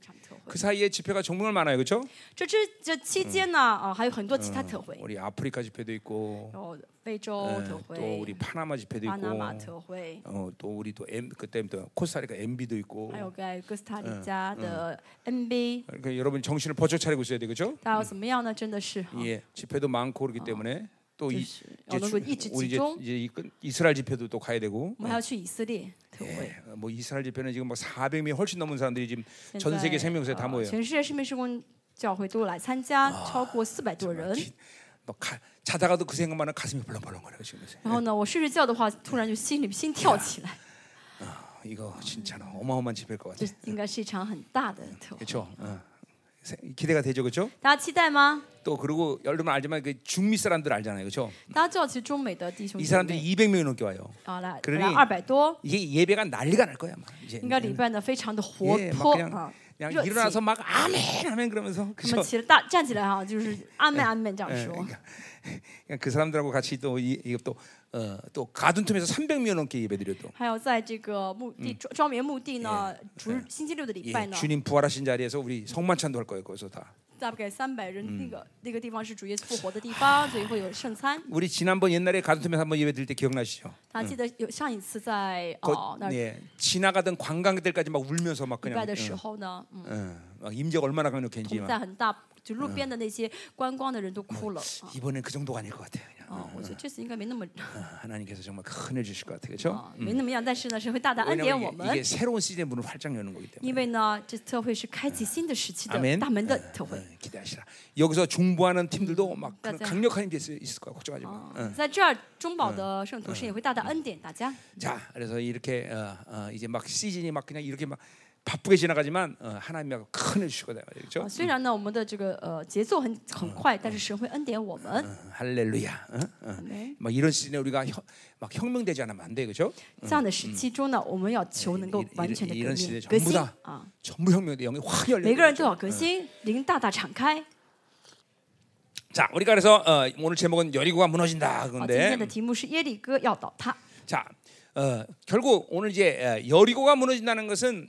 场特会 그 。 사이에 집회가 정말 많아요, 그렇죠? 这这这期间呢，啊、还有很多其他特会， 우리 아프리카 집회도 있고, 然后非洲 네. 어, 特 또 会 우리 、 파나마 집회도 巴 있고, 拿马特会， 어, 또 우리 또 M, 그때 또 코스타리카 MB도 있고. 还有在哥斯达黎加的 NB， 그러니까 여러분 정신을 번쩍 차리고 있어야 돼, 그렇죠? 大家怎么样呢？真的是哦哈， 예, 집회도 많고 그렇기 때문에 또 就 이, 是 이제 음, 要能够 주- 一直 우리 集 이제, 中。 이제 이 끝- 이스라엘 집회도 또 가야 되고. 我们还要去以色列特会。 예, 뭐 이스라엘 집회는 지금 뭐 400명이 훨씬 넘은 사람들이 지금 现 전 세계 在 생명사에 다 呃 모여요. 全世界圣命施工教会都来参加，超过四百多人。 막뭐 가, 자다가도 그 생각만 하면 가슴이 벌렁벌렁거려요 지금. 요새. 然后呢，我睡着觉的话，突然就心里心跳起来， 아, 이거 진짜 어마어마한 집회일 것 这 같아. 应该是一场很大的特会。 그렇죠. 기대가 되죠, 그렇죠? 大家期待吗？ 또 그리고 여러분 알지만 그 중미 사람들 알잖아요, 그렇죠? 大家知道，其实中美的弟兄 이 姐 사람들이 妹 200명이 넘게 와요. 啊，来 그러니 来二百多， 이게 예배가 난리가 날 거야, 막 이제. 应该礼拜呢非常的活 예, 막 泼 그냥, 啊， 그냥 热情 그러니까 일어나서 。막 아멘 아멘 그러면서 他 그죠? 们起了大站起来哈，就是阿门阿门这样 예, 说。 그러니까, 그냥 그 사람들하고 같이 또 이- 이거 또또 또 가둔 틈에서 300명 넘게 예배드려 또. 还有在这个墓地庄庄严墓地呢，主日星期六的礼 예, 拜呢， 주님 부활하신 자리에서 우리 성만찬도 할 거예요, 거기서 다. 大概三百人，那个那个地方是主耶稣复活的地方，所以会有圣餐。 우리 지난번 옛날에 가둔 틈에서 한번 예배 드릴 때 기억나시죠? 大家记得有上一次在 거 哦那儿 예, 지나가던 관광객들까지 막 울면서 막 礼 그냥 拜的时候呢，嗯， 응, 응, 막 임재가 얼마나 강력했는지 同 막 在很大，就路边的那些观光的人都哭了啊 이번엔 그 정도가 아닐 것 같아요. 그냥. 啊！我觉得这次应该没那么 아, 하나님께서 정말 큰 해 주실 것 같아요. 그렇죠? 啊，没那么样，但是呢，神会大大恩典我 왜냐면 们 이게, 。 이게 새로운 시즌의 문을 활짝 여는 거기 때문에. 因为呢，这特会是开启新的时期 아멘 的大门的特会。 응, 기대하시라. 여기서 중보하는 팀들도 막 그런 맞아요. 어. 강력한 힘이 있을, 있을 거야. 걱정하지 마. 啊，在这儿，中保的圣徒神也会大大恩典大家。 자, 그래서 이렇게 어, 어, 이제 막 시즌이 막 그냥 이렇게 막 바쁘게 지나가지만 어, 하나님이 큰해 주실 거다. 그렇죠? 啊，虽然呢，我们的这个呃节奏很很快，但是神会恩典我们。嗯 어, 할렐루야. 어? 어. 네. 막 이런 시즌에 우리가 혁, 막 혁명되지 않으면 안 돼, 그렇죠? 这样的时期中呢，我们要求能够 이이 完全的 이革런 시대 命 전부 革新 다 啊， 전부 혁명의 영이 확 열려. 每个人都要革新，灵大大敞开。 자, 우리가 그래서 어, 오늘 제목은 여리고가 무너진다. 啊，今天 그런데 的题目是耶利哥要倒塌。 자, 어, 결국 오늘 이제 어, 여리고가 무너진다는 것은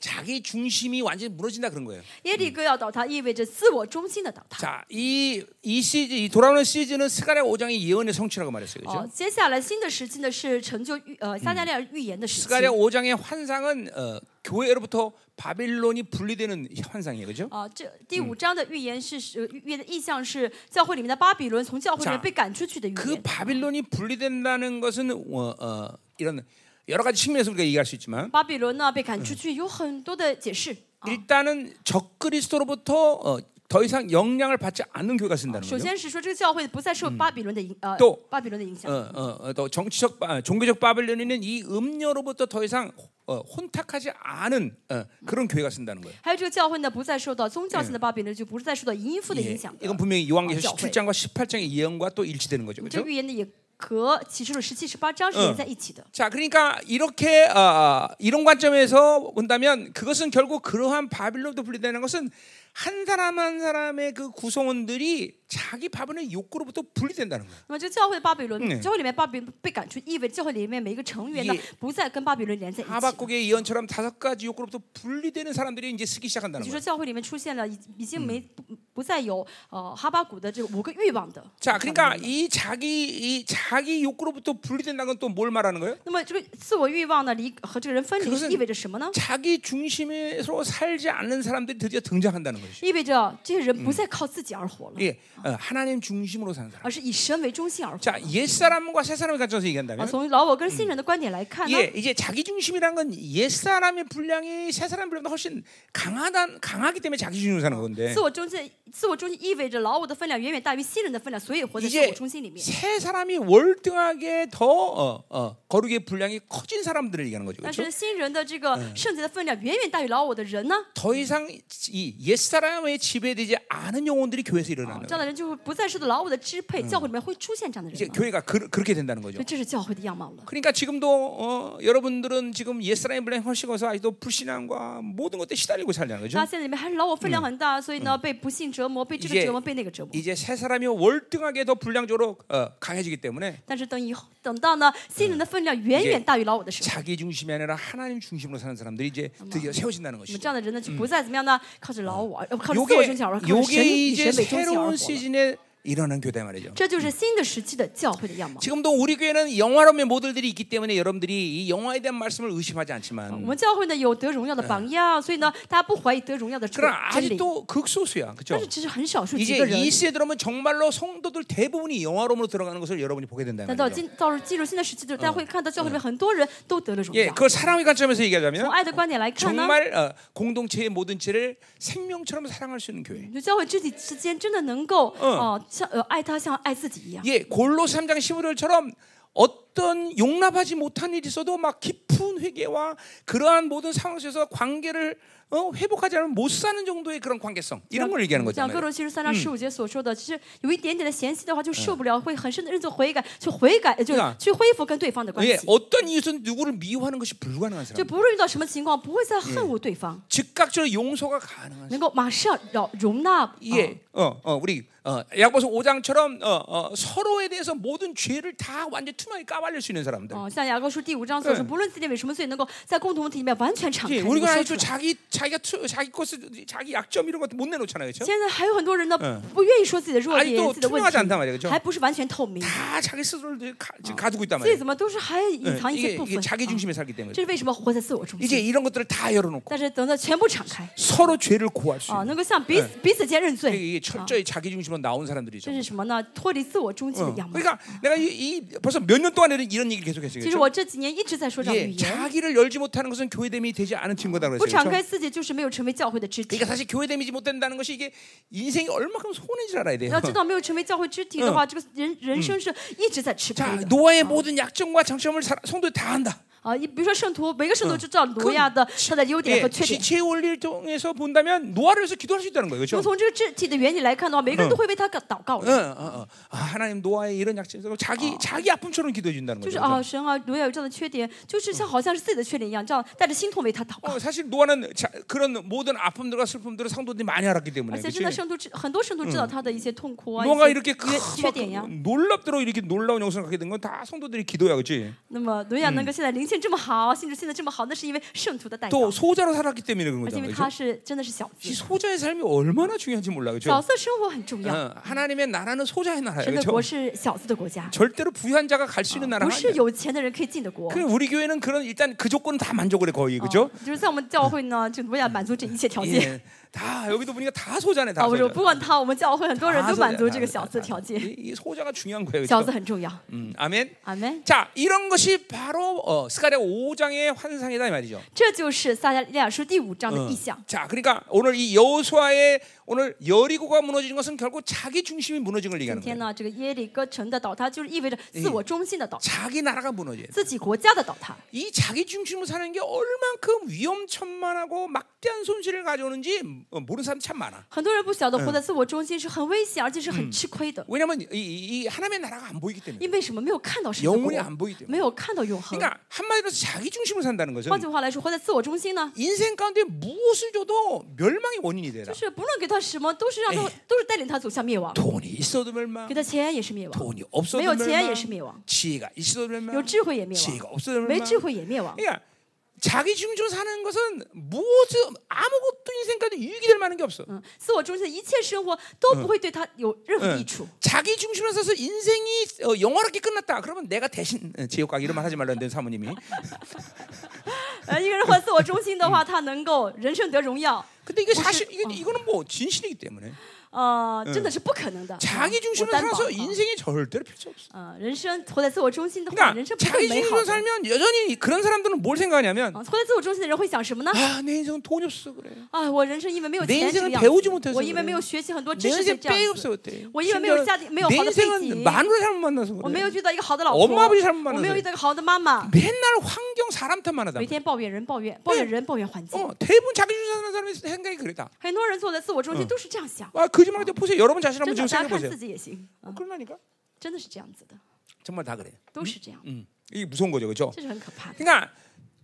자기 중심이 완전히 무너진다 그런 거예요. 耶利哥要倒塌意味着自我中心的倒塌。 자, 이, 이 시즌, 이 돌아오는 시즌은 스가랴 5장의 예언의 성취라고 말했어요. 그렇죠? 哦，接下来新的时期呢是成就预呃撒加利亚预言的时期。 스가랴 5장의 환상은 어, 교회로부터 바빌론이 분리되는 이 환상이에요. 그렇죠? 啊，这第五章的预言是是预言的意象是教会里面的巴比伦从教会里面 자 被赶出去的预 그 言。 바빌론이 분리된다는 것은 어, 어, 이런 여러 가지 측면에서 우리가 얘기할 수 있지만 巴比伦呢被赶出去有嗯很多的解释啊。 일단은 적그리스도로부터 어, 더 이상 영향을 받지 않는 교회가 쓴다는 首 거죠. 先是说这个教会不再受巴比伦的影呃 또 巴比伦的影响 어, 。 어, 어, 또 정치적 바- 종교적 바빌론에는 이 음료로부터 더 이상 어, 혼탁하지 않은 어, 그런 교회가 쓴다는 거예요. 还有这个教会呢，不再受到宗教性的巴比伦，就不是再受到淫妇的 예, 影响的。 이건 분명히 요한계시록 어, 17장과 18장의 예언과 또 일치되는 거죠. 这 그렇죠? 预言呢也和启示录十七、十八章是连在一起的。 자, 그러니까 이렇게 아, 아, 이런 관점에서 본다면 그것은 결국 그러한 바빌론도 분리되는 것은 한 사람 한 사람의 그 구성원들이 자기 바빌론의 욕구로부터 분리된다는 거예요. 那么这教会巴比伦，嗯教会里面巴比伦被赶出，意味着教会里面每一个成员呢 이 ，不再跟巴比伦连在一起。 하박국의 예언처럼 다섯 가지 욕구로부터 분리되는 사람들이 이제 쓰기 也 시작한다는 就是说， 거예요. 教会里面出现了已已经没不不再有呃哈巴谷的这个五个欲望的。 자, 그러니까 이 자기 이 자기 욕구로부터 분리된다는 건 또 뭘 말하는 거예요? 那么这个自我欲望呢，离和这个人分离 그것은 意味着什么呢？ 자기 중심에서 살지 않는 사람들이 드디어 등장한다는 것이죠. 意味着这些人不再靠自己而活了， 예, 어, 하나님 중심으로 사는 사람. 而是以神为中心而活。 자, 옛 사람과 새 사람을 갖춰서 啊， 얘기한다면 从老我跟新人的观点来看呢， 예, 이제 자기 중심이란 건 옛 사람의 분량이 새 사람 분량보다 훨씬 강하다 강하기 때문에 자기 중심으로 사는 건데 自我中心，自我中心意味着老我的分量远远大于新人的分量，所以活在自 이제 我中心里面。 새 사람이 월등하게 더 어, 어, 거룩의 분량이 커진 사람들을 얘기하는 거죠. 但 그렇죠? 是新人的这个圣洁的分量远远大于老我的人呢， 더 이상 이옛 사람의 지배되지 않은 영혼들이 교회에서 일어나는 这样 거예요. 的人就会不再受到老我的支配，教会里面会出现这样的 이제 人了。 교회가 그, 렇게 된다는 거죠. 所以这是教会的样貌了。 그러니까 지금도 어, 여러분들은 지금 옛 사람의 분량이 훨씬 커서 아직도 불신앙과 모든 것들에 시달리고 살잖아요. 그렇죠? 那现在里面还是老我分量很大，所以呢被不幸折磨，被这个 이 折 제 磨，被那个折磨。 이제 세 사람이 월등하게 더 분량적으로 어, 강해지기 때문에 但是等以后，等到呢，新人的分量远远大于老我的时候， 자기 중심이 아니라 하나님 중심으로 사는 사람들이 이제 드디어 세워진다는 我们 것이죠. 这样的人呢，就不再怎么样呢，靠着老我，呃，靠着自我中心而活，靠 요게 着神 요게 以 이제 神为中心而活 새로운 了。 시즌에 일어난 교회 말이죠. 这就是新的时期的教会的样貌。 지금도 우리 교회는 영화로의 모델들이 있기 때문에 여러분들이 이 영화에 대한 말씀을 의심하지 我 않지만 们教会呢有得荣耀的榜样，所以呢，大家不怀疑得荣耀的这个 그럼 真理。 아직도 극소수야, 但 그렇죠? 是其实很少数几 이제 个人 이 。 시에 들어오면 정말로 성도들 대부분이 영화로움으로 들어가는 것을 여러분이 보게 된다는 但到 거죠. 今到进入新的时期，就是大家会看到教会里面很多人都得了荣 예, 耀。 그걸 사랑의 관점에서 从 얘기하자면 爱的观点来看呢， 정말 어, 공동체의 모든 죄를 생명처럼 사랑할 수 있는 교회. 就教会肢体之间真的能够哦、呃像呃爱他像爱自己一样。 예, 골로 3장 15절처럼 어떤 용납하지 못한 일이 있어도 막 깊은 회개와 그러한 모든 상황 속에서 관계를 어, 회복하지 않으면 못 사는 정도의 그런 관계성 이런 걸 얘기하는 像哥 거잖아요. 罗西书三章十五节所说的，其实有一点点的嫌隙的话就受不了，会很深的认罪悔改，去悔改，呃就对啊哎去恢复跟对方的关 예, 系， 어떤 이유든 누구를 미워하는 것이 불가능한 就 사람. 不论遇到什么情况，不会再恨恶对方， 즉각적으로 용서가 가능한 사람. 能够马上要容纳。啊 예, 어, 어, 우리 어, 야고보서 5장처럼 어, 어, 서로에 대해서 모든 죄를 다 완전 투명히 까발릴 수 있는 사람들. 哦，像雅各书第五章所说，不论自己为什么罪，能够在共同体里面完全敞 예, 开，能够 우리가 说 아직도 出来。 자기 자기가 투, 자기 코스 자기 약점 이런 것도 못 내놓잖아요, 그렇죠? 现在还有很多人呢嗯，不愿意说自己的弱点、 아직도 自己的问 투명하지 题， 않단 말이에요, 그렇죠? 还不是完全透明， 다 자기 스스로를 늘 가, 지금 가두고 있단 自己 말이에요. 怎么都是还隐 예, 藏一些 이게, 部 이게 分。 자기 啊 중심에 살기 这 때문에 是为什么活在自我中 이제 心？ 이런 것들을 다 열어놓고 但是等到全部敞开 서로 죄를 구할 수 啊， 있는 能够向彼此彼此间认 이게- 罪，啊 이게 철저히 자기 중심으로 나온 这 사람들이죠. 是什么呢？脱离自我中心的 어. 样貌。 그러니까 내가 이, 이 벌써 몇 년 동안 이런 이런 얘기를 계속했어요. 其实 그렇죠? 我这几年一直在说这样的语言， 예, 자기를 열지 못하는 것은 교회됨이 되지 않은 증거다 不 그랬어요. 敞开 그렇죠? 自己就是没有成为教会的肢体 그러니까 。 사실 교회됨이지 못된다는 것이 이게 인생이 얼마큼 손해인지 알아야 돼요. 要知道，没有成为教会肢体的话，这个人人生是一直在吃亏 자, 的。 노아의 모든 약점과 장점을 사- 성도들이 다 안다. 啊，你比如说圣徒，每个圣徒就知道挪亚的他的优点 예, 和缺点。 지체 원리를 통해서 본다면 노아를 위해서 기도할 수 있다는 거예요. 就 그렇죠? 从这个嗯肢体的原理来看的话，每个人都会为他祷告的 응, 어, 어. 아, 하나님 노아의 이런 약점에서 자기 자기 아픔처럼 기도해 준다는 就是 거죠. 啊， 그렇죠? 神啊，挪亚有这样的缺点，就是像好像是自己的缺点一样，这样带着心痛为他祷告。 어, 사실 노아는 자, 그런 모든 아픔들과 슬픔들을 성도들이 많이 알았기 而 때문에 且 그렇지? 真的圣徒知很多圣徒知道他的一些痛苦啊， 노아가 嗯一些 아, 이렇게 큰 缺缺点 呀。 놀랍도록 이렇게 놀라운 영성을 갖게 된 건 다 성도들이 기도야, 그렇지? 那么挪亚能够现在灵性这么好，性质现在这么好，那是因为圣徒的代祷，또 소자로 살았기 때문에 그런 而且因 거잖아요. 为 그렇죠? 他是真的是小 이 子， 소자의 삶이 얼마나 중요한지 몰라, 그렇죠? 角色生活很重要。 어, 하나님의 나라는 소자의 神 나라예요, 的国 그렇죠? 是小子的国家， 절대로 부유한 자가 갈 수 있는 不 나라가 是 아니야. 有钱的人可以进的国。 그 우리 교회는 그런 일단 그 조건은 다 만족을 해 거의, 그렇죠? 啊就是在我们教会呢，就挪亚满足这一切条件。 예, 다 여기도 보니까 다 소자네, 다 啊，我 소자. 说不管他，我们教会很多人都 다소- 满足 다- 这个 다- 小资 다- 条件， 이- 이 소자가 중요한 거예요. 小 그렇죠? 资很重要。 음, 아멘. 阿门。 자 이런 것이 바로 어, 스가랴 5장의 환상이다 이 말이죠. 어. 这就是撒加利亚书第五 아, 네, 章的意象。 자 그러니까 오늘 이 여호수아의 오늘 여리고가 무너지는 것은 결국 자기 중심이 무너진 걸 今 얘기하는 天 거예요. 呢，这个耶利哥城的倒塌，就是意味着自我中心的倒塌， 자기 나라가 무너져요. 自己国家的倒塌。 이 자기 중심으로 사는 게 얼만큼 위험천만하고 막대한 손실을 가져오는지 어, 모르는 사람 참 많아. 很多人不晓得活嗯在自我中心是很危险，而且是很吃亏的。 왜냐하면 이, 이- 이 하나님의 나라가 안 보이기 때문에. 因为什么？没有看到神的国 영혼이안보이기때문에 没有看到永恒。 그러니까 한마디로 자기 중심으로 산다는 것은 换句话来说，活在自我中心呢， 인생 가운데 무엇을 줘도 멸망의 원인이 되라. 就是不论给他什么，都是让他哎都是带领他走向灭亡。 돈이 있어도 멸망, 给他钱也是灭亡， 돈이 없어도 没有钱 멸망, 也是灭亡， 지혜가 있어도 有 멸망, 智慧也灭 지혜가 亡， 없어도 没 멸망. 智慧也灭亡。 그러니까 자기 중심으로 사는 것은 무엇 아무것도 인생 가운데 유익이 될 만한 게 없어. 嗯，自我中心的一切生活都不会对他有任何的益嗯处。 자기 중심으로 서서 인생이 어, 영화롭게 끝났다. 그러면 내가 대신 어, 지옥 가기 이런 말 하지 말라는데 사모님이. 呃，一个人活自我中心的话，他能够人生得荣耀， 근데 이게 혹시- 사실 이거, 이거는 뭐 진실이기 때문에 呃，真的是不可能的。嗯 자기 我 중심으로 担保 살아서 啊 인생이 절대로 필요 없어. 呃，人生活在自我中心的话，人 그러니까 生不会 자기 美好 중심으로 的。 살면 여전히 그런 사람들은 뭘 생각하냐면 啊，活在自我中心的人会想什么呢？ 아 내 인생은 돈이 없어 그래. 啊，我人生因为没有 내 钱这个 인생은 样 배우지못해서 子，我因为 그래 没有学习很多 내 知识才 인생 这 빼 样子。 없어 그때. 뭐 이면 심지어는 매우 짜증- 매우 내 화가 인생은 빼지. 마누라 잘못 만나서 我没 그래. 有遇到一个好的老 엄 婆， 마아버지잘못만나서 我没有 그래 遇到一个好的妈 妈， 맨날 환경 사람탓 만하다. 每天抱怨人、抱怨、抱怨人、抱怨环境。 어, 대부분 자기 중심으로 사는 사람의 생각이 그랬다. 很多人做的自我中心都是这样想， 아 거짓말하지 보세요. 여러분 자신 真的， 한번 지금 大家看自 생각해보세요. 己也行，嗯 어, 그러니까 真的是这样子的， 정말 다 그래. 都是这样， 음, 이게 무서운 거죠, 그렇죠? 这是很可怕的。 그러니까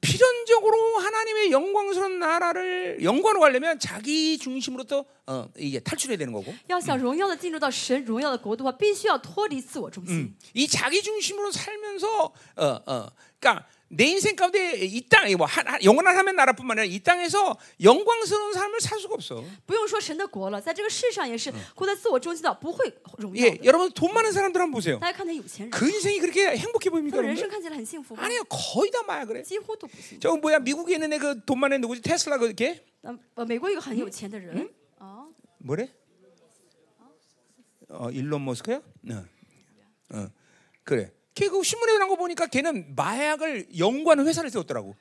필연적으로 하나님의 영광스러운 나라를 영광으로 가려면 자기 중심으로부터 어, 이게 탈출해야 되는 거고. 要想荣耀的进入到神荣耀的国度的话，必须要脱离自我中心。 음. 이 자기 중심으로 살면서 어, 어, 그러니까 내 인생 가운데 이 땅, 뭐 하- 하- 영원한 하면 나라뿐만 아니라 이 땅에서 영광스러운 삶을 살 수가 없어. 不用说神的国了，在这个世上也是活在自我中心的，不会荣耀 예, 的。 여러분 돈 많은 사람들 한번 보세요. 大家看那有钱人， 그 인생이 그렇게 행복해 他 보입니까? 们人生 여러분들? 看起来很幸福吗？ 아니요, 거의 다 마야 그래. 几乎都不幸福。 저 뭐야 미국에 있는 애 그 돈 많은 누구지? 테슬라 그게 那呃，美国有一个很有钱的人啊， 뭐래? 어, 일론 머스크야? 응. 어. 그래. 걔그 신문에 난 거 보니까 걔는 마약을 연구하는 회사를 세웠더라고.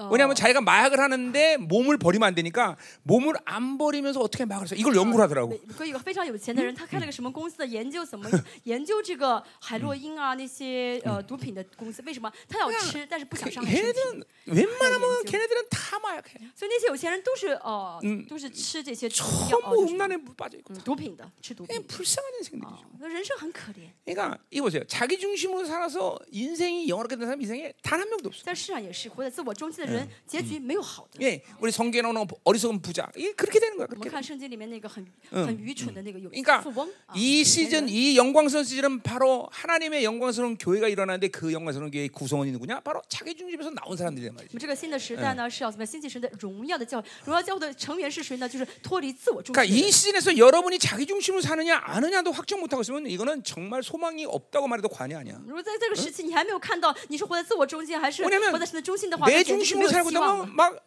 呃 왜냐하면 자기가 마약을 하는데 몸을 버리면 안 되니까 몸을 안 버리면서 어떻게 마약을 해서 이걸 연구를 美 하더라고. 美国有个非常有钱的人，他开了个什么公司的，研究怎么研究这个海洛因啊那些呃毒品的公司，为什么他要吃，但是不想伤害身体？그 걔네들은 웬만하면 네, 걔네들은 다 마약해. 所以那些有钱人都是呃都是吃这些药哦， 전부 就是 음란에 빠져 있고. 嗯毒品的，吃毒 그냥 品的 불쌍한 인생들이죠. 啊，那人生很可怜， 그러니까 이 보세요. 자기 중심으로 살아서 인생이 영원하게 된 사람 인생에 단 한 명도 없어. 在世上也是活在自我中心的人，结局没有好的。 예, 우리 성경에 나오는 어리석은 부자. 이게 그렇게 되는 거야. 我们 그렇게. 看圣经里面那个很很愚蠢的那个有 그러니까 富翁啊， 이 有钱人 시즌, 이 영광스러운 시즌은 바로 하나님의 영광스러운 교회가 일어나는데 그 영광스러운 교회의 구성원이 누구냐? 바로 자기 중심에서 나온 사람들이란 我 말이죠. 们这个新的时代呢，是要怎么样兴起神的荣耀的教会？荣耀教会的成员是谁呢？就是脱离自我中 그러니까 心的 이 人。 시즌에서 여러분이 자기 중심으로 사느냐 아느냐도 확정 못하고 있으면 이거는 정말 소망이 없다고 말해도 과언이 아니야. 如果在这个时期你还没有看到你是活在自我中心还是 왜냐면 活在神的中心的话， 내 那简直是没 중심으로 有 살고 希望了。 나면 막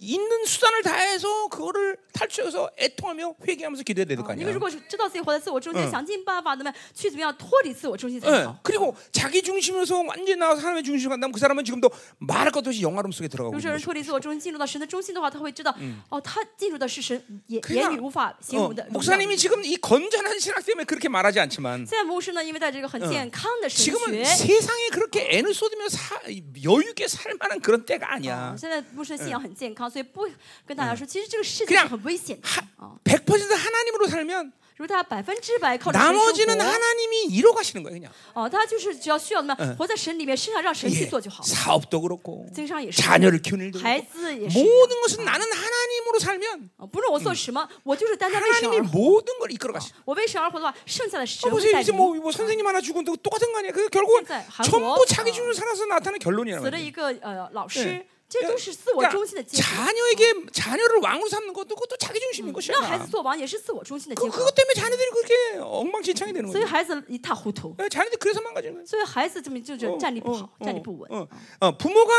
있는 수단을 다해서 그거를 탈출해서 애통하며 회개하면서 기도해야 될 거 因为 아니야. 예. 如果是知道自己活在自我中心，想尽办法怎么样去怎么样脱离自我中心才 예, 好。 그리고 자기 중심에서 완전히 나와서 하나님의 중심으로 간다면 그 사람은 지금도 말할 것도 없이 영화름 속에 들어가고 如果这人 있는 거죠. 脱离自我中心，进入到神的中心的话，他会知道，哦，他进入的是神言 그러니까 言语无法形 어, 容的荣耀。 목사님이 지금 이 건전한 신학 때문에 그렇게 말하지 않지만 现在牧师呢，因为在这个很健康的神 지금은 学， 세상에 그렇게 애를 쏟으며 사- 여유 있게 살 만한 그런 때가 啊嗯 아니야. 现在牧师的信仰很健康，所以不跟大家说，其实这个世 그 界 냥 是很危险的啊。 어. 100% 하나님으로 살면 如果大家百分之百靠着神生 나머지는 活， 하나님이 이뤄가시는 거예요 그냥 哦，大家就是只要需要什么样，活在神里面，身上让神去 예, 做就好了。 사업도 그렇고 经商也是， 자녀를 키우는 일도 孩 그렇고 子也是一样。 모든 것은 나는 하나님으로 살면 啊不论我做什么，我就是单单为神 하나님이 而活。 모든 걸 이끌어 가시. 我为神而活的话，剩下的神 어, 会 보세요 带 이제 领 뭐, 我。 뭐 선생님 하나 죽은 거 똑같은 거 아니야? 그 결국은 그러니까 한국, 전부 자기 어. 중으로 살아서 나타나는 결론이라는 死了 거예요. 一个呃老 예 师，这都是自我中心的结果。 그러니까 자녀에게 자녀를 왕으로 삼는 것도 그것도 자기 중심인 것이야. 让孩子做王也是自我中心的结 그, 果， 그것 때문에 자녀들이 그렇게 엉망진창이 되는 所以 거예요. 孩子一塌糊涂， 자녀들 이 그래서 망가지는 거예요. 所以孩子这么就是 어, 站立不 어, 好，站立不 어, 稳。 어. 어, 부모가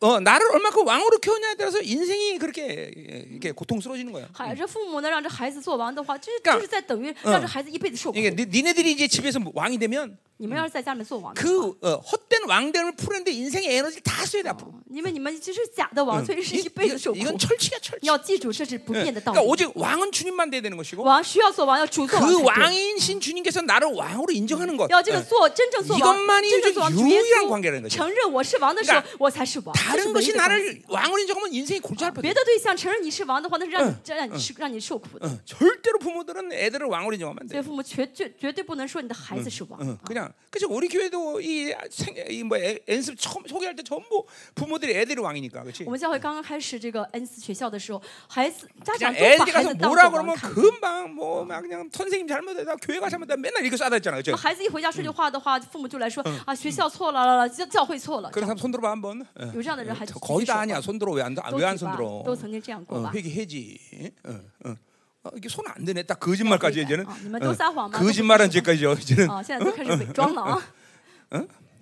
어, 나를 얼마큼 왕으로 키웠냐에 따라서 인생이 그렇게 예, 이렇게 고통스러워지는 거야. 孩这父母呢，让这孩子做王的话，这干就是在等于让这孩子一辈子受苦。 이게 니- 니네들이 이제 집에서 왕이 되면 你们要是在家里面做王的 그 어, 헛된 왕됨을 풀었는데 인생의 에너지를 다 써야 돼 앞으로. 话，因为你们这是假的王，所以是 이- 一辈子受 이건, 苦。 이건 철칙이야 철칙. 你要记住，这是不 예, 变的道 그러니까 理。 오직 왕은 주님만 돼야 되는 것이고 王需要做王，要主做 그 王才对。 왕이신 주님께서 나를 왕으로 인정하는 것. 要这个 예. 做真正做王， 이것만이 真正做王主耶 유일한관계라는거죠 稣承认我是王的时候，我才是王。这是唯一的关系 다른 것이 나를 왕으로 인정하면 인생이 골치 아파. 别的嗯对象承认你是王的话，那是让你让你是让你受苦的。 어, 절대로 부모들은 애들을 왕으로 인정하면 안 所 돼. 以父母绝绝绝对不能说你的孩子是王。 어, 그냥 그죠 우리 교회도 이생이뭐 연습 처음 소개할 때 전부 부모들이 애들이 왕이니까 그렇지. 啊我们教会刚刚开始这个恩赐学校的时候，孩子家长 그냥 都把 애들이 孩 가서 子当做 뭐라 그러면 王看。 금방 뭐 막 그냥 선생님 잘못했다 교회가 잘못했다 맨날 이렇게 싸다 했잖아 그죠. 孩子一回家说这话的话，父母就来说啊，学校错了啦啦，教教会错了。 그런 사람 손들어봐 한번. 어. 有这样的人还 거의 다 아니야 손들어 왜 안 都 왜 안 举报 손들어? 都曾经这样过 어, 吧？ 회개해지. 어, 어. 어, 이게 손 안 드네. 딱 거짓말까지 회개. 이제는. 어, 니만 또 싸워, 엄마. 거짓말한 죄까지요. 이제는. 啊，现在都开始伪装了啊！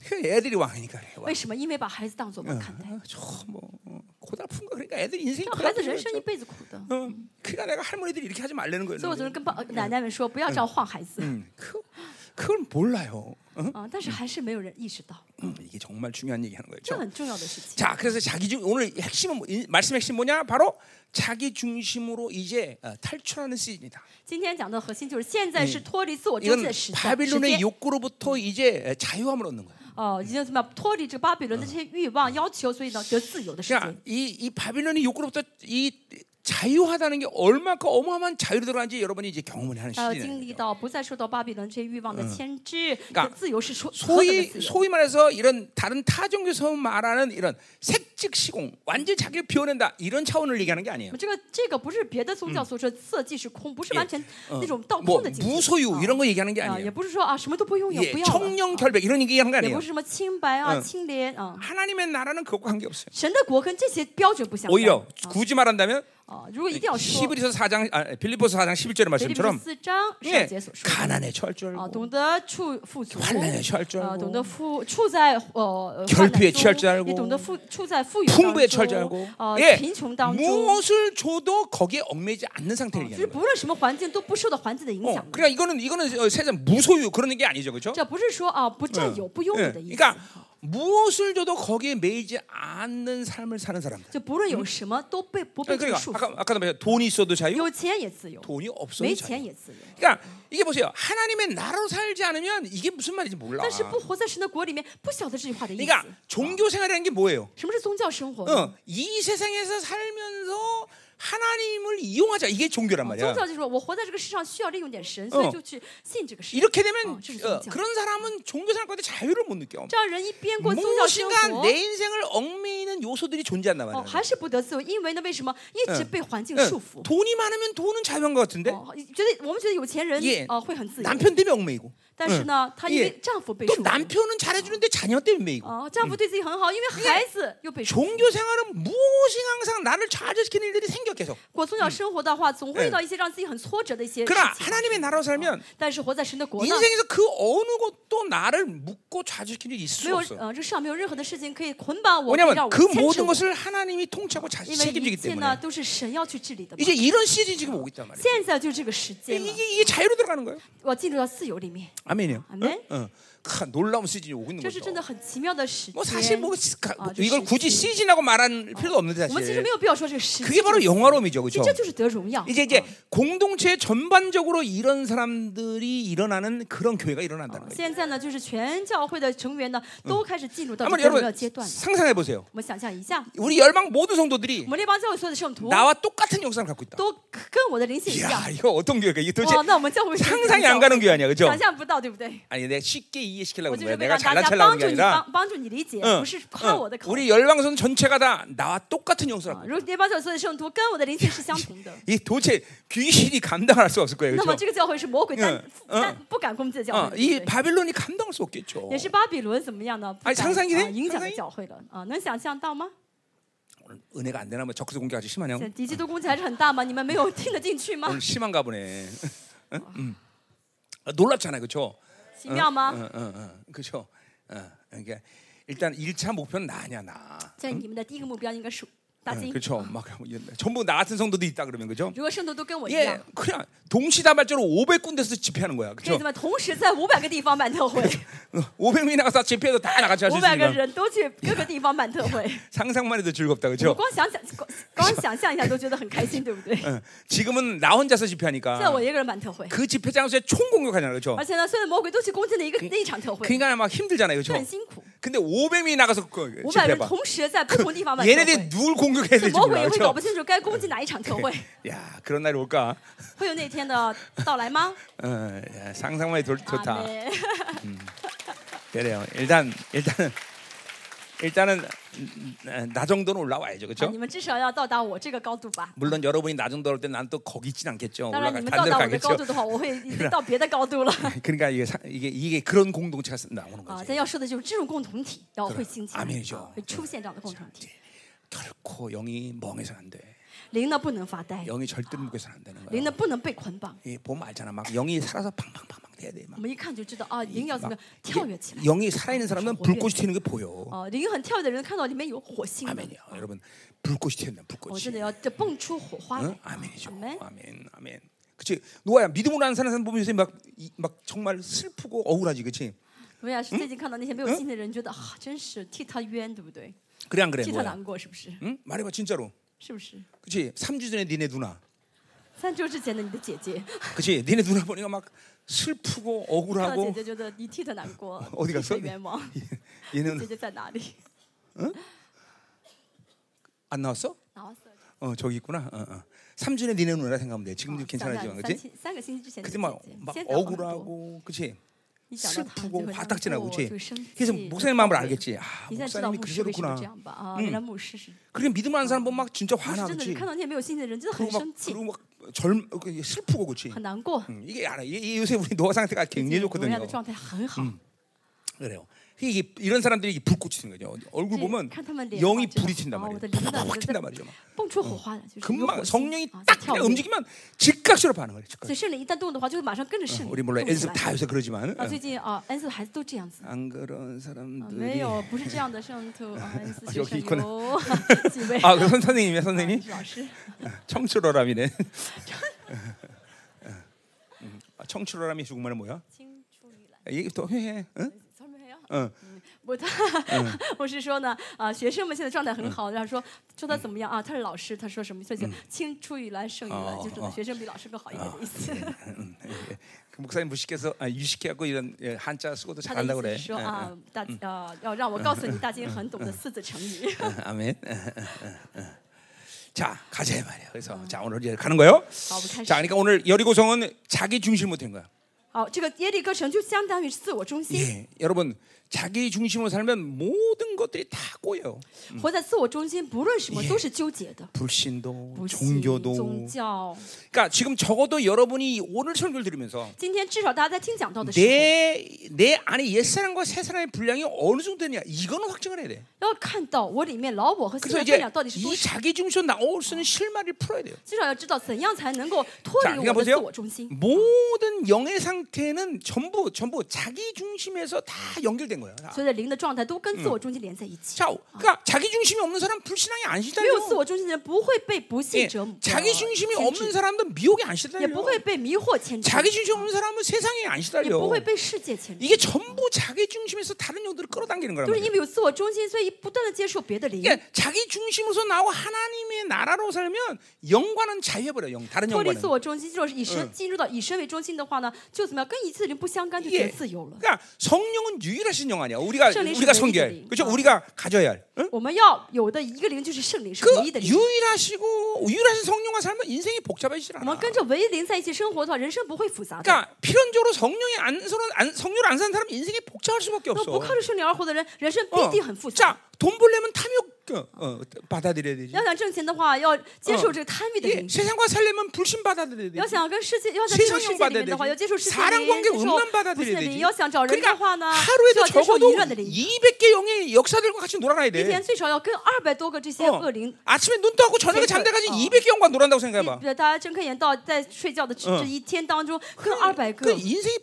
그 애들이 왕이니까 그래. 왕. 为什么？因为把孩子当做王看待， 어, 저뭐 어, 고달픈 거 그러니까 애들 인생이 让孩子 고달픈 人生一 거죠. 辈子苦的。 어, 그러니까 내가 할머니들이 이렇게 하지 말라는 所以我总是 거예요. 跟爸奶奶们说，不要这样晃孩子 음, 그 그걸 몰라요. 어? 啊！但是还是没有人意识到， 음, 이게 정말 중요한 얘기하는 这 거예요. 很重要的事情。 자, 그래서 자기 중 오늘 핵심은 뭐- 이- 말씀 핵심 뭐냐? 바로 자기 중심으로 이제 어, 탈출하는 시즌이다. 今天讲的核心就是，现在是脱离自我中心 이건 的时代，时 바빌론의 间 욕구로부터 이제 자유함을 얻는 거야. 哦，已经怎么样脱离这个巴比伦的这些欲望要求，所以呢得自由的时 그러니까 间。 이, 이 바빌론의 욕구로부터 이 자유하다는 게 얼마큼 어마어마한 자유로 들어간지 여러분이 이제 경험을 하는 还要 아, 시즌이에요. 经历到不再受到巴比伦这些欲望的牵制， 그러니까 自由是说何等的 소위 自由。 소위 말해서 이런 다른 타종교에서 말하는 이런 색즉 시공 완전 히 자기를 비워낸다 이런 차원을 얘기하는 게 아니에요. 这个这个不是别的宗教所说色即是空，不是 예 完全那种倒 뭐 空的境界 무소유 啊 이런 거 얘기하는 게 啊，也 아니에요. 嗯不是说啊什么都不拥有， 예, 不要了 청령 啊 결백 이런 얘기 하는 거 也 아니에요. 不是什么清白啊、嗯清廉啊。 하나님의 나라는 그것과 관계없어요. 神的国跟这些标准不 아. 相干 오히려 。 굳이 말한다면 啊，如果一定要说， 히브리서 4장 아, 빌립보서 4장 11절의 腓立比书 말씀처럼 四章圣 예, 节所说的 가난에 아, 처할 줄 啊， 알고 懂得处富足， 환란에처할줄알고 啊，懂得富处在呃呃 결핍에취할줄알고 也懂得富处在富裕 풍부에 当 처할 줄 中 알고 ，啊， 예, 贫穷当中， 무엇을 줘도 거기에 얽매이지 않는 상태를 哦就是 얘기하는 거예요. 不论什么环境都不受到环境的影 어, 响。 그러니까 이거는 이거는 어, 세상 무소유 그런 게 아니죠, 그렇죠? 这不是说啊不占有不拥有 예, 的意思， 그러니까 무엇을 줘도 거기에 매이지 않는 삶을 사는 사람들. 就不论嗯有什么都被不被这个 그러니까 束 아까 缚， 아까도 말했 돈이 있어도 자유, 有钱也自由， 돈이 없어도 没 자유. 钱也自由。 그러니까 이게 보세요. 하나님의 나라로 살지 않으면 그러니까 이게 무슨 말인지 몰라. 但是不活在神的国里面，不晓得这句话的意思。 그러니까 종교 생활이라는 게 뭐예요? 什么是宗教生活呢？ 어, 이 세상에서 살면서 하나님을 이용하자. 이게 종교란 宗教 말이야. 就是说我活在这个世上需要利用点神，所以嗯就去信这个神。 이렇게 되면 어, 진짜 어, 진짜. 그런 사람은 종교 생활 가운데 자유를 못 느껴. 这样人一边过宗教生 무엇인가 活 내 ， 인생을 얽매이는 요소들이 존재한단 哦， 말이야. 还是不得自由，因为呢，为什么一直嗯被环境 예, 束缚？ 돈이 많으면 돈은 자유한 것 같은데 哦，觉得我们觉得有钱人 예 哦会很自由， 남편 때문에 얽매이고 但是呢，她因为 예 丈夫被 또 束缚， 남편은 잘해주는데 자녀 때문에 매이고 哦，丈夫对自己很好，因为孩子又被束缚。 종교 생활은 무엇이 항상 나를 좌절시키는 일들이 생겨 계속 过宗教生活的话，总会 예 遇到一些让自己很挫折的一些事 그러나 情。啊 하나님의 나라로 살면 但是活在神的国呢， 인생에서 그 어느 것도 나를 묶고 좌절시키는 일이 있을 没 수 有 없어 呃，这世上没有任何的事情可以捆绑我，可以让 왜냐하면 我 그 牵制 모든 我， 것을 하나님이 통치하고 자, 因为一 책임지기 切呢 때문에 都是神要去治理的嘛。 이제 이런 시즌이 지금 오고 있단 말이에요 现在就是这个时 네, 间了， 이게, 이게 자유로 들어가는 거예요 我进入到自由里面， 아멘이요 아멘. 네? 응? 응. 큰 놀라운 시즌이 오고 있는 这啊是真的 거죠 很奇妙的时 뭐 사실 间。 뭐 시- 가- 네. 아, 저 이걸 굳이 시즌. 어, 시즌이라고 말할 필요도 없는데 我们其实 사실 没有必要说这个时 그게 间， 바로 영화로움이죠, 其实 그렇죠? 这就是得荣耀。 이제 이제 아. 공동체 전반적으로 이런 사람들이 일어나는 그런 교회가 일어난다는 啊 거예요. 现在呢，就是全教会的成员呢，都开始进入到这 한번 个荣耀 여러분 阶段了。 상상해 보세요. 我们想象一下， 우리 열방 모든 我 성도들이 们这帮教会所有的圣徒 나와 똑같은 역사를 갖고 있다. 都跟我的灵性一样 야 。 이거 어떤 교회가 이게 도대체 哇，那我们教会是怎么 상상이 教안 가는 교회 아니야, 그죠 想象不到，对 不对？ 아니 내가 쉽게 이해시키려고 我 하는 就是为 거야. 내가 让大 잘난 家 척하려는 帮 게 助你 아니라 帮帮助你理解， 응, 不是夸 응. 我的口。 우리 열방선 전체가 다 나와 똑같은 역사를 啊 갖고 如果这帮教会所有的圣徒跟我的灵性是相同 的， 이 도대체 귀신이 감당할 수 없을 거예요, 那么 그렇죠? 这个教会是魔鬼单嗯单不敢攻击的教 어, 会。对 이 不对 바빌론이 감당할 수 없겠죠. 也是巴比伦怎么样呢？不哎敢 상상이돼 啊影响 상상이 了教会了啊，能想象到吗？嗯 은혜가 안 되나 뭐 적극 공격 아주 심하냐? 어, 现在敌基督攻击还是很大吗？你们没嗯有听得进去吗 오늘 ？ 심한가 보네. 응? 음. 아, 놀랍잖아요, 그렇죠? 奇妙吗？ 응, 응, 응, 그렇죠. 어, 그러니까 일단 1차 목표는 나냐 나. 在你们的第一个目标应该嗯是大 응, 金。 그렇죠. 막 전부 나 같은 성도도 있다 그러면 그죠? 如果圣徒都跟我一 예, 样， 그냥 동시다발적으로 500군데서 집회하는 거야, 可以 그렇죠? 어, 怎么同时在五百个地方办特 会， 500명이 나가서 집회도 다 나같이 할 수 五百个 있으니까 人都去各个地方办特会。 상상만 해도 즐겁다, 我 그렇죠? 光想想，光光想象一下都觉得很开心，对不对？现 응, 지금은 나 혼자서 在 집회하니까 我一个人办特会， 그 집회 장소에 총 공격하잖아, 그렇죠? 而且呢，所有的魔鬼都去攻击那一个那一场特会， 그러니까 막 힘들잖아요, 就 그렇죠? 很辛苦。 근데 500명이 나가서 그 五百人 집회봐. 同时在不同地方办特 얘네들이 会， 누굴 공격해야 这 될지 魔鬼 몰라, 也会搞 그렇죠? 不清楚该攻击哪一场特会。 야, 그런 날이 올까? 会有那天的到来吗？ 어, 야, 상상만 해도 좋- 啊， 좋다. 对， 그래요. 일단 일단은 일단은 음, 음, 나 정도는 올라와야죠, 啊 그렇죠? 你们至少要到达我这个高度吧。 물론 여러분이 나 정도 올때 난 또 거기 있진 않겠죠. 当然， 올라가 你们到达我的 단들가겠죠. 高度的话，我会已经到别的高度了。 그러니까 이게 사- 이게 이게 그런 공동체가 나오는 啊， 거지. 咱要说的就是这种共同体要会兴起来，阿弥陀佛啊会出现这样的共同体。 결코 영이 멍해서 안 돼. 灵呢不能发呆， 영이 절대 묶여서 안 되는 灵 거야. 呢不能被捆绑。 이 보면 알잖아. 막 영이 살아서 팡팡팡팡 돼야 돼. 막. 我们一看就知道啊，灵要怎么样 이게 跳跃起来。 영이 살아 있는 사람은 불꽃이 튀는 게 보여. 哦，灵很跳跃的人看到里面有火星的， 아멘이요. 여러분 불꽃이 튀는 我嗯 불꽃이. 真的要这蹦出火花来 응? 。 아멘이죠. 아멘. 아멘. 아멘. 그치 노아야 믿음으로 안 사는 사람 보면 요새 막막 막 정말 슬프고 억울하지, 그치? 我也是最近看到那些没有信心的人，觉得啊，真是替他冤，对不对？ 그래 안 그래? 替他 뭐야? 难过，是不是？ 응? 말해봐 진짜로. 是不是？ 그치? 3주 전에 니네 누나, 三周之前的你的姐 姐， 그치? 니네 누나 보니까 막看到 슬프고 姐 억울하고 姐觉得你替她难 过，我的个替她孙冤枉，姐 얘는 姐在 哪里？ 안 나왔어? 나왔어요. 어 저기 있구나. 어, 어. 3주에 니네 누나 생각하면 돼. 지금도 讲 괜찮아지 到三만 그렇지? 期三个星期之前的 그때 姐 막, 姐， 막 现在好很多 억울하고, 그렇지? 一想到她就 슬프고 会难过， 화딱지나고, 就 그렇지? 会生气。 그래서 就 목사님 마음을 懊悔 알겠지. 아, 一下知道 목사님이 牧师 그렇게 为什么 저렇구나. 这样吧？啊，原来牧师是， 그렇게 믿음 안 사람 보면 막 진짜 牧师 화나, 真的是 그렇지? 看到那些没有信的人，真的很 그리고 生 막, 气， 그리고 막 젊, 그 슬프고, 그렇지? 很难过。 음, 이게 알아. 이게 요새 우리 노화 상태가 最 굉장히 近罗亚的 좋거든요. 状态很好， 그래요. 이게 이런 사람들이 이게 불꽃이 튀는 거죠. 얼굴 这 보면 看他们脸 영이 啊知道 불이 튄단 啊 말이에요. 我的灵呢 확 就在 튄단 말이죠. 막. 蹦出火花来，就是有 금방 火星 성령이 啊在 딱 跳 그냥 跃。 움직이면 즉각적으로 반응을 해. 즉각. 所以圣灵一旦动的话，就会马上跟着圣灵 우리 물론 动起 연습 来。 다 해서 그러지만 啊，最近啊，恩赐的孩子都这样子。 안 그런 啊没 사람들이 有，不是这样 的圣徒，啊恩赐 啊学 여기 生 있구나 有 几位 아 그럼 선생님이야 啊 선생님 老 师， 청출어람이네. 음, 아, 청출어람이 중국말은 뭐야? 아, 青出于蓝。 얘기 더 해해. 응? 설명해요? 응. 음, 뭐 다, 嗯 我是说呢，啊，学生们现在状态很好，然后说说他怎么样啊？他是老师，他说什么？所以就青出于蓝胜于蓝，哦就是哦学生比老师更好一点的意思。 음, 예, 예. 그 목사님 무식해서 아, 유식해갖고 이런 예, 한자 쓰고도 他的 잘한다 意思 그래. 是说嗯 예, 예. 啊，大啊，要让我告诉你大金很懂得四字成 语。 아멘. 자 가자 이 말이야. 그래서 자 오늘 이제 가는 거요. 好，我们开 자 始。 그러니까 오늘 여리고성은 자기 중심으로 된 거야. 好，这个耶利哥城就相当于是自我中心， 예, 여러분 자기 중심으로 살면 모든 것들이 다 꼬여요. 活在自我中心，不论什么都是纠结的， 불신도, 不信 종교도. 宗教。 그러니까 지금 적어도 여러분이 오늘 설교를 들으면서 今天至少大家在听讲到的时候， 내 내 안에 옛 사람과 새 사람의 분량이 어느 정도 되냐 이거는 확증을 해야 돼. 要看到我里面老我和新 그래서 的分 이제 量到底是多 이 少。 자기 중심으로 나올 수 있는 실마리를 풀어야 돼요. 至少要知道怎样才能够脱 자, 离 그러니까 我的自 보세요. 我中心。 모든 영의 상태는 전부 전부 자기 중심에서 다 연결된 거예요. 다. 所有的灵的状态都跟自我中心连在一起。 자, 그러니까 자기 중심이 없는 사람 은 불신앙이 안 没有自 시달려. 我中心的人不会被不信 예, 折磨， 자기 중심이 牵 없는 制 사람도 미혹이 안 也 시달려. 不会被迷惑牵制， 자기 중심 없는 사람은 세상에 안 也不 시달려. 会被世界牵制。 이게 전부 자기 중심에서 다른 영들을 끌어당기는 거란 就是 말이에요. 因为有自我中心，所以不断的接受别的灵， 그러니까 자기 중심으로서 나와 하나님의 나라로 살면 영과는 자유해버려. 영 다른 脱离 영과는. 自我中心，就是以神进入到以神为中心的话呢，就怎么样跟一次灵不相干，就觉 예 得自由了。 그러니까 성령은 유일하신 영 아니야. 우리가 성령이 우리가 성령이지. 섬겨야 할. 그렇죠? 어. 우리가 가져야 할. 응? 我们要有的一个灵就是圣灵，是 그 唯一的灵。 유일하시고 유일하신 성령과 살면 인생이 복잡해지질 我们 않아. 跟着唯一灵在一起生活的话，人生不会复杂的。 그러니까 필연적으로 성령이 안 서로 안 성령 안 사는 사람은 인생이 복잡할 수밖에 那 없어. 不靠着圣灵而活的人，人生必 어. 定很复杂。 자, 돈 벌려면 탐욕 어, 어, 받아들여야 되지. 要想挣钱的话，要接受这个贪欲的 예, 灵。 세상과 살려면 불신 받아들여야 要 되지. 想跟世界，要想进入世界里面的 세상용받아야 话， 되지 要接受世界的 사랑 灵 관계 接受 음란 받아들여야 不信的 되지 灵，要想找人 그러니까 的话呢，就 하루에도 要接受 적어도 淫乱的灵， 200개 영의 역사들과 같이 놀아나야 一天 돼. 最少要跟二百多个这些 어. 恶灵。 아침에 눈 떠고 저녁에 세상- 잠들까지 어. 200개 영과 놀한다고 생각해봐. 大家睁开眼到在睡觉的这嗯这一天当中，跟二百 그 个 인생이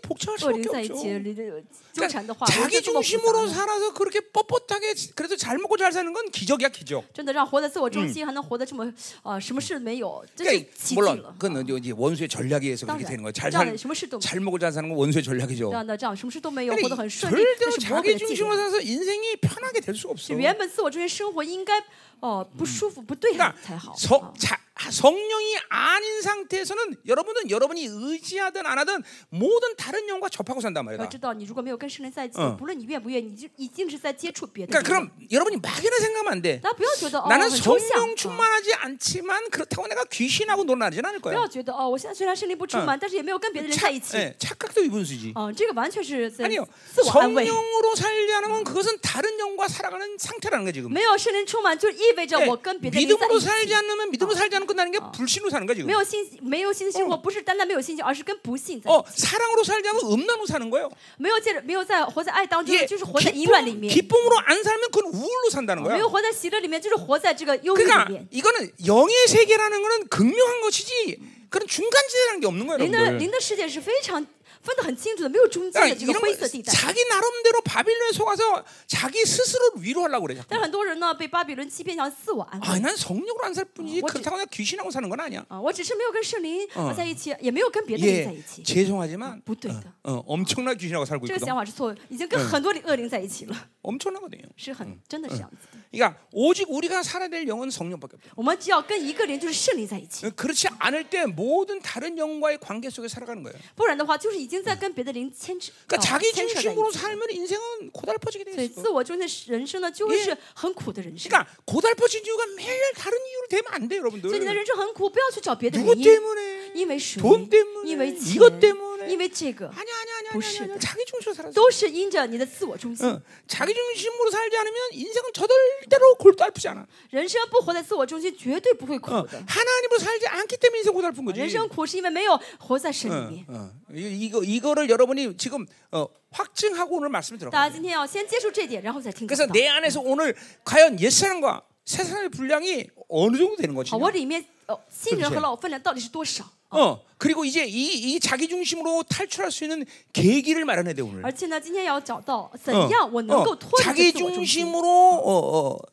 恶 복잡할 灵 수밖에 在一 없죠. 起离得纠 그러니까 缠的话，人 자기 生这么复杂 중심으로 呢 살아서 그렇게 뻣뻣하게 그래도 잘 먹고 잘 사는 건 기적이야 기적. 真的让活在自我嗯中心，还能活得这么呃，什么事没有，真是 그러니까 奇迹 물론 了。 그건 이제 원수의 전략에 의해서 当 그렇게 然 되는 ， 거야. 这 잘 样的 살, 什么事都没 잘 먹고 잘 사는 건 원수의 전략이죠. 有，这样的这样什么事都没有，活得 그러니까 很顺利，这 절대로 是魔鬼 자기 的伎俩 중심으로 。 살아서 인생이 편하게 될是 수가 없어. 原本自我中心生活应该哦不嗯舒服、不对 그러니까 才好。啊 성, 자, 아, 성령이 아닌 상태에서는 여러분은 여러분이 의지하든 안 하든 모든 다른 영과 접하고 산단 要 말이야. 知道，你如果没有跟圣灵在一起嗯，不论你愿不愿意，你就一定是在接触别的 그러니까 灵的。 그럼 여러분이 막연하게 생각하면 안 돼. 大家不要觉得哦， 나는 很抽 성령 象，啊 충만하지 않지만 그렇다고 내가 귀신하고 놀아나진 않을 不 거야. 要觉得哦，我现在虽然圣灵不出嗯门，但是也没有跟别的人在一起。 예, 착각도 이분수지. 嗯，这个完全是在 아니요. 自我安慰。 성령으로 살려는 건 그것은 다른 영과 살아가는 상태라는 거야 지금. 没有圣灵充满，就意味着 예, 我跟别的人在 믿음으로 一起。 살지 어. 않으면 믿음으로 살지 않으면 끝나는 게 불신으로 사는 거야 没 지금. 有信心，没有信心生活，不是单单没有信心，而是跟不信在一起。 어, 사랑으로 살지 않으면 음란으로 사는 거예요. 没有借着，没有在活在爱当中 이게 ，就是活在淫乱里 예, 기쁨, 面； 기쁨으로 안 살면 그건 우울로 산다는 没 거야. 有活在喜乐里面，就是活在这个忧郁里 그러니까 面。 이거는 영의 세계라는 거는 극명한 것이지 그런 중간지대라는 게 없는 거예요, 灵的 여러분들. 灵的世界是非常分得很清楚的，没有中间的 그러니까 这个 이런 灰色地 거 带。 자기 나름대로 바빌론에 속아서 자기 스스로를 위로하려고 그래. 자꾸. 但是很多人呢，被巴比伦欺骗，想自我安慰 아, 난 성령으로 안 살 뿐이지 어, 어째- 그렇다고 내가 귀신하고 사는 건 아니야. 啊，我只是没有跟圣灵嗯在一起，也嗯没有跟别的人在一 예, 起， 죄송하지만 不对的。 어, 엄청난 귀신하고 살고 这个 있거든. 嗯想法是错，已经跟很多恶灵在一起了， 엄청나거든요. 嗯是很真的是这样子的。 그러니까 오직 우리가 살아야 될 영은 성령밖에 없다. 我们只要跟一个人就是圣灵在一起， 그렇지 않을 때 모든 다른 영과의 관계 속에 살아가는 거예요. 不然的话就是已经在跟别的灵牵扯、 그러니까 呃 자기 牵扯在一 중심으로 起。 살면 인생은 고달퍼지게 돼 所以 있어. 自我中心的人生呢，就会是很苦的人生。 그러니까 고달퍼진 이유가 매일 다른 이유로 되면 안 돼, 所以你的 여러분들. 人生很苦，不要去找别的 누구 原因， 때문에? 因为谁 돈때문에， 因为钱 이것때문에 ，因为这个， 아니야, 아니야, 아니야, 아니야, 아니야. 보시다. 자기 중심으로 살아. 都是因着你的自我中心。 어, 자기 중심으로 살지 않으면 인생은 저절대로 골달프지 않아. 人生不活在自我中心，绝对不会苦 어, 的。啊 하나님으로 살지 않기 때문에 인생 고달픈 人 거지. 生苦是因为没有活在神里面。 어, 어. 이- 이거 이거를 여러분이 지금 어, 확증하고 오늘 말씀을 들어. 大家今天要先接受这点，然后再听讲 그래서 道。 내 안에서 오늘 과연 옛 사람과 새 사람의 분량이 어느 정도 되는 건지. 好，我里面哦，新人啊对和不起嗯老分量到底是多少？ 어, 그리고 이제 이, 이 자기 중심으로 탈출할 수 있는 계기를 마련해야 돼 오늘. 而且呢，今天也要找到怎 어, 样我能够 어, 脱离嗯 자기 这自我中心。 중심으로 어, 어,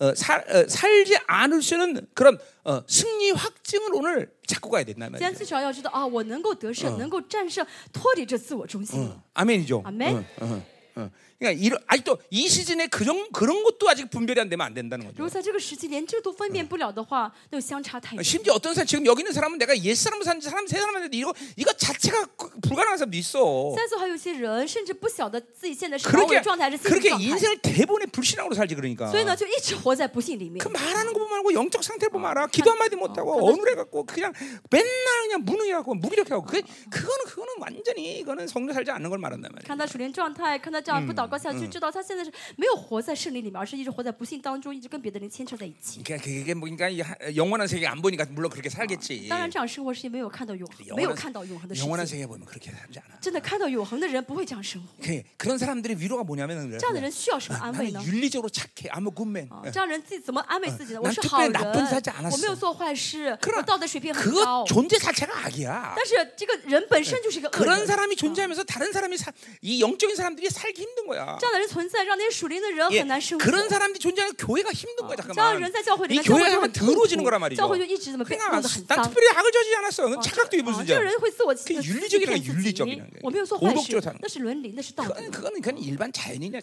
어, 살, 어, 살지 않을 수 있는 그런 어, 승리 확증을 오늘 잡고 가야 된다 今天 말이야. 最少要知道啊，我能够得胜，能够战胜，脱离这自我中心。 어. 아멘이죠. 아멘. 어, 어, 어. 그러니까 이런 아직도 이 시즌에 그런 그런 것도 아직 분별이 안 되면 안 된다는 如 거죠. 果在这个时期连这都分辨不了的话，那就相差太远。 심지어 어떤 사람 지금 여기 있는 사람은 내가 옛 사람 산 사람 새 사람한테 이거 이거 자체가 그- 불가능한 사람도 있어. 三岁还有一些人甚至不晓得自己现在是 그렇게 的状态还是心理 그렇게 状态， 인생을 대본에 불신앙으로 살지 그러니까. 所以呢就一直活在不幸里面 그 。 말하는 거 보면 알고 영적 상태를 보면 알아. 기도 한마디 못하고 그래서- 어눌해 그렇죠. 갖고 그냥 맨날 그냥 무능해갖고 무기력해갖고 그 그거는 그거는 완전히 이거는 성령 살지 않는 걸 말한단 말이야. 看他属灵状态，看他这样不祷告下去，知道他现在是没有活在圣灵里面，而是一直活在不幸当中，一直跟别的人牵扯在一起。 그러니까 그게 뭔가 이 하- 영원한 세계 안 보니까 물론 그렇게 살겠지. 当然，这样生活是没有看到永恒，嗯没有啊 영원한, 看到永恒的世 영원한 界。 세계 보면 그렇게 살지 않아. 真的看到永恒的人不会这样生活。 그, 그런 사람들의 위로가 뭐냐면 这样的人需要什么安慰 나는 어, 呢？ 윤리적으로 착해. 아무 굿맨. 啊，这样人自己怎么安慰自己呢？ 난 我是好 특별히나쁜짓하지않았어 人，我没有做坏事， 그럼 我道德水平很高 그 。 존재 자체가 악이야. 但是这个人本身就是一个恶 그런 人。 사람이 존재하면서 다른 사람이 사, 이 영적인 사람들이 살기 힘든 거야. 这样的人存在，让那些属灵的人 예, 很难生活。 그런 사람들이 존재하는 교회가 힘든 거야 这样的 잠깐만. 人在教会里面， 어, 이教 교회가 会就 하면 很痛苦 더러워지는 거란 教 말이죠. 会就一直这么被弄 그냥 得很 난 脏。 특별히 악을 저지지 어, 않았어. 그건 啊 착각도 这 입을 啊 수 这个 있잖아. 人会自我自 그윤리적이란게윤리적이란게 我没有做坏 도덕적 事 이라는게 ，那是伦理，那是道德， 그건 그건 그건 일반 자연인이야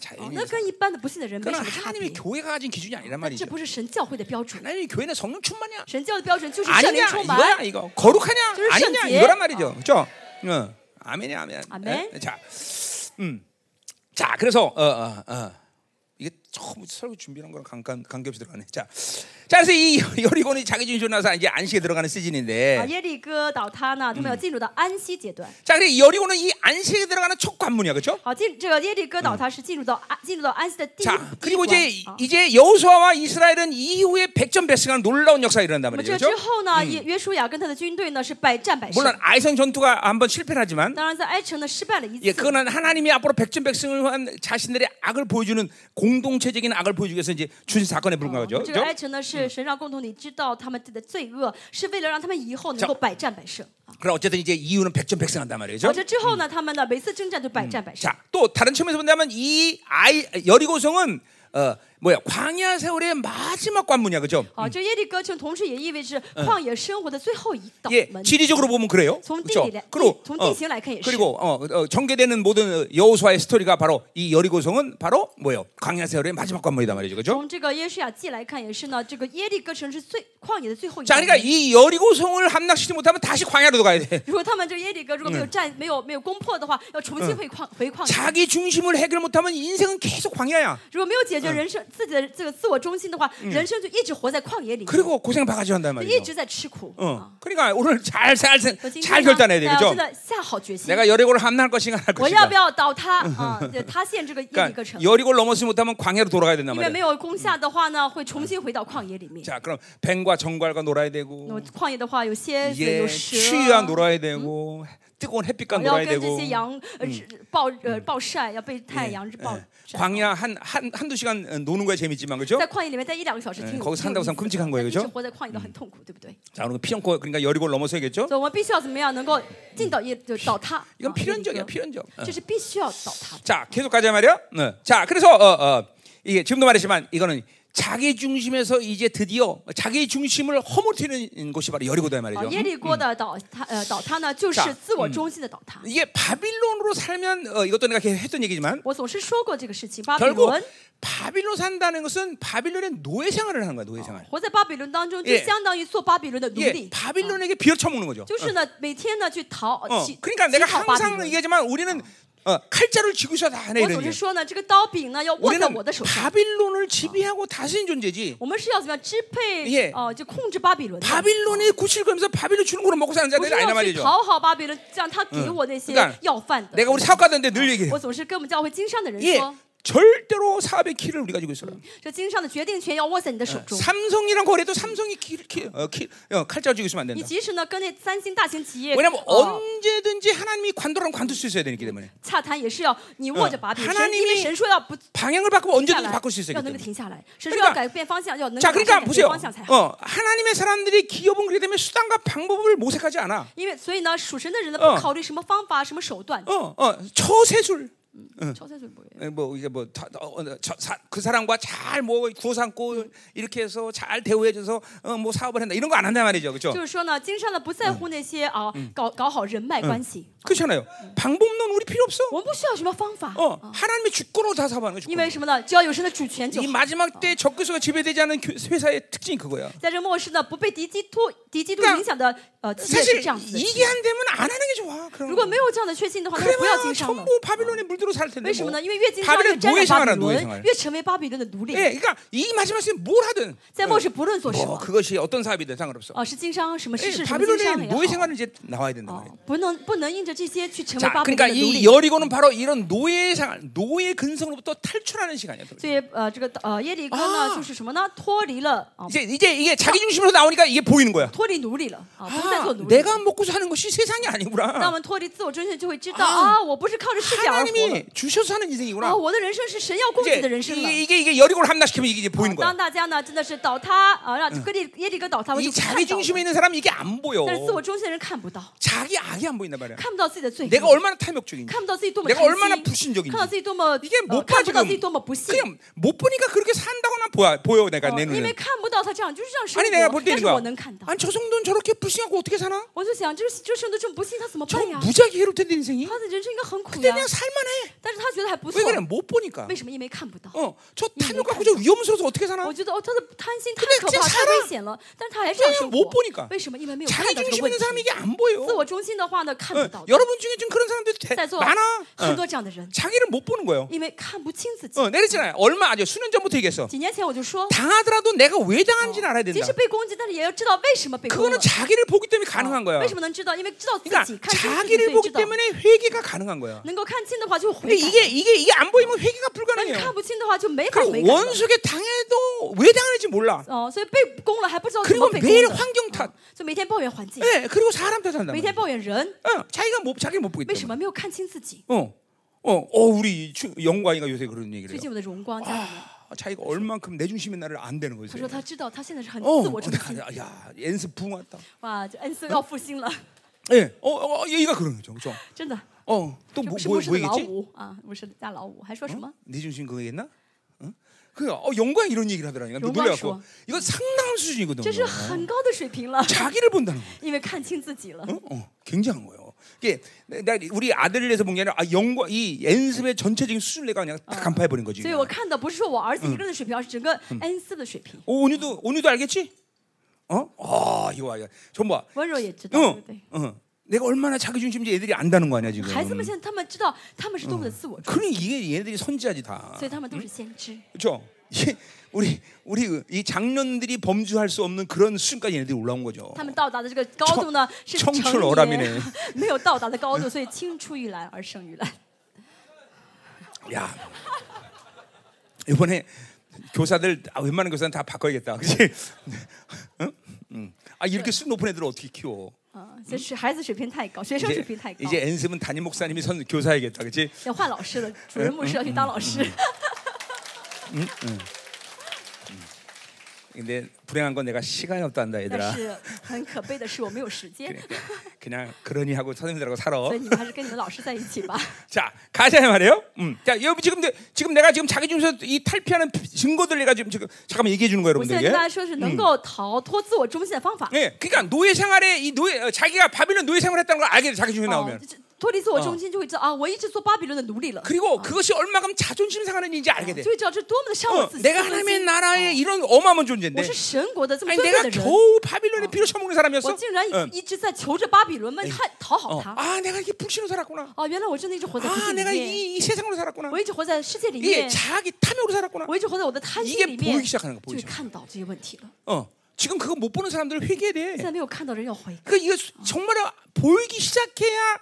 啊 자연인. 那跟一般的不信的人没 그건 什么差别 하나님의 。 교회가 가진 기준이 뭐. 这 아니란 말이죠. 不是神教会的标准， 하나님의 교회는 성령 충만이야. 神教的标准就是圣灵 아니냐 充满。 이거야 이거 거룩하냐 저를 아니냐 시험지에. 이거란 말이죠 그죠 응. 아멘이야 어. 아멘 아멘. 예? 자, 음. 자 그래서 어, 어, 어. 이게 처음 설교 준비한 거랑 관관 관계없이 들어가네 자, 자 그래서 이 여리곤이 자기 중심 나서 이제 안식에 들어가는 啊， 시즌인데 耶利哥倒塌呢，他们要进入到安息阶段。 자 그래 이 여리곤은 이 안식에 들어가는 첫 관문이야 그렇죠 好，进这个耶利哥倒塌是进入到安进入到安息的第一 자 第一 그리고 关 이제 啊 이제 여호수아와 이스라엘은 이후에 백전백승한 놀라운 역사가 那 일어난단 么这 말이죠 그 之 죠 后呢，耶约书亚跟他的军队嗯呢是百战百胜。 물론 아이성 전투가 한번 실패하지만 当然，在埃城呢失败了一 예, 次， 그거는 하나님이 앞으로 백전백승을 한 자신들의 악을 보여주는 공동체적인 악을 보여주기 위해서 이제 주신 사건에 哦 불과하죠. 这个埃 그렇죠? 城呢是神让共同体知道他们的罪恶，是为了让他们以后能够百战百胜。 그럼 어쨌든 이제 이유는 백전백승한단 말이죠. 好，这之后呢，他们呢每次征战就百战百胜。 자, 또 다른 측면에서 본다면 이 아이 여리고성은 어 뭐야 광야 세월의 마지막 관문이야, 그죠? 好，这耶利哥城同时也意味着旷野生活的最后一道 예, 门。 지리적으로 보면 그래요. 从 그렇죠? 地理来，地 그리고 从 어, 地形来看也是。 그리고 어, 어, 전개되는 모든 여호수아의 스토리가 바로 이 여리고성은 바로 뭐요? 광야 세월의 마지막 관문이다 말이죠, 그렇죠? 从这个耶稣亚记来看也是呢，这个耶利哥城是最旷野的最后一 자 道 그러니까 门。 이 여리고성을 함락시키지 못하면 다시 광야로 가야 돼. 如果他们这个耶利哥如果没有战、没有没有攻破的话，要重新回旷回旷野。 자기 중심을 해결 못하면 인생은 계속 광야야. 如果没有解决人生、自己的这个自我中心的话，人生就一直活在旷野里面， 그리고 고생 바가지 한단 就一 말이죠. 直在吃苦。啊 어. 그러니까 오늘 잘잘 잘, 我今 잘 天呢大 결단해야 家要 되겠죠. 真的下好决心， 내가 여리고를 함락할 것인가 할 我要不 것인가. 要倒塌啊？对塌陷这个耶利哥 그러니까 城， 여리고를 넘어서지 못하면 광야로 돌아가야 된단 因为没 말이야. 有攻下的话呢，会重新回到旷野里面。 자, 그럼 뱀과 정갈과 놀아야 那 되고 么旷野的话，有蝎子， 이게 有蛇， 추위와 놀아야 되고 뜨거운 햇빛과 要 놀아야 跟这 되고 네. 些阳呃日暴呃暴晒，要被嗯太阳日暴晒。 광야 한, 한 한두 시간 어, 노는 거야 재밌지만 그죠? 在旷野里面待一两个小时，挺有嗯거기서산다고생각하면끔찍한거예요 一 그죠 嗯直活在旷野都很痛苦，对不对？ 자, 오늘 필연코 그러니까 여리고를 넘어서야겠죠? 아, 所以我们必须要怎么样能够进到耶，就嗯倒塌。 이건 啊耶利 필연적이야, 哥 필연적. 어. 这是必须要倒塌的。 자, 계속 가자 말이야. 네. 자, 그래서 어, 어, 이게 지금도 말했지만 이거는 자기 중심에서 이제 드디어 자기 중심을 허물트리는 곳이 바로 여리고다 啊， 말이죠. 耶利哥的倒塌，呃，倒塌呢，就是自我中心的倒塌。 음? 이게 바빌론으로 살면 어, 이것도 내가 계속 했던 얘기지만 我总是说过这个事情，巴比 결국 伦 바빌론 산다는 것은 바빌론의 노예 생활을 하는 거야 노예 생활. 活在巴比伦当中，就 예 相当于做巴比伦的哦奴 이게 隶，嗯 바빌론에게 비어쳐먹는 거죠. 就是呢，每天呢去逃 어, ，乞 그러니까 乞 내가 讨巴比 항상 伦。 얘기하지만 우리는 어, 칼자루를 쥐고 있어야 다 하네 我 이런 总是 얘기. 说呢，这个刀柄呢要握在 우리는 我的手上。 바빌론을 지배하고 다스린 존재지. 我们是要怎么样支配 예 ？哦、就控制巴比 어. 伦的。 바빌론이 구실 거면서 바빌론 주는 거로 먹고 사는 不是 자들이 아니란 要去 말이죠. 讨好巴比伦，让他给我那些 그러니까 要饭的。 내가 우리 사업 가던데 늘 얘기해. 我总是跟我们教会经商的人 예, 说， 절대로 사업의 키를 우리가 지고 있어라. 这经商的决定权要握在你的手哎中。 삼성이랑 거래도 삼성이 키, 키, 어, 키 어, 칼자루 쥐고 있으면 안 你 된다. 即使呢跟那三星大型企业 왜냐하면 哦 언제든지 하나님이 관도랑 관둘 수 있어야 되기 때문에 洽谈，也是要你握着把柄，嗯神因为 하나님이 神说要不停 방향을 바꾸면 下 언제든지 그러니까 来 바꿀 수 있어야 要 되기 能够 때문에. 停下来，神说 그러니까 要改变方向，要能够 자 改变 그러니까 改变 보세요. 方向才好。 어, 하나님의 사람들이 기업은 그렇기 때문에 수단과 방법을 모색하지 않아. 因为所以呢，属神的人呢，嗯不考虑什么方法、什么手段哦 어, ， 어, 처세술. 朝鲜最不会 에, 뭐 이게 뭐그 사람과 잘 뭐 구워 삼고 이렇게 해서 잘 대우해줘서 어, 뭐 사업을 한다 이런 거 안 한단 말이죠, 그렇죠? 就是说呢，经商呢不在乎那些啊，搞搞好人脉关系， 그렇잖아요. 방법론 우리 필요 없어. 我们不需要什么方法， 어, 하나님의 주권으로 다 사업하는 거죠. 因为什么呢？只要有神的主权就 이 好。 마지막 때 적그리스도가 지배되지 않은 교- 회사의 특징이 그거야. 在这末世呢，不被敌基督敌基督 그러니까 影响的呃企业是 사실 这样子的企 이게 业。 안 되면 안 하는 게 좋아. 그런 如 거. 果没有这样的确信的话，那就不要 그래야 经商了。 전부 바빌론에 물들어 살 텐데. 为什么 뭐. 呢？因为越经商越 바빌론 沾 노예 染巴 생활이야 比 노예 伦， 생활. 越成为巴比伦的奴隶。 예, 그러니까 이 마지막 시대 뭘 하든 在末世哎嗯不论做什 뭐 么， 그것이 어떤 아, 사업이든 상관없어. 哦，是经商什么事 예, 是什么经 바빌론의 商也好 노예 생활은 이제 아, 나와야 된다 哦 말이야. ，不能不能因着这些去成为 자, 巴比 그러니까 伦的奴 이 隶。 여리고는 바로 이런 노예 생활, 노예 근성으로부터 탈출하는 시간이야. 所以呃，这个呃耶利哥呢，就是什么呢？脱离了啊， 이제 이제 이게 자기 중심으로 나오니까 이게 보이는 거야. 脱离奴隶了啊，不再 아, 做奴隶。 내가 먹고 사는 것이 세상이 当我 아니구나. 뭐 们脱离自我中心，就会知道啊啊，我不是靠着视角而活的 하나님이 주셔서 사는 아, 인생이구나. 啊，我的人生是神要供给 이제 的人生了。 이게, 이게 이게 여리고를 함락시키면 이게 이제 보이는 当 거야. 大家呢真的是倒塌啊，让哥利耶利哥倒塌，我就 이 看 자기 到了 중심에 있는 사람 이게 안 보여. 但是自我中心的人看不到， 자기 악이 안 보인단 그러니까 말이야. 看不到自己的罪恶， 내가 얼마나 탐욕적인지, 看不到自己多么 내가 贪 얼마나 心，看 불신적인지. 到自己多么 이게 呃 못 看 봐, 不到 지금. 自己多么不幸。 그냥 못 보니까 그렇게 산다고나 보여, 보여 내가 어, 내 因为 눈에. 看不到他这样，就是这样生 아니 내가 活 볼 。但 때는 是 거야. 뭐 我能看到， 아니 저 성도는 저렇게 불신하고 어떻게 사나? 我就想，这这生的这么不幸，他怎么 저 办呀？ 무지하게 괴롭던데 인생이. 他的人生应该很苦 근데 呀， 그냥 살만해. 但是他觉得还不哦错 왜 。 그래? 못 보니까. 为什么？因为看不到。 어, 저 이미 탐욕 갖고 못 저 위험스러워서 어떻게 사나? 我觉得哦，他的贪心太 근데 可怕， 그냥 太 살아 危险了，但是他还是这样生 못 活。 보니까. 为什么？因为没有看 자기 到这个 중심 问题 있는 。 사람이 이게 안 보여. 自我中心的话呢，看不 어, 到的。 여러분 중에 좀 그런 사람들 대, 在座 많아. 很 어, 多这样的人， 자기를 못 보는 거예요. 因为看不清自己。 어, 내렸잖아요. 얼마 아니요. 수년 전부터 얘기했어. 几年前我就说， 당하더라도 내가 왜 당한지는 알아야 即 된다. 使被攻击，但是也要知道为什么被攻击了 그거는 。 자기를 보기 때문에 啊 가능한 거야. 为什么能知道？因为知道自 그러니까 己，看清自己，所 자기를 以 보기 知道。 때문에 회개가 가능한 거야. 能够看清的话就 근데 悔改， 이게 이게 이게 안 보이면 회개가 但是 불가능해요. 看不清的话就没法悔改 그리고 了。 원수에게 당해도 왜 당하는지 몰라. 哦，所以被攻了还不知道怎么 그리고 被 매일 攻的，哦 환경 탓. 所以每天抱怨环境， 예, 그리고 사람 탓한다. 每天抱怨人， 어, 자기가 못 자기를 못 보기 为什 때문에. 么没有看清自己？ 어, 어, 어, 우리 주- 영광이가 요새 그런 얘기를 最 해요. 近我的荣光家人们， 아, 자기가 얼만큼 내 중심인 나를 안 되는 他 거지. 说他知道他现在是很 어, 哦自我中心， 야, 야, 엔스 붕왔다. 哇，这恩赐要复兴了， 예, 어, 어, 어, 얘가 그런 거죠, 그죠? 真的。 어, 这또嗯 뭐, 不是 뭐, 牧师 뭐 的老 얘기지? 五啊，牧师的大老五还说什么？ 네 중심 그거 얘기했나? 응? 그, 어, 영광 이런 얘기를 하더라니까. 영광 놀래갖고 좋아. 이거 상당한 这 수준이거든요. 是很高的水平了， 자기를 본다는 거. 因为看清自己了。 어? 어, 굉장한 거예요. 이게 내- 내 우리 아들을 해서 본 게 아니라 아, 영과 이 연습의 전체적인 수준을 내가 그냥 아. 다 간파해 버린 거지. 所以我看的不是说我儿子一个人的水平，而是整个恩赐的水平。 오, 어, 온유도 온유도 알겠지? 어? 아, 이거 봐. 전부 봐. 温柔也知道，对不 응. 对？ 응. 내가 얼마나 자기 중심인지 애들이 안다는 거 아니야, 지금. 孩子们现在他们知道他们是多么的自我中心 그러니 이게 얘네들이 선지자지 다. 所以他们都是先知。 그렇죠? 이게 우리 우리 이 장년들이 범주할 수 없는 그런 수준까지 얘네들이 올라온 거죠. 他们到达的这个高度呢，是 청춘 成 어람이 年네 没有到达的高度，所以青出于蓝而胜于蓝。 야. 이번에 교사들 아, 웬만한 교사는 다 바꿔야겠다. 그렇지? 응? 응. 아 이렇게 수 높은 애들을 어떻게 키워? 啊，所以是孩子水平太高，学生水 이제, 平太高， 이제 엔습은 담임 목사님이 선 교사야겠다. 그렇지? 要换老师了。主任牧师要去当老师， 근데 불행한 건 내가 시간이 없단다 但 얘들아. 是很可悲的是，我没有时间， 그러니까 그냥 그러니 하고 선생님들하고 살아. 所以你们还是跟你们老师在一起吧。 자 가자 이 말이에요. 음. 자 여러분 지금 내- 지금 내가 지금 자기 중에서 이 탈피하는 증거들 내가 지금 지금 잠깐만 얘기해 주는 거예요 我现在跟大家 여러분들에게. 说是能够逃脱自我中心的方法。 예, 그러니까 노예 생활에 이 노예 어, 자기가 바빌론 노예 생활을 했다는 걸 알게 돼 자기 중에 哦 나오면. ，就是脱离自我中心就会知道啊，我一直做巴比伦的奴隶了， 그리고 그것이 얼마큼 자존심 상하는 일인지 알게 돼. 就会知道这多么的伤我 어, 自己。 내가 自尊心 하나님의 나라의 이런 어마어마한 我 존재인데 是神国的这么 아니 尊贵 내가 的人， 겨우 바빌론에 피로 처먹는 我 어. 사람이었어? 竟然 응. 一一直在求着巴比伦们看讨好 어. 他。 아 내가 이렇게 불신으로 살았구나 哦，原来我真的一直活在不 아 幸里 내가 面， 이, 이 세상으로 살았구나 我一直活在世界里 이게 面， 자기 탐욕으로 살았구나 我一直活在我的贪 이게 心里 보이 面， 기시작하는거보이 就会 시작 看到这些问题了。 어 지금 그거 못 보는 사람들 회개해야 现 돼 在没有看到人要悔改， 그러니까 이거 수- 정말 보이기 시작해야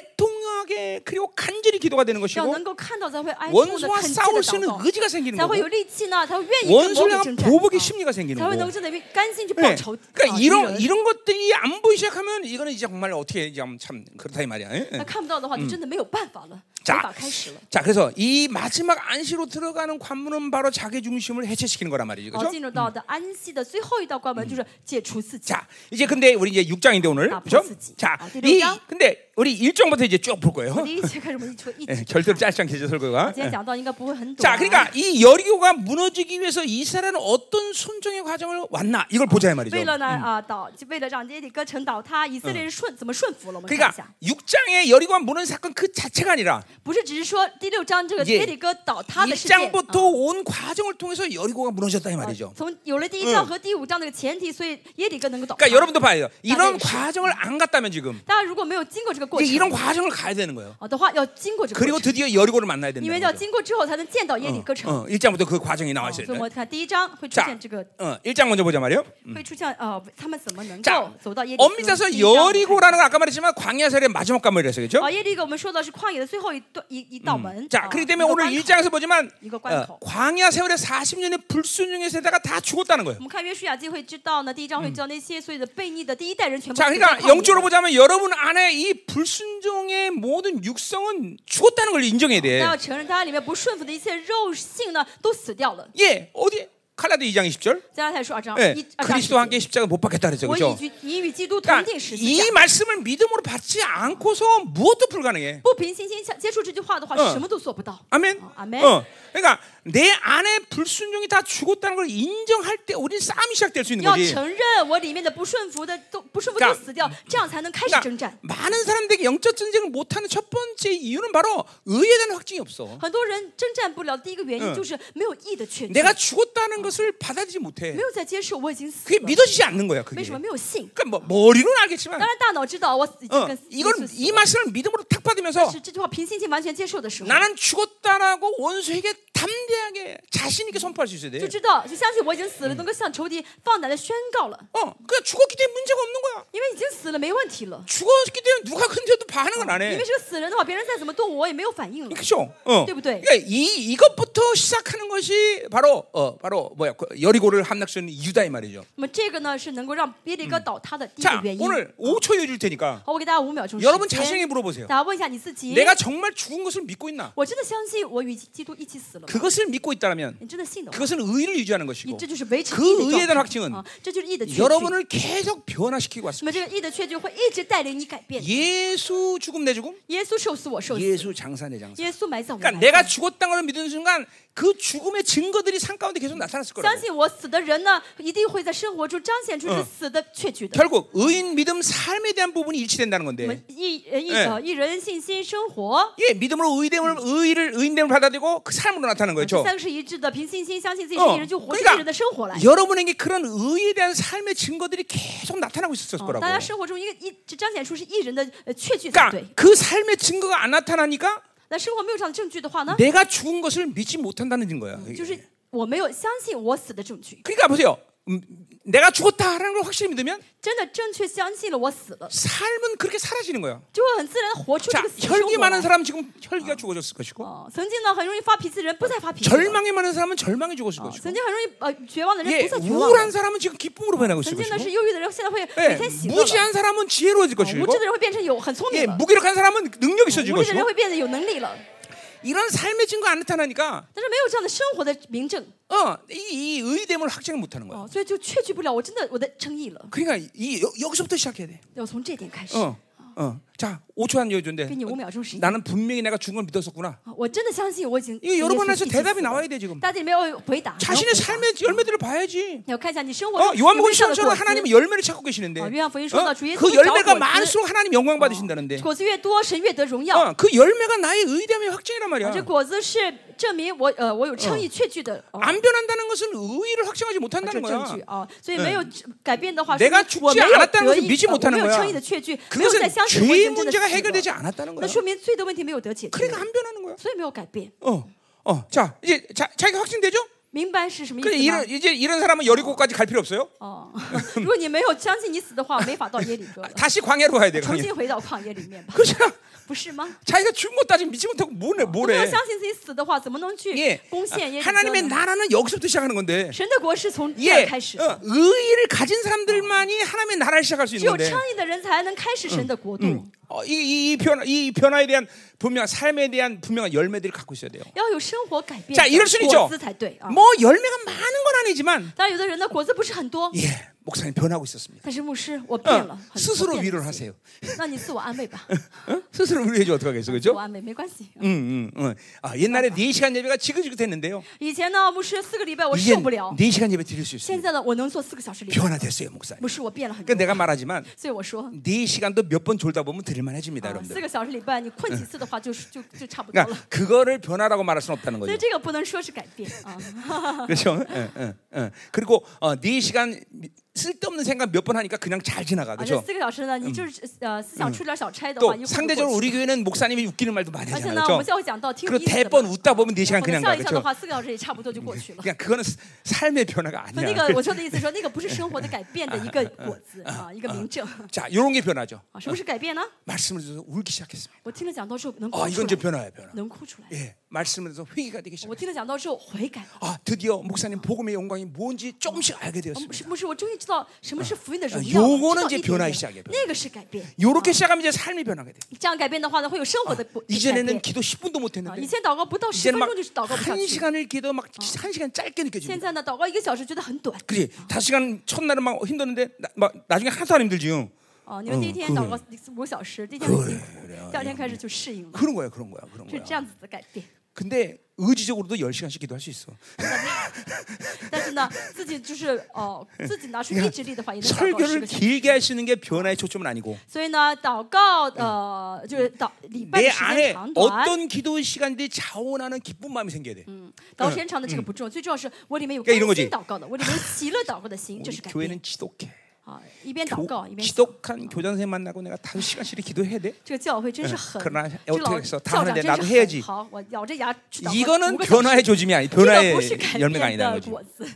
애통하게 그리고 간절히 기도가 되는 要 것이고 能够看到才会哀痛的 원수와 恳切的 싸울 수 있는 祷告， 의지가 생기는 才会有 거고 力气呢，才会愿意跟魔 원수를 鬼 향한 征战，啊 보복의 심리가 생기는 才会 거고 能够真的甘心去报 예. 仇。啊 그러니까 敌 이런 人。 이런 것들이 안 보이기 시작하면 이거는 이제 정말 어떻게 이제 참 그렇다 이 말이야. 예? 那看不到的话，就真的没有办法了，没 자 法开始了。 자, 그래서 이 마지막 안시로 들어가는 관문은 바로 자기 중심을 해체시키는 거란 말이죠. 好， 그렇죠? 进入到的安息的最后一道关门就是解除自己。 자, 이제 근데 우리 이제 6장인데 오늘 아, 그렇죠? 벌써 지- 자, 아, 이 일장? 근데 우리 1장부터 이제 쭉 볼 거예요. 第一节开始，我们一起一 예, 起看。 절대로 짧지 않게 이제 설교가. 今天讲到应该不会很啊短 자, 。 그러니까 이 여리고가 무너지기 위해서 이스라엘은 어떤 순종의 과정을 왔나 이걸 보자 이 말이죠. 为了呢啊倒，就为了让耶利哥城倒塌，以色列人顺怎么顺服了？我们看一 그러니까 下， 6장의 여리고가 무너진 사건 그 자체가 아니라 不是只是说第六章这个 예 耶利哥倒塌的事件。 1장부터 온 과정을 통해서 여리고가 무너졌다 이 啊 말이죠. 从有了第一章和第五章的前提，所以耶利哥能够倒塌。 그러니까 여러분도 봐요. 이런 나는 시- 과정을 안 갔다면 지금 大家如果没有经过这个过程， 이제 이런 과정을 가야 되는 거예요. 啊的话，要经过这个 그리고 过程， 드디어 여리고를 만나야 因为要 된다. 经过之后才能见到耶利哥城。 어, 1장부터 그 과정이 啊 나와 所以 있어요. 我们看第一章会出 자 现这个 어, 1장 먼저 보자 말이요. 会出现呃，他们怎么能够 자, 走到耶利哥？ 엄밀히 第 따서 一章我们看 여리고라는 건 아까 말했지만 광야 세례 마지막 관문이라서 그죠? 哎啊，耶利哥我们说到是旷野的最后一段一一道门。 자, 啊 그렇기 때문에 一个 오늘 关口 1장에서 보지만 이거 어, 꽝 거. 광야 세월의 40년의 불순종의 세대가 다 죽었다는 我 거예요. 们看约书亚记会知道呢，第一章会知道那些所有的悖逆的第一代人全部死 자, 在旷野。 그러니까 영적으로 보자면 여러분 안에 이 불순종의 모든 육성은 죽었다는 걸 인정해야 那 돼. 要承认，大家里面不顺服的一切肉性呢，都死掉了。 예, 어디? 칼라드 2장 20절. 加拉太书二章 예, 一二章十 그리스도와 节 함께 십자가 못 박겠다 그랬죠. 我 그렇죠? 以与你与基督同 그러니까 定十字 이 架。 말씀을 믿음으로 받지 않고서 무엇도 불가능해. 不凭信心相接触这句话的话，嗯什么都做不到。 아멘. 어, 아멘. 어, 그러니까 내 안에 불순종이 다 죽었다는 걸 인정할 때 우린 싸움이 시작될 수 있는 要 거지. 承认我里面的不顺服的都不顺服 그러니까 都死掉，这样才能开始征 그러니까 战。 많은 사람들에게 영적 전쟁을 못하는 첫 번째 이유는 바로 의에 대한 확증이 없어. 很多人征战不了，第一个原嗯因就是没有义的确据， 내가 죽었다는 것을 받아들이지 못해. 没有在接受我已经死 그게 了。 믿어지지 않는 거야. 그게. 为什么没有信？ 그러니까 뭐 머리로는 알겠지만, 当然大脑知道我已经 어, 跟耶 이건 稣死 이 了 말씀을 믿음으로 탁 받으면서 是这句话凭信心完全接受的时候， 나는 죽었다라고 원수에게 담대하게 자신 있게 선포할 수 있어야 돼. 就知道就相信我已经死了，能够向仇敌放胆的宣告了， 어, 그러니까 죽었기 때문에 문제가 없는 거야. 因为已经死了没问题了。 죽었기 때문에 누가 근데도 반응을 안 因 해. 为是个死人的话，别人再怎么动我也没有反应了。 그렇죠. 어. 때부터에. 그러니까 이 이것부터 시작하는 것이 바로 어 바로 뭐야 그 여리고를 함락시는 유다 이 말이죠. 那么这个呢是能够让耶利哥倒塌的第一个 자 原因。 오늘 5초 여줄 테니까 好，我给大家五秒钟时 여러분 间， 자신에게 물어보세요. 大家问一下你自己， 내가 정말 죽은 것을 믿고 있나? 我真的相信我与基督一起死了吗？ 그것을 믿고 있다면 你真的信的吗？ 그것은 의를 유지하는 你 예. 것이고 这就是维持 그 义 의에 的 대한 状 확증은 态啊，这就是义的确据。 여러분을 계속 변화시키고 那 왔습니다. 么这个义的确据会一直带领你改变。 예수 죽음 내 죽음, 耶稣受死，我受死； 예수 장사 내 장사. 耶稣埋葬，我埋 그러니까 葬。 내가 죽었다는 걸 믿는 순간 그 죽음의 증거들이 산 가운데 계속 나타났을 相 거라고. 信我死的人呢，一定会在生活中彰显出这死的确据的。 결국 의인 믿음 삶에 대한 부분이 일치된다는 我 건데. 们一呃一哎呃一人信心生活， 예, 믿음으로 의됨을 의를 의인됨을 받아들이고 그 삶으로 나타나는 这 거죠. 三个是一致的，凭信心相信自己是一 어, 人，就活出一人嗯的生活来。啊 여러분에게 그런 의에 대한 삶의 증거들이 계속 어, 나타나고 있었을 哦 거라고. 大家生活中应该一直彰显出是一人的呃确据才对 그러니까 。그 삶의 증거가 안 나타나니까 那生活没有这样的证据的话呢， 내가 죽은 것을 믿지 못한다는 증거야. 就是我没有相信我死的证据。 그러니까 보세요. 음, 내가 죽었다라는 걸 확실히 믿으면 真的正确相信了我死了， 삶은 그렇게 사라지는 거야. 就会很自然地活出这 자, 个死的生 혈기 活 많은 아. 来。 사람은 지금 혈기가 죽어졌을 것이고, 哦，曾经呢很容易发脾气的人不再发脾气了。 절망이 많은 사람은 절망이 죽었을 哦 것이고, 曾经很容易呃绝望的人 예, 不再绝望了 우울한 。 사람은 지금 기쁨으로 변하고 있을 曾经呢 것이고, 是忧郁的人，现在会 예, 每天喜乐了。 무지한 사람은 지혜로워질 哦无 것이고, 知的人会变成有很聪明 예, 了，哎 무기력한 사람은 능력이 无知 있어질 的人 것이고 会变得有能力了。 이런 삶의 증거 안 나타나니까 但是没有这样的生活的明证 어, 이, 이 의됨을 확증 못하는 거야. 哦，所以就确据不了我真的我的称义了。 그러니까 이, 여, 여기서부터 시작해야 돼. 要从这点开始， 어, 어. 자, 5초 한 여유인데 给你五秒钟时间。 나는 분명히 내가 죽은 걸 믿었었구나. 啊我真的相信我已经。 이거 已 여러 经 번 是已经 해서 死 대답이 了 나와야 돼 지금. 大家里面要有回答。你 자신의 要回答 삶의 열매들을 봐야지. 你要看一下你生活 어, 中哦有没有 요한복음 这样的 10장처럼 果子 하나님 열매를 찾고 계시는데. 어, 요한복음 10장 어, 주의 그 손을 열매가 잡고 많을수록 하나님 영광 받으신다는데. 果子越多，神越得荣耀。 어 그 열매가 나의 의담의 확증이란 啊 말이야. 这果子是证明我呃我有称嗯义确据的哦 안 변한다는 것은 의의를 확증하지 这 못한다는 证据 거야. 啊，所以没有改变的话，嗯 내가 说明我没有 죽지않았다는것을 得 믿지 意，呃我 못하는 没有 거야 称义的确据，没有在 그것은 相信我已 죄 经真的 문제가 死 해결되지 了。 않았다는 那 거야. 说明罪的问题没有得解决， 그러니까 안 변하는 거야. 所以没有改变。 어, 어, 자 이제 자, 자기가 확증되죠? 明白是什么 그래 意思吗 이런 ？ 이제 이런 사람은 여리고까지 갈 필요 없어요. 哦，如果你没有相信你死的话，没法到耶里哥 了， 다시 광야로 가야 돼. 重 광야. 新回到旷野里面吧， 그렇잖아. 不是吗？ 자기가 죽은 것 따지면 믿지 못하고 뭐래 没有 뭐래. 相信自己死的话，怎么能去 예. 攻陷耶 아, 里哥 하나님의 呢？ 나라는 여기서부터 시작하는 건데. 神的国是从这 예, 儿开始 어, 的， 의의를 가진 사람들만이 하나님의 나라를 시작할 수 只有 있는데. 嗯称义的人才能开始神的国度。 어, 이, 이, 이 변화, 이 변화에 대한 분명 삶에 대한 분명한 열매들을 갖고 있어야 돼요. 要有生活改变 자이럴순 的果 있죠 子才对啊。 뭐 열매가 많은 건 아니지만 当然，有的人的果子不是很多， 예 목사님 변하고 있었습니다. 但是牧师，我 어, 变了，很嗯多 스스로 变了 위로를 自己 하세요. 那你自我安慰 吧， 스스로 위로해줘 어떡하겠어, 自 그죠? 我安慰没关系。 음, 음, 음. 아, 옛날에 4 시간 예배가 지긋지긋했는데요. 以前呢，牧师四个礼拜我 이제 受不了， 4 어, 시간 예배 드릴 수 现 있어요. 在呢，我能做四个小时礼拜。 변화됐어요, 목사님. 牧师，我变了很多 그러니까 ， 내가 말하지만 所以我说， 4 시간도 몇 번 졸다 보면 드릴만해집니다, 啊四 여러분들. 个小时礼拜你困几次的话，就是 就就差不多了。 그러니까 그거를 변화라고 말할 수는 없다는 所以 거죠. 这个不能说是改变啊。 그렇죠? 예, 예, 예. 그리고 어, 4 시간 쓸데없는 생각 몇 번 하니까 그냥 잘 지나가, 啊，这 그렇죠? 四个小时呢，你就是呃思想出点小差的话， 또 一会嗯儿就过去 상대적으로 우리 교회는 목사님이 웃기는 말도 많이 而且呢， 하잖아요. 我们 그렇죠? 下会讲到挺有 그리고 意思的 대번 嘛。 웃다 보면 4 시간 我们 그냥 笑 가, 一笑的 그렇죠? 话，四个小时也差不多就过去了。 그냥 그거는 스- 삶의 변화가 那 아니야. 个我说的意思说，那个不是生活的改变的一个果子 啊，一个明证 자, 이런 게 변화죠. 啊。什么是改变呢？ 말씀을 들어서 울기 시작했습니다. 我听了讲道之后能哭出아 이건 이제 来， 변화야 변화. 能哭出来。 예, 말씀을 들어서 회개가 되기 我 시작. 听了讲道之后悔改， 아 드디어 목사님 복음의 영광이 뭔지 조금씩 알게 啊牧 되었습니다. 师牧师，我终于知道什么是福音的荣啊耀了， 요거는 知道 이제 一点 변화의시 点 작이에요 那个是改变。 요렇게 시작하면 이제 삶이 변하게 돼. 这样改变的话呢，会有生活 네, 的不 뭐, 改变 이전에는 。 기도 10분도 못 啊， 했는데 以前祷告不到十 이제는 分钟就是祷告不下 막한 去， 시간을 기도 막한 시간 짧게 现 느껴집니다. 在呢，祷告一个小时觉得很短。 그지? 다섯 시간 첫날은 막 힘들었는데 나, 막 나중에 하나도 안 힘들지요. 啊，你们第一天祷告五小时，第一天很辛苦，第二天开始就适应了， 그런 거야, 그런 거야, 그런 是 거야. 这样子的改变。 근데 의지적으로도 10시간씩 기도할 수 있어. 但是呢，自己就是哦、自己拿出意志力的话，也能祷告十 설교를 个小时。 길게 하시는 게 변화의 초점은 아니고 所以呢，祷告呃，就是祷礼拜 내 的时间 안에 长短， 어떤 기도 시간들이 자원하는 기쁜 마음이 생겨야 돼. 祷告时间长的这个不重要，最重要是我里面有 그러니까이런거 甘 지 心祷告的，我里面有喜乐祷告的 心，这 우리 是改变 교회는 지독해. 啊。一边祷告一 교, 边。 지독한 교장 선생 만나고 내가 다섯 시간씩 기도해야 돼. 这个教会真是狠， 그러나 这老 어떻게해서 校다 하는데 长 나도 真 해야지 是狠。好，我咬着牙去祷告。 이거는 五个小时 변화의 조짐이 아니, 这个 변화의 不是改 열매가 变的 아니라는 거지. 果子。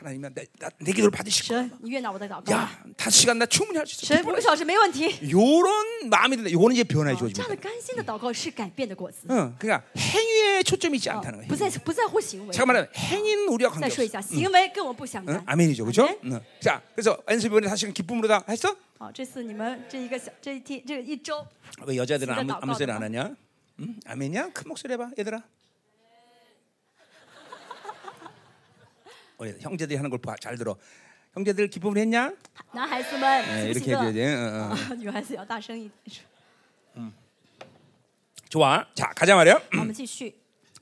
하나님이 내, 나, 내 기도를 받으시고, 神，你悦纳我的祷告吧。 야, 다섯 시간 나 충분히 할 수 있어. 神，五个小时没问题。 요런 마음이 든다. 요거는 이제 변화의 啊这 조짐이야. 样的甘心的祷告是改变的果子。 응, 그러니까 행위에 초점이 있지 啊 않다는 不 거예요. 在不在乎行为。 잠깐만, 행위는 우리와 再说 관계없어. 一下，行为跟我不相 응? 干。 아멘이죠, 그렇죠? 아멘. 네. 응. 자, 그래서 안수비원에 사실은 기쁨으로 다 했어? 好，这次你们这一个小这一天这一周， 왜 여자들은 아무, 진짜 아무 소리 안 나빠졌다. 하냐? 응? 아멘이야? 큰 목소리 해봐, 얘들아. 우리 형제들이 하는 걸 잘 들어. 형제들 기쁨을 했냐? 男孩子们 예, 喜不 이렇게 喜 해줘야지. 乐？ 응, 응. 啊 女孩子也要大声一点 说。 좋아. 자, 가자 말이야. 好我们继续。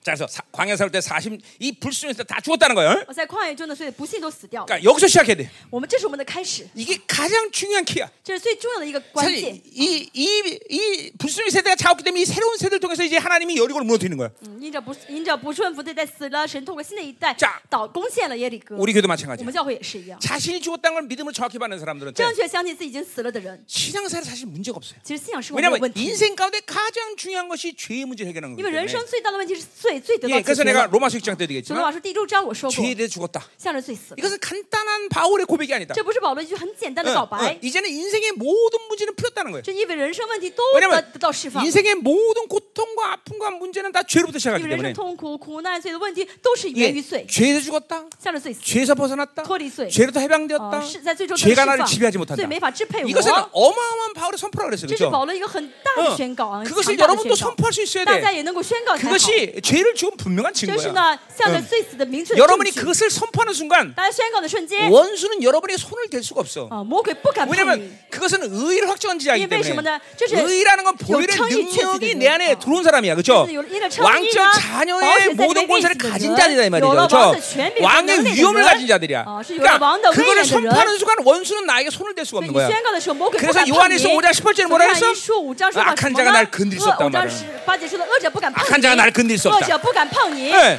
자, 그래서 사- 광야 살때 40, 이 불순에서 다 죽었다는 거예요. 我在旷野中呢，所以不幸都死掉了。 그러니까 여기서 시작해야 돼. 我们这是我们的开始， 이게 가장 중요한 키야. 这是最重要的一个关 사실 键。 이, 이, 이 불순의 세대가 자왔기 때문에 이 새로운 세대를 통해서 이제 하나님이 여리고를 무너뜨리는 거야. 嗯，因着不因着不顺服的一代死了，神透过新的一代 자 导攻陷了耶里哥。 우리 我 교도 마찬가지야. 们教会也是一样， 자신이 죽었다는 걸 믿음을 정확히 받는 사람들한테 正确相信自己已经死了的人， 신앙사에 사실 문제가 없어요. 其实信仰生活没有 왜냐하면 问题。 인생 가운데 가장 중요한 뭐 것이 죄의 문제를 해결하는 因 거기 为人 때문에 生最大的问题是罪，罪得 예, 到解 그래서 决 내가 了。 로마서 6장 때도 所罗马 얘기했지만 书第六章我说过， 죄에 대해 죽었다. 向着罪死了。 이것은 간단한 바울의 고백이 아니다. 어, 这不是保罗一句很简单 응, 的告 응. 白， 이제는 인생의 모든 문제는 풀렸다는 거예요. 这意味着人生问题都得 왜냐면 得到释放，因 인생의 모든 고통과 아픔과 문제는 다 죄로부터 为 시작하기 人生 때문에 痛苦、苦难、罪的问题都是 예, 源于罪， 죄에서 죽었다. 下了罪死， 죄에서 어, 벗어났다. 토리 쇠. 죄로부터 呃 해방되었다. 是在最终得 죄가 到 나를 释 지배하지 放， 못한다. 罪没法支配 이것은 我。 어마어마한 바울의 선포라고 그랬어요. 这是 그렇죠? 保罗一个很大 어, 的宣告啊，很 그것을 强大的 여러분도 宣告。 선포할 수 있어야 大家 돼. 也能够宣告才好。 그것이 죄를 지은 분명한 这是 증거야. 呢，向着罪死的明确的证 여러분이 据。 그것을 선포하는 순간 大家宣告的瞬间， 원수는 여러분의 손을 댈 수가 없어. 啊，魔鬼不敢碰你 아, 왜냐면 ， 그것은 의를 확정한 지자이기 因为什么 때문에 呢？这是 의라는 건 보일의 요청이 능력이 취해지는 내 안에 거예요. 들어온 사람이야 그렇죠? 그래서 요- 이런 청이나 왕적 자녀의 왕의 모든 권세를 권세를 가진 자들이다 이 말이죠 여러 그렇죠? 왕의 권세를 왕의 가진 위험을 자들. 가진 자들이야 어, 시- 여러 그러니까 왕의 그거를 권세를 선포하는 순간 원수는 나에게 손을 댈 수가 所以 없는 你 거야 宣告的时候，魔鬼不 그래서 敢碰你。 요한일서 5장 18절에 뭐라 所以 했어? 요한일서 5章说 악한 什 자가 么 날 呢？ 건드릴 수 恶 없단 5장 말이야 八节说的啊恶者不敢碰你，嗯 악한 자가 날 건드릴 수 恶 없다 者不敢碰你。 예.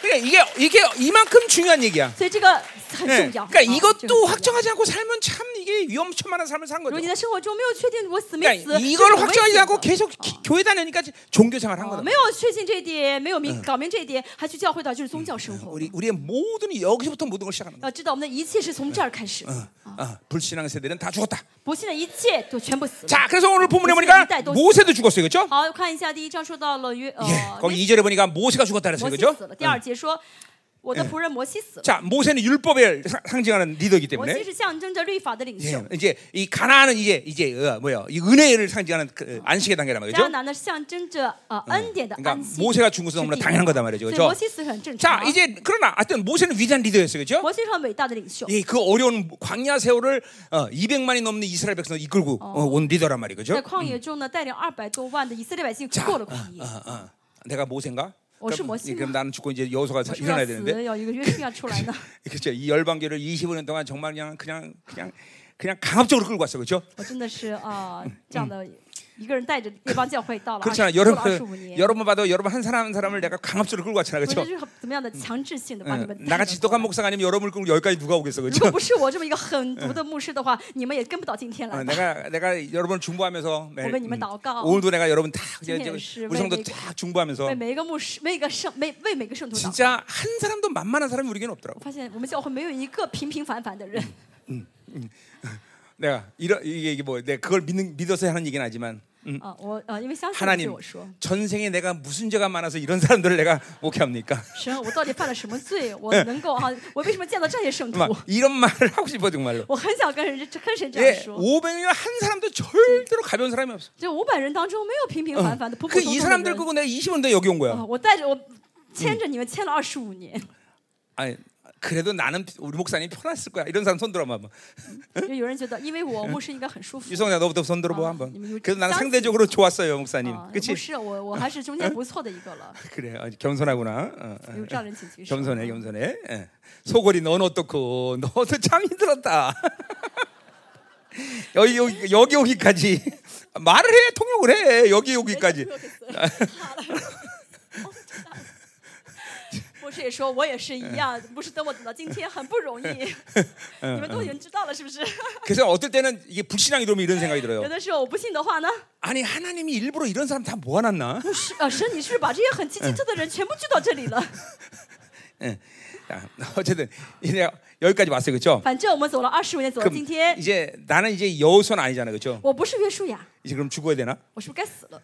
그러니까 이게, 이게 이만큼 중요한 얘기야 所以这个很 예. 重要。 그러니까 啊这个很 이것도 重要 확정하지 않고 살면 참 이게 위험천만한 삶을 산 如果 거죠 你在生活中没有确定我死没死 그러니까 ，这 이걸 是很危 확정하지 险 않고 的 계속 기- 교회 다니니까 종교생활을 한 啊 거다 没有确信这一点，没有嗯明搞明这一点，还去教会导就是宗教生活。 우리 우리의 모든 여기서부터 모든 걸 시작하는 거야. 要知道，我们的一切是从这儿开始，嗯 아, 불신앙 세대는 다 죽었다. 不信的一切都全部死了。 자, 그래서 오늘 본문에 어, 보니까 이때 또- 모세도 죽었어요, 그렇죠? 好，看一下第一章说到了约呃， 예, 摩 거기 2절에 보니까 모세가 죽었다 그랬어요, 西 그죠 死了。第二节说，我嗯的仆人摩西死了。 자, 모세는 율법을 사- 상징하는 리더이기 摩西 때문에 是象征着律法的领 예, 袖， 이제 이 가나안은 이제 이제 어, 뭐요? 이 은혜를 상징하는 그 안식의 단계란 迦 말이죠. 南呢象征着呃嗯恩典的 그러니까 安息。 모세가 죽은 것은 너무나 당연한 거단 말이죠, 所以摩 그렇죠? 西死很正 자, 常。 이제 그러나 하여튼 모세는 위대한 리더였어요, 그렇죠? 摩西是很伟大的领袖， 예, 그 어려운 광야 세월을 어, 200만이 넘는 이스라엘 백성을 이끌고 어, 온 리더란 말이죠. 在旷野中呢带领二百多万的以色列百姓 자, 过了旷野 어, 。 어. 내가 모세인가? 어, 시 그럼, 모세인가? 예, 그럼 나는 죽고 이제 여호수가 我是不是 일어나야 要死， 되는데 有一个约书亚出来呢。 그렇죠. 이 열방교를 25년 동안 정말 그냥 그냥 그냥 그냥 강압적으로 끌고 왔어, 그렇죠? 我真的是啊、这样的一个人带着列邦教会到了 그렇잖아. 二十五 여러분 年， 여러분 봐도 여러분 한 사람 한 사람을 내가 강압적으로 끌고 왔잖아, 我这 그렇죠? 是很怎么样的强制性的把你 응, 们带 나같이 着过 똑한 来。 목사가 아니면 여러분을 끌고 여기까지 누가 오겠어, 如果 그렇죠? 不是我这么一个狠毒的牧师的话，你们也跟不到今天 어, 来的。 내가 내가 여러분 중보하면서 매일, 음. 오늘 이만 나올까? 오늘도 내가 여러분 다 그냥 신혜의 이제 시, 우리 성도 왜 내- 다 중보하면서 为每一个牧师，每一个圣，每为每个圣徒祷告。 진짜 한 사람도 만만한 사람이 우리에게는 없더라고. 我发现我们教会没有一个平平凡凡的人。 내가 이런 이게, 이게 뭐 내가 그걸 믿는 믿어서 하는 얘기는 아니지만 啊，我呃，因为相信你对 하나님 我说， 전생에 내가 무슨 죄가 많아서 이런 사람들을 내가 목회합니까? 神，啊我到底犯了什么罪？我能够啊，我为什么见到这些 圣徒？ 막 이런 말을 하고 싶어 정말로. 我很想跟人跟神这 예, 样说。 500명 한 사람도 절대로 가벼운 사람이 없어. 这五百人当中没有平平凡凡的、普普 그 通 이 通的 사람들 人。 끄고 내가 20년 돼 여기 온 啊， 거야. 我带着我牵着你们牵了二十五年， 아니 그래도 나는 우리 목사님 편했을 거야. 이런 사람 손 들어 한번. 就有人觉得，因为我牧师应该很舒服。 유성자 너부터 손 들어 봐 아, 한번. 이미 그래도 나는 짱- 상대적으로 좋았어요, 啊 목사님. ，牧 그렇지? 师，我我还是中间不错的一个了， 그래. 어, 겸손하구나. 어, 어. 有这样人请举手。 겸손해, 겸손해. 예. 소골이 넌 어떻고? 너도 참 힘들었다. 여기 여기 여기 여기까지 말을 해 통역을 해 여기 여기까지 牧师也说，我也是一样，不是等我等到今天很不容易， 你们都已经知道了是不 是？ 그래서 어떨 때는 이게 불신앙이 들어오면 이런 생각이 有 들어요 的时候我不信的话呢， 아니 하나님이 일부러 이런 사람 다 모아놨나 是呃神，你是不是把这些很奇奇特的人全部聚到这里了？ 예. 자, 어쨌든 이제 여기까지 왔어요 그렇죠 反正我们走了二十五年，走到今 그럼 天， 이제 나는 이제 여우선 아니잖아 그렇죠 我不是约书亚， 이제 그럼 죽어야 되나 我是不是该死了？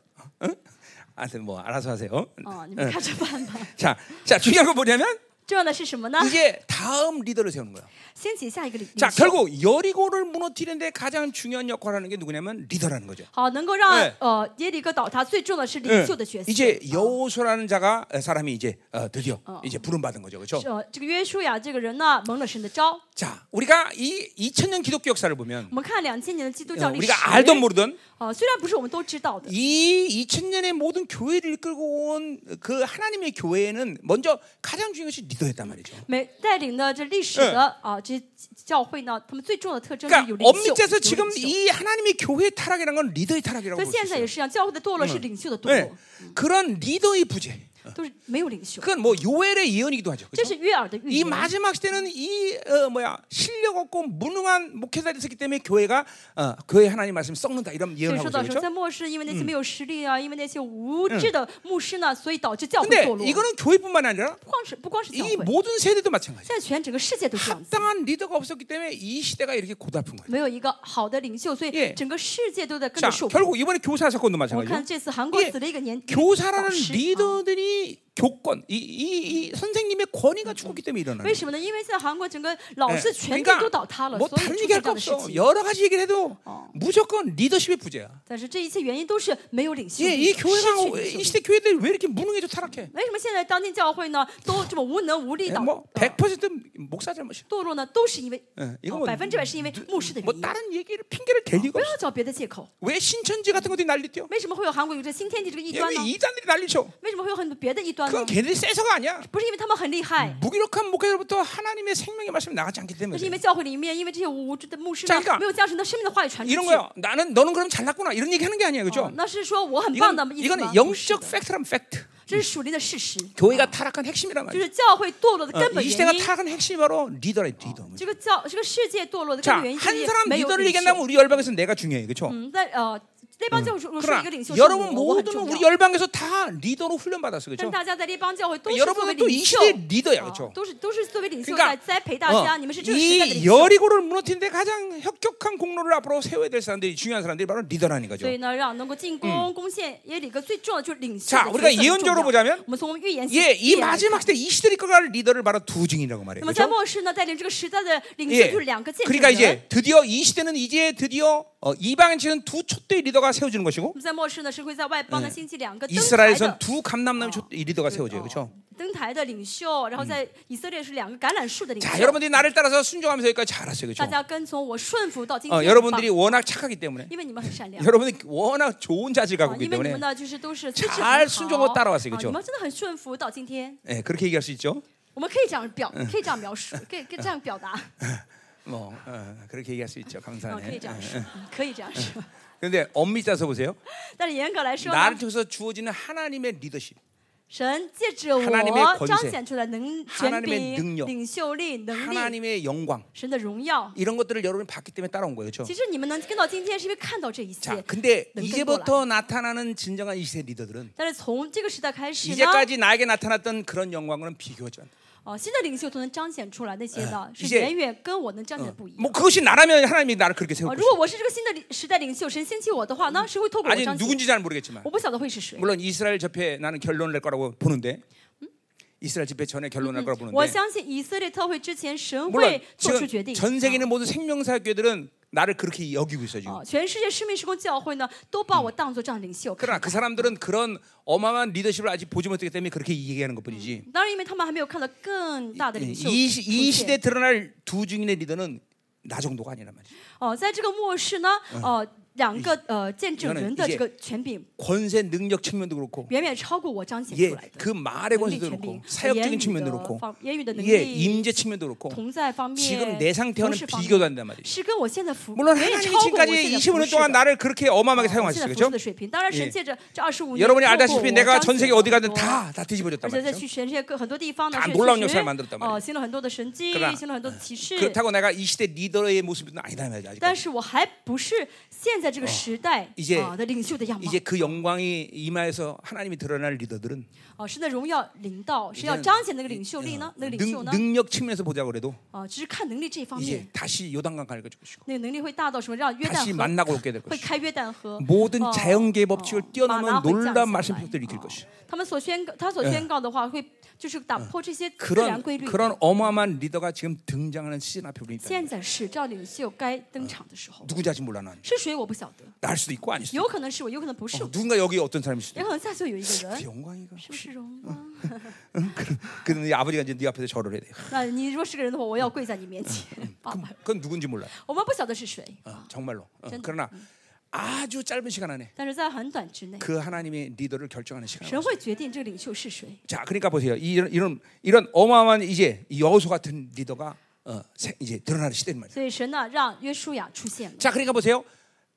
하여튼 뭐 알아서 하세요 啊，你们看着办吧。 자, 자 중요한 건 뭐냐면 重要的是什么呢？ 이제 다음 리더를 세우는 거야 掀起下一个领 자 领袖 결국 여리고를 무너뜨리는데 가장 중요한 역할을 하는 게 누구냐면 리더라는 거죠. 好，能够让哎呃耶利哥倒塌，最重要的是领袖的角 예, 色。 이제 여호수라는 자가 사람이 이제 어, 드디어 어. 이제 부름 받은 거죠, 그렇죠? 呃，这个约书亚这个人呢，蒙了神的招。 자 우리가 이 2000년 기독교 역사를 보면 我们看两千年的基督 어, 教历史， 우리가 알던 모르던 呃，虽然不是我们都知道的， 이 2000년의 모든 교회를 이끌고 온 그 하나님의 교회는 먼저 가장 중요한 것이 리더였단 말이죠. 每带领的这历史的啊、这些教会呢，他们最重要的特征就是有 그러니까 领袖。 엄밀해서 有 지금 领袖 이 하나님의 교회의 타락이라는 건 리더의 타락이라고 所以 볼 수 现在也 있어요. 是一样，教会的堕落是领袖的堕 예, 落。 그런 리더의 부재. 都是没有领袖。 그건 뭐 요엘의 예언이기도 하죠. 这嗯 그렇죠? 是约珥的预 이 言。 마지막 시대는 이 어, 뭐야 실력 없고 무능한 목회자들이 있었기 때문에 교회가 어, 교회 하나님 말씀 썩는다 이런 所以 예언을 说 하고 到时 있죠. 候 그렇죠? 在末世，因为那些没有实力啊，因为那些无知的牧师呢，所以导致教会堕 근데 落。 이거는 교회뿐만 아니라 不光是不光是教 이 会， 모든 세대도 마찬가지. 现在全整个世界都这样子， 합당한 리더가 없었기 때문에 이 시대가 이렇게 고달픈 거예요. 没有一个好的领袖，所以 예 整个世界都在跟着 자, 受苦。 결국 이번에 교사 我们 사건도 마찬가지예요. 看这次韩国 예 死了一个年一个老 교사라는 师啊 리더들이 교권, 이, 이, 이 선생님의 권위가 죽었기 때문에 일어나는 为 거예요. 什么呢？因为现在韩国整个老 예. 师全部 그러니까 都倒塌了， 뭐 所以 다른 出现这 얘기할 거 样的事 없어. 情。 여러 가지 얘기를 해도 어. 무조건 리더십의 부재야. 但是这一切原因都是没有领袖 이 力， 이 失去领 교회가 袖 이 力 시대 교회들이 왜 이렇게 무능해져 타락해? 为什么现在当今教会呢都这么无能无力导 뭐 呃100% 목사 잘못이야. 堕落呢？都是因为 예, 哦 이거 뭐, 百分之百是因为牧师的原 뭐 因。 다른 얘기를 핑계를 댈 리가 不 없어. 要找别的借口。 왜 신천지 같은 것들이 난리 뛰어? 예, 为什么会有韩国有这新天地这个异 왜 端呢？ 이단들이 난리 쳐? 为什么会有很多别的异端呢 그건 ？ 걔들이 세서가 아니야. 不是因为他们很厉害， 무기력한 목회자로부터 하나님의 생명의 말씀이 나가지 않기 那 때문에 是因 그래. 为教会里面，因为这些无知的牧师 자 呢 그러니까 ，没有将神的生命的话语传出 이런 去。 거요. 나는 너는 그럼 잘났구나 이런 얘기하는 게 아니야, 그죠? 哦那是说我很棒的 이건, 意思吗 이건 ？不是 영적 的 팩트라면 팩트. 这是属灵的事实， 교회가 타락한 핵심이란 就 말이야. 是教会堕落的 어, 根本 이 原 시대가 因。 타락한 핵심이 바로 리더래 리더. 这个教这个世界堕落的根 자, 本原因就是啊 한 사람 没有 리더를 领袖 얘기한다면 우리 열방에서 내가 중요해, 그렇죠? 嗯，在呃列邦教会如果说一 그러나 个领嗯袖是啊 여러분 我，我很 모두는 重 우리 要。 열방에서 다 리더로 훈련받았어, 但 그렇죠? 大家在列邦教会都是作为 여러분은 또 领 이 袖， 시대 리더야, 啊 그렇죠? 都是都是作为领袖 그러니 在까栽培大家。嗯你们是这个时代的领 이 袖。 여리고를 무너뜨린 데 가장 혁혁한 공로를 앞으로 세워야 될 사람들이 중요한 사람들이 바로 리더라는 거죠. 所以呢，让能够进攻、攻陷耶里哥最重要的就是领袖的 자 角色 우리가 很重要。 예언적으로보자면 我们从预言性 예, 이 预言来看 마지막 시대 이 시대를 이끌어갈 리더를 바로 두 증인이라고 말해요. 那么在 그렇죠? 末世呢，带领这个时代的领袖 예. 就是两个见证 그러니까 人。 이제 드디어 이 시대는 이제 드디어 어, 이방에서는 두 촛대 리더가 세워지는 那 것이고 么在末世呢，是会在外邦呢兴起两个登台的嗯 이스라엘에선 두 감남남 촛 리더가 세워져요. 어. 그렇죠? 登台的领袖，然后在以色列是两个橄榄树的领 자 袖。 여러분들이 나를 따라서 순종하면서 여기까지 자랐어요. 大 그렇죠? 家跟从我顺服到今 어, 天， 여러분들이 워낙 착하기 때문에 因为你们很善良。 여러분이 워낙 좋은 자질 갖고 啊， 있기 因为你 예. 어, 때문에 们呢，就是都是 잘 素质很 순종하고따라왔어요그죠 好啊，你们真的很顺服到今天。 예, 그렇게 얘기할 수 있죠. 我们可以这样表，可以这样描述，可以可以这样表达， 뭐 어, 그렇게 얘기할 수 있죠. 啊，可以 감사하네. 예, 这样说，嗯可以这样说。 그런데 엄밀히 따서 보세요. 但是严格来说呢， 나를 통해서 주어지는 하나님의 리더십. 神借着 하나님의권 我 세 彰显出来能权 하나님의柄、능력 领袖力、能力、 하나님의 영광. 神的荣耀。 이런 것들을 여러분이 봤기 때문에 따라온 거예요. 그렇죠? 其实你们能跟到今天，是因为看到这一 자, 切。 근데 예. 능력이 이제부터 나타나는 진정한 이 시대 리더들은 但是从这个时代开始呢， 이제까지 나에게 나타났던 그런 영광과는 비교하지 않아. 哦，新的领袖都能彰显出来那些呢，是 이제 远远跟我能彰显的不一样。 뭐 그것이 나라면 하나님이 나를 그렇게 啊， 세울 如 것이고 果我是这个新的领时代领袖，神兴起我的话，那是会透过我 아직 彰显。 누군지 잘 모르겠지만 我不晓得会是谁。 물론 이스라엘 집회 나는 결론을 낼 거라고 보는데 음? 이스라엘 집회 전에 결론을 낼 거라고 我 보는데 相信以色列特会之前，神 물론 会做出决 지금 定。 전 세계는 모든 생명사 교회들은 나를 그렇게 여기고 있어 지금 啊，全世界生命时空教会呢，都把我当做这样的领袖。 그러나 그 사람들은 그런 어마어마한 리더십을 아직 보지 못했기 때문에 그렇게 얘기하는 것뿐이지 예, 当然，因为他们还没有看到更大的 이, 领袖 시- 이 出现 시대에 드러날 두 증인의 리더는 나 정도가 아니란 말이지 哦，在这个末世呢，哦，两个呃见证人的这个权柄 권세 능력 측면도 그렇고 远远超过我彰显 예, 出来的 그 말의 能力权 권세도 그렇고 柄、 사역적인 言语 측면도 的 그렇고 方言语的能 예, 力、 임재 측면도 그렇고 同在方面、 지금 내 服 상태와는 侍方 비교도 面， 안단 말이지 是跟我现在服远 물론 远 하나님이 超过我 지금까지 现在 25년 服侍 동안 的。 나를 그렇게 어마어마하게 我现在 사용하셨어요 服侍 그렇죠? 的水平，当然神 예 借着这二十五年， 여러분이 알다시피 透过嗯我 내가 전 세계 어디 彰显很多 가든 다 다而 뒤집어졌단 且在去 말이죠 全世界各很多地方呢， 다 是 놀라운 去 역사를만들었단말이에요 哦，行了很多的神迹 그러나 ，行了很多的奇事。 그렇다고 내가 이 시대 리더의 모습은 아니다 말이죠 但 아직까지 是我还不是现在这哦个时代 이제 啊的领袖的样貌 이제 그 영광이 임하에서 하나님이 드러날 리더들은 啊，神的荣耀领导，谁要 이제는 彰显那个领袖力呢？那个领嗯 능, 袖呢？ 능력 측면에서 보자고 그래도 啊，只是看能力这方 이제 面， 다시 요단강 갈고 것이고 那个能力会大到什么？让约 다시 旦河 만나고 올게 될 会 것이고 开约旦河，哦 모든 어, 자연계의 법칙을 마나 会降 뛰어넘은 놀라운 下 말씀 来 표들을 이길 哦 것이고 他们所宣告，他所宣告的话会就是打破这些自然嗯 그런 规律。 그런 어마어마한 리더가 지금 등장하는 시즌 앞에 우리 있다. 现在是这样领袖该登场的时候， 누군지 아직 몰라 난. 是谁我不晓得， 날 수도 있고 아닐 수도. 有可能是我，有可能不是 있고. 어, 我， 누군가 여기 어떤 사람일 수도. 也 있고. 可能下就有一个 그 人， 영광이가. 哦是不嗯是荣光？ 그런데 아버지가 이제 네 앞에서 절을 해야 돼. 那你如果是个人的话，我要跪在你面 前。爸 아, 爸， 그건 누군지 몰라. 我们不晓得是谁， 어, 정말로. 어, 전- 그러나 아주 짧은 시간 안에 但是在很短之内， 그 하나님의 리더를 결정하는 시간. 神会决定这个领袖是谁。 자, 그러니까 보세요. 이- 이런 이런 이런 어마어마한 이제 여호수 같은 리더가 어, 세- 이제 드러나는 시대인 말이에요. 所以神呢，让约书亚出现了。 자, 그러니까 보세요.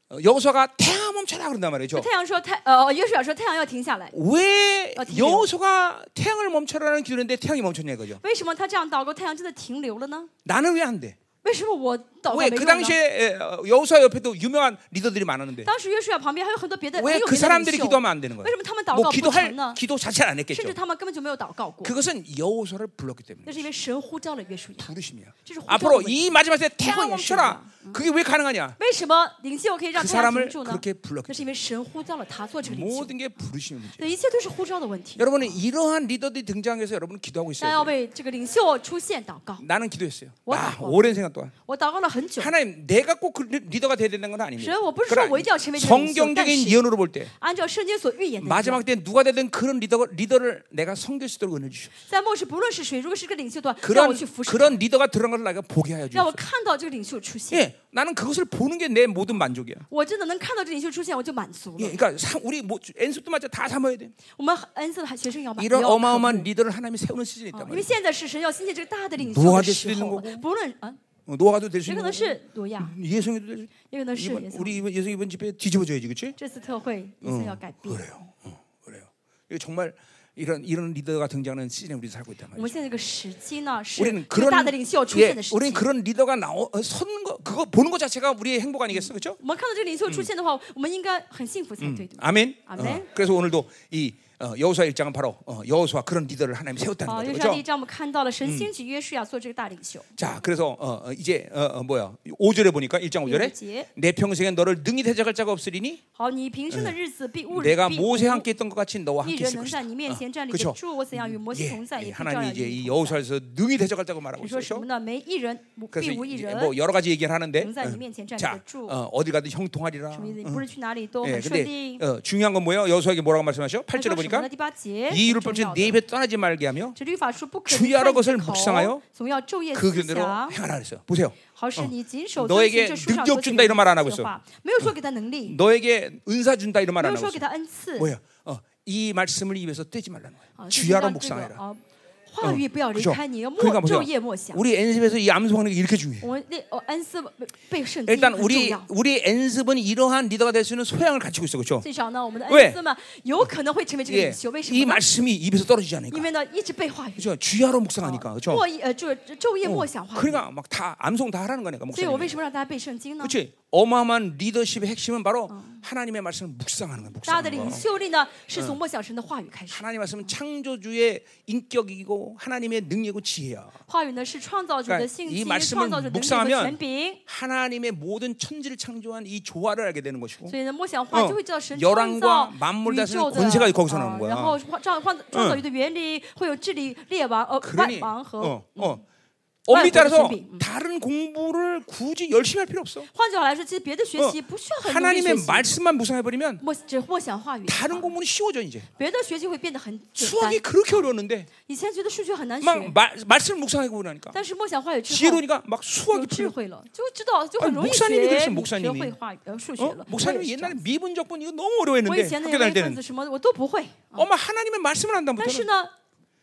어, 여호수아가 태양 멈춰라 그런단 말이죠. 太阳说太呃，约书亚说太阳要停下来。 왜 어, 드디어. 여호수아가 태양을 멈춰라는 기도인데 태양이 멈췄냐 이거죠. 为什么他这样祷告，太阳真的停留了呢？ 나는 왜 안 돼? 为什么我祷告没 왜 用 그 呢？ 당시에 에, 어, 여호수아 옆에도 유명한 리더들이 많았는데 当时约书亚旁边还有很多别的很 왜 有 그 名的领 사람들이 袖， 기도하면 안 되는 为 거예요? 什么他们祷 뭐 告不成 기도할 呢？ 기도 자체를 안 甚 했겠죠. 至他们根本就没有祷告过， 그것은 여호수아를 불렀기 那 때문에 是因为神呼召了约书亚。 부르심이야. 这是呼召的 앞으로 问题 이 마지막 때 태양 그건 멈춰라. 그게 왜 가능하냐? 为什么领袖可以让太그阳停 사람을 住呢？ 그렇게 불렀기 那是 때 因为神呼召了他做这个领袖。 모든 게 부르심의 문제. 对，一切都是呼召的问题。 여러분은 이러한 리더들이 등장해서 여러분은 기도하고 大家要 네, 있어요. 为这个领袖出现祷告。 나는 기도했어요. 와, 아, 와. 오랜 생각 동안. 我祷告了很久， 하나님, 내가 꼭그 리- 리더가 돼야 되는 건 아닙니다. 神，我不是说 그러나 我一定要成为这个领袖，但 성경적인 是 예언으로 볼 때 按照圣经所预言的那样， 마지막 때 누가 되든 그런 리더 리더를 내가 섬길 수 있도록 은혜 주십시오. 在末世不论是谁，如果是个领袖的话，让 그런 我去服侍， 그런 리더가 들어간 것을 내가 보게 하여 让我 주십시오. 看到这个领袖出现， 예, 나는 그것을 보는 게 내 모든 만족이야. 我真的能看到这个领袖出现，我就满足了 예 。 그러니까 사- 우리 뭐 엔습도 마찬 다 삼아야 돼. 我们恩赐的学生要满足。 이런 要渴慕 어마어마한 어, 리더를 하나님이 세우는 시즌이 啊 있단 因为 말이야. 现在是神要兴起这个大的领 노 袖 아 的 될时 수도 있는 候 거고 ，不论啊， 어, 노아도 될也可수 있는 能 거고 是挪亚， 예성이도 될 수. 있는 也可能是 거고. 耶 이번, 稣。 우리 이번 예성 이번 집회 뒤집어져야지, 그렇지? 这次特会耶稣要改变。 그래요. 어, 그래요. 이거 정말 이런 이런 리더가 등장하는 시즌에 우리 살고 있단 我们 말이죠. 现在这个时机呢，是 우리는 这个 그런 大的领袖出 예, 现的时机。 우리는 그런 리더가 나오 어, 서는 거 그거 보는 것 자체가 우리의 행복 아니겠어, 그렇죠? 我们看到这个领嗯袖出现的话，我们应该很幸福才对，对吧？ 아멘. 아멘. 어, 그래서 오늘도 이 어, 여호수아 일장은 바로 어, 여호수아 그런 리더를 하나님이 세웠다는 啊，约 거죠, 书亚第一 그렇죠? 章我们看到了神嗯兴起约书亚做这个大领袖， 자, 그래서 어, 어, 이제 어, 어, 뭐야? 5절에 보니까 1장 5절에 일节. 내 평생에 너를 능히 대적할 자가 없으리니 好，你平生的日子必误嗯 내가 必无 모세와 함께 했던 것 같이 너와 一 함께 人 있을 能 것이다. 在你面前站立得 그렇죠? 嗯住，我怎样与摩西同在， 예, 也必 예, 照 하나님이 样 이제 与 이 你同在。 여호수아에서 능히 대적할다고 말하고 你说什 있어요. 么呢？没一人，无 그래서 必无一 이- 人。 뭐 여러 가지 얘기를 하는데 能在你面前站立得 자 住， 어, 디 가든 형통하리라. 什么意思？你不是去哪里都 예, 很顺利 근데 。 어, 중요한 건 뭐예요? 여수에게 뭐라고 말씀하셔? 他说 8절에 什么 보니까 呢？第八节， 이 율을 很重 펼친 要的 네 입에 떠나지 말게 하며 这律法书不可 주의하라것을 离开你 묵 口 상하여 ，总要昼夜 그 思 견대로 想。 행하라 그랬어요. 보세요. 好使你谨守 어 遵 너에게 行这书上 능력 所写 준다이런말안하고있어 的话，没有说给他能力， 너에게 은사 준다 이런 말 没 안 有 하고 说给 있어요. 他恩赐。 뭐예요? 어, 이 말씀을 입에서 떼지 말라는 啊 거예요. 就是让 주야로 这个 묵상해라. 啊，话语不要离 그죠? 开你，要默 그러니까 昼夜默 보세요. 想。 우리 연습에서 이 암송하는 게 이렇게 중요해요. 我们那哦恩赐被被圣经很 일단 重 우리 要。 우리 엔습은 이러한 리더가 될 수 있는 소양을 갖추고 있어 그렇죠? 最少呢，我们的 왜 恩赐们有可能会成为这个 예, 领袖，为什 이 么呢？ 말씀이 입에서 떨어지지 因 않으니까 为呢，一直被话语 그렇죠? 주야로 啊 묵상하니까 그렇죠? 默呃，就是昼夜默想话语。 그러니까 막 다 암송 다 하라는 거니까 所以我为 목사님. 什么让大家背圣经呢？ 그렇지? 어마어마한 리더십의 핵심은 바로 하나님의 말씀을 묵상하는 거예요. 大家的 묵상하는 领 거. 袖力呢，是从默想神的话语开始。 하나님 말씀은 창조주의 인격이고 하나님의 능력이고 지혜야. 话语呢，是创造主的 그러니까 性 이 情，创 말씀을 造主能力和 묵상하면 权柄。 하나님의 모든 천지를 창조한 이 조화를 알게 되는 것이고 所以呢，默想 어, 话就会知道神创哦 열왕과 造 만물 宇 다스리는 宙的 권세가 거기서 呃 나오는 거야. 嗯然后创创创造宇的原理会有治理列王呃万 그러니 哦王和。 어, 어. 엄밀히 따라서 권세, 음. 다른 공부를 굳이 열심히 할 필요 없어. 换句话来说，其实别的学习不需要很努力学哦 하나님의 习， 말씀만 묵상해 버리면 默只默想话语就好， 다른 공부는 쉬워져 이제. 别的学习会变得很简单 수학이 。 그렇게 어려웠는데 以前觉得数学很难 막 学， 마, 말씀 묵상하고 그러니까 但是默想话语之后。 지혜로니까 막 有 수학이 智 풀려. 慧了，就知道就很 아니 容易学， 목사님이그랬어요목사님이 学会话语呃数学 어? 了。 목사님 我也是这样 옛날에 미분 적분 이거 너무 我 어려워했는데 以前的 학교 다닐 原分 때는 子什么的我都不会， 엄마 하나님의 말씀을 안다 但是 못하는 呢，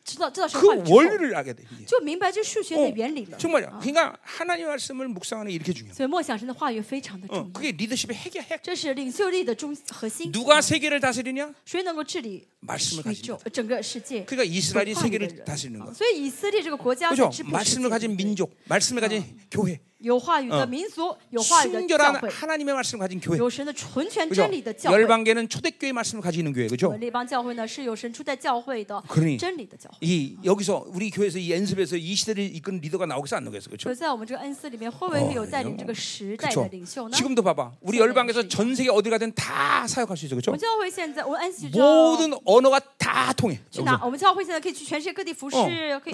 知道知道神话语 그 之后， 원리를 哦 알게 돼. 이게. 어, 就明白这数学的原理了。 정말이야. 그러니까 하나님의 말씀을 묵상하는 게 이렇게 중요해. 所以默想神的话语非常的重 어, 要， 그게 리더십의 핵이야 핵. 这是领袖力的中核心。 누가 세계를 다스리냐? 谁能够治理 말씀을가진 宇宙呃整个世界？ 그러니까 이스라엘이 有话语的 세계를 人 다스리는 거야. 所以以色列这个国家才 그렇죠? 支配世界 말씀을 。 가진 민족, 말씀을 가진 교회, 有话语的嗯民族，有话语的教 순결한 会， 하나님의 말씀을 가진 교회. 有神的纯全真理的 그렇죠? 教会。 열방계는 초대교회 말씀을 가지는 교회, 我 그렇죠? 们列邦教会呢，是有神出在教会的 그러니 真理的教会。 이 여기서 우리 교회에서 이 연습에서 이 시대를 이끄는 리더가 나오겠어 안 나오겠어, 所 그렇죠? 以在我们这个恩赐里面，会不会有带领这个时代的 그렇죠. 领袖呢？ 지금도 봐봐, 우리 열방에서 전 세계 어디 가든 다 사역할 수 있어, 我 그렇죠? 们教会现在，我们恩赐教 모든 언어가 다 통해. 去 여기서. 哪？我们教会现在可以去全世界各地服侍，可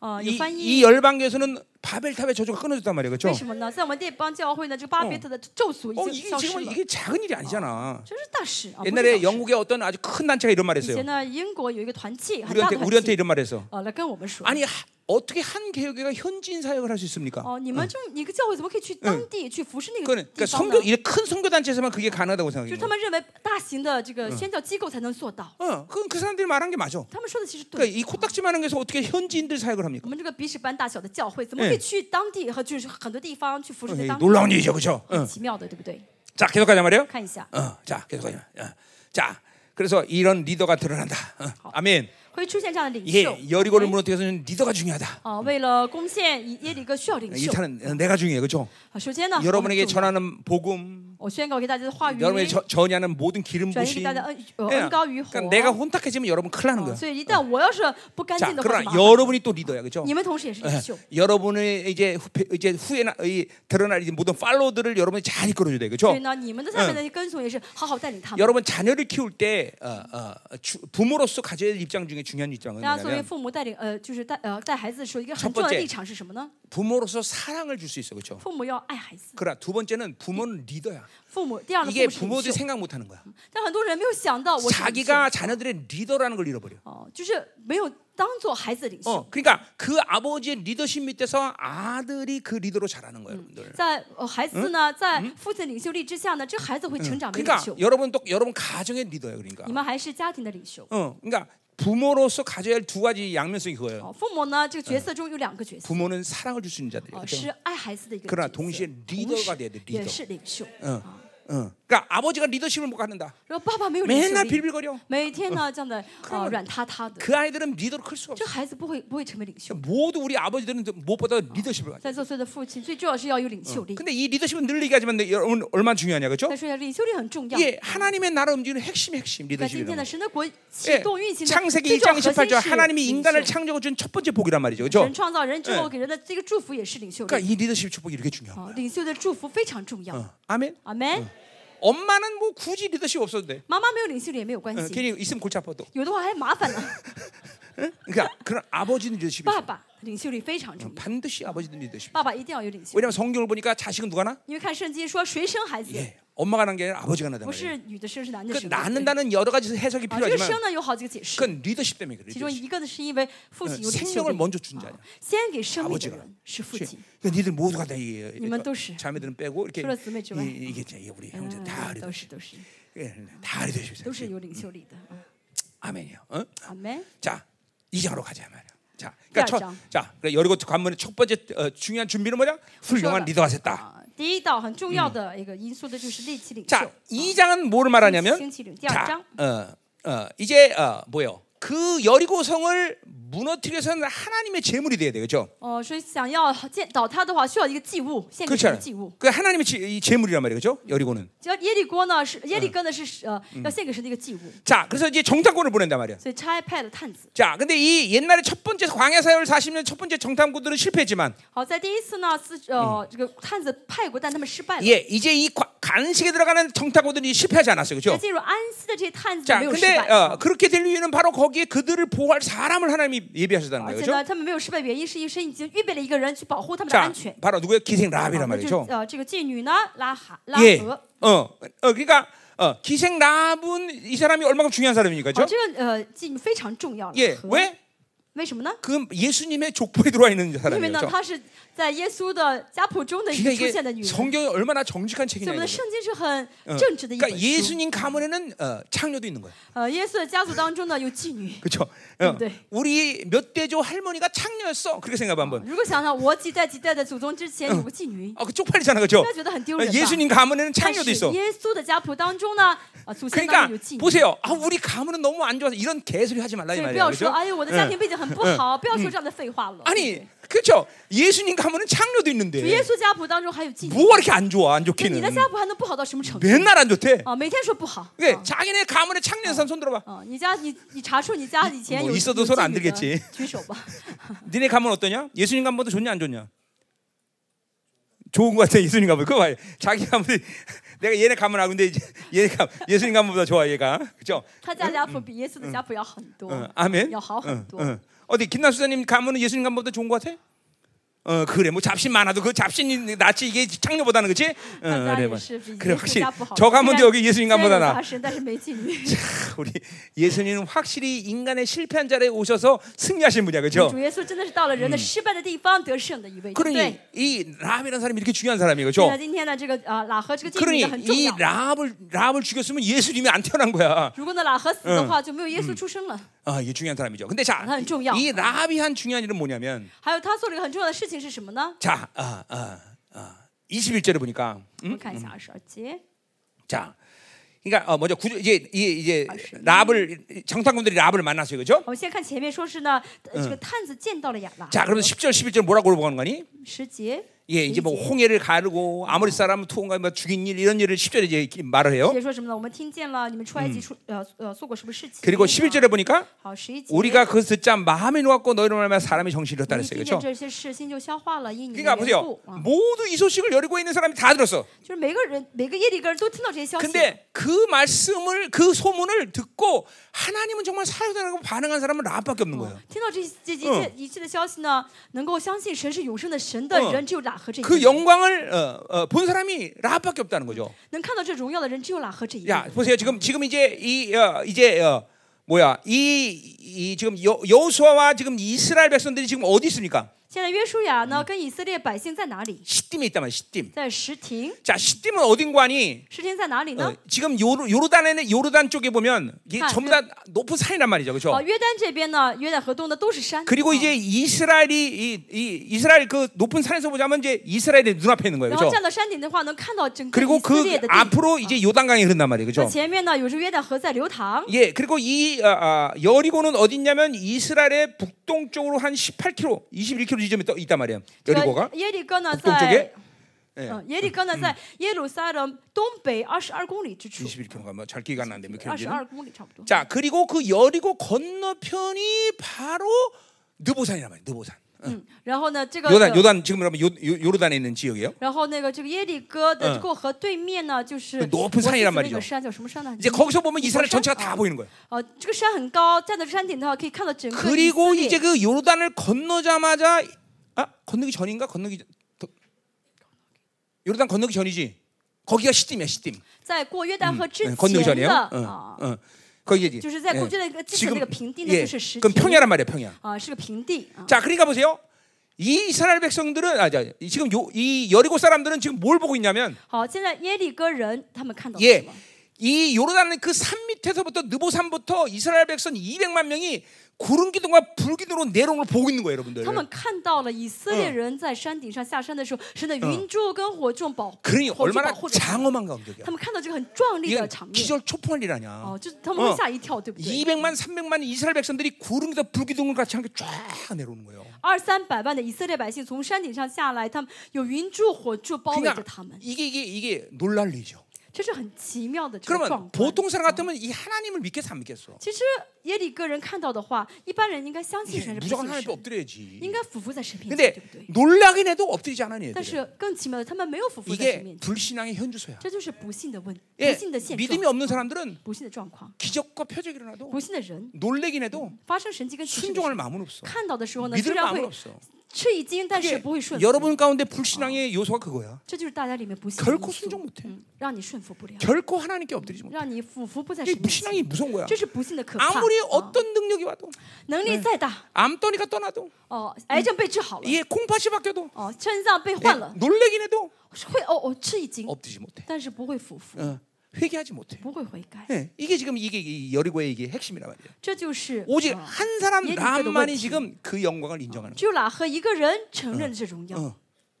哦以呃嗯有 이 翻译 이 。 열방계에서는 바벨탑의 저주가 끊어졌단 말이에요, 为 그렇죠? 什么呢？在我们列邦教会呢，这巴别特的咒诅 어 已经 이게 消失 지금 了， 이게 작은 일이 아니잖아. 这是大事啊！不是小 옛날에 事 영국의 어떤 아주 큰 단체가 이런 以 말했어요. 前呢，英国有一个团契，很大 우리한테 的团 우리한테 契， 이런 말했어. 呃，来跟我们说， 아니 하- 어떻게 한 개혁회가 현지인 사역을 할 수 있습니까? 哦，你们这么一个教会怎么可以去当地去服侍那个 그러니까 地 그러니까 方 선교 呢？ 어, 이큰 선교 단체에서만 그게 가능하다고 就 생각해요. 是他们认为大型的这个宣教机构才能做到， 어, 그건 그 사람들이 말한 게 맞아. 他们说的其实对。 그러니까 이 코딱지만한 데서 어떻게 현지인들 사역을 我 합니까? 们这个比史班大小的教会，怎么可以去当地和就是很多地方去服侍 어, 在 예, 当地？ 놀라운 일이죠, 그렇죠? 很奇妙的，对不对？ 자, 계속 가자 말이에요. 看一下， 어, 자, 계속 가자. 어. 자, 그래서 이런 리더가 드러난다. 어, 네. 아멘. 会出现这样的领袖 이게 。 여리고를 무너뜨려서는 리더가 중요하다. 啊，为了攻陷耶耶里哥需要领 이 袖。 탄은 내가 중요해, 그렇죠? 啊，首先呢，我们 여러분에게 主 전하는 복음, 我宣告给大家的话语， 여러분에게 转 저, 전하는 모든 기름 移给 부심. 大家恩呃 예, 恩高于火。 그러니까 내가 혼탁해지면 여러분 큰일 나는 啊 거야. 所以一旦我要是不干 자, 净的话，就 그러나 麻烦 여러분이 또 리더야, 그렇죠? 你们同时也是领袖。 여러분의 이제 후, 이제 후에 나, 이, 드러날 이제 모든 팔로들을 여러분이 잘 이끌어줘야 돼, 所以 그렇죠? 呢，你们的下面的跟从也是好好带领他们。 여러분 자녀를 키울 때 어, 어, 주- 부모로서 가져야 될 입장 중에 중요한 입장은 大家作为 뭐냐면 父母带领呃，就是带呃带孩子的时候，一个 첫 很重要的 번째 立场是什么呢？ 부모로서 사랑을 줄 수 있어, 그렇죠? 父母要爱孩子， 그러나 두 번째는 부모는 리더야. 父母第二的父 이게 母是领 부모들이 袖。 생각 못하는 거야. 但很多人没有想到，我是领袖 자기가 자녀들의 리더라는 걸 잃어버려. 哦，就是没有当做孩子领袖。 어, 그러니까 그 아버지의 리더십 밑에서 아들이 그 리더로 자라는 거예요, 여러분들. 在呃孩子呢，在父亲领袖力之下呢，这孩子会成长为领 그러니까 袖。 여러분 또 여러분 가정의 리더예요, 그러니까. 你们还是家庭的领袖。 어, 그러니까 부모로서 가져야 할 두 가지 양면성이 그거예요. 哦，父母呢，这个角色中有两个角色， 부모는 사랑을 줄 수 있는 哦， 자들이죠. 是爱孩子的一个角 그러나 色， 동시에리더 同时가 돼야돼리더 也是领袖。 어, 어. 그러니까 아버지가 리더십을 못 갖는다. 然后爸爸没有领袖 맨날 力， 빌빌거려. 每天呢这样的 러 呃 면 软塌塌的， 그 아이들은 리더로 클 수 없어. 这孩子不会不会成为领袖。 모두 우리 아버지들은 무엇보다 리더십을 가져. 在座所有的父亲，最重要是要有领袖力。 근데 이 리더십은 늘 얘기하지만 여러분 얼마나 중요하냐, 그렇죠? 再说一下，领袖力很重要。 예, 하나님의 나라 움직이는 핵심 핵심 在今 리더십이라는 天的 거예요. 神的国启 예, 动运行的最 그러니까 창세기 重要 1장 核心 18절 是 하나님이 领 인간을 袖 창조해 준첫 번째 복이란 말이죠. 그렇죠? 神创造人之 예 后给人的这个祝福也是领袖力。 그러니까 이 리더십 축복이 이렇게 중요한 啊，领袖的祝福非常重要。 거예요. 아멘. 阿门。 엄마는 뭐 굳이 리더십 없어도 돼. 妈妈没有领袖力也没有关 어, 系， 괜히 있으면 골치 아파도. 有的话还麻烦了。 그러니까 그런 아버지는 리더십이 爸 있어. 爸领袖力非常嗯重要， 반드시 아버지는 리더십. 爸爸一定要有领袖。 왜냐하면 성경을 보니까 자식은 누가 나? 因为看圣经说谁生孩子， 예, 엄마가 낳은 게 아니라 아버지가 낳는 不 거예요. 是女的生，是哎男的 그 生。对不对 낳는다는 여러 가지 해석이 啊，这个 필요하지만 生呢有好几个解释， 그건 리더십 때문에 그래. 其中 리더십. 一个呢是嗯因为父亲有领袖 생명을 力 먼저준자야 啊先给生命的 아버지가 人是父亲， 그러니까 니들 모두가 다 이게 이만 또 시. 자매들은 빼고 이렇게 플러스 매주 와. 이, 이게 이제 우리 형제 다 嗯都是 리더십. 都是 예, 다 리더십. 都是有领袖力的。啊 아멘이요. 어? 阿门。 자, 이장으로 가자 말이야. 자, 그러니까 자, 첫, 자. 자, 그래, 여리고 관문의 첫 번째 어, 중요한 준비는 뭐냐? 훌륭한 훌륭하다. 리더가 됐다. 아, 啊，第一道很重要的一个因素的就是力气领袖。 자, 이 장은 뭐를 말하냐면, 신치림, 자, 장. 어, 어, 이제 어, 뭐요? 그 여리고 성을 무너뜨려서는 하나님의 재물이 돼야 되겠죠. 哦，所以想要建倒塌的话，需要一个祭物，献给神的 그렇잖아요. 祭物。 그 하나님의 지- 이 재물이란 말이죠. 여리고는. 只要耶利哥呢是耶利哥呢是呃要献给神的一个祭物， 자, 그래서 이제 정탐꾼을 보낸단 말이야. 所以差派了探子。 자, 근데 이 옛날에 첫 번째 광야 사열 40년 첫 번째 정탐꾼들은 실패했지만, 好，在第一次呢，四呃这个探子派过，但他们失败了。 예, 이제 이 과- 간식에 들어가는 정탐꾼들이 실패하지 않았어요, 그렇죠? 在进入安息的这些探子 자, 没有失 근데 败， 어, 그렇게 될 이유는 바로 거기에 그들을 보호할 사람을 하나님이 예비하셨다는 而 거예요. 且 그죠? 呢，他们没有失败的原因是因为神已经预备了一个人去保护他们的 자, 安全。啊 바로 누구예요? 기생 라합이란 那就是 말이죠. 呃这个妓女呢，拉哈拉 예. 合。 어, 어, 그러니까 어, 기생 라합은 이 사람이 얼마큼 중요한 사람이니까, 好， 그죠? 这个呃妓女非常重要了。 예, 和 왜? 为什么呢？ 그 예수님의 족보에 들어와 있는 因为 사람이에요. 呢， 그 她是在耶稣的家谱中的一 그러니까 个出现的 이게 女人，所以 성경이 얼마나 정직한 我们 책이냐. 的 이거죠. 圣经是很 어, 正直的一本 그러니까 书。 예수님 가문에는 어, 창녀도 있는 거예요. 呃，耶稣的家族当中呢有妓女。 그렇죠? 네. 우리 몇 대조 할머니가 창녀였어. 그렇게 생각해 봐 한번. 如果想想我几代几代的祖宗之前有个妓女，应 아, 그 쪽팔리잖아, 그렇죠? 该觉得很丢人吧？ 예수님 但 가문에는 창녀도 是 있어. 耶稣的家谱当中呢，啊，祖先当 그러니까 中有妓女，所 보세요. 아, 우리 가문은 너무 안 좋아서 이런 개소리 하지 말라 이 以不 말이야. 要说， 그렇죠? 哎呦，我的家庭背景很不好，不要说这样的废话了。 아니, 그렇죠. 예수님 가문은 창녀도 对 있는데 耶稣家谱当中还有妓女， 뭐가 이렇게 안 좋아? 那안你 좋기는 的家谱还能不好到什么程度？ 맨날 안 좋대. 啊，每天说不好。 그게 자기네 가문에 창녀 사람 손 어. 들어봐. 啊，你家你你查出你家以前 뭐 有 있어도 有妓 손안 女的 들겠지 举手吧。 니네 가문 어떠냐? 예수님 가문도 좋냐 안 좋냐? 좋은 것 같아 예수님 가문. 그거 봐요. 자기 가문이 내가 얘네 가문하고 근데 이제 얘네 가 예수님 가문보다 좋아 얘가. 그렇죠? 他家家谱比耶稣的家谱要很多 어, ， 아멘. 要好很多。 어. 어디 김남수사님 가문은 예수님 가문보다 좋은 것 같아? 어 그래 뭐 잡신 많아도 그 잡신이 낫지 이게 창녀보다는 그치? 어, 他家 그래 也 봐. 是比耶 그래 稣 확실히 家不好。 저 가문도 여기 虽然 예수님 가문보다 有 나 大神，但是没妓女。 우리 예수님은 확실히 인간의 실패한 자리에 오셔서 승리하신 분이야 그죠? 主耶稣真的是到了人的失败的地方得胜的一位，对不 그러니 对？ 이 라합이라는 사람이 이렇게 중요한 사람이에요 所以 그죠? 呢，今天呢，这个啊，喇合这个妓女 그러니 呢很重 이 要。 라합을 라합을 죽였으면 예수님이 안 태어난 거야. 如果呢喇合死的话，就没有耶稣出生了。 아, 이게 중요한 사람이죠. 근데 자, 나는 좀 야. 이 라합이 한 중요한 일은 뭐냐면 还有他做了一个很重要的事情是什么呢？ 자, 아, 아, 아, 21절에 보니까 我们看一下二十二节， 자, 그러니까 어, 먼저 구조, 이제 이제, 이제 랍을 정탐꾼들이 랍을 만났어요, 그렇죠? 我们先看前面说是呢，呃这个探子见到了亚拉， 자, 그러면 10절 11절 뭐라고 물어보는 거니? 十节， 예, 이제 뭐 十一节 홍해를 가르고 아무리 사람 투혼과 뭐 죽인 일 이런 일을 10절에 이제 말을 十 해요. 节说什么呢？我们听见了你们出埃及出呃呃做过什么事情？ 그리고 11절에 보니까 好，十一节， 우리가 그것 듣자 마음이 놓았고 너희로 말하면 사람이 정신이 잃었다 你 그랬어요. 听见 그렇죠? 这些事，心就消化了，因你的 그러니까 缘 보세요. 故啊， 모두 이 소식을 여리고에 있는 사람이 다 들었어. 就是每个人每个耶利哥人都听到这些消息。啊 근데 그 말씀을 그 소문을 듣고 하나님은 정말 사유다라고 반응한 사람은 라합밖에 없는 거예요. 听到这这这一切一切的消息呢，能够相信神是永生的神的人，只有喇合这一个 그 人。 영광을 어, 어, 본 사람이 라합밖에 없다는 거죠. 能看到这荣耀的人，只有喇合这一个 야 人。 보세요 지금 지금 이제 이 어, 이제 어, 뭐야 이, 이 지금 여, 여호수아와 지금 이스라엘 백성들이 지금 어디 있습니까? 现在约书亚嗯呢，跟以色列百姓在哪里？ 시딤에 있단 말이야 시딤. 在石亭。 자 시딤은 어딘고 하니? 石亭在哪里 어, 呢？ 지금 요르, 그 요르단에는 요르단 쪽에 보면 이게 아, 전부 다 높은 산이란 말이죠, 그렇죠? 哦，约旦这边呢，约旦河东呢都是山。 그리고 哦 이제 이스라엘이 이, 이 이스라엘 그 높은 산에서 보자면 이제 이스라엘이 눈앞에 있는 거예요. 然后 그렇죠? 站到山顶的话，能看到整个 그리고 以色 그 列的地。 앞으로 이제 요단강이 흐른단 말이에요. 那 그렇죠? 前面呢有着约旦河在流淌， 예, 그리고 이 아, 아, 여리고는 어디냐면 이스라엘의 북동쪽으로 한 18km, 21km 지점에 떠 있단 말이에요. 这 여리고가 个耶利哥呢 북동쪽에 在，嗯，耶利哥呢在耶路撒冷东北二十二公里之处， 21km가 뭐잘 기가 안 나는데 몇 二十 킬로지? 二公里差不多。 자, 그리고 그 여리고 건너편이 바로 느보산이란 말이에요. 느보산. 嗯，然后呢这个 요단, 요단 지금 그러면 요, 요, 요르단에 있는 지역이에요. 然后那个这个耶利哥的嗯过河对面呢，就是 그 我 높은 记得 산이란 那 말이죠. 个山叫什么山呢？ 이제 음. 거기서 보면 이스라엘 이보산? 전체가 다 아. 보이는 거예요. 呃，这个山很高，站在山顶的话可以看到整个以 그리고 色列 이제 그 요르단을 건너자마자 아 건너기 전인가 건너기 전- 더- 요르단 건너기 전이지 거기가 시딤이야 시딤 在过约旦河之 네, 건너기 前 전이에요 的 응, 啊， 응. 거기지 예。 就是在过去那个之前那个平地呢，就是石 그럼 亭哎 평야란 말이야 평야 啊，是个平地啊。 자 그러니까 보세요 이 이스라엘 백성들은 아 자, 이- 지금 요, 이 여리고 사람들은 지금 뭘 보고 있냐면 예. 好，现在耶利哥人他们看到了什么？ 예이 요르단의 그 산 밑에서부터 느보산부터 이스라엘 백성 200만 명이 구름 기둥과 불 기둥으로 내려온 걸 보고 있는 거예요 여러분들 他们看到了以色列人在山顶上下山的时候，神的云柱跟火柱保， 그러니 火柱 얼마나 保护着他们。 장엄한 광경이야 他们看到这个很壮丽 이게 的场面， 기절 초풍할 일 아니야. 哦，就是他们会嗯吓一跳，对不对？ 200만 300만 이스라엘 백성들이 구름에서 불기둥을 같이 함께 쫙 내려오는 거예요. 二三百万的以色列百姓从山顶上下来，他们有云柱火柱包围着 그러니까 他们， 이게 이게 이게 놀랄 일이죠. 这是很奇妙的这个状 그러면 况。 보통 사람 같으면 이 하나님을 믿겠어 안 믿겠어? 其实耶利哥人看到的话，一般人应该相信 이게 神是不 무조건 信 하나님 앞에 神，应 엎드려야지. 该俯伏在神面前， 근데 对不对？ 놀라긴 해도 엎드리지 않아요 但 얘들. 是更奇妙的，他们没有俯伏在神 이게 面前， 불신앙의 현주소야. 这就是不幸的问，不 예, 幸的现 믿음이 状， 없는 사람들은 不幸的状况， 기적과 표적이 일어나도 不幸的人。 놀래긴 해도 发生神迹跟奇事的时候 순종할 마음은 없어. 看到的时候呢，虽 믿을 然 마음은 会 없어. 吃一惊，但是 이게 不会顺服。 여러분 가운데 불신앙의 요소가 그거야. 这就是大家里面不信的因 결코 素 순종 못해. 嗯，让你顺服不了， 결코 하나님께 엎드리지 못해. 让你俯伏不在神 이게 面前， 신앙이 무서운 거야. 这是不幸的可怕。 아무리 啊 어떤 능력이 와도 能力再大， 암떠니가 떠나도 哦，癌症被治好了， 이 콩팥이 바뀌어도 哦，肾脏被 예, 换了， 놀래긴 해도 会哦哦嗯吃一惊， 엎드리지 못해. 但是不会俯伏， 어, 회개하지 못해. 不会悔改。 예, 이게 지금 이게 이 여리고의 이게 핵심이란 말이에요. 这就是 오직 啊 한 사람 예를 라만이 들어 지금 그 영광을 인정하는 거예요. 只有喇合一个人承认了这荣 어. 耀，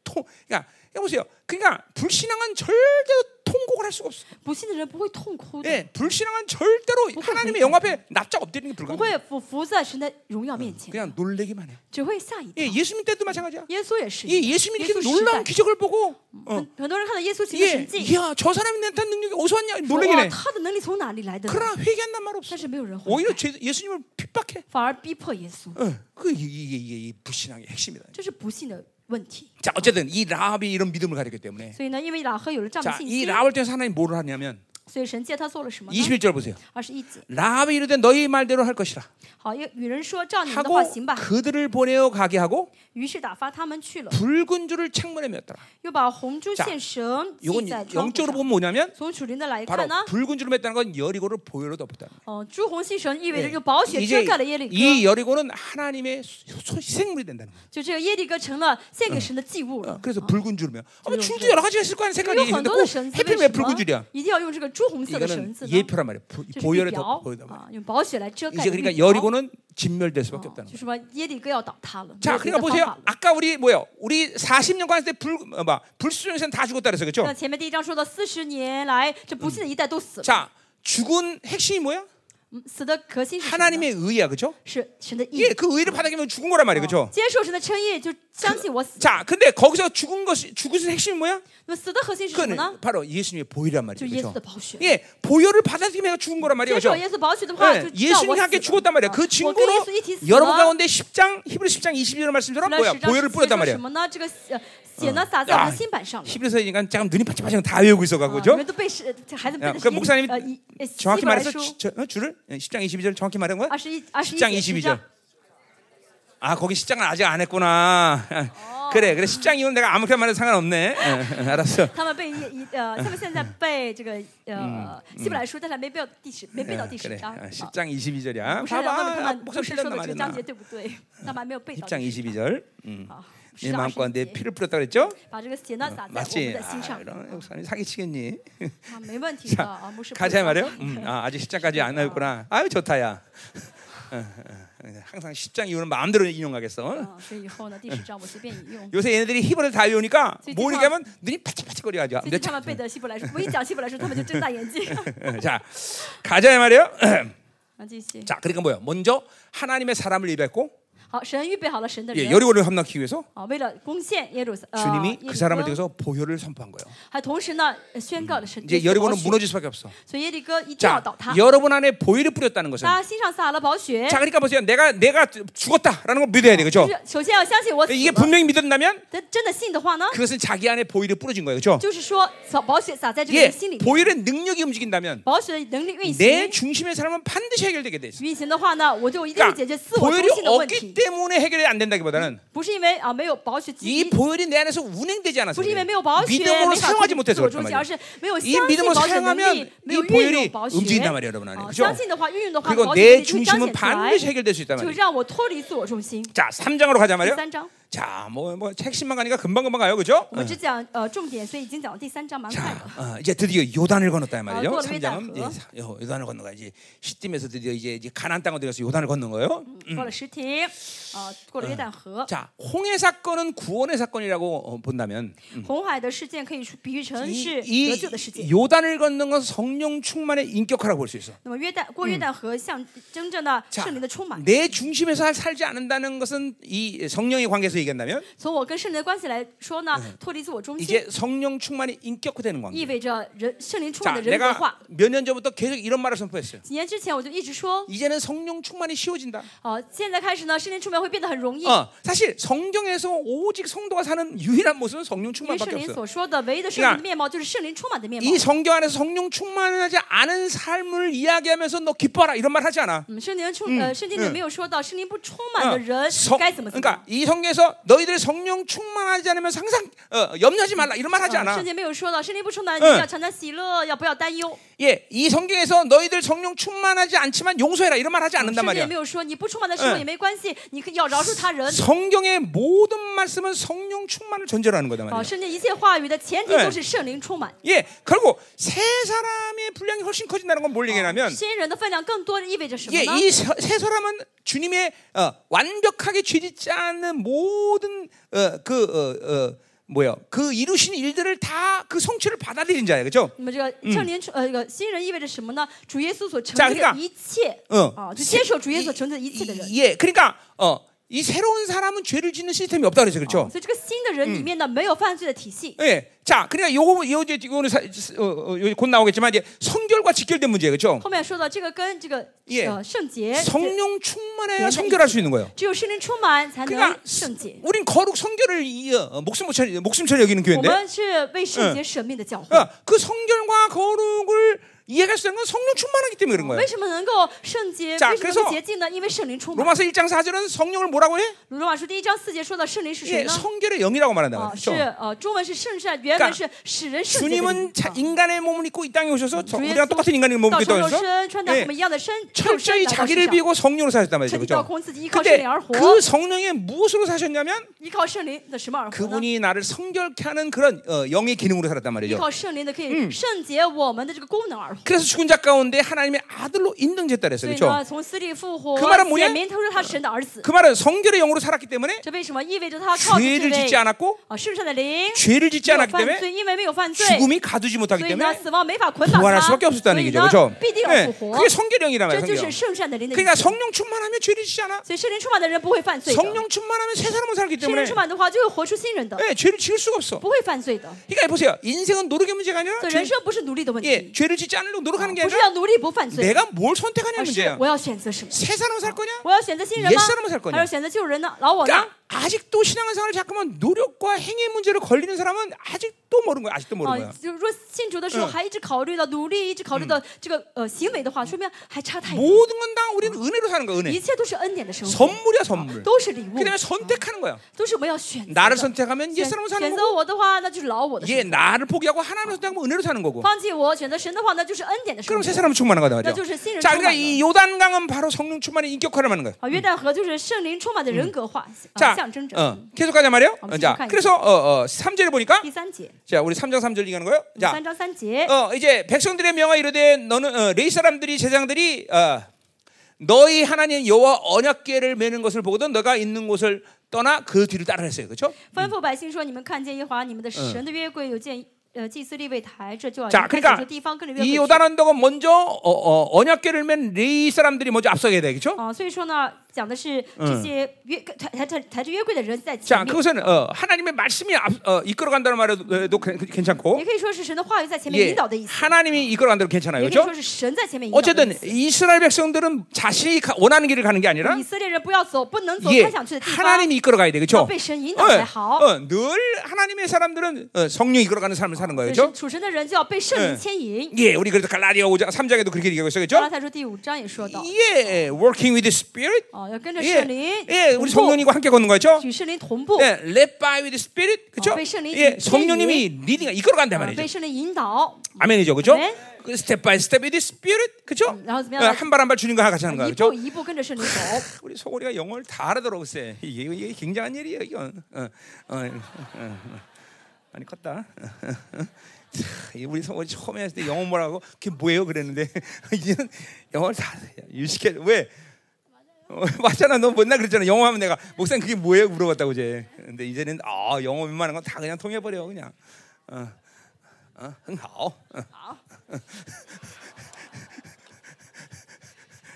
통, 그러니까 보세요. 그러니까 불신앙은 절대로 통곡을 할 수가 없어. 不信的人不会痛哭的， 예, 불신앙은 절대로 뭐가 그러니까. 하나님의 영 앞에 납작 엎드리는 게 不 불가능. 会俯伏在神的荣耀面前， 그냥 놀래기만 해. 只会吓一跳 예, 。 예수님 때도 마찬가지야. 耶稣也是 이 一样， 예수님이 哎耶 이렇게 稣时代 놀라운 。 기적을 보고 어, 很很多人看到嗯耶稣行的神 예, 迹， 이야 저 사람이 내탄 능력이 어디서 왔냐 说 놀라긴 哇， 해 他的能力从哪里来的呢？ 그러나 회개한단 말 없어 但是没有人悔 오히려 改， 죄, 예수님을 핍박해 反而逼迫耶稣， 어, 그 이게, 이게, 이게 이 불신앙의 핵심이다 这是不幸的问题。 자 어쨌든 이 라합이 이런 믿음을 가졌기 때문에 所以呢，因为喇合有了这样的信 자이 心， 라합을 통해서 하나님 뭐를 하냐면 所以神借他做了什么呢？ 21절 보세요 二十一节， 라합이 이르되 너희 말대로 할 것이라 好，要与人说照你们的 하고 话行吧。 그들을 보내어 가게 하고 于是打发他们 去了， 붉은 줄을 창문에 맸더라 又把红珠 자 线绳系 이건 在窗户 영적으로 上。 보면 뭐냐면 从属灵的来 바로 看呢， 붉은 줄을 맸다는 건 여리고를 보혈로 덮었다는 哦、朱红细绳意味着 거예요 用宝血遮盖了耶 이제 利哥， 이 여리고는 하나님의 소- 희생물이 된다는 거예요 就这嗯个耶利哥成了献给神的祭物 어, 了。 그래서 붉은 줄이면 아마 그래요, 줄도 그래요. 여러 가지가 있을 거라는 因为 생각이 有很 근데 多 꼭 的绳子，为 해필 왜 什么 붉은 줄이야? 一定要用这个朱朱红色的绳 이거는 子呢？ 예표란 말이에요. 부- 这是预 보혈의 表 덮, 보혈의 덮. 啊，用宝血来遮盖 이제 的预 그러니까 表 여리고는 진멸될 수밖에 啊 없다는 就 거예요. 是说耶利哥要倒塌了。 자, 没有 그러니까 别的方法 보세요. 了 아까 우리 뭐예요? 우리 40년 관할 때 불, 어, 막 불순종에서는 다 죽었다 그랬어, 그렇죠? 那前面第一章说到，四十年来这不幸的一代都死了， 자, 죽은 핵심이 뭐야? 嗯死的核心是什么呢 하나님의 의야, 그렇죠? 是神的意 예, 그 의를 받아들이면 죽은 거란 말이에요, 그렇죠? 接受神的称义，就相信我死。 자, 근데 거기서 죽은 것이 죽은 핵심이 뭐야? 那么死的核心是什么 그건 呢？ 바로 예수님의 보혈이란 就 말이죠. 耶稣的 그렇죠? 宝血。 예, 보혈을 받아들이면 내가 죽은 거란 말이에요. 接受 그렇죠? 耶稣宝血的话， 예 就知道 예수님과 我 함께 死了 죽었단 말이야. 我그跟耶 증거로 稣一起死 여러분 了。 가운데 10장 히브리 10장 21절 말씀처럼 那 뭐야? 十章 보혈을 十节 뿌렸단 说什 말이야. 么呢？这个血呃血呢洒在 야 他心板上了。 히브리서니까 잠깐 눈이 반짝반짝 다 외우고 있어 가고 啊你 아, 그죠? 们都背是这孩子 야 背的 그 是一 목사님이 呃一呃希伯 정확히 来 말해서 书 주, 저, 어, 줄을 예, 10장 22절 정확히 말한 거야? 二十一二十一 10장 22절. 章 아 거기 10장은 아직 안 했구나. 아, 그래 그래 10장 이건 내가 아무렇게 말해도 상관없네. 예, 예, 알았어. 他们背一一 呃，他们现在背这个呃希伯来书，但是还没背到第十，没背到 야, 第十 그래 章。 아, 啊 10장 뭐 22절이야. 不是要 봐봐. 问他 야, 们牧 목사 师1 0说的嗯这个말했나 章节对不对？他们还没有背到 10장 22절. 음. 啊， 내 十到二十 마음과 내 一节， 피를 뿌렸다 그랬죠? 把这个血呢洒在我们 맞지? 的心 아, 上 이런 목사님 사기치겠니? 啊，没问题的啊，牧师不会 가자 放 말이요. 弃 음, 아, 아직 10장까지 안 나왔구나. 아유 좋다야. 어, 어, 항상 10장 이후는 마음대로 인용하겠어. 啊，所以以后呢，第十章我随便引 用。 요새 얘네들이 히브리를 다 외우니까 솔직히 뭘 얘기하면 눈이 반짝반짝거려가지고. 最近 他们背的希伯来书，我一讲希伯来书，他们就睁大眼睛。 어, 자, 가자 말이요. 啊，继续。 자, 그러니까 뭐요? 먼저 하나님의 사람을 예배했고 好，神预备好了神的 예, 人 여리고를 함락하기 위해서 啊啊，为了攻陷耶路撒呃耶 주님이 利 그 사람을 哥 통해서 보혈을 선포한 거예요. 还同时呢呃宣告了神。 이제 耶稣的 여리고는 宝血 무너질 수밖에 네, 없어. 所以耶利哥一定要 자, 倒塌。 여러분 안에 보혈을 뿌렸다는 것은 大家心上撒了宝血， 자, 그러니까 보세요. 내가 내가 죽었다라는 걸 믿어야 돼, 그렇죠? 就是首先要相信我死 이게 了。 분명히 믿는다면 但真的信的话呢， 그것은 자기 안에 보혈이 뿌려진 거예요, 그렇죠? 就是说扫宝血撒在这个 예 人心里面， 보혈의 능력이 움직인다면 宝血的能力运 내 行， 중심의 사람은 반드시 해결되게 돼 있어. 运行的话呢，我就一定会解决 그러니까 自我中 보혈이 心的问 없기 题， 때문에 해결이 안 된다기보다는 不是因为啊没有宝血基 이 因， 보혈이 내 안에서 운행되지 않아서 不是 그래요. 因为没有宝血， 믿음으로 没法 사용하지 自 못해서 我 그렇단 中心，而 말이에요. 是没有 이 相信 믿음으로 宝血能 사용하면 力，没 이 有运用 보혈이 宝血。 움직인단 말이에요, 여러분 안에. 啊， 그렇죠? 相信的话，运用的话， 그리고 宝血 내 能力会彰 중심은 显出来， 반드시 해결될 수 있단 就 말이에요. 让我脱离自我中心。 자, 3장으로 가자 第 말이에요. 三章， 자, 뭐, 뭐 핵심만 가니까 금방금방 가요, 그죠? 我们只讲呃重点，所以已经讲到第三章，蛮快的 자, 。 어, 이제 드디어 요단을 건넜다 이 아, 말이죠. 그건 삼장은 왜다, 요단을 건너가 이제 시딤에서 드디어 이제, 이제 가나안 땅으로 들어가서 요단을 건넌 거예요. 过了实体，啊，过了约旦河， 자, 홍해 사건은 구원의 사건이라고 어, 본다면 红海的事件可以比喻成是得 이 救的事件。 요단을 건넌 건 성령 충만의 인격화라고 볼 수 있어. 那么约旦过约旦河，象征着呢 자 圣灵的充满。 내 중심에서 살지 않는다는 것은 이 성령의 관계에서 얘기한다면 从我跟圣灵的关系来说呢，嗯脱离自我中心， 이제 성령 충만이 인격화되는 意 관계. 味着人圣灵充满 자, 的人格 내가 化。 몇 년 전부터 계속 이런 말을 선포했어요. 几年之前我就一直说， 이제는 성령 충만이 쉬워진다. 哦、现在开始呢，圣灵充满会变得很容易。 어, 사실 성경에서 오직 성도가 사는 유일한 모습은 성령 因为圣 충만밖에 灵 없어. 所说的唯一的圣灵的面貌，就是圣灵充满的面貌 이 。 성경 안에서 성령 충만하지 않은 삶을 이야기하면서 너 기뻐라 이런 말 하지 않아. 嗯，圣灵充呃，圣经里没有说到圣灵不充满的 어, 人 성- 该怎么怎么 그러니까 样。 이 성경에서 너희들이 성령 충만하지 않으면 항상 어, 염려하지 말라 이런 말 하지 呃 않아. 圣经没有说到圣灵不充满，嗯要常常喜乐，要不要担忧。 예, 이 성경에서 너희들 성령 충만하지 않지만 용서해라 이런 말 하지 圣 않는단 经也 말이야. 没有说你不充满的时候嗯也没关系，你可以要饶恕他人。 성경의 모든 말씀은 성령 충만을 전제로 하는 거단 啊， 말이야. 圣经一切话语的前提嗯都是圣灵充满。 예, 그리고 세 사람의 분량이 훨씬 커진다는 건 뭘 얘기냐면 新人的分量更多意味着什么 예, 呢？ 이 서- 세 사람은 주님의 어, 완벽하게 죄짓지 않는 모든 어, 그 어, 어, 뭐요? 그 이루신 일들을 다 그 성취를 받아들인 자예요, 그렇죠? 那么这个圣灵充呃，这个新人意味着什么呢？主耶稣所成 자그러니 就 까 的一切， 어, 啊，就 세- 接受主耶稣所成就的一切的人。 이- 예, 그러니까 어, 이 새로운 사람은 죄를 짓는 시스템이 없다 그랬죠, 그렇죠? 所以这个新的人里面呢，没有犯罪的体系。 예, 자, 그러니까 요거 요 이제 오늘 사, 어, 어, 요곧 나오겠지만 이제 성결과 직결된 문제예요, 그렇죠? 后面说到这个跟这个 예 呃圣洁，这 성령 충만해야 성결할 수 있는 거예요. 只有圣灵充满才能 그러니까 圣洁。 우린 거룩 성결을 이, 어, 목숨 처리 목숨처럼 여기는 我 교회인데. 们是为圣洁舍命的教会。 그러니까 그 성결과 거룩을 이해할 수 있는 건 성령 충만하기 때문에 그런 为 거예요. 什么能够圣洁？ 자 为什么 그래서 能洁净呢？因为圣灵充满。 로마서 1장 4절은 성령을 뭐라고 해? 罗马书第一章四节说到圣灵是谁 예, 呢？ 성결의 영이라고 말한다. 啊，是 그렇죠? 呃，中文是圣善，原文是使人圣洁的灵。 주님은 자- 인간의 몸을 입고 이 땅에 오셔서 저- 주 우리랑 예수 똑같은 인간의 몸을 啊道 입고 成肉 떠나서 身，穿戴我们一样的身，肉身 철저히 来到世 자기를 上 비고 성령으로 사셨단 말이죠. 彻底倒 그렇죠? 空自己，依靠圣 근데 灵而活。 그 성령에 무엇으로 사셨냐면 依靠圣灵的什么而活呢？ 그분이 나를 성결케 하는 그런 어, 영의 기능으로 살았단 依 말이죠. 靠圣灵的可以圣洁我们的这个功能而 그래서 죽은 자 가운데 하나님의 아들로 인정됐다 그랬어요. 所以 그렇죠? 呢，从死里复活， 그말 显 은뭐냐 明他是他神的儿子。 그 말은 성결의 영으로 살았기 때문에 这为什么意味着他靠着这 죄를 位 짓지 않았고 啊世上的灵 죄를 짓지 没有 않았기 犯 때문에 罪，因为没有犯罪， 죽음이 가두지 所 못하기 以呢， 때문에 死亡没法捆绑 부활할 他，所 수밖에 以 없었다는 呢 얘기죠. 그렇죠? 必定要 네, 复活 그게 。 성결형이라면 这就是 성령. 圣善的灵的意 그러니까 思。 성령 충만하면 죄를 짓지 않아. 所以圣灵充满的人不会犯罪的， 성령 충만하면 새 사람으로 살기 圣灵 때문에 充满的话就会活出新人的， 네, 죄를 지을 수가 없어. 不会犯罪的。 그러니까 보세요. 인생은 노력의 문제가 아니라 所以 죄, 人生不是奴隶的问 예, 题，啊 죄를 짓지 않으려고 노력하는 게 不是 아니라 要奴隶不犯罪， 내가 뭘 선택하냐 而是 문제야. 我要选择什么？ 새 사람으로 살 거냐? 我要选择新人吗 옛사람은살거냐 ？还是选择旧人呢？老我呢？哦 그러니까 아직도 신앙생활을 자꾸만 노력과 행위 문제로 걸리는 사람은 아직도 모르는 거야. 아직도 모르는 啊 거야. ，就是说信主的时候嗯还一直考虑到努力，一直考虑到这个呃行为的话，说明还差太远。 모든 건 다 우리는 은혜로 사는 거야. 一 은혜. 切都是恩典的生活， 선물이야 선물. 都是礼物， 그다음에 선택하는 거야. 都是我们要选择 나를 的。 선택하면 옛 选 사람으로 选 사는 择 거고. 我的话，那就是老我的生 이게 活； 나를 포기하고 하나님을 선택하면 은혜로 사는 거고. 放弃我，选择神的话，那就是恩典的生 그럼 活。 새 사람은 충만한 거다 나 말이죠. 就是新人 자 充满了 그러니까 이 요단강은 바로 성령 충만의 인격화를 하는 거예요. 啊，约旦河就是圣灵充满的人格化，啊 자 象征着。 어, 계속 가자 말이요. 어, 어, 자 계속하니까. 그래서 어, 어, 3절에 보니까 第三节， 자 우리 3장 3절 얘기하는 거예요. 第 자 三章三节， 어, 이제 백성들의 명화 이르되 너는 어, 레이 사람들이 제장들이 어, 너희 하나님 여호와 언약궤를 메는 것을 보거든 너가 있는 곳을 떠나 그 뒤를 따라 했어요. 그렇죠? 吩咐百姓说：“你们看见耶和华你们的神的约柜，有见呃祭司立位台，这就要 자 离开 그러니까 这地方，跟着约 이 柜去。 요단 언덕은 먼저 어, 어, 언약궤를 맨 레이 사람들이 먼저 앞서게 돼. 그렇죠? ”啊，所以说呢，讲的是这些约抬抬抬抬着约柜的人在前 자, 面， 그것은 어, 하나님의 말씀이 앞, 어, 이끌어간다는 말에도 괜- 괜찮고 也可以说是神的话语在前面 예, 引导的意思， 하나님이 이끌어간다는 괜찮아요. 也可以 그렇죠? 说是神在前面引导的意 어쨌든 思。 이스라엘 백성들은 자신이 가- 원하는 길을 가는 게 아니라 以色列人不要走，不能走 예, 他想去的地方， 하나님이 이끌어가야 돼. 要 그렇죠? 被神引导才好 어, 。 어, 늘 하나님의 사람들은 어, 성령이 걸어가는 삶을 사는 所 거예요. 以 그죠 是属神的人就要被圣嗯灵牵引。 예, 우리 그래서 갈라디아 5장 3장에도 그렇게 얘기하고 있어요. 加拉 그렇죠? 太书第五章也说到， 예, working with the spirit. 哦，要跟着 예, 圣灵 예, 우리 同步， 성령님과 함께 걷는 거죠? 与圣灵同步，啊 예, led by with the spirit. 그렇죠? 어, 왜 성령이 예, 이끌리니? 성령님이 리딩 이끌어간단 啊被 말이죠. 圣灵引导， 아멘이죠. 그렇죠? 아멘. 그 스텝 바이 스텝 with the spirit. 그렇죠? 음, 나와서 한 발 한 발 주님과 같이 하는 거야. 一步 그렇죠? 一步跟着圣灵走。 우리 소고리가 영어를 다 알아들어 보세요. 이게, 이게 굉장한 일이에요. 이건 어, 어, 어, 어, 어. 많이 컸다. 참, 이 우리 소고리 처음에 했을 때 영어 뭐라고 그게 뭐예요 그랬는데 이제는 영어를 다 유식해. 왜? 어, 맞잖아. 너 맨날 그랬잖아. 영어 하면 내가 목사님 그게 뭐예요 물어봤다고 이제. 근데 이제는 아 영어 웬만한 건 다 그냥 통해 버려 그냥. 어, 어, 很好. 어. 好，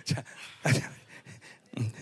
자, 자, 음.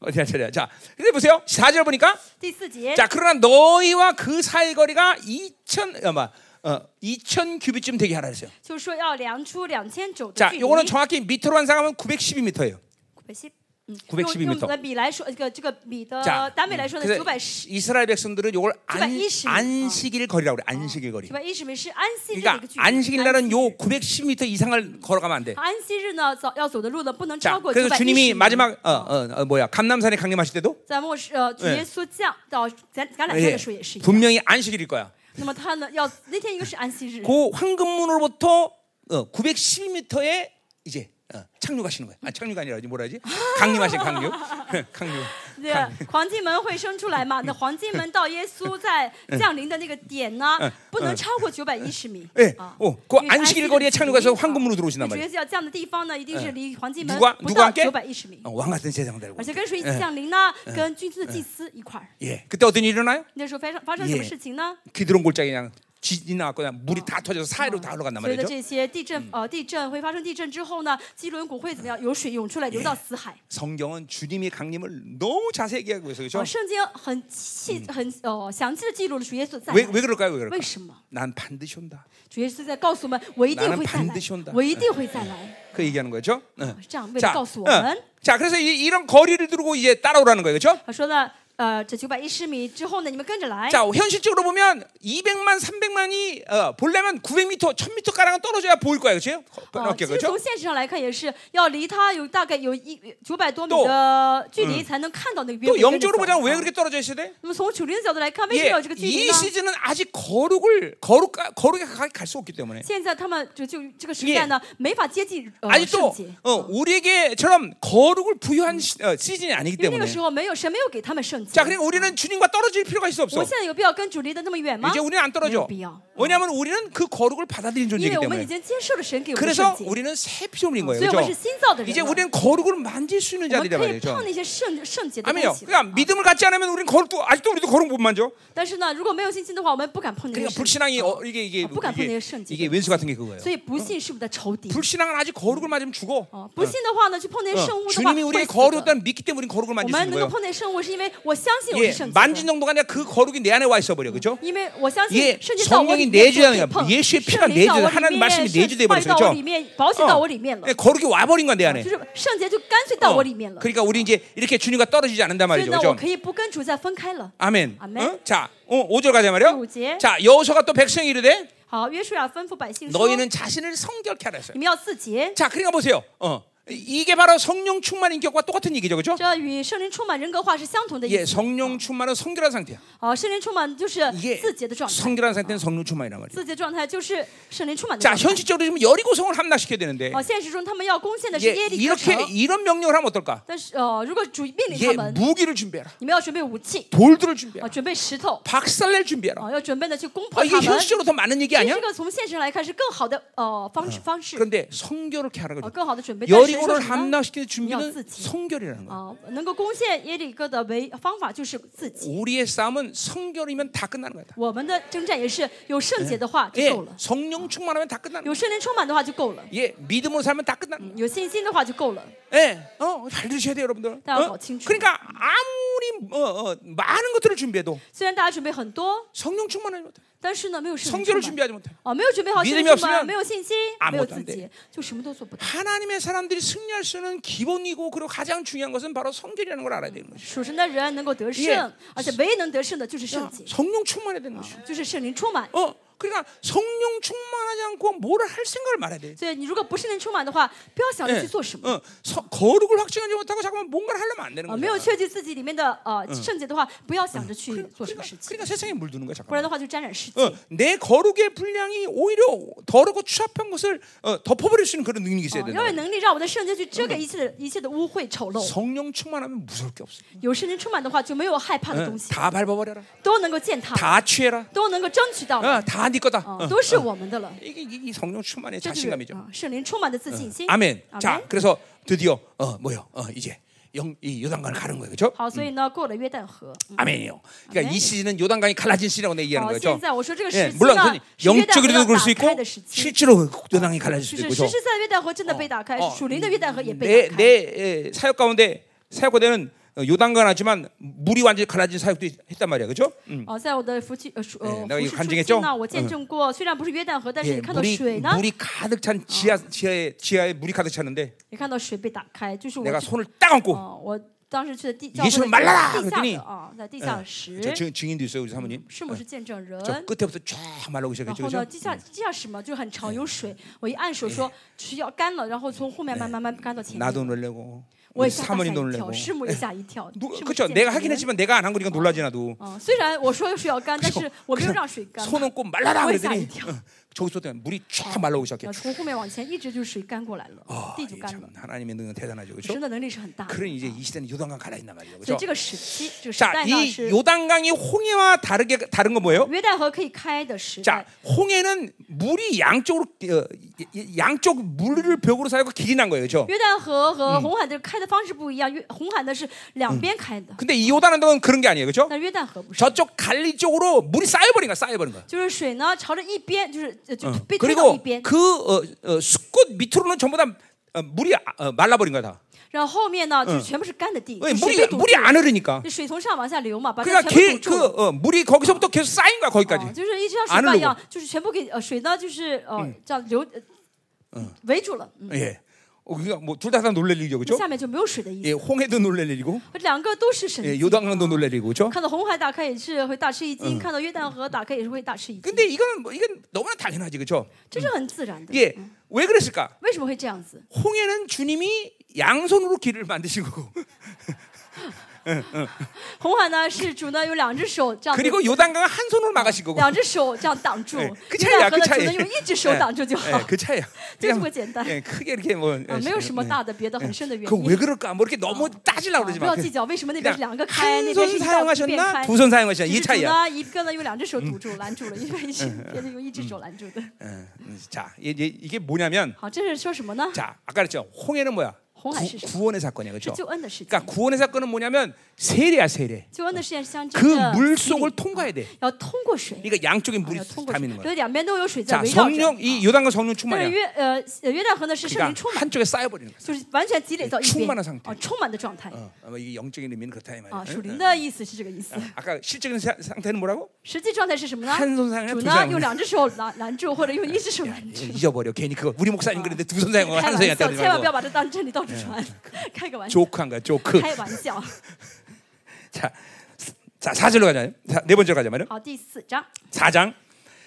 어디야 차례야. 자, 근데 보세요. 4절 보니까 第四节， 자, 그러나 너희와 그 사이 거리가 2천 아마 어, 2천 규빗쯤 되게 하라 그랬어요. 就是说要量出两千肘的 자 距离。 요거는 정확히 미터로 환산하면 912m터예요. 910嗯， 912用用米头的米来说，这个这嗯个米的 자, 单位来说呢，九 그래서 百十 이스라엘 백성들은 요걸 안, 920. 안식일 거리라고 그래. 안식일 거리. 九百一十米是安息日的一 그러니까 个距离。 안식일 날은 안식 요 910m 이상을 걸어가면 안 돼. 安息日呢，走要走的路呢，不能 자, 超过九 그래서 百一 주님이 十。 마지막 어, 어, 어, 뭐야 감남산에 강림하실 때도 在末世，呃，主 예 耶稣降到橄橄榄山 예, 的时候也是一样。 분명히 안식일일 거야. 那么他呢，要那天一个是安息日， 그 황금문으로부터 어, 912m에 이제 어, 착륙하시는 거예요. 아, 착륙 아니라 뭐라 하지? 강림하신 강림. 강림. 对，黄金门会生出来 嘛？那黄金门到耶稣在降临的那个点呢，不能超过九百一十米。 예. 啊， 어, 그 因为安息的 안식일 거리에 距离 착륙해서 啊 황금문으로 들어오신단 主 말이에요. 耶稣要降的地方呢，一定是离黄金门 누가 不 누가 到 함께 九百一十米。 어, 왕 같은 세상 되는 而且 거예요. 跟谁一起降临呢？跟君尊的祭司一块儿。 예. 그때 어떤 일이 일어나요? 那时候发生发生什么 예 事情呢？ 기드론 골짜기 그냥 지진이 나왔고 그냥 물이 다 터져서 사해로 다 흘러간단 所有的 말이죠. 这些地震，呃，地震会发生地震之后呢，基伦谷会怎么样？有水涌出来，流到死海。哦 성경은 주님의 강림을 너무 자세히 얘기하고 있어요. 그렇죠? 啊，圣经很细、很呃详细的记录了主耶稣再 왜 来。 왜 그럴까요? 为왜 그럴까? 什么？ 난 반드시 온다. 主耶稣在告诉我们，我一定会再 나는반드시온다 来，我一定会再来。哦 그 얘기하는 거죠. 응. 是这样嗯为了 자, 告诉我 응. 们， 자, 그래서 이, 이런 거리를 두고 이제 따라오라는 거예요, 그렇죠? 他说呢，呃，这九百一十米之后呢，你们跟着来。 자, 현실적으로 보면 200만, 300만이 어, 보려면 900m, 1000m 가량은 떨어져야 보일 거예요, 그렇죠? 啊，其 어깨 实从 그렇죠? 现实上来看，也是要离他有大概有一九百多 또 米的距离才能看到那个约柜또跟着 영적으로 走 보자면 왜 啊 그렇게 떨어져 있어야 돼? 那么从属灵的角度来看，为什 예, 么有这个距离 이 呢？ 시즌은 아직 거룩을 거룩 거룩에 갈 수 없기 때문에 现在他们就就这个时代呢，没法接近呃圣 아직도 洁， 어, 우리에게처럼 거룩을 부여한 시- 어, 시즌이 아니기 因为那 때문에 个时候没有神没有给他们圣洁 자 。 그러니까 우리는 주님과 떨어질 필요가 있어 我 없어 现在有必要跟主离得那么远吗 이제 ？ 우리는 没안有 떨어져 必要。 왜냐하면 우리는 그 거룩을 받아들인 因 존재이기 为我们 때문에. 已经接受了神给我们的圣 그래서 洁， 우리는 새 피조물인 거예요. 所以我们是 그렇죠? 新造的 이제 人了。 우리는 거룩을 만질 수 있는 我们 자들이란 可以 말이죠. 碰那些圣圣洁的 아멘요. 东西， 그러니까 믿음을 갖지 않으면 우리는 거룩도 아직도 우리도 거룩 못 만져. 但是呢，如果没有信心的话，我们不敢碰那些 그러니까 圣洁。 불신앙이 어, 이게 이게 아, 뿌가 이게, 보내요, 시원지게. 이게 왼수 같은 게 그거예요. 所以不信是我们嗯的仇敌。 불신앙은 아직 거룩을 맞으면 죽어. 哦，不信的话呢，去碰那些 어. 圣物的话， 주님이 会 우리의 死的。 거룩을 믿기 때문에 우리는 거룩을 我 만질 수 们 있는 能够 거예요. 碰那圣物，是因为我相信我 예, 是圣洁 만진 的。 정도가 아니라 그 거룩이 내 안에 와 있어 버려, 그죠? 因为我相 예 信圣洁到我 성령이 里面就可以 내주하는 碰， 거야. 예수의 피가 圣灵到 내주 我里 하나님 面， 말씀이 圣 내주돼 快 버렸어, 到我 그죠? 里面，保险到我里面了 예, ， 거룩이 와 버린 건 내 안에. 就是圣洁就干脆 어, 到我里面了。 그러니까 우리 이제 이렇게 주님과 떨어지지 않는단 所以 말이죠, 呢，我 그죠? 可以不跟主再分开了。 아멘. 아멘. 어? 자, 어, 5절 음, 가자 말이요. 오절. 자, 여호수아가 또 백성이 이르되 好，约书亚吩咐百姓说：“ 너희는 자신을 성결케 하라 했어요. 你们要自洁。 자, 그러니까 보세요. 어. 이게 바로 성령 충만 인격과 똑같은 얘기죠. 그죠? ”这与圣灵充满人格化是相同的意 예, 思。 성령 충만은 성결한 상태야. 哦，圣灵充满就是 이게 自洁的状态， 성결한 상태는 성령 충만이란 말이야. 自洁状态就是圣灵充满的 자, 状态。 현실적으로 지금 여리고성을 함락시켜야 되는데 哦，现实中他们要攻陷的是 예, 耶利哥城 이렇게 ， 이런 명령을 하면 어떨까? 但是哦，如果主命令 예, 他们， 무기를 준비해라. 你们要准备武器， 돌들을 啊， 준비해라. 准备石头， 박살낼 준비해라. 啊，要准备的去攻 아, 破 이게 他们。 현실적으로 더 많은 얘기 其实 아니야? 这个从现实来看是更好的呃方式方式， 그런데 성결하게 하라 呃 어, 그래. 更好的准备。但是说什 여리고를 么呢？ 함락시키는 준비는 여쓰지. 성결이라는 거야. 啊，能够攻陷耶利哥的唯方法就是自己。 우리의 싸움은 성결이면 다 끝나는 거야. 다. 我嗯们的征战也是有圣洁的话就 예, 够了， 성령 충만하면 다 끝나는 有 거야. 圣灵充满的话就够了， 예, 믿음으로 살면 다 끝나는 거야. 有信心的话就够了。 예, 어, 잘 들으셔야 돼요, 여러분들. 따라가, 어? 칭찬. 그러니까 아무리 어, 어, 많은 것들을 준비해도 虽然大家准备很多， 성령 충만을 못해. 但是呢，没有圣灵 성결을 充满， 준비하지 못해. 哦，没有准备好 믿음이 圣啊灵充 없으면 满，没有信心 아무것도， 没有 안 自 돼 己，就什么都做不到。 하나님의 사람들이 승리할 수는 기본이고 그리고 가장 중요한 것은 바로 성결이라는 걸 알아야 되는 거죠. 属神的人能够得 예 胜，而且唯一能得胜的就是啊圣洁， 성령 충만해야 되는 것이죠. 就是圣灵充满。 어, 그러니까 성령 충만하지 않고 뭐를 할 생각을 말해야 돼. 所以你如果不是能充满的话，不要想着 예, 去做什么。 어, 서- 거룩을 확증하지 못하고 잠깐만 뭔가를 하려면 안 되는 그러니까 啊， 거야. 没有确定自己里面的呃圣洁的话，不要想着去做什 그러니까, 么事情， 그러니까 세상에 물드는 거야, 不然 잠깐만. 的话就沾染世界。 어, 내 거룩의 분량이 오히려 더럽고 추잡한 것을 어, 덮어버릴 수 있는 그런 아, 능력이 있어야 哦 된다. 要有能力让我们的圣洁去遮盖一切的一切的污秽丑陋。 성령 충만하면 무서울 게 없어. 有圣灵充满的话，就没有害怕的 응, 东西， 다 밟아버려라. 都能够践踏， 다 취해라. 都能够争取到， 어, 다네 거다. 啊 어. 그, 都是我们的了。 이게, 이게 이 성령 충만의 这就是 자신감이죠. 啊圣灵充满的自信心。 아멘. 자, 阿 그래서 드디어 어, 뭐요? 어, 이제 영, 이 요단강을 가는 거예요, 그렇죠? 好，所以呢，过了约旦河。嗯 아멘이요. 그러니까 아멘. 이 시즌은 요단강이 갈라진 시즌이라고 好， 얘기하는 现 거죠. 在我说这个时 예, 期 물론 呢 그 ，是约旦河 영적으로도 要 그럴 수 打 있고 开的时期， 실제로 그 요단강이 갈라질 就是 수도 있고 实 그렇죠? 实在在约旦河真的被打开，哦嗯属灵的约旦河也被 내, 打开。 내 예, 사역가운데 사역고대는 어, 요단강은 하지만 물이 완전히 갈라진 사역도 했- 했단 말이야, 그렇죠? 음. 哦，在我的服去呃属哎呃那服有侍看初见期吗呢，我见哎证过，虽然不是约旦河，但是 예, 你看到 물이 水呢， 물이 가득 찬 지하 지하에 지하에 물이 가득 찼는데 你看到水被打开，就是我 내가 去 손을 딱 얹고 哦，我当时去的地教 예수를 会 말라라 地下 그랬더니 的啊，在地下室， 저 증, 증인도 있어요 우리 사모님. 是母是见证人。 저 끝에부터 쫙 말라고 然 시작했죠. 后呢， 그죠? 地下地下室嘛，就很长，有水。我一按手说水要干了，然后从后面慢慢慢慢干到前面。 나도 놀래고 我也 우리 吓大吓 사모님도 一跳， 놀래고. 师母也吓一跳。 누- 师母是 그렇죠. 见证 내가 하긴 人 했지만 내가 안 한 거니까 놀라지 나도. 啊，虽然我说水要干，但是我没有 어, 그냥 让水干嘛。 손 얹고 말라라 我也吓一 그랬더니 跳， 어, 저기서 그냥 물이 쫙 말라오기 시작해. 然后呃从后面往前一直就是水干过来了， 아, 地就 이 干了 참 。 하나님의 아. 능력 대단하죠, 그렇죠? 神的能力是很大的。 그런 이제 이 시대는 요단강 갈라 있나 말이죠, 所 그렇죠? 以这个时期，这个时 자, 代呢 이 是 요단강이 홍해와 다르게 다른 건 뭐예요? 约旦河可以开的时代 자, 。 홍해는 물이 양쪽으로 어, 이- 이- 양쪽 물을 벽으로 살고 길이 난 거예요, 그렇죠? 约旦河和红海的开的方式不一样，约红海的是两边开的， 근데 이 요단강은 그런 게 아니에요, 그렇죠? 但约旦河不是， 저쪽 갈리 쪽으로 물이 쌓여버린 거야, 쌓여버린 거야. 就是水呢朝着一边，就是呃就被推到一 그리고 边， 그 어, 어, 숲꽃 밑으로는 전부 다 어, 물이 아- 어, 말라버린 거야 다. 然后后面呢就是全部是干的地， 왜 就水 물이 네. 被堵住 물이 ，안 흐르니까. 就水从上往下流嘛，把它 그러니까 全 길, 部堵住 그 了。 어, 물이 거기서부터 계속 쌓인 거야 哦 거기까지. 就是一直像 안으 水 르고 坝一样，就是全部给呃水呢，就是呃这样流，呃围住了，嗯 예. 어, 그러니까 뭐둘다 다 놀랄 일이죠, 그렇죠? 下面就没有水的意思。 예, 홍해도 놀랄 일이고, 两个都是神迹 예, 요단강도 놀랄 일이고, 그렇죠? 看到红海打开也是会大吃一惊，看到约旦河打开也是会大吃一惊， 근데 이거는 뭐 이건 너무나 당연하지, 그렇죠? 这是很自然的。 예. 왜 그랬을까? 为什么会这样子？ 홍해는 주님이 양손으로 길을 만드신 거고 红海呢是主呢有两只手这样子， 그리고 요단강은 한 손으로 막으신 거고. 예. 그 两只手这样挡住，哎可约差呀旦河可的差主呀呢用一只手挡住就好 예, ，그 차이야. 就这么简单 예, 크게 이렇게 뭐. 啊，没有什么大的别的很深的原因。 그왜 그럴까? 뭐 이렇게 너무 따지려고 啊不 그러지 要 마. 计较为什么那边是两个开，那 한 边是一손道一边 사용하셨나? 开。 두 손 사용하셨나? 只是 이 主 차이야. 呢，一嗯个呢有两只手堵住拦住了，因为一只别的用一只手拦住的。 예, 음, 자, 이- 이- 이게 뭐냐면 好，这是说什么呢？ 자, 아까 그랬죠. 홍해는 뭐야? 구, 홍해 시절. 구원의 사건이야. 是 그렇죠? 救恩的事情。 그러니까 구원의 사건은 뭐냐면 세례야, 세례. 救恩的事情象征 그 물 着 속을 통과해야 돼. 要通过水， 그러니까 양쪽에 啊 물이 要通过 담이는 水， 거야. 所以两边都有水在 자, 围 네, 绕着。 성령 이 요단과 但 성령 是 충만이야. 约呃约旦河呢是圣灵 그러니까 充满， 한쪽에 쌓여 버리는 거야. 就是完全积累到一充边满了상태 啊充满的状态 어, 아마 이게 영적인 의미는 그렇다 이 말이야. 啊， 응? 属灵的意思是这个意思。 아까 실적인 사- 상태는 뭐라고? 实际状态是什么呢？ 한손 사용해 主 두손 呢 사용해 用两只手拦拦住，或者用一只手拦 住。 이거 잊어버려. 괜히 그거 우리 목사님 그랬는데 두 손 사용하고 开 한 玩 손이야. 笑， 따지 千万不要 말고. 把这当真理到处传， 开个玩笑， 조크한 거야. 조크. 开玩笑。 자, 자 4절로 가자. 자, 네 번째로 가자 말이야. 好，第四章， 4장.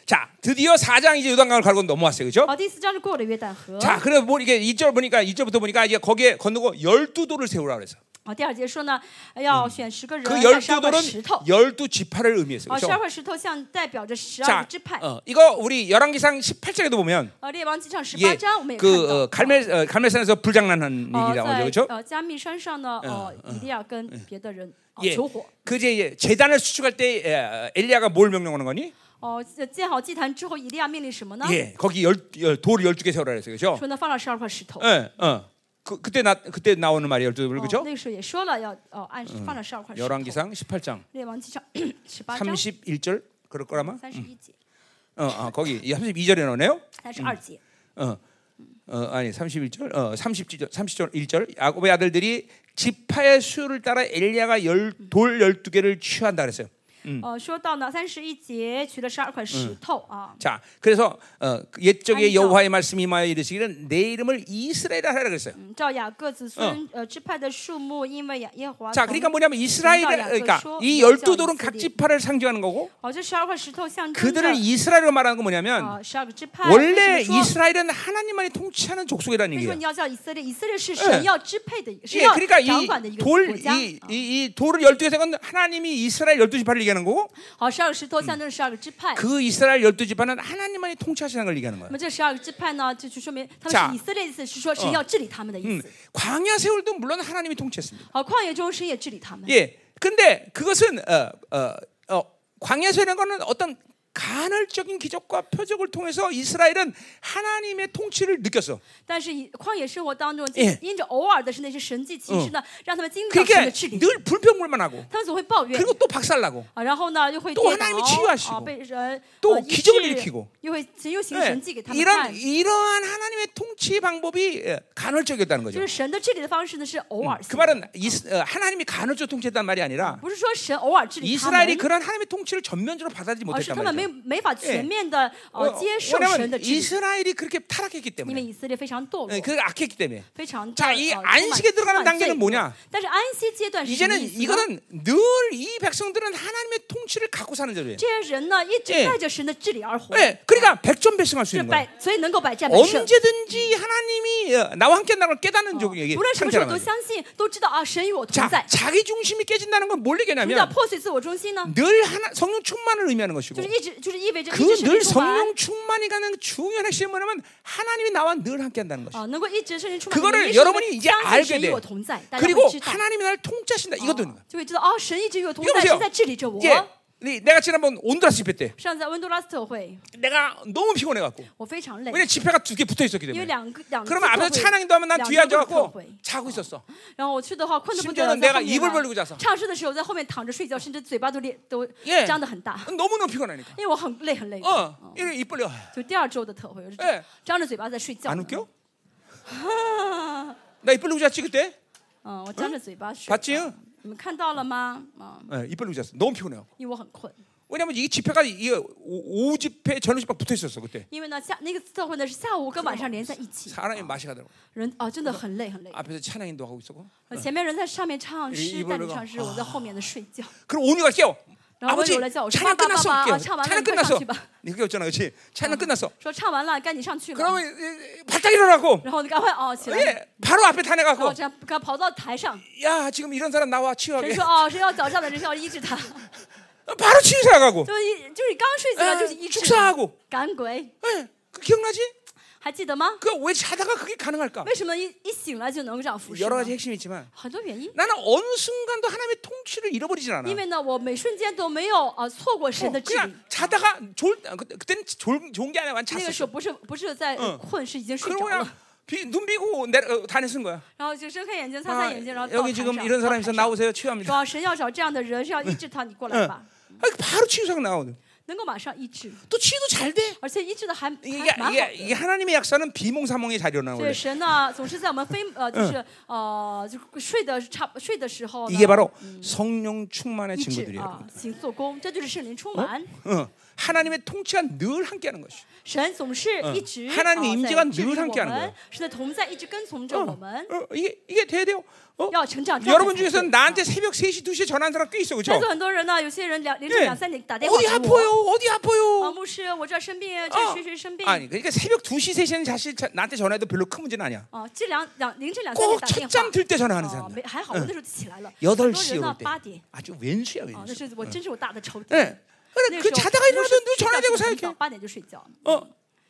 자, 드디어 4장 이제 요단강을 가고 넘어왔어요. 그죠? 好，第四章是过了约旦河。 자, 그래 뭐 이게 2절 보니까 2절부터 보니까 이제 거기에 건너고 12돌을 세우라 그래서. 好，第二节说呢，要选十嗯个人， 그 带十二块 12돌은 石头。 12지파를 의미했어요. 哦，十二 그렇죠? 块石头像代表着十二 자, 个支派。 어, 이거 우리 열왕기상 18장에도 보면 呃，列王记上十八 예, 章我们也呃看 그 到。 어, 갈멜 어, 갈멜산에서 불장난한 哦， 얘기 나오죠. 在 그렇죠? 呃加密山上呢，哦，以利亚跟别的人哦 예 求火。 그 이제 예, 재단을 수축할 때 예, 엘리야가 뭘 명령하는 거니? 哦，建好祭坛之后，以利亚命令什么呢？ 예, 거기 열, 열, 돌 12개 세우라 그랬어요. 그렇죠? 说呢，放了十二块石头。 예, 어. 그, 그때 나 그때 나오는 말이 12돌 哦 그렇죠? 那个时候也说了要哦，按放了十二块石头。 열왕기상 18장 列王 记上十八章 31절 그럴 거라마. 三十一节、嗯 어, 어, 거기 32절에 나오네요. 三十二节。 어. 어, 아니 31절 어, 30절 30절 1절 야곱의 아들들이 지파의 수를 따라 엘리야가 열, 돌 12개를 취한다 그랬어요. 呃，说到呢，三十一节取了十二块石头啊。 자, 그래서 어, 그 옛적의 아니죠. 여호와의 말씀이 마여 이르시기는 내 이름을 이스라엘이라 하라 그랬어요. 嗯，照雅各子孙呃支派的数目，因为耶耶和华 자, 从 그러니까 뭐냐면 이스라엘 전자 약을 그러니까 써- 이 여자 열두 돌은 각 이스라엘. 지파를 상징하는 거고 哦，这十二块石头象征着 그들을 이스라엘로 말하는 거 뭐냐면 啊十二个支派。为 원래 什么说 이스라엘은 하나님만이 통치하는 족속이라는 为什么 얘기예요. 你要叫以色列？以色列是 예 神要支配的，是 예, 要 그러니까 이 掌管的一个国 돌 이 家。哦 이 돌을 열두 개 세건 하나님이 이스라엘 열두 지파를 얘기하는 거고 好，十二个石头象征十二个支派。 그 이스라엘 열두 지파는 하나님만이 통치하시는 걸 얘기하는 那 거예요. 么这十二个支派呢，就就说明他 자 们是以色列的意思，是说神要治理他们的意 음, 思。 광야 세월도 물론 하나님이 통치했습니다. 好，旷野中神也治理他们。 예, 근데 그것은 어, 어, 어, 광야 세월이라는 거는 어떤 간헐적인 기적과 표적을 통해서 이스라엘은 하나님의 통치를 느꼈어. 但是以旷野生活当中 예 ，因着偶尔的是那些神迹奇事呢，让他们经历到神 그러니까 的治理， 늘 불평불만 하고 他们总会抱怨 그리고 또 박살나고 啊，然后呢又会 또 跌 하나님이치유하시고 倒，啊被人 또 呃医 기적을 治 일으키고 又会神又行 예, 神迹给他们 이런 看。 이러한 하나님의 통치 방법이 예, 간헐적이었다는 就 거죠. 是神的治理的方式呢是偶尔嗯그性的， 말은 이스- 어, 하나님이 간헐적 통치했단 말이 아니라 不是说神偶尔治理他们 이스라엘이 ， 어, 그런 하나님의 통치를 전면적으로 받아들이지 而是 못했단 他们没 말이죠. 没法全 예 面的呃 어, 接受神 왜냐하면 的治理， 이스라엘이 그렇게 타락했기 因为 때문에 以色列非常堕 예, 落， 그가 악했기 때문에 非常的 자 呃 이 充满 안식에들어가는 充满罪 단계는 恶 뭐냐 但是安息阶段是什么 이제는 意思呢？ 이거는 늘 이 백성들은 하나님의 통치를 갖고 사는 자들이에요. 这些人呢一直 예 带着神的治理而活。 예, 그러니까 백전백승할 哎是수 있는 거예요. 百，所以能够百战百胜。 언제든지 하나님이 어, 나와 함께 나를 깨닫는 적이 이게 无论什么时候 상태라는 都 거죠. 相信，都知道啊，神与我同 자, 在。 자기 중심이 깨진다는 건 뭘 什么叫 얘기냐면 破碎自我中心呢？ 늘 하나 성령 충만을 의미하는 것이고 就是一直就是意味着一直 그 是 늘 灵充满 성령 충만이 가는 중요한 핵심이 뭐냐면 하나님이 나와 늘 함께 한다는 것이죠. 啊，能够一直圣灵充满。 그거를 能力是因为 여러분이이제 相信 알게 神 돼 与 요 我同在，大家 그리고 会知道， 하나님이 나를 통치하신다. 이거든. 就会知道哦，神一直与我同 이거 在， 보세요 神在治理着我。 예, 네, 내가 지난번 온드라스 집회 때 上次在温都拉斯特会， 내가 너무 피곤해 갖고 我非常累， 왜냐 집회가 두 개 붙어 있었기 因为 때문에. 两个两个特 그러면 会， 앞에서 찬양도 하면 난 뒤에 앉아 两个特 갖고 会。 자고 있었어. 然后我去的话困得不得 심지어는 了，在 내가 后面 입을 呢 벌리고자서 唱诗的时候在后面躺着睡觉，甚至嘴巴都咧都 예 张得很大， 너무너무 피곤하니까. 因为我很累很累。 어. 이래 입 벌려. 就第二周的特会，我就哦哎张着嘴巴在睡觉 안 呢。 웃겨? 나 입 벌리고 잤지 그때? 嗯，我张着嘴巴睡。 봤지? 你们看到了吗？啊， 예, 입 벌리고 잤어. 너무 피곤해요. 因为我很困。 왜냐면 이 집회가 이 오후 집회 저녁 집회 붙어 있었어 그때. 因为呢，下那个特会呢是下午跟晚上连在一起， 사람이 맛이 가더라고. 人啊真的很累很累。 앞에서 찬양인도 하고 있었고. 前面人在上面唱一诗，一会儿啊带你这个唱诗，我在后面的睡觉。 그럼 온유가 깨워. 然后我 아버지 有了叫我说：“爸 찬양 爸，爸爸啊， 끝났어 올게요. 唱完了 아, 찬양 你快上 끝났어 去吧。 네, 그게 없잖아 그렇지 찬양 끝났어 说唱完了，该你上去了。 그러면 이- 이- 바짝 일어나고 然后你赶快哦起来，然 예, 바로 앞에 后 탄핵하고 这样赶快跑到台上， 야 지금 이런 사람 나와 神 치유하게 说哦，谁要早上的人要医治他， 就 바로 치유사가고 一就是刚睡醒了就是医治他， 축사하고 赶鬼， 예, 그 기억나지? 还记得吗？ 그 왜 자다가 그게 가능할까? 뭐 为什么一一醒来就能长辐射 여러 呢？ 가지 핵심이 있지만 很多原因， 나는 어느 순간도 하나님의 통치를 잃어버리진 않아. 因为呢，我每瞬间都没有啊错过神 어, 的治理 그냥 。 자다가 졸 아, 그- 그때는 졸 좋은 게 아니라 완 那个时候 잤어. 不是不是在嗯困，是已经睡 그러고 着了 그냥 。 비, 눈 비고 내 어, 다녔쓴 거야. 然后就睁开眼睛，擦 아, 擦眼睛，然后到 여기 台 지금 上。 이런 到 사람 台 있어 上 나오세요 说 치유합니다. 啊神要找这样的人，是要医治他，你过来吧， 아, 바로 치유사가 나오는. 能够马上医治， 또 치유도 잘 돼. 而且医治的还 이게 还蛮好 이게, 的。 이게 하나님의 약사는 비몽사몽의 자료나 所以 원래. 神呢，总是在我们非呃就是呃就是睡的差不睡的时候呢 이게 바로 성령 충만의 医治 음. 친구들이에요. 啊行做工，这就是圣灵充满， 어, 하나님의 통치가 늘 함께하는 것이. 神总是一直啊 하나님의임재가늘함께하는 我 거예요 们，神的嗯同在一直跟从着我们， 어, 이게 이게 돼야 돼요. 어? 要成长。 여러분 这样才 중에서는 好 나한테 새벽 3시, 2시에 전화한 사람 꽤 있어, 그렇죠? 但啊是很多人呢，有些人两凌晨 예. 两三点打电话 어디 给我 아파요? ， 어디 啊 아파요? 뭐, 牧师，我这生病， 어 这谁谁生病， 아니, 그러니까 새벽 2시, 3시는 사실 자- 나한테 전화해도 별로 큰 문제는 아니야. 哦，这两两凌晨两三点 꼭 打电 첫 话 잠 ，들 때哦， 전화하는 사람. 没还好，我那时候就起来了。很多人 8시 呢 올 ，때. 八点， 아주 왼수야, 哦，那 왼수. 是我真是我大的仇敌。 예. 那时 그래, 그 候 자다가 我 일어나도 늘 睡觉 전화 되고 就很 살게. 早，八点就睡觉， 어,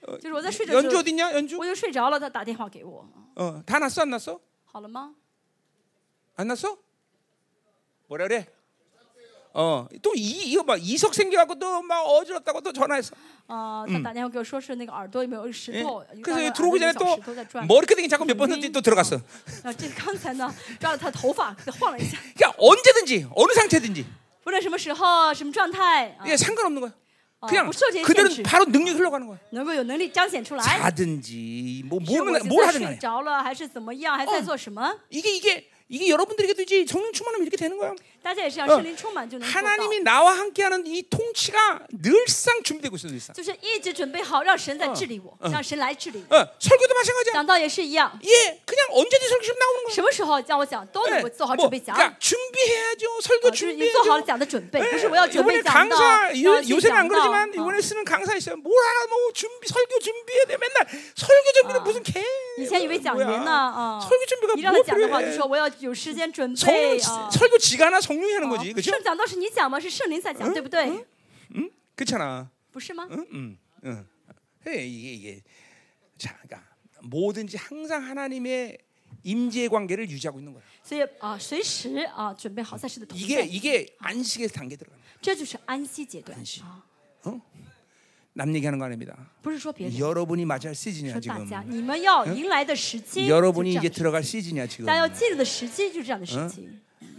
哦就是我在睡着的时 연주 候， 어딨냐? 연주? 我就睡着了，他打电话给我， 어, 다 났어, 안 났어? 好了吗？ 안 났어? 뭐라 그래? 어, 또 이, 이거 막 이석 생겨갖고 또 막 어지럽다고 또 전화했어. 啊，他打电话给我说是那个耳朵有没有石 예. 头，有 그래서 个 여기 들어오기 小 전에 石 또 头在转。 머리끄댕이 자꾸 몇 번 흔들더니 또 들어갔어. 然后这刚才呢，抓了他头发，给他晃了一下。 그러니까 언제든지 어느 상태든지 无论什么时候、什么状态，啊 이게 상관없는 거야. 어, 그냥 뭐 소재에 그대로 있는지. 바로 능력이 흘러가는 거야. 能够有能力彰显出来。 자든지 뭐 是我 모르는 现 뭘 在 하든 睡 간에 着了，还是怎么样，还在做什么？ 이게 이게 이게 여러분들에게도 이제 성령 충만하면 이렇게 되는 거야. 大家也是要嗯圣灵充满就能做到。 하나님이 나와 함께하는 이 통치가 늘상 준비되고 있어 늘상. 就是一直准备好让神在治理我，让神来治理。 어, 설교도 마찬가지야. 讲道也是一样， 예, 그냥 언제든 설교시면 나오는 거야. 什么时候叫我讲都能 예, 够做好 뭐 准备讲。 그러니까 준비해야죠. 啊 설교 就是你做好了 준비해야죠. 讲的准备， 예, 不是我要准备 이번에 讲到， 강사 然后 요, 去 요새는 讲到。안 그러지만 어. 啊 이번에 쓰는 강사 있어요. 뭘 하나 뭐 준비 설교 준비해야 돼. 맨날 설교 준비는 어. 무슨 개? 以前以为讲人呢，啊， 설교 준비가 你 뭐 让他讲的话，就 필요해? 说我要有时间准 성 备啊。 설교 지가 하나 성령이 하는 啊 거지, 그렇죠? 圣讲道是你讲吗？是圣灵在讲，对不对？ 그렇잖아. 不是吗？ 응, 응, 응. 예, 이게 이게 자, 그러니까 뭐든지 항상 하나님의 임재 관계를 유지하고 있는 거야. 所以啊，随时啊，准备好在神的同 이게 在， 이게 안식의 단계 들어가는. 거야. 这就是安息阶段息啊， 남 얘기하는 거 아닙니다. 不是说 네. 别人， 여러분이 맞이할 시즌이야 说大家， 지금. 你们要迎来的时期，就 여러분이 这样嗯嗯 이제 的时期 들어갈 시즌이야 지금. 大家要进入的时期就是这样的时期。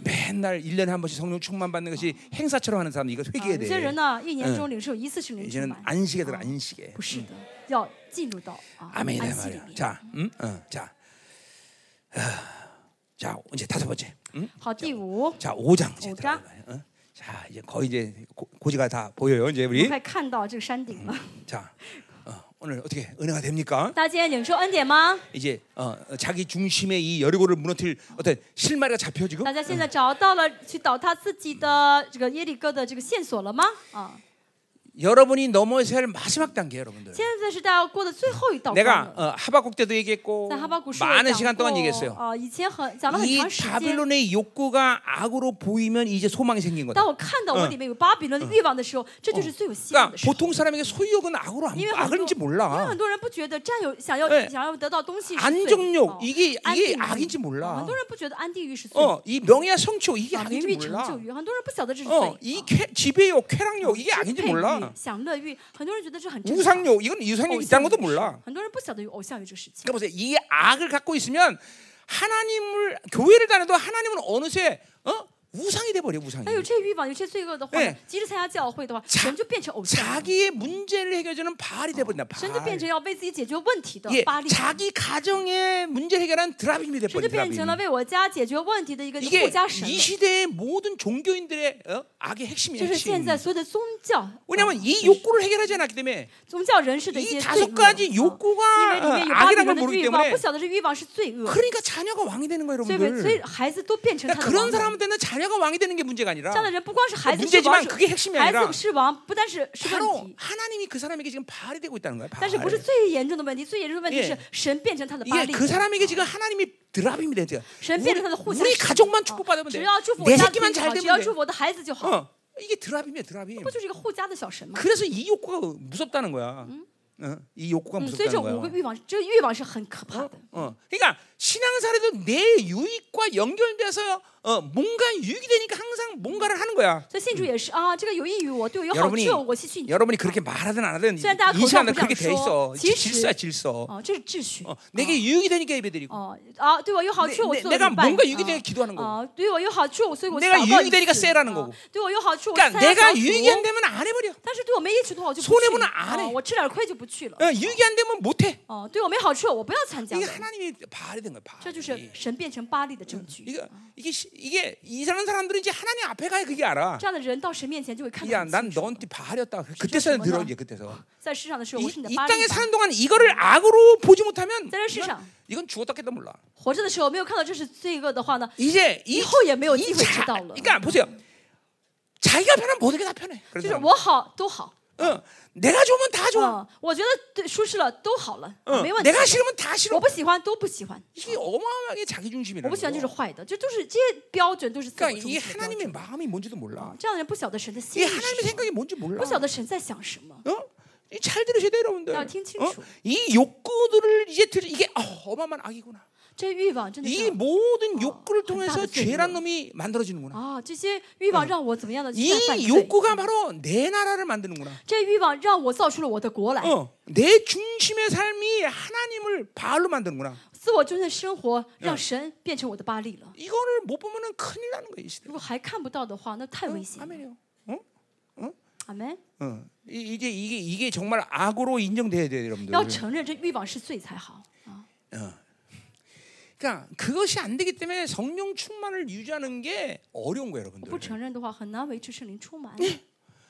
맨날 1년에 한 번씩 성령 충만 받는 것이 행사처럼 하는 사람 이거 啊 회개해야 有些人 돼. 呢，一年中领受一次圣灵充 이제는 满， 안식에 들어 안식에. 不是的，要进入到啊安 아멘이다 息里 말이야. 面。 자, 음, 어, 자, 아, 자 이제 다섯 번째. 음? 好，第五， 자, 5장 이제 오장. 들어가요. 어? 자, 이제 거의 이제 고, 고지가 다 보여요. 이제 我 우리 快看到这个山顶了。 자, 어, 오늘 어떻게 은혜가 됩니까? 大家今天领受恩典吗？ 이제 어, 어, 자기 중심의 이 여리고를 무너뜨릴 어떤 실마리가 잡혀 지금. 大家现在找到了去倒塌自己的这个耶利哥的这个线索了吗？啊， 여러분이 넘어서야 할 마지막 단계 여러분들. 现在是大家要过的最后一道关 내가 了。 어, 하박국 때도 얘기했고 在哈巴谷书也 많은 시간 讲 동안 过 얘기했어요. 啊，以前很讲了很 이 长时间。 바빌론의 욕구가 악으로 보이면 이제 소망이 생긴 거다. 当我看到我里面有巴比伦的欲望的时候，这就是最有希望 그러니까 的时候。 보통 사람에게 소유욕은 악으로 안, 因为很多， 악인지 因为 몰라. 很多人不啊觉得占有想要 예 想要得到东西是罪哦 안정욕 이게 安定 이게 欲 악인지 哦 몰라. 很多人不觉得安定欲是罪， 어, 이 명예와 성취욕 이게 啊，名 악인지 誉成 몰라. 就欲，很多人不哦晓得这是罪。 어, 이 쾌, 지배욕, 쾌락욕 이게 支 악인지 配欲 몰라. 、享乐欲，很多人觉得这很正常。 우상욕 이건 유상욕 偶 있다는 像 것도 欲是 몰라. 很多人不晓得有偶像欲这个事情。 그러니까 보세요. 이 악을 갖고 있으면 하나님을 교회를 다녀도 하나님은 어느새 어? 우상이 돼 버려 우상이. 那哎有这些欲望，有这些罪恶的话 예 呢，即使参加教会 的话，神就变成偶像了， 자기의 문제를 해결하는 바알이 돼 버린다. 神就变 바알. 成要为自己解决问题的 예, 巴力，神 자기 가정의 문제 해결한 드라빔이 돼 就 버린다. 变成了 드라빔. 为我家解决问题的一个护 이게 家神了 이 。 시대의 모든 종교인들의 어? 악의 这 핵심이에요. 是 핵심. 现在所有的宗教， 왜냐하면 이 啊 욕구를 해결하지 않았기 때문에 宗教人士的一그 이 些罪恶嗯 다섯 가지 因 욕구가 为里面有巴 어, 比그 악이라는 伦 걸 的 모르기 欲望， 때문에 不晓得这欲望是罪恶， 그러니까 자녀가 왕이 되는 거예요, 所以所以 여러분들. 孩子都变成他的王 그러니까 그런 了。 사람한테는 자녀가 왕이 되는 게 문제가 아니라 这样的人不光是孩子是王 문제지만 是 그게 핵심이 孩 아니라 子是王，不但哎是是问 바로 题， 하나님이 그 사람에게 지금 발이 되고 있다는 거야. 但是不 발. 是最严重的问题，最严重的问题 예 是神变成他的巴 이게 力， 그 사람에게 지금 하나님이 드랍입니다. 이제. 神变成他的互 우리, 相 우리 使用 가족만 啊 축복받으면 只 돼. 要祝福 내 我家的 새끼만 自己 잘 好，只要 되면 祝 돼. 福我的孩子就好， 어, 이게 드랍입니다. 드랍이. 不就是一个护家的小神吗？ 그래서 이 욕구가 무섭다는 거야. 어, 이 욕구가 嗯，所以 무섭다는 这五个 거야. 欲望，这个欲望是很可怕的。 어, 그러니까 신앙사례도 내 유익과 연결돼서 어, 뭔가 유익이 되니까 항상 뭔가를 하는 거야. 所以信主也是啊，这个有益于我，对我有好 여러분이 处，我去信主 여러분이 그렇게 말하든 안 하든 虽然大家 인식 口上不 안에 这样 그렇게 돼 있어. 说，其 지- 实- 질서야 질서. 啊，这是秩序。 어, 내게 유익이 되니까 예배드리고 哦啊，对我有好处，我 내, 做 내가 礼拜 뭔가 유익이 되니까 啊 기도하는 거고. 啊，对我有好处，所以我去 내가 祷告 유익이 一 되니까 次 세라는거 啊 고 对我有好处，我去 그러니까 参加 내가 小组 유익이 안 되면 안 해버려. 但是对我没益处的话，我就不 손해보 去 면안 了 해 哦我吃点亏就不去了。 어, 유익이 안 되면 못 해. 哦，对我没好处，我不要参加 이게 了。 하나님이 발이 된 거야. 발. 这就是神变成巴力的证据。 이거 이게 시- 이게 이상한 사람들은 이제 하나님 앞에 가야 그게 알아. 这样的人到神面前就会看 야 到。 난 너한테 발이었다. 그때서 진짜 들어 정말. 이제 그때서. 在世上的时候，我是 이 你的 이 巴力 땅에 吧 사는 동안 이거를 악으로 보지 못하면 때를 이건, 시상. 이건 죽었다 깼다 몰라. 活着的时候没有看到这是罪恶的话呢， 이제 이, 以后也没有 이 机会 자, 知道了。 그러니까 보세요. 자기가 편한 모든 게 다 편해. 就是啊 그래서 我好都好， 어, 내가 좋으면 다 좋아. 嗯，我觉得对舒适了都好了， 어, 没问题。 내가 싫으면 다 싫어. 我不喜欢都不喜欢， 이게 뭐? 어마어마하게 我 자기중심이라는 不喜欢就是 거예요. 坏的，这都是这些标准都是自我 그러니까 中 이 心的标准。 하나님의 마음이 뭔지도 몰라. 这样的人不晓得神的心 이 意是什 하나님의 么， 생각이 뭔지 몰라. 不晓得神在想什么。 어? 이잘 들으셔야 돼요, 여러분들. 나 팅칭 어? 주. 이 욕구들을 이제 들 이게 어, 어마만 악이구나. 这欲望真的 이 是 모든 욕구를 통해서 나도 죄구나. 죄란 놈이 만들어지는구나. 啊，这些欲望让我怎么样的去犯 아, 이 罪？ 욕구가 바로 내 나라를 만드는구나. 这欲望让我造出了我的国来， 어, 내 중심의 삶이 하나님을 바알로 만드는구나. 自我中心的生活让神变成我的巴力了。 이거를 못 보면은 큰일 나는 거예요, 이 시대. 如果还看不到的话，那 네, 太뭐危险了。 아멘이요. 어? 阿门。 어. 이, 이제 이게 이게 정말 악으로 인정돼야 돼요, 要 여러분들. 承认这欲望是罪才好。 그러니까 그것이 안 되기 때문에 성령 충만을 유지하는 게 어려운 뭐 거예요, 不 여러분들. 承认的话，很难维持圣灵充满。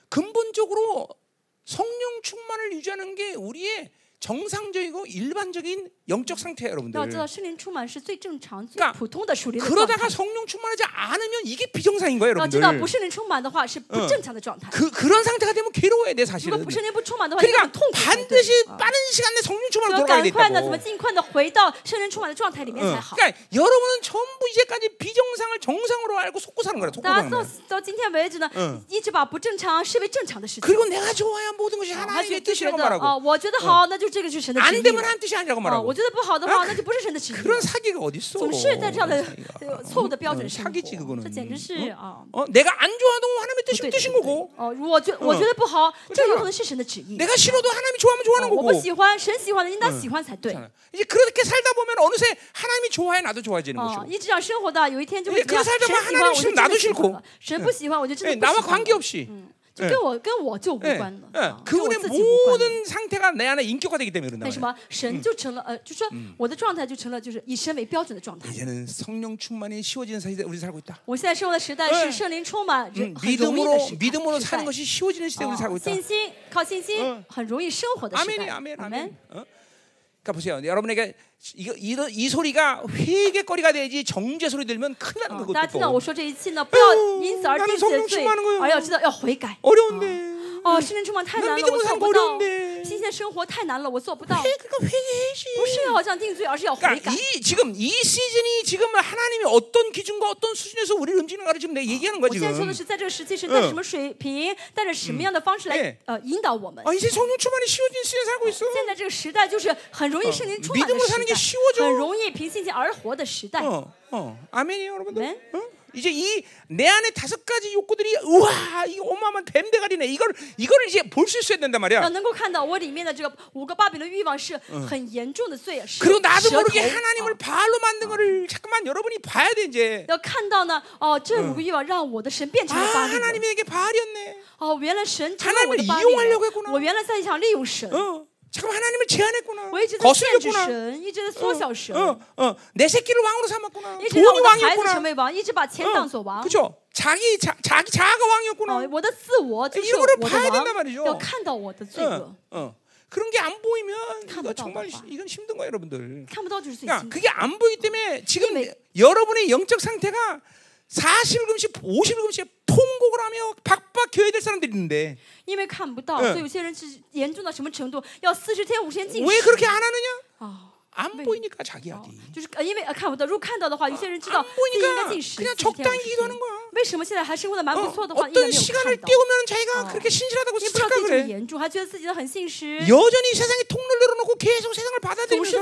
근본적으로 성령 충만을 유지하는 게 우리의 정상적이고 일반적인 영적 상태예요, 要知道， 여러분들. 圣灵充满是最正常、最 그러니까 普通的属灵的状 그러다가 态。 성령 충만하지 않으면 이게 비정상인 거예요, 要知道， 여러분들. 不圣灵充满的话是不正常的状态。 그 그런 상태가 되면 괴로워야 돼, 如果 사실은. 不圣灵不充满的话，就很 그러니까 痛苦才对。 반드시 啊 빠른 시간 내에 성령 충만으로 要 돌아가야 赶快呢，怎么 된다고. 尽快的回到圣灵充满的状态里面才 응. 好。 그러니까 여러분은 전부 이제까지 비정상을 정상으로 알고 속고 사는 거야, 속고 大家 사는 到 거야. 到今天为止呢嗯，一直把不正常视为正常的事情。 그리고 내가 좋아야 모든 것이 啊还是 하나님의 就觉 뜻이라고 得 말하고 啊，我觉得好，那就这个是神的旨 안 意 되면 了。 한 뜻이 아니라고 啊， 말하고 我觉得不好的话，那就不是神的旨意了 그런 。 사기가 어디 어, 있어? 总是在这样的 그런 사기가. 呃错误的标准上 사기지그거는 这简直是啊。 어, 내가 안 좋아도 하나님의 不 뜻이 对的 뜻인 不对 거고 哦，我觉我觉得不好，这有可能是神的旨意。 내가 싫어도 뭐 하나님이 좋아하면 哦 좋아하는 我不 거고 喜欢，神喜欢的应当喜欢才对。 그렇잖아요. 이제 그렇게 살다 보면 어느새 하나님이 좋아해 나도 좋아해지는 哦， 어, 것이고 一直这样生活的，有一天就会 예 这样 그살다보면 神喜欢我就真 하나님싫으면나도 的喜 싫고 欢了，神不喜欢我就嗯 예, 真的 나와 不喜欢。 관계없이 就跟我跟我就无 예, 关了 예, ，啊跟我 그분의 自己无关了。 모든 상태가 내 안에 인격화되기 때문에 그런다 那什 말이야 么，神就成了呃，就说我的状态就成了就是以神为标准的状态。 이제는 성령 충만이 쉬워지는 시대에 우리 살고 있다 我现在生活的时代 예 是圣灵充满人 음, 很容易的 믿음으로 时代， 믿음으로 时 사는 代 것이 쉬워지는 시대에 우리 哦 살고 있다 信心靠信心嗯很容易生活的时代。 아멘이 아멘 阿 아멘 门。 어? 그러니까 보세요 여러분에게 이거 이런 이 소리가 회개거리가 되지 정죄 소리 들면 큰일 어, 나는 大 거거든요 家听到我说这一切呢，不呦要因此而 나는 定自己 성령 的罪 충만한거예요 ，而要知道要悔改。 어려운데 哦，圣灵充满太 난 难了， 믿음으로 我做不到。 살고어려운 데 新鲜生活太难了，我做不到。 그러니까 회개해야지 不是要这样定罪，而是要悔改。 그러니까 이 지금 이 시즌이 지금 하나님이 어떤 기준과 어떤 수준에서 우리를 움직이는가를 지금 내가 얘기하는 거야 我现在说的 지금. 是，在这个时期是嗯在什么水平，带着什么样的方式来呃引导我们。 아, 이제 성령 충만이 쉬워진 시대에 살고 있어. 现在这个时代就是很容易圣灵充满的 믿음으로사는게 时 쉬워져 代，很容易凭信心而活的时代。 어, 어, 아멘이요, 여러분들. 네. 어? 이제 이 내 안에 다섯 가지 욕구들이 우와, 이 어마어마한 뱀대가리네. 이걸 이걸 이제 볼 수 있어야 된단 要 말이야. 能够看到我里面的这个五个巴比伦欲望是很严重的罪，嗯是 그리고 나도 어. 舌 모르게 头。哦 하나님을 바알로 만든 거를 잠깐만 여러분이 봐야 돼 이제. 要看到呢，哦，这五个欲望让我的神变 아, 成了巴比伦。 하나님에게 바알이었네. 哦，原来神成了我的巴力 하나님을이용하려고했구나 人。我原来在想利用神， 어, 잠깐 하나님을 제한했구나. 我一直在限制 거슬렸구나. 神，一直在缩小神， 어, 어, 내 새끼를 왕으로 삼았구나. 一直让我 돈이 嗯的孩子 왕이었구나. 어. 成为王，一直把钱当做王。 그죠? 자기 자, 자기 자아가 왕이었구나. 哦，我的自我就是 이거를 我的 봐야된단말이죠 王，要看到我的罪恶 어, ， 어. 그런 게 안 보이면 참 이거 정말 답답하다. 이건 힘든 거예요, 여러분들. 看不到就是最 그러니까 辛苦。 그게 안 보이기 때문에 지금 힘이- 여러분의 영적 상태가 40금식, 50금씩 통곡을 하며 박박해야 될 사람들이 있는데 因为看不到，嗯所以有些人是严重到什么程度，要四十天、五十天禁 왜 食 그렇게 안 하느냐? 啊。 안 왜? 보이니까 자기 哦 약이 就是呃因为呃看不到，如果看到的话，有些人知道 안 自啊己应该 보이니까 禁食， 그냥 40天50 적당히 天 기도하는 거야. 为什么啊哦现在还生活的蛮不错的话， 어, 依然 떤 没有 시간을 看到？ 때우면 자기가 어. 그렇게 신실하다고 不知道自己这么 착각을 해. 严重，还觉得自己的很信实， 여전히 세상에 통로를 열어놓고 계속 세상을 总是不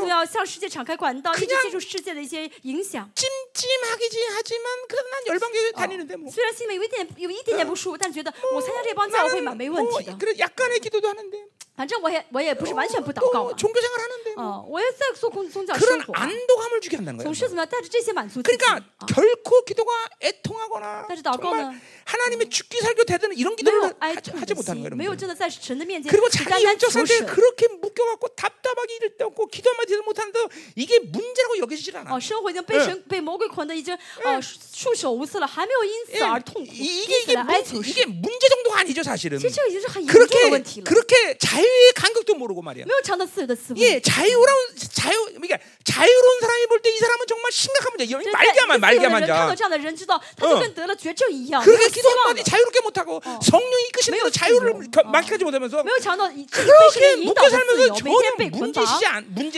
받아들이면서 要向世界敞开管道，一直 그냥 接触世界的一些影响。 찜찜하기지 하지만 그래도 난 열방교회 哦 다니는데 뭐. 어, 虽然心里面有一点有一点点不舒服，但觉得我参加这帮教会嘛没问题的，뭐 그래 약간의 기도도 하는데 뭐 反正我也我也不是完全不祷告 또 嘛。 종교생활 하는데 哦 뭐. 哦，我也在做宗宗教生 그런 活啊， 안도감을 주게 한다는 거예요. 总是怎么样带着这些满足自己 그러니까 啊， 결코 기도가 애통하거나 다시 또 정말 아. 아까는- 하나님의 죽기 살교 되든 이런 没有 기도를 哀 하지, 痛 하지 的 못하는 心， 거예요. 没有 여러분들. 只能在神的面前 그리고 只 자기 单单 영적 求 상태를 神。 그렇게 묶여갖고 답답하게 일도 없고 기도만 제대로 못하는데 이게 문제라고 여기시질 않아. 哦，生活已经被神被魔鬼捆的已经呃束手无策了，还没有因 예, 此而痛苦， 이- 因 이게 此 이게 来哀 문제, 求神。 이게 문제 정도가 아니죠 사실은. 其实这已经是很严重的 그렇게 问题了， 그렇게 자유의 간격도 모르고 말이야. 没有尝到自由的滋味。 예, 자유로운 자유 그러니까 자유로운 사람이 볼 때 이 사람은 정말 심각한 문제. 여- 真的一 말기야만 个自由的人 말기야만 看到 자 这样的人，知道他就跟得了绝症一样，没有 그렇게 希望 기도한마디 了， 어. 자유롭게 못하고 성령이 이끄시는 대로 자유를 자유. 막히지 못하면서 没有尝到以自己被神 어. 그렇게 的引导的自 묶여 由 살면서 ，每天被 전혀 捆绑， 문제시지 않 문제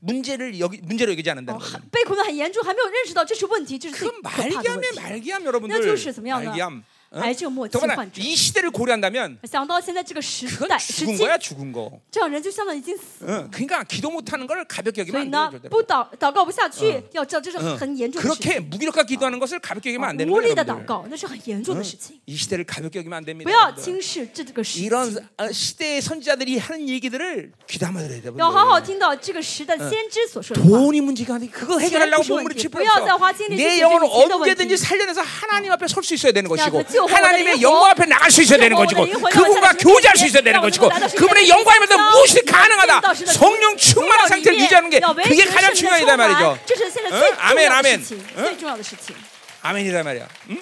문제를 여기 문제로 여기지 않는다는 哦 거예요. 被捆得很严重，还没有认识到这是问题，这是最 어, 그 可怕的问 말기암의 题。 말기암 여러분들 那就是怎么样呢 말기암 어? 癌症末期 더구나 患者， 이 시대를 고려한다면 想到现在这个时 그건 代时 죽은 期， 거야 죽은 거 这样人就相当于已经死了。 응. 그러니까 기도 못하는 걸 가볍게 所以 여기면 안 呢 돼요 ， 절대로. 不祷祷告不下去，要知道这是 응. 很严重的事情。 그렇게 무기력과 기도하는 것을 가볍게 여기면 안 되는 无 거예요 力的祷 여러분들. 告，那是很严重的事情， 이 시대를 가볍게 여기면 안 됩니다 不要 여러분들. 轻视这个时期， 이런 어, 시대의 선지자들이 하는 얘기들을 귀담아 들어야 돼요 要好好 여러분들. 听到这个时代先知所说的话。 돈이 문제가 아니 그거 해결하려고 부족한 몸을 게 찌푸려서 뿌려서 화진이 내 지금 영혼을 지금 지금 언제든지 살려내서 하나님 앞에 설 수 있어야 되는 것이고 그 지옥 하나님의 어머니 영광 앞에 나갈 수 있어야 되는 지옥 것이고 어머니 그분과 혼자 교제할 수 혼자 있어야 되는 혼자 것이고 혼자 그분의 혼자 영광이면서 혼자 무엇이 혼자 가능하다 혼자 혼자 성령 충만한 상태를 유지하는 게 要维持 그게 가장 圣灵的 중요하다 充满 말이죠 这是现在 응 最重 아멘 要的 아멘 事情， 응 最重要的事情。 아멘이다 말이야 응?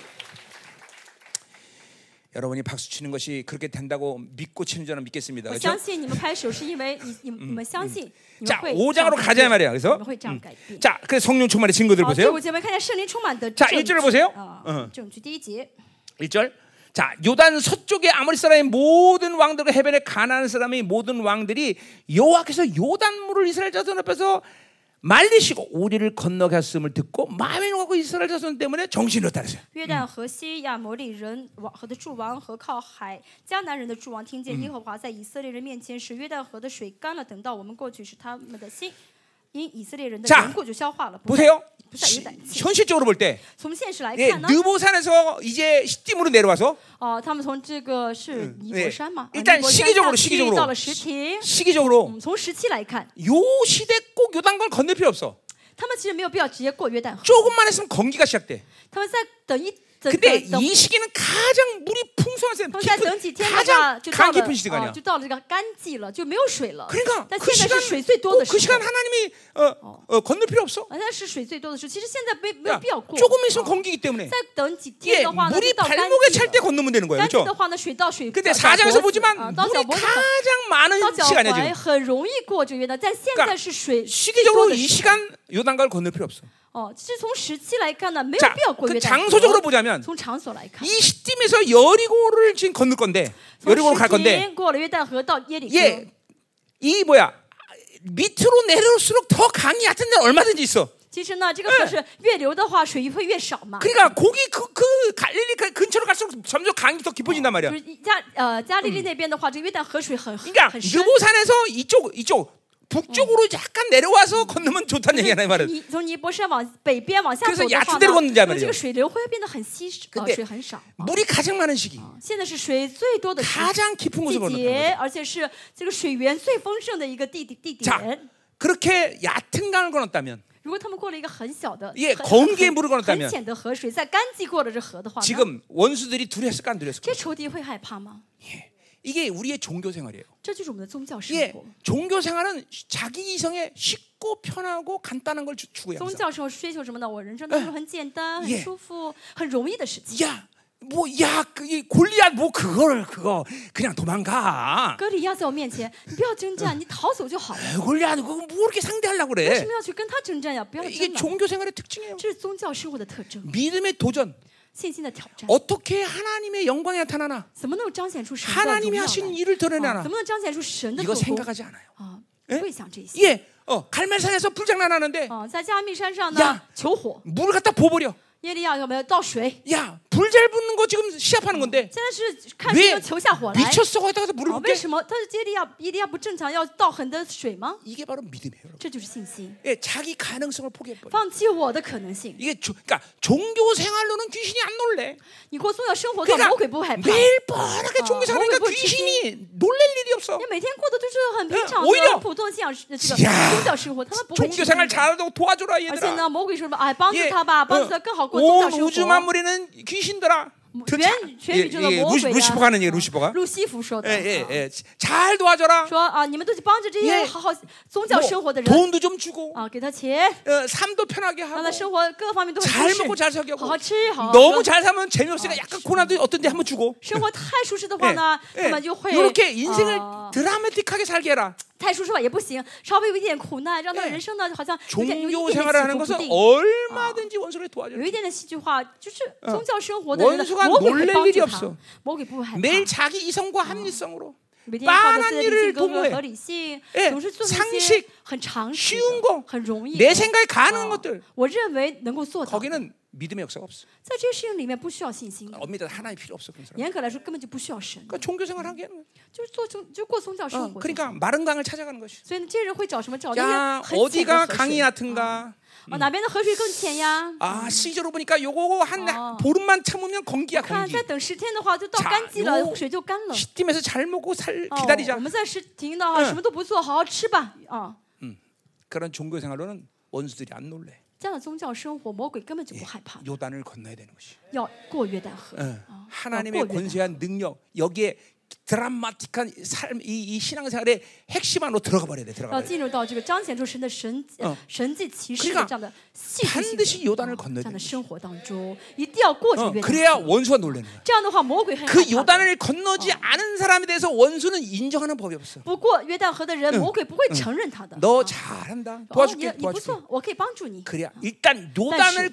여러분이 박수 치는 것이 그렇게 된다고 믿고 치는 줄은 믿겠습니다 我 그렇죠? 相信你们拍手是因为你你你们相信，你 자 们会 5장으로 这样改 가자 变 말이야 你 그래서 们会这样改变。 자 그래서 성령 충만의 증거들 好，弟 보세요 兄姐妹，看见圣灵充满的 자 证据 일절을보세요 啊 응 证据第一节。 1절. 자, 요단 서쪽의 아모리 사람의 모든 왕들과 해변의 가나안 사람의 모든 왕들이 여호와께서 요단물을 이스라엘 자손 앞에서 말리시고 우리를 건너게 하심을 듣고 마음이 놓고 이스라엘 자손 때문에 정신이 없다 그랬어요. 约旦河西亚摩利人王和的诸王和靠海迦南人的诸王听见耶和华在以色列人面前使约旦河的水干了，等到我们过去时，他们的心因以色列人的 자 缘故就消化了。不再 보세요. 不再有 시- 胆气。 현실적으로 볼 때, 从现实来 예, 看呢， 느보산에서 이제 시딤으로 내려와서 哦、他们从这个是尼 네 泊山嘛，일일단 단 시기적으로시기적으로 到了石亭。 시기적으로 嗯，从时期来看， 요 시대 꼭 요단강 건널 필요 없어. 他们其实没有必要直接过约旦河， 조금만 했으면 건기가 시작돼. 他们再等一等 근데 等等 이 시기는 가장 물이 풍성한 세- 他们再等几 깊은, 天的话， 가장 就 강 到了 깊은 시대가 哦 아니야. 就到了这个干季了，就没有水了。 그러니까 但 그 现在 시간 是水最多的 꼭그 时候 시간 。 하나님이 어, 어, 건널 필요 없어. 啊，那是水最多的时候，其实现在没没 야, 有必要过。 조금 있으면 啊 건기기 때문에 再等几 이게 天的话呢， 물이 就到干 발목에 찰 季 때 了。 건너면 되는 거예요, 干季的 그렇죠? 话呢，水到水到 근데 脚 4장에서 脖子啊， 보지만 到脚 물이 脖子很 가장 到 많은 脚 시간이야 踝 지금. 很容易过这个约旦，但现 그러니까 在是水最多 시기적으로 的 이 时候 시간 요단강을 건널 필요 없어. 哦，其实从时期来看呢，没有 자, 必要过约 그 旦。 장소적으로 ， 보자면 从场所来看， 이 시팀에서 여리고를 지금 건널 건데 从 여리고로 갈 时 건데 期过了约旦河到耶里哥 예, ，이 뭐야 밑으로 내려올수록 더 강이 얕은 데는 얼마든지 있어. 其实呢，这个河是越流的话，水会越少嘛。 그러니까 거기 그, 그 갈릴리 가- 근처로 갈수록 점점 강이 더 깊어진단 말이야. 就是加呃加利利那边的话，这个约旦河水很很 그러니까 很深。 느보산에서 이쪽 이쪽 북쪽으로 약간 내려와서 건너면 좋다는 얘기야 내 말은. 你从尼泊山往北边往下 그래서 走的 얕은 话 데로걷는지알말이에요 呢，这个水流会变得很稀少，呃 근데 水很少。 물이 가장 많은 시기, 现在是水最多的时 가장 깊은 곳을 季 건너는 거야. 节，而且是这个水源最丰盛的一个地地地 자 点。 그렇게 얕은 강을 건넜다면 如果他们过了一个很小的、 예 很 건기에물을건넜다면 很很浅的河水，在干季过了这河的话，呢 지금 원수들이 두려웠을까 안 두려웠을까? 这仇敌会害怕吗？ 이게 우리의 종교 생활이에요. 这就是我们的宗教生 예, 活。 종교 생활은 자기 이성에 쉽고 편하고 간단한 걸 주- 추구해요. 宗 항상. 教生活追求什么呢？我人生当中很简单、 예 很舒服、很容易的事情。 야, 뭐야 이 골리앗 뭐 그걸 그거 그냥 도망가. 格里亚在我面前，你不要征战，你逃走就好了。 에이, 골리앗 그거 뭐 이렇게 상대하려고 为什 그래? 么要去跟他征战呀？不要 이게 征战， 종교 생활의 특징이에요. 这是宗教生活的特征， 믿음의 도전. 信心的挑 네. 战。 어떻게 하나님의 영광이 나타나나? 怎么能彰显出神的荣 하나님이 耀来？ 하신 일을 啊 드러내나? 怎么能彰显出神的 이거 做工？ 생각하지 않아요. 啊， 예 不会想这些。 예, 어, 갈멜산에서 불장난하는데 啊，在加密山上呢 야 ，求火， 물을 갖다 부어버려. 耶利亚有没有倒水？ 야, 불 잘 붙는 거 지금 시합하는 건데 现在是看 왜 谁能求下火来。 미쳤어 거기다가 물을 啊， 붓게? 为什么？但是耶利亚耶利亚不正常要倒很多水吗？ 이게 바로 믿음이에요. 여러분. 这就是信心， 예, 자기 가능성을 포기해버려. 放弃我的可能性。 이게 조, 그러니까 종교 생활로는 귀신이 안 놀래. 你过宗教生活，干魔鬼不会害 어, 그러니까 怕。 매일 뻔하게 종교 어, 생활하니까 뭐, 뭐, 귀신이 뭐 놀랄 일이 없어. 你每天过的就是很平常嗯我一定要的、啊普通的信仰这个宗教生活，他们不会 종교 吃 생활 惊的 잘하고 도와줘라 而且 얘들아. 呢，魔鬼说什么？哎，帮助 예, 他吧，帮助他 어, 更好过宗教 온 生 우주 活。 만물에는 귀신들아. 뭐, 그 웬 자- 죄 위조의 루시, 모험이야. 루시퍼가는 얘기 루시퍼가. 路西弗说 예, 的， 예, 啊 예. 잘 도와줘라. 说啊，你们都去帮着这 예 些好好宗教生活 뭐 的人 돈도 좀 주고 啊，给他钱， 어, 삶도 편하게 让 하고 他生活各方面都很 잘 舒适， 먹고 잘 살게 好 하고 好吃，好好喝 너무 。잘 살면 재미없으니까 약간 고난도 어떤 데 한번 주고 生活太舒适的话呢，哎那么就会 이렇게 인생을 啊 드라마틱하게 살게 해라 太舒适化也不行，稍微有一点苦难，让他 예 人生呢好像有点有一 종교 点 생활을 点起 하는 伏不 것은 定。 얼마든지 원수를 도와줘 有一点点戏剧化，就是宗教生活的 어 人的 원수가 魔鬼会 놀랄 帮 일이 助 없 他 어 ，魔鬼不会害怕， 매일 자기 이성과 합리성으로 每天靠着 빤한 自己的 일을 理性跟 도모해 合理性 예， ，总是做 상 那 식 些很常识 쉬 的 운거 很容易的。 내 생각에 가능한 것들 我认为能够做到的， 거기는 믿음의 역사가 없어 在这些事情里面不需要信心的， 엄밀히 하나님 필요 없어 그런 사람 严格来说根本就不需要神， 그러니까 종교 생활 하게 하는 거야 就是做宗就过宗教 어, 生活就好。 그러니까 마른 강을 찾아가는 것이 所以呢，这人会找什么？ 어, 找那 야 些很浅的 어디가 河 강이 水。 얕은가 哦，哪边的河水更浅呀？ 아 시저로 보니까 요거 한 어. 보름만 참으면 건기야 看， 건기 再等十天的话，就到 자 干季 요 了，水就干了。 시팀에서 잘 먹고 살 哦，我 기다리자 们暂时停的话，什么都不做，好好吃吧。啊， 그런 종교 생활로는 원수들이 안 놀래 这样的宗教生活，魔鬼根本就不害怕， 요단을 건너야 되는 것이 要过约旦河。嗯啊 하나님의 어, 꼴 권세한 능력 여기에 드라마틱한 삶, 이, 이 신앙생활의 핵심 안으로 들어가 버려야 돼 要 들어가 버려야 돼 进入到这个彰显出神的神嗯神迹奇事的这样的戏剧性 반드시 的 요단을 这 건너야 样 돼 的生活当中，一定要过这 어, 어. 个约旦 그래야 河。 원수가 놀라는 거야 这样的话，魔鬼很 그 害怕的。 요단을 건너지 않은 사람에 대해서 원수는 인정하는 법이 없어 不过约旦河的人，魔鬼不会承认他的。 아. 너 啊 잘한다 哦，你 도와줄게 你不 도와줄게 错，我可以帮助你。 그래야 예, 일단 요단을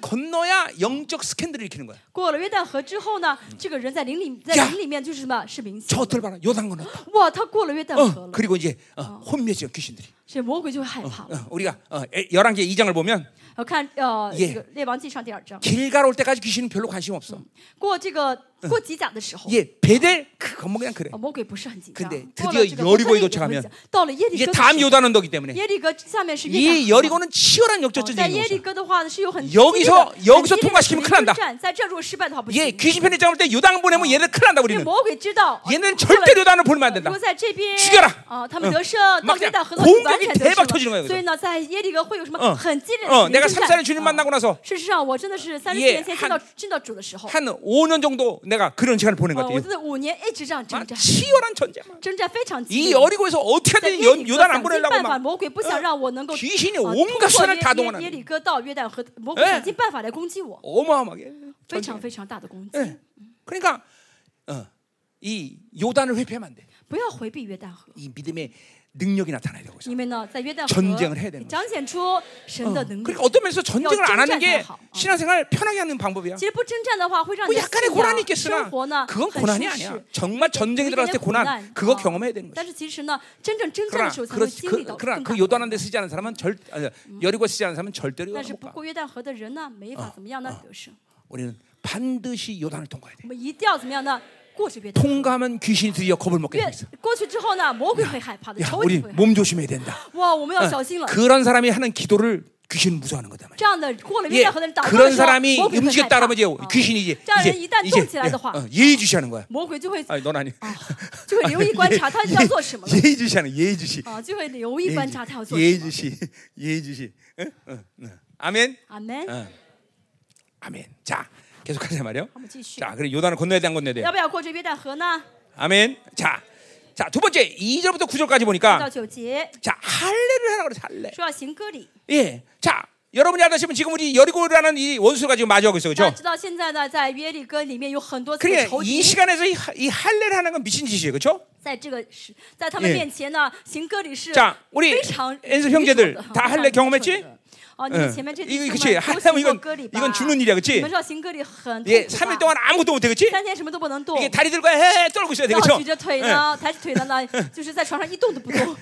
다시. 건너야 영적 스캔들을 일으키는 거야 过了约旦河之后呢，这个人在林里，在呀林里面就是什么？是明星。 저들 봐라 요단 건넜다 哇，他过了约旦河 어, 了， 그리고 이제 어, 혼미해져 귀신들이 这魔鬼就会害怕了。 어, 우리가 어, 11개 2장을 보면 我看呃， 예 这个《列王记上》第二章， 길 가올 때까지 귀신은 별로 관심 음, 없어 过这个过吉甲的时候， 예, 베델 그건 뭐 그냥 그래. 呃魔鬼不是很紧张。 근데 过 드디어 了这个 여리고에 伯特利 도착하면 的到了耶利 이게 哥的 다음 时候 요단 언덕이 어, 때문에 耶利哥下面是约旦河 이 여리고는 치열한 哦在 역전전이 耶利 있는 거죠. 哥的话呢是有很 여기서 激烈的很激烈 여기서 的 통과시키면 水军큰일 난다 战在这如果失败的话不 예, 行。 귀신 어. 편에 잡을 때 요단 보내면 얘네 큰일 난다 어, 因为 우리는. 魔鬼知道，哦 얘네는 如果 절대 요단을 보내면 如안 된다. 果在这边 죽여라 어. 啊，他们得胜，到 막 约旦河的 공격이 完全得 대박터지는 胜 거예요 了。所以呢，在耶利哥会有什 어 么很激烈的 어, 水军 내가 征 삼산의 주님 战？ 만나고 나서 事实上，我真的是三十 예 四年前 한 见到见到主的时候， 한 5년 정도 내가 그런 시간을 보낸 것 呃，我 같아요. 真的五年一直这样征 막 战， 치열한 전쟁. 征战非常激 이 烈。 여리고에서 在 어떻게든 耶利 연- 哥 요단 그러니까 想안尽 보내려고 办法， 막 어. 魔鬼不想让我能够 귀신이 啊通哎 온갖 过耶耶 수단을 다耶 동원하는 利哥到约旦河，魔鬼 예 想尽办法来攻击我， 어마어마하게. 非常 전쟁. 非常大的攻击。 예. 그러니까 어, 이 요단을 회피하면 안 돼. 不要回避约旦河， 이 믿음의 능력이 나타나야 되고 있어. 因为呢，在约旦 전쟁을해야되는 河你 거죠 彰显出神的 어, 能力 그러니까 。 어떤 면에서 전쟁을 안 하는 게 전쟁 잘하고. 신앙생활 편하게 하는 방법이야. 其实不征战的话，会让 뭐 你的 약간의 信 고난이 그러니까 仰生 있겠으나 活呢 그건 很 고난이 舒 아니야. 适 정말 전쟁에 들어갔을 때 고난 그거 啊 경험해야 되는 거야. 但是其实呢，真正征战 그러나 的时候才会 그렇지, 经历到 그, 更大的 그러나 그 苦 요단한 데 难。 쓰지 않은 사람은 절 아니, 여리고 쓰지 않은 사람은 절대로 但 요단 是 못 不啊 가. 过约旦河的人呢，没法怎么样呢得胜。 우리는 반드시 요단을 통과해야 돼. 我们一定要怎么样呢？过去约旦河。 통과하면 귀신이 드디어 겁을 먹게 돼 越 있어. 过去之后呢，魔鬼会害哎怕的，哎 야, 仇敌 우리 会害怕。 몸 조심해야 된다. 어. 哇，我们 아, 要小心了。 그런 사람이 하는 기도를 귀신 무서워하는 거다 말이야. 这样的过了 예, 约旦河的人祷告的 그런 时候， 사람이 魔鬼会 움직였다 害怕 그러면 。 이제 啊 귀신이 이제 자, 이제 이제 이제 똥칠하다 예, 화. 어, 예의주시하는 거야. 魔鬼就会 아니 넌 아니. 예. 啊，就会留意观察他要做什么了 예의주시하는 예의주시. 啊，就会留意观察他要做什么。 예의주시. 예의주시. 응? 응, 응. 아멘. 阿门。 응. 아멘. 자, 계속하자 말이요. 我们继续， 자, 그래 요단을 건너야 돼, 안 건너야 돼. 要不要过这约旦河呢？ 아멘. 자. 자, 두 번째 2절부터 9절까지 到 보니까 九节 자, 할례를 하라고 그래, 할례. 说要行割礼， 예. 자, 여러분이 알다시피 지금 우리 여리고라는 이 원수가 지금 마주하고 있어요, 大家 그 知道现在呢，在约利根里面有很多 죠 这个 그래 仇 이 敌， 시간에서 이, 하- 이 할례를 하는 건 미친 짓이에요, 그죠 在这个是在他们 예 面前呢，行割礼是 자, 우리 非常 엔스 愚 형제들 蠢的非다常 할례 愚 경험했지? 蠢的哦，你 응. 们前面这 이거 弟兄 그치? 们都行 하려면 过 이건 割礼吧？ 이건 죽는 일이야, 你 그치? 们知道行割礼很 예, 痛苦 3일 吧 동안 아무것도 못해, 그치? 三天什么都不能动， 이게 다리 들고 헤헤 떨고 그렇죠. 있어야 翘 되겠죠? 예. 起着腿呢，抬起腿的呢，就是在床上一动都不 动。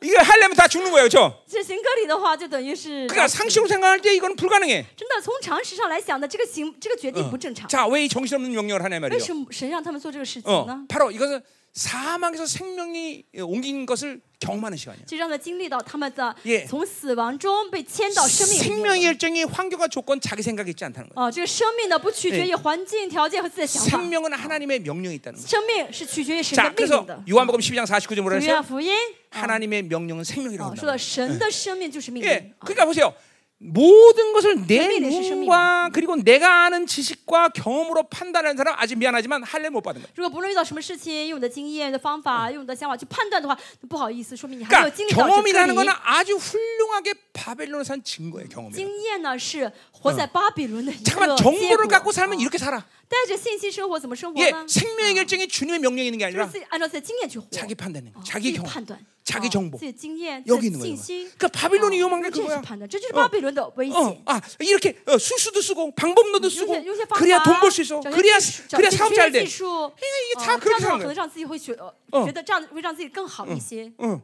이거 할려면 다 죽는 거예요, 그렇죠? 这行割礼的话，就等于是 그러니까 상식으로 생각할 때 이건 불가능해. 真的从常识上来讲的，这个行这个决定不正常。 자, 왜 이 정신없는 명령을 하냐 为 말이에요. 什么神让他们做这个事情 어, 呢？ 바로 이것은 사망에서 생명이 옮긴 것을 경험하는 시간이에요. 就让他们经历到他们的 예 从死亡中被牵 아, 到生命里 생명의 面。 결정이 어, 환경과 조건, 자기 생각이 있지 않다는 거예요. 哦，这个生命呢，不取决于环境条件和自己的想法， 생명은 하나님의 명령이 있다는 거예요. 生命是取决于神的 자, 命 그래서 令的。 요한복음 12장 49절 뭐라 主愿 했어요? 어, 福音啊， 하나님의 명령은 생명이라고 哦 한다. 说了神的生命就是命 예, 令。啊 그러니까 보세요. 모든 것을 내 의미는 눈과 그리고 내가 아는 지식과 경험으로 판단하는 사람 아직 미안하지만 할례 못 받은 거예요. 如果不论遇到什么事情，用你的经验、你的方嗯法、用你的想法去判断的话，不好意思，说明你还没有 그러니까 经历到这个 경험이라는 隔离 거는 아주 훌륭하게 바벨론에 산 증거예요. 경험이. 经验呢是活嗯在巴比伦的一个 잠깐만 结 정보를 果 갖고 어. 살면 이렇게 살아. 带着信息生活怎么生活 예, 呢？ 생명의 결정이 주님의 명령이 있는 게 就是 아니라 自己按照自己的经验去活， 자기 어, 판단인 거예요. 啊 자기 自己 경험. 判断， 자기 啊 정보 自己经验、自 여기 己 있는 거예요. 信 이거는. 息。 그러니까 바빌론이 위험한 게 这也是 그거야. 判断，这就是巴比伦的危险。 어, 아 이렇게 어, 수수도 쓰고 방법론도 쓰고 用些方法， 그래야 돈 벌 수 있어. 找些 그래야 技术找 그래야 些 사업 잘 技 돼. 术，啊这 이게 样다的 그렇게 话 사는 可 거야. 能让自己会觉得 어 觉得这样会让自己更好嗯一些。 응. 어.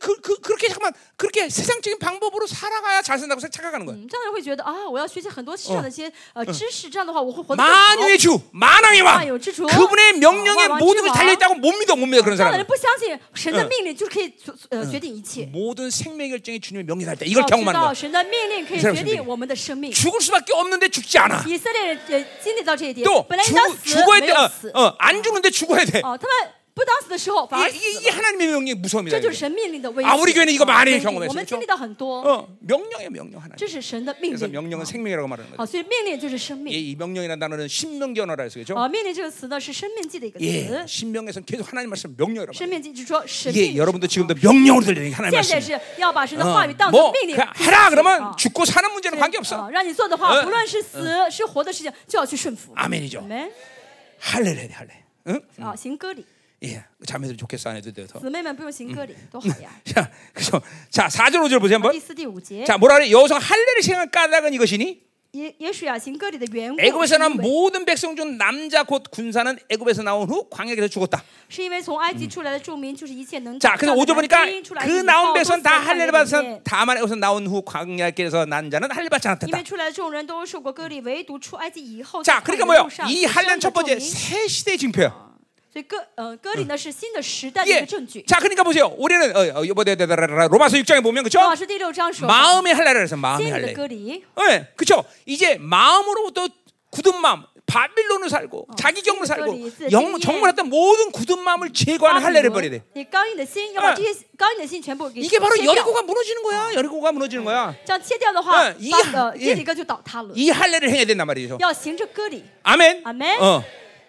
그, 그, 그렇게 잠깐만 그렇게 세상적인 방법으로 살아가야 잘 산다고 착각하는 거야. 嗯，这样的人会觉得啊，我要学习很多市场的一些呃知识，这样的话我会活得更好。 만유의 주, 만왕의 왕, 만유之主. 그분의 명령에 어, 왕, 모든 왕, 것이 달려 있다고 못 믿어, 못 믿어 아, 그런 这样的 사람. 人不相信神的命令就可以决呃决定一切。 모든 생명 결정이 주님의 명령에 달려 있다. 要 이걸 知 경험하는 道 거야. 神的命令可以 이 사람 决定我们的生命。 죽을 수밖에 없는데 죽지 않아. 以色列人也经历到这一点 또 ，本来应当 죽, 死 죽어야 没 돼. 有 어, 死， 어, 안 죽는데 죽어야 돼. 哦，他们不当死的时候反而 이게, 이게- 이게 하나님의 명령의 무서움이다. 这就是 이게. 神命令的威胁。 아우리교회는이거많이경험했어요 我们 그렇죠 经历到很多， 어, 명령의 명령 하나. 哎这是神的命 그래서 令。 명령은 생명이라고 말하는 거죠. 好，所以命令就是生 예, 命。 이 명령이라는 단어는 신명기 언어라 해서 그죠? 啊，命令这个词呢是生命记的一个 예, 词。 신명에서는 계속 하나님 말씀 명령이라고 生命记就是说神 예, 命。 여러분도 지금도 명령으로 들리는 게 하나님 现在 말씀. 哎是嗯要把神的话语 어, 当作 뭐 命令 그냥 。 하라 啊 그러면 죽고 사는 문제는 관계 啊 어. 예. 없어. 让你做的话，嗯不论是死是活的事情，就要去顺服。 아멘이죠. Amen。 할례를 해야 돼, 할례. 응? 啊，行割礼， 예, 자매들 좋겠어 안 해도 돼서. 姊妹们不用行割礼，多好 呀！ 자, 그죠? 자, 4절 5절 보세요 한번. 第四、第五节， 자, 뭐라 그래? 여호수아 할례를 시행한 까닭은 이것이니 也也许啊，行割礼的缘故，是 애굽에서는 因为 모든 백성 중 남자 곧 군사는 애굽에서 나온 후 광야에서 죽었다. 是因为从埃及出来的众民，就是一切能 자, 그래서 5절 仗着 보니까 男丁出来 그 以 나온 后都 백성은 死在 다 旷野 할례를 里 받은 面 다만 에서 나온 후 광야 길에서 난 자는 할례 받지 因 않았다. 为出来的众人都受过割礼，唯独出埃及以后， 자, 在旷野 그러니까 뭐요? 路上 이 할례는 첫 所生的众 번째 民 새그 시대의 징표야. 所以割呃割礼呢是新的时代的一 예. 个证据。 자, 그러니까 보세요. 우리는 어, 어, 이번에 대다라라 로마서 6장에 보면 그쵸 老师第六章说， 마음의 할례를 해서 마음의 新的 할례. 割礼， 예, 그렇죠. 이제 마음으로부터 굳은 마음, 바빌론을 살고 자기 경으로 그러니까 살고 이 영 이- 정물했던 모든 굳은 마음을 제거하는 할례를 벌이래 你刚硬的心要把这些刚硬的心全部给 이게 바로 切掉 여리고가 무너지는 거야. 여리고가 무너지는 거야. 这样切掉的话，嗯一巴呃嗯耶里哥就倒塌了。 이 할례를 해야 된단 말이죠. 要行着割礼， 아멘. 아멘. 어.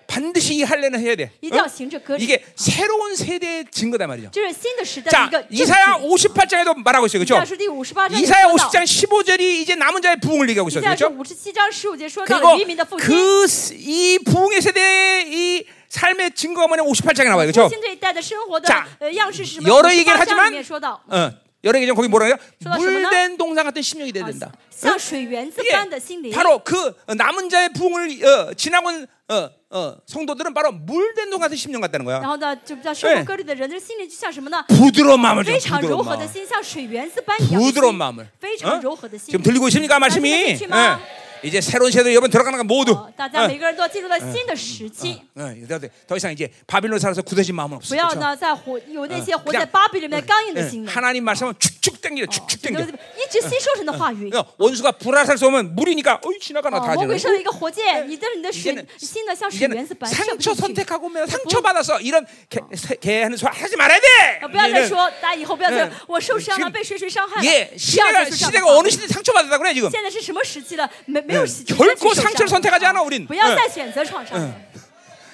반드시 이 할례는 해야 돼. 一 어? 定要行着割礼， 이게 새로운 세대의 증거다 말이죠. 这是新的时代的一个 자 证据。 이사야 58장에도 말하고 있어요, 以赛亚 그렇죠? 书第五十八章也说 이사야 到，그 50장 15절이 이제 남은 자의 부흥을 얘기하고 以 있어요, 赛亚书 그렇죠? 五十七章十五节说到 그리고 了渔民的父亲， 그 이 부흥의 세대의 이 삶의 증거가 뭐냐 58장에 나와요, 父 그렇죠? 亲这一代的生活的 자 呃样式是什么？ 여러 58 얘기를 章里 하지만 面说到， 어, 여러 얘기 전 거기 뭐라 그래요? 그래서 물된 동상 같은 심령이 돼야 된다. 像水源自 이게 般的心灵， 바로 그 남은 자의 부흥을 어, 지나고 온, 어, 어, 성도들은 바로 물된 동상 같은 심령 같다는 거야. 然后呢，就叫生活割礼的人的心灵就像什么呢？ 부드러운 마음을 좀 非常柔 부드러운 和的 마음. 心，像水源自般一样的 부드러운 心， 마음을. 非 어? 常柔和的心啊 지금 。 들리고 있습니까 말씀이? 말씀이 들리지만. 예. 이제 새로운 세대로 여러분 들어가는 거 모두. 哦大家每个人都要进入到新的时期， 예, 예. 더 이상 이제 바빌론 살아서 굳어진 마음은 不 없어요. 要 그렇죠? 呢再活有那些活 그냥 在巴比里面刚硬的心 예. 灵。 하나님 말씀은 축축 당겨, 축축 你 당겨. 都一直吸收神的话语。 그러니까 원수가 불화살 쏘면 물이니까 어이 지나가나 哦， 다 魔 지나. 鬼上了一个火箭，你但是哎你的 이제는 水新的像水源 이제는 自般上不 상처 进去。 선택하고 어? 면 상처 받아서 이런 개, 새- 개하는 소리 하지 말아야 돼. 啊不要再 이제는 说，大家以后不要再嗯说我受伤了，被谁谁伤害了。不 예, 要再说这样 시대가 的 시대가 话 어느 시대 상처 받았다 그래 지금. 现在是什么时期了？没哎没有时期。 결코 谁受伤 상처를선택하지않아우린 不要嗯再选择创伤。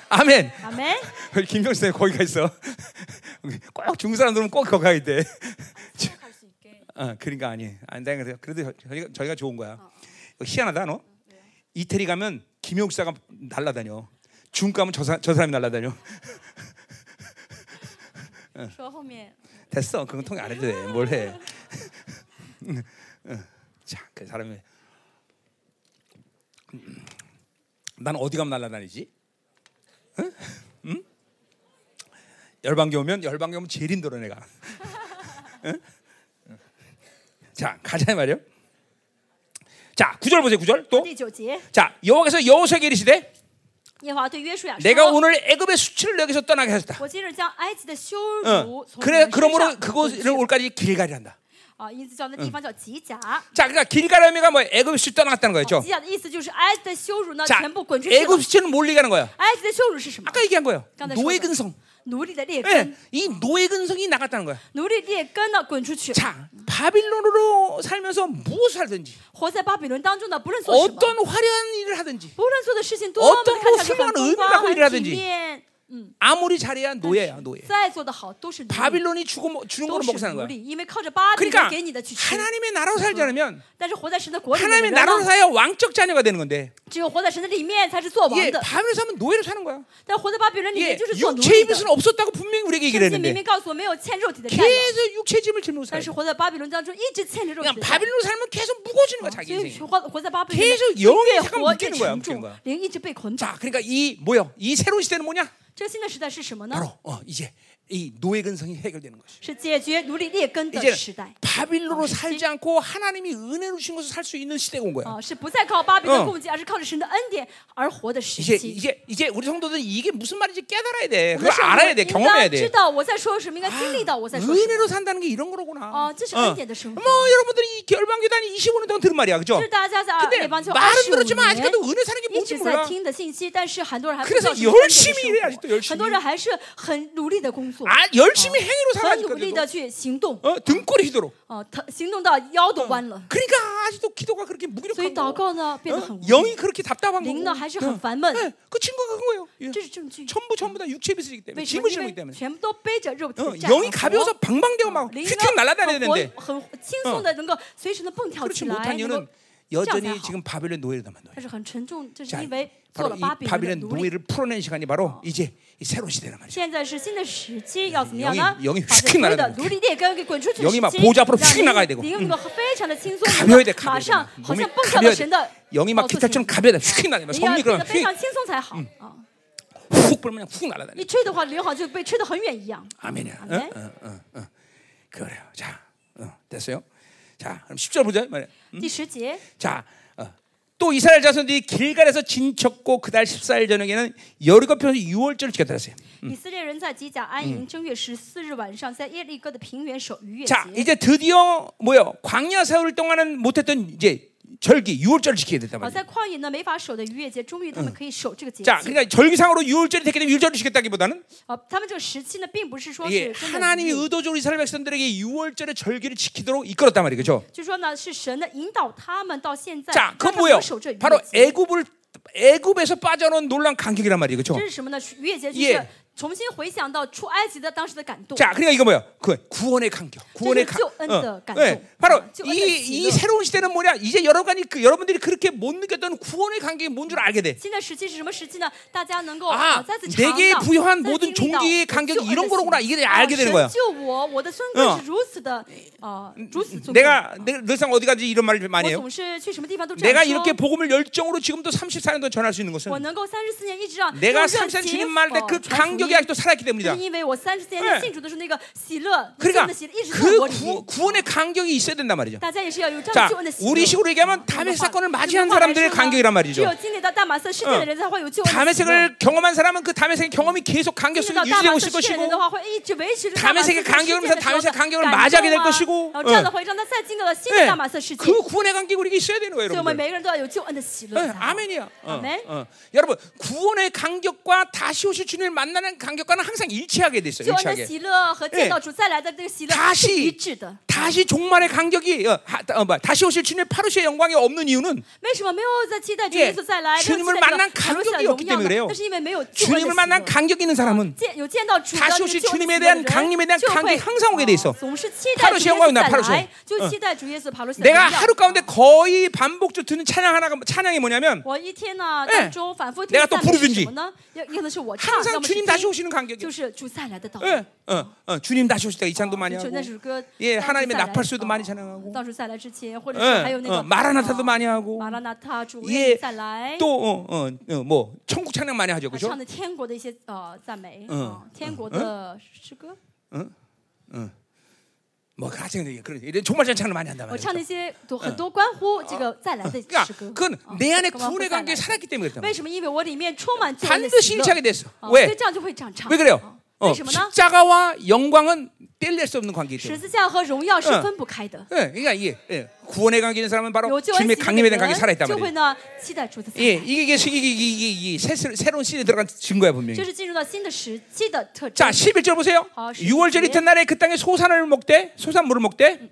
아멘. 阿门。 김경수 쌤 거기가 있어. 꼭 중국 사람들은 꼭 거기 가야 돼. 어, 그러니까 아니. 안 되니까 그래도 저- 저희가, 저희가 좋은 거야. 이거 희한하다 너. 이태리 가면 김용사가 날라다녀. 중 가면 저, 사, 저 사람이 날라다녀. 说后面 됐어. 그건 통역 안 해도 돼. 뭘 해. 응, 응. 자, 그 사람이 음, 난 어디 가면 날라다니지? 응? 응? 열방교 오면 열방교 오면 제일 힘들어 내가. 응? 응. 자, 가자 말이요. 자, 구절 보세요. 구절 또. 第九节， 자, 여호와께서 여호수에게 이르시되 耶和华对约书亚 내가 说 오늘 애굽의 수치를 여기서 떠나게 하셨다. ：“我今日将埃及的羞辱 응. 从你 그래 们身 그러므로 上除 그곳을 去 올까지 길가리한다. 啊，因此叫那地方叫吉甲。啊 자, 그러니까 길가라미가 뭐 애굽시 떠나갔다는 거죠. 吉甲的意思就是埃及的羞辱呢， 자, 全部滚出去了。 애굽시는 몰리 가는 거야. 埃及的羞辱是什么？ 아까 얘기한 거예요. 깐다, 노예 깐다. 근성. 奴隶的劣 예, 根， 이 노예 근성이 나갔다는 거야. 奴隶劣根呢，滚出去。 자, 바빌론으로 살면서 무엇을 하든지, 活在巴比伦当中的，不论做什么， 어떤 화려한 일을 하든지, 不论做的事情多 어떤 么的看起来 뭐 就很风光、 훌륭한 의미를갖고일을하든 很体지面， 아무리 잘해야 노예야, 노예. 再做的好都是奴隶 바빌론이 주고 먹- 주는 都 걸로 是 먹고 사는 奴 거야. 隶，因为靠着巴比伦 그러니까 给你的去吃。 하나님의 어. 나라로 살지 않으면 但是活在神的国里面的 하나님의 人呢 나라로 사야 왕적 자녀가 되는 건데, 只有活在神的里面才是做王 예, 的， 바빌론 사면 노예로 사는 거야. 但活在巴比伦里面 예, 就是做奴隶 육체의 的。 입은 없었다고 분명히 우리에게 얘기를 圣经明 했는데 明告诉我没有欠肉体的占有， 계속 육체의 짐을 짊고 살아. 但是活在巴比伦当中一直欠着肉体 그냥 的占有。 바빌론 살면 어, 계속 무거워지는 거야 所 자기 以 인생. 活活在巴比 계 伦 속 里面， 영이 越 잠깐 活 묶이는 越 거야 沉 묶이는 거야 重，灵一直被捆绑。 자 그러니까 이 뭐요? 이 새로운 시대는 뭐냐? 这新的时代是什么呢？ 바로 어, 이제 이 노예 근성이 해결되는 것이. 是解决奴隶劣根的 이제 时代。 바빌론으로 살지 않고 하나님이 은혜로 주신 것을 살 수 있는 시대가 온 거야. 啊，是不再靠巴比伦嗯供给，而是靠着神的恩典而活的时 이제 期。 이제 이제 우리 성도들은 이게 무슨 말인지 깨달아야 돼. 我们 그걸 是 알아야 돼. 应该 경험해야 知 돼. 道我在说什么，应该 아, 经历到我在说什么。 은혜로 산다는 게 이런 거로구나. 어, 这是 어. 恩典的生活。 뭐 여러분들이 이 열방교단이 25년 동안 들은 말이야, 그죠? 这是大家在 근데 那帮就二 말은 十五 들었지만 年 그러니까 예, 아직까지 은혜 사는 게 一 뭔지 直在 몰라. 听的信息，但是很多人还不 그래서 知道什么是 열심히해야지 恩典 또 的 열生活 심히 很多人啊还是很努力的工作， 아, 열심히 행위로 很努 살아가니까 力 계속. 的去行动， 어, 등골이 휘도록. 哦，他行动到腰都弯了， 그러니까 아직도 기도가 그렇게 所以 무기력한 祷 거. 告呢变得很 어? 无力， 영이 그렇게 답답한 거고. 灵呢还是很 어. 烦闷， 예, 그 증거가 그거예요. 예. 这是证据。 전부 전부 다 육체 빚이기 为 때문에 什么？ 짐을 因 지르기 为 때문에. 全部都背着肉体 어, 的战 영이 而活 가벼워서 방방대고 막 灵 휙휙 呢， 날아다녀야 很活 되는데 很轻松的能够随时的蹦跳 그렇지 起来，能够 못한 이유는 여전히 好. 지금 바벨론 노예로다만 노예. 但是很沉重，这是 자, 因为做 바로 了 이 巴比伦 바벨론 的奴隶。 노예를 풀어낸 시간이 바로 이제 이 새로운 시대란 말이야. 现在是新的时期，要怎么样呢？ 영이영이 把 휙 这所有 날아야 的 돼 奴隶劣根给滚出去的 영이막 时期 보좌앞으로휙 让 나가야되고 灵灵能够非常的轻松， 가벼워야 能 돼. 够马 가벼워야 돼. 上好 몸이 像蹦上了 가벼워야 神 돼. 的 영이 막 告诉 기타처럼 你 가벼워야 돼. 휙 날아다. 灵 성리 要变得 그러면 非 휙 常轻松才好啊！ 훅 불면 그냥 훅 날아다녀. 你吹的话，灵好像就被吹得很远一样。 아멘이야. 아멘. 응, 응, 응, 응. 그래요. 자, 어, 됐어요. 자, 그럼 10절 보자. 말이야. 第十节， 자, 어. 또 이스라엘 자손들이 길갈에서 진쳤고 그달 14일 저녁에는 여리고 편에서 6월절을 지켜들었어요. 以色列人在吉甲安营，正月十四日晚上，在耶利哥的平原守逾越节 자, 。 이제 드디어 뭐요? 광야 세월 동안은 못했던 이제 절기 6월절을 지켜야 됐단 好， 말이에요. 在旷野呢没法守的逾越节，终于他们可以守这个节 자, 气。 그러니까 절기상으로 6월절이 됐기 때문에 6월절을 지켰다기보다는 啊，他们这个时期呢，并不是说是真 이게 的逾 하나님이 越 의도적으로 이스라엘 백성들에게 6월절의 절기를 지키도록 이끌었단 말이죠. 그죠 就说呢，是神呢引导他们到现在， 자, 让他 그 们 뭐예요? 守这逾 바로 越节。 애굽을 애굽에서 빠져나온 놀란 간격이란 말이에요. 그렇죠? 这是什么呢？是逾越节就 예 是重新回想到出埃及的当时的感动。 자, 그러니까 이거 뭐야? 그 구원의 간격, 구원의 저는 간- 저 은더 간격. 바로 어, 저 이 은더 이 지금. 새로운 시대는 뭐냐? 이제 여러분이 그, 여러분들이 그렇게 못 느꼈던 구원의 간격이 뭔 줄 알게 돼. 现在时期是什么时期呢？大家能够 아, 呃再次尝到，啊 내게 再 부여한 次 모든 经历到 종기의 我 간격이 救 이런 거로구나. 恩 이게 的啊 내가 알게 神 되는 거야. 救我，我的尊 응 贵是如此的，呃，如此尊贵。 내가 내가 늘상 어디 가든지 이런 말을 많이 我 해요. 总是去什么地方都这 내가 样说 이렇게 。 복음을 열정으로 지금도 34년 동안 전할 수 있는 我 것은 能够三十四年一直让 내가 用热 34년 情 주님 말할 때 哦 그 传福音 간격이 아직도 살아있기 就 때문이다. 是因为我三十四 네 年信主的时候那个喜乐，救恩 그러니까 的喜乐一直在我 그 里 구, 面。 구원의 간격이 있어야 뭐 된단 말이죠. 大家也是要有这 자 样救恩的喜乐。 우리식으로얘기하면 啊 담 这样的의话 사건을맞이 这한种话 사람들의간격이란말 只 이죠 어. 有经历到大马色事件的人才会有救恩的喜乐。 담에색을 경험한 사람은 그 담에색의 경험이 계속 간격 经历到 속에 大马 유지되고 色 있을 事件的人的 것이고 话，会一直维持着 담 大 의 马色 세계 事件 간격을하면서담의세계 的 간격을 感 맞이하게될 动啊 것이고 然后这样的 응 话，让他再经历到新的 예, 大马色事件， 그 구원의 간격이 우리에게 있어야 되는 거예요 所以我们 여러분 每个人都要有救恩的喜乐才好。 아멘이야 어, 아멘. 어. 여러분 구원의 간격과 다시 오실 주님을 만나는 대한 간격과는 항상 일치하게 돼 있어요. 救恩的 일치하게. 예. 喜乐和见到主再来的这个喜乐 다시 是一致的。 다시 종말의 간격이 어, 하, 어, 뭐야, 다시 오실 주님의 파루시의 영광이 없는 이유는 为什么没有在期待主 예 耶稣再来？没有期 주님을 待 만난 这个 간 荣 격이 耀 없기 荣 때문에 耀 그래요 那是因为没有救恩的喜乐 주님을 만난 간격 있는 사람은 见有见到主的 다시 那 오실 个救恩 주님에 的 대한 人 강림에대한 就 강 会 격이항상오게돼있어 总是期待 바로 主 시 耶稣 영광이 나 再 바로 시. 来，就期待主耶稣바로시的 내가 荣耀 하루 가운데 거의 반복적 듣는 찬양 하나가 찬양이 뭐냐면 我一天呢 예 当中反复听 내가또 赞美是 부르든지 什么呢？要要么是我唱，要 항상 么是 주님 다시 听， 오시는 간격이. 就是主再来的道 예, 路。 어, 어, 주님 다시 오실 때가 이 찬도 많이 就 하고. 那首歌， 예 当主 하나님의 再来 나팔수도 哦 많이 찬양하고. 到主再来之前，或者是还有 예, 那 어, 个 마라나타도 哦 많이 하고. 马拉纳塔主 예 耶稣再来， 또 어 어 뭐 천국 아, 찬양 많이 하죠, 啊 그죠? 唱的天国的一些呃赞美，嗯哦天国的诗歌， 뭐 같은 데 그런 이런 종말 어, 찬양을 많이 한단 我唱 말이에요. 那 些都很多关乎这个再来的诗 그러니까 歌。 그건 哦 내 안에 关乎 구원의 再来 관계에 살았기 때문에 그렇단 为 말이에요. 什么？因为我里面充满救恩的喜 반드시 乐 일치하게 됐어. 啊所以 왜? 这样就会长长。啊 왜 그래요? 为 어, 什么呢？ 십자가와 영광은 뗄릴 수 없는 관계이기 十 때문에. 字架和荣耀是嗯分不开的。 예, 그러니까 이게 예, 구원의 관계 있는 사람은 有 바로 救恩 주님의 喜乐 강림에 的 대한 관계 人 살아있단 就会 말이에요. 呢期待主的再 예, 来， 이게 이게 이게 이게, 이게, 이게 새, 새로운 시대에 들어간 증거야 这 분명히. 是进入到新的时期的特征 자 。 11절 보세요. 아, 11 6월절 이튿날에 그 땅에 소산을 먹되 소산물을 먹되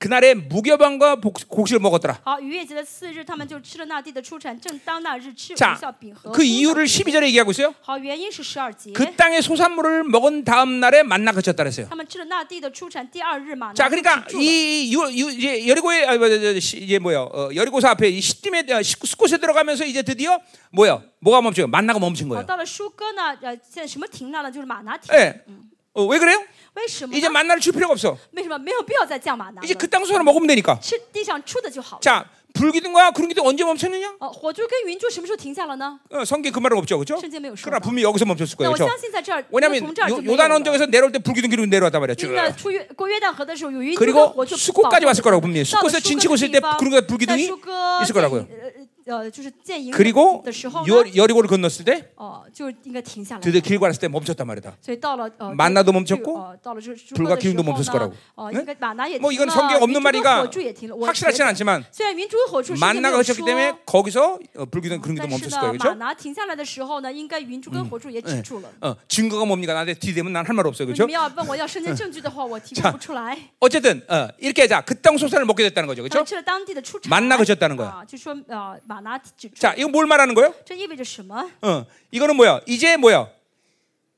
그날에 무교방과 복- 곡식을 먹었더라. 好，逾越节的次日，他们就吃了那地的出产，正当那日吃无效 자, 饼和 그 烘烤 이유를 12절에 얘기하고 있어요. 好，原因是十二节， 그 땅의 소산물을 먹은 다음 날에 만나 그쳤다 그랬어요. 他们吃了那地的出产，第二日嘛，拿 자, 住 그러니까 止住了 이 유- 유- 이제 여리고의 아, 뭐, 저, 저, 시- 이제 뭐요? 어, 여리고사 앞에 이 시딤에 아, 시- 스콧에 들어가면서 이제 드디어 뭐요? 뭐가 멈춰요? 만나가 멈춘 好， 거예요. 到了舒哥呢，呃，现在什么停了呢？就是马拿停 예. 。 어, 왜 그래요? 为什么呢？ 이제 만나를 줄 필요가 없어. 为什么没有必要再降马拿 이제 그 了？ 땅 소산을 먹으면 되니까. 吃地上出的就好了。 자, 불기둥과 구름기둥 언제 멈췄느냐? 哦，火柱跟云柱什么时候停下了呢？ 어, 성경 그 말은 없죠, 그렇죠? 성경에 없어요. 그러나 분명 히 여기서 멈췄을 那 거예요, 我 그렇죠? 相信在这儿，因为 왜냐하면 从这儿就 요- 没有 요단 了 언덕에서 내려올 때 불기둥 기둥 내려왔단 말이야. 쭉. 那出约过约旦河的时候，有一根 그리고 火柱 수고까지 保护 왔을거라고봅니다 着 수고에 到서了 진치고있을때 수고 구름과 地方 불기둥이 在수고 있을 거라고요. 어, 어,就是建营 그리고 的时候呢 여- 여리고를 건넜을 때 어, 저应该停下来。 드디어 길고 왔을 때 멈췄단 말이다. 所以到了呃， 만나도 就 멈췄고 呃到了这 불과기운도멈췄을거라고 어, 네 그러니까 만나 예 뭐停 이건 了 성경에없는말이가 火柱也停了。我觉 확실하진 得 않지만 虽然云柱和火柱是应该没 만나가 有 그쳤기 说， 때문에 거기서 어, 불기둥 그런 但 기둥 是 멈췄을 呢 거예요, ，马 그렇죠? 拿停下来的时候呢，应该云柱跟火柱也止住了。 어, 증거가 뭡니까? 나한테 뒤대면 난 할 말 없어요, 你 그렇죠? 们要问我要申请证据的话， 我提供不出来。 어쨌든 어, 이렇게 자, 그 땅 소산을 먹게 됐다는 거죠, 他们 그렇죠? 吃了当地的出产， 만나그쳤다는거야 啊，就说呃马拿止住。 자, 이거 뭘 말하는 거예요? 这意味着什么？ 어, 이거는 뭐야? 이제 뭐야?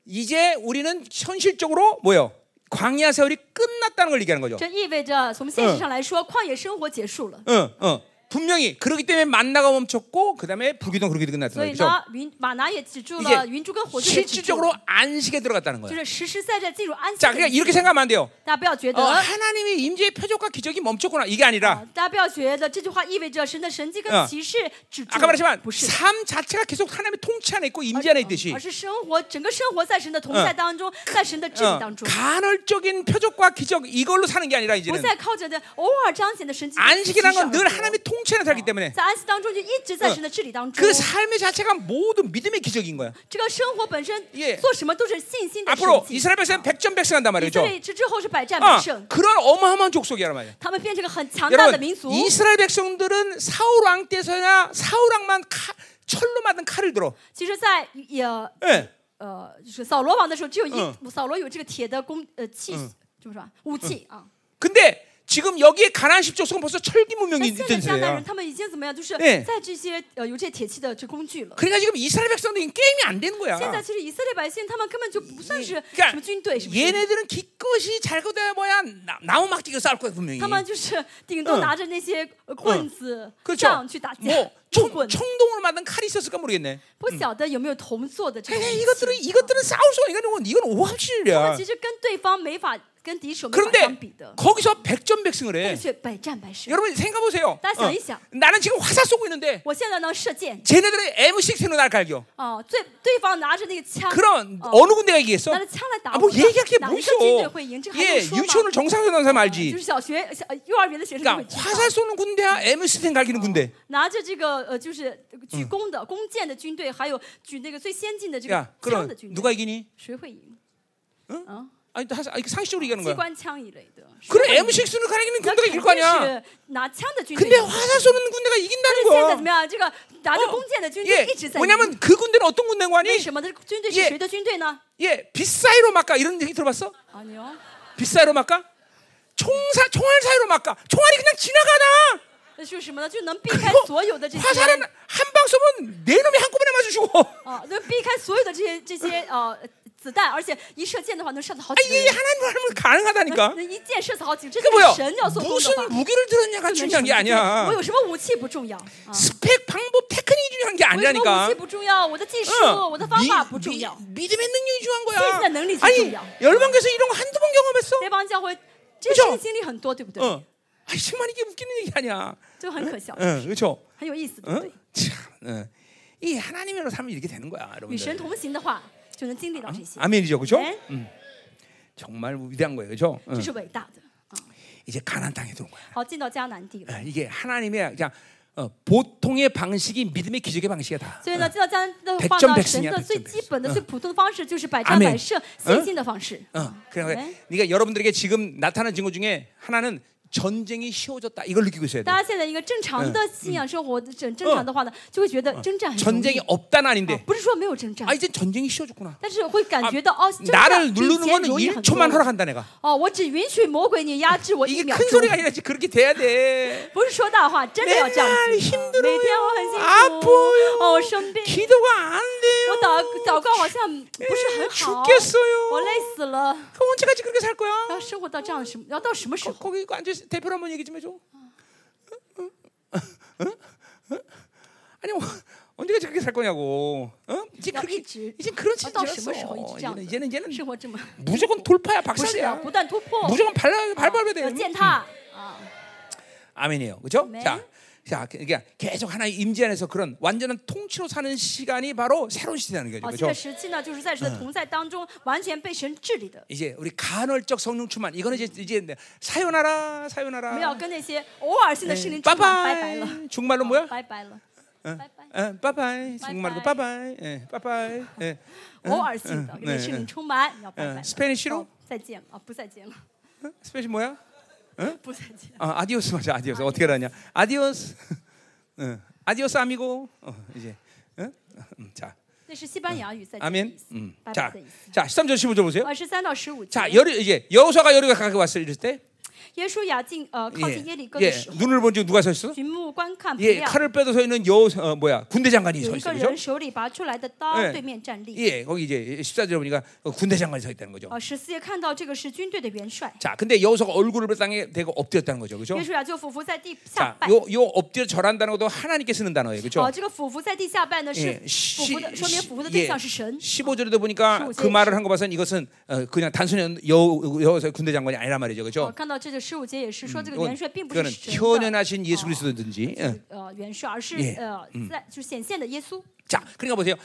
이제 우리는 현실적으로 뭐야? 광야 세월이 끝났다는 걸 얘기하는 거죠. 这意味着从现实上来说，旷野生活结束了。 어, 어. 분명히 그러기 때문에 만나가 멈췄고 그다음에 불기둥 그렇게 끝났다는 所以 거죠. 呢，云马拿也止住 이제 了，云柱跟火柱也止住了， 실질적으로 안식에 들어갔다는 就是 거예요. 实实在在进入安息 자 的 그러니까 意 이렇게 思。 생각하면 안 돼요. 大家不要觉 어, 得， 하나님의 임재의 표적과 기적이 멈췄구나 이게 아니라 哦啊大家不要觉得这句话意味着神的神迹嗯跟骑士止住 아까 了 말했지만 ，不是的。嗯 삶 자체가 계속 하나님의 통치 안에 있고 임재 안에 있듯이 而是生活，整个生活在神的同在当中，在神的治理 어, 当中， 간헐적인 표적과 기적 이걸로 사는 게 아니라 不 이제는 再靠着的偶尔彰显的神迹跟骑士而 안식이라는 活。 건 늘 하나님의 통치 안에 살기 때문에 在安息当中就一直在嗯神的治理当中 그 。 삶의 자체가 모두 믿음의 기적인 거야. 这个生活本身 예 做什么都是信心的神 앞으로 迹。 이스라엘 백성은 백전백승한단 以 그러니까 말이죠. 色列之之后是百战百 어, 胜， 그런 어마어마한 족속이란 말이야. 他们变成个很强大的 여러분 民族。 이스라엘 백성들은 사울 왕 때서야 사울 왕만 칼- 철로 만든 칼을 들어. 其实在，呃 예. 呃，就是扫罗王的时候，只有一、嗯扫罗有这个铁的弓呃器，怎么说啊武器嗯啊？ 근데 지금 여기에 가나안 십족속은 벌써 철기 문명이 但现在 있던 迦南人 세대야. 他们已经怎么样？就是 예 在这些呃有这些铁器的这工具了。 그러니까 지금 이스라엘 백성들이 게임이 안 되는 现在 거야. 其实以色列百姓他们根本就不算是干什么军队，是不是？ 얘네들은 기껏이 잘거다 뭐야 나- 나무 막 뛰고 싸울 거야 분명히. 他们就是顶嗯多拿着那些呃棍子、 그렇죠 杖去打架 뭐 ，木 총, 棍。 총동으로 만든 칼이 있었을까 모르겠네. 不晓得有没有同做的这 에이, 种武器 이것들은 이것들은 싸울 수가 이건 이건 他们 오합실이야. 其实跟对方没法跟敌手没法相 그런데 比的， 거기서 백전백승을 但 해. 是却百战百胜。 여러분 생각 보세요. 다시 어, 생각해. 나는 지금 화살 쏘고 있는데 我现在能射箭 쟤네들은 M16로 날 갈겨. 哦，对，对方拿着那个枪， 그럼 어. 아. 어느 군대가 이기겠어? 拿着枪来打 아 我 뭐 的， 얘기할 게 哪 뭐 一个 있어? 军队会赢？这还 예 用说 아, 유치원을 吗？呃 정상적으로 는 사람 就 알지. 是小学、小幼儿园的学生就会 그러니까 知道。 화살 쏘는 군대야 M16 갈기는 군대. 拿着这个呃，就是举弓的、弓箭的军队，还有举那个最先进的这个 야 枪 그럼 的军队， 누가 이기니? 谁会赢？ 응 아니 다- 아, 이거 상식적으로 얘기하는 机 거야. 关枪一类的。 그래 M16를 가리는 那 군대가 肯 이길 거 定 아니야. 是拿枪啊的军队 근데 赢的。 화살 쏘는 군대가 이긴다는 现在怎 거야. 么样？这个拿着弓箭的军队 예, 一直在赢。 왜냐면 그 군대는 어떤 군대인 거 为 아니? 什么？这个军队 예 是谁的军队呢？啊哦 예, 빗사이로 막까 이런 얘기 들어봤어? 아니요 빗사이로 막까? 총사 총알 사이로 막까? 총알이 그냥 지나가나? 那就是什么呢？就能避开 그거 所有的这些 화살은 한 방 쏘면 네 놈이 한꺼번에 맞아 죽어. 啊，能避开所有的这些这些呃子弹，而且一射箭的话能射死好 아, 几个 이게 人。 하나님 하면 가능하다니까. 那一箭射死好几个，这 그 是 뭐야? 神要做工的 무슨 话。 무기를 들었냐가 这没 중요한 게 什么 아니야. 我有什么武器不重要啊？ 스펙 방법 테크닉이 중요한 我有什게么武 아니라니까. 어. 器不重要？我的技术、我的方法不重要。 믿음의 능력이 중요한 소유자 거야. 능력이 아니 중요해요. 네. 열방교에서 이런 거 한두 번 경험했어? 那帮教会这 그죠 事情经历很多，对不对？ 어. 아 정말 이게 웃기는 얘기 아니야. 就很可笑， 응, 그렇죠. 很有意思，对不 응? 对？ 참, 응. 이 하나님으로 살면 이렇게 되는 거야, 与神 여러분들. 同行的话，就能经历到这些， 아멘이죠, 그렇죠? 네. 음. 정말 위대한 거예요, 그렇죠? 这是伟大的。 이제 가나안 땅에 들어온 거야. 好，进到迦南地了。 어, 이게 하나님의 그냥 어, 보통의 방식이 믿음의 기적의 방식이다. 所以呢，进到迦南的话100%呢，神100%的嗯最基本的、最普通的方式就是百战 아멘 百胜，信 응 心的方式。 어, 그래, 네. 네가 여러분들에게 지금 나타난 증거 중에 하나는 전쟁이 쉬워졌다. 이걸 느끼고 있어야 돼. 大家现在一个正常的信仰生活，正正常的话呢，就会觉得征战很容 전쟁이 易。 없다는 아닌데, 啊不是说没有征战 아 ， 이제 전쟁이 쉬워졌구나. 아, 但是会感觉到哦，征战 나를 比以 누르는 前 건 容易很 1초만 多。 허락한다 내가. 哦，我只允许魔鬼你压制我一 어, 이게 秒 큰 钟。 소리가 아니라 지금 그렇게 돼야 돼. 不是说大话，真的要这样子。 맨날 每 힘 天 들어요 我很辛 아파 苦 요 ，哦，我生病， 기도가 안 我 돼요. 아, 祷祷告好像不是很哎好， 죽겠어요. 我累死了。 그럼 언제까지 그렇게 살 거야? 要生活到这样的什么？要到什么时 어, 거, 候？ 거기 앉아 대표로 한번 얘기 좀 해줘. 응? 응? 응? 아니 뭐, 언제까지 그렇게 살 거냐고. 어? 이제 야, 그렇게 이 지- 이제 그런 아, 시대 뭐, 또 심어, 심어, 이 지났어. 지장. 얘는 얘는 生活这么 무조건 돌파야 어, 不是 박살이야. 啊，不断突破，啊 무조건 발라 발발해야 要 돼. 践踏啊！ 아멘이에요. 그죠? 네. 자, 자, 그러니까 계속 하나의 임재 안에서 그런 완전한 통치로 사는 시간이 바로 새로운 아, 시대라는 거죠. 好，这 그렇죠? 그죠? 个时期呢，就是在嗯神的同在当中，完全被神治理的。 이제 우리 간헐적 성령 충만. 이거는 이제 이제 사요나라, 我们要 사요나라. 跟那些偶尔性的圣灵 예, 充满拜拜了， 빠빠이. 중말로 뭐야? 拜拜了，嗯拜拜。 예, 빠빠이. 중말로 빠빠이. 예, 빠빠이. 예. 偶尔性的嗯跟那圣灵充满，你要拜拜了。嗯，Spanish 咯哦再见啊，不再见了， 스페셜 뭐야? 不再见。 아, 아디오스 맞아. 아디오스. 어떻게 알았냐? 아디오스. 응. 아디오스 아미고. 어, 이제. 응? 음, 자. 那是西班牙语再见的意 아멘. 思。 음. 拜拜 자. 的意思。 자, 13절 15절 보세요. 二十三到十五节， 자, 여리 이제 여호수아가 여리가 가까이 왔을 때 耶稣雅进呃靠近耶 예, 里哥的 예, 时候， 눈을 본적 누가 서 있어? 举目观看，不 예, 料 칼을 빼도 서 있는 여호 어, 뭐야 군대 장관이 有 서 一个 있어, 그죠? 人手里拔出来的刀 예 对面站立。 예, 거기 이제 14절 보니까 어, 군대 장관이 서 있다는 거죠. 啊，十四节看到这个是军队的元帅， 자, 근데 여호수아가 얼굴을 땅에 대고 엎드렸다는 거죠, 그죠? 耶稣啊雅就俯伏在地下 자, 拜。 요, 요 엎드려 절한다는 것도 하나님께 쓰는 단어예요, 그죠? 啊，这个俯伏在地下拜呢是 예, 俯伏的，说明俯伏的对象是神。 15절에도 보니까 15 그 말을 한 거 봐서는 이것은 어, 그냥 단순히 여, 여호수아 군대 장관이 아니란 말이죠, 我 그죠? 呃看到这个十五节也是说这个 이건, 元帅并不是 이거는 神的 현현하신 예수 그리스도든지. 예. 呃元帅，而是 예 呃在就显现的耶稣， 자, 그러니까 보세요.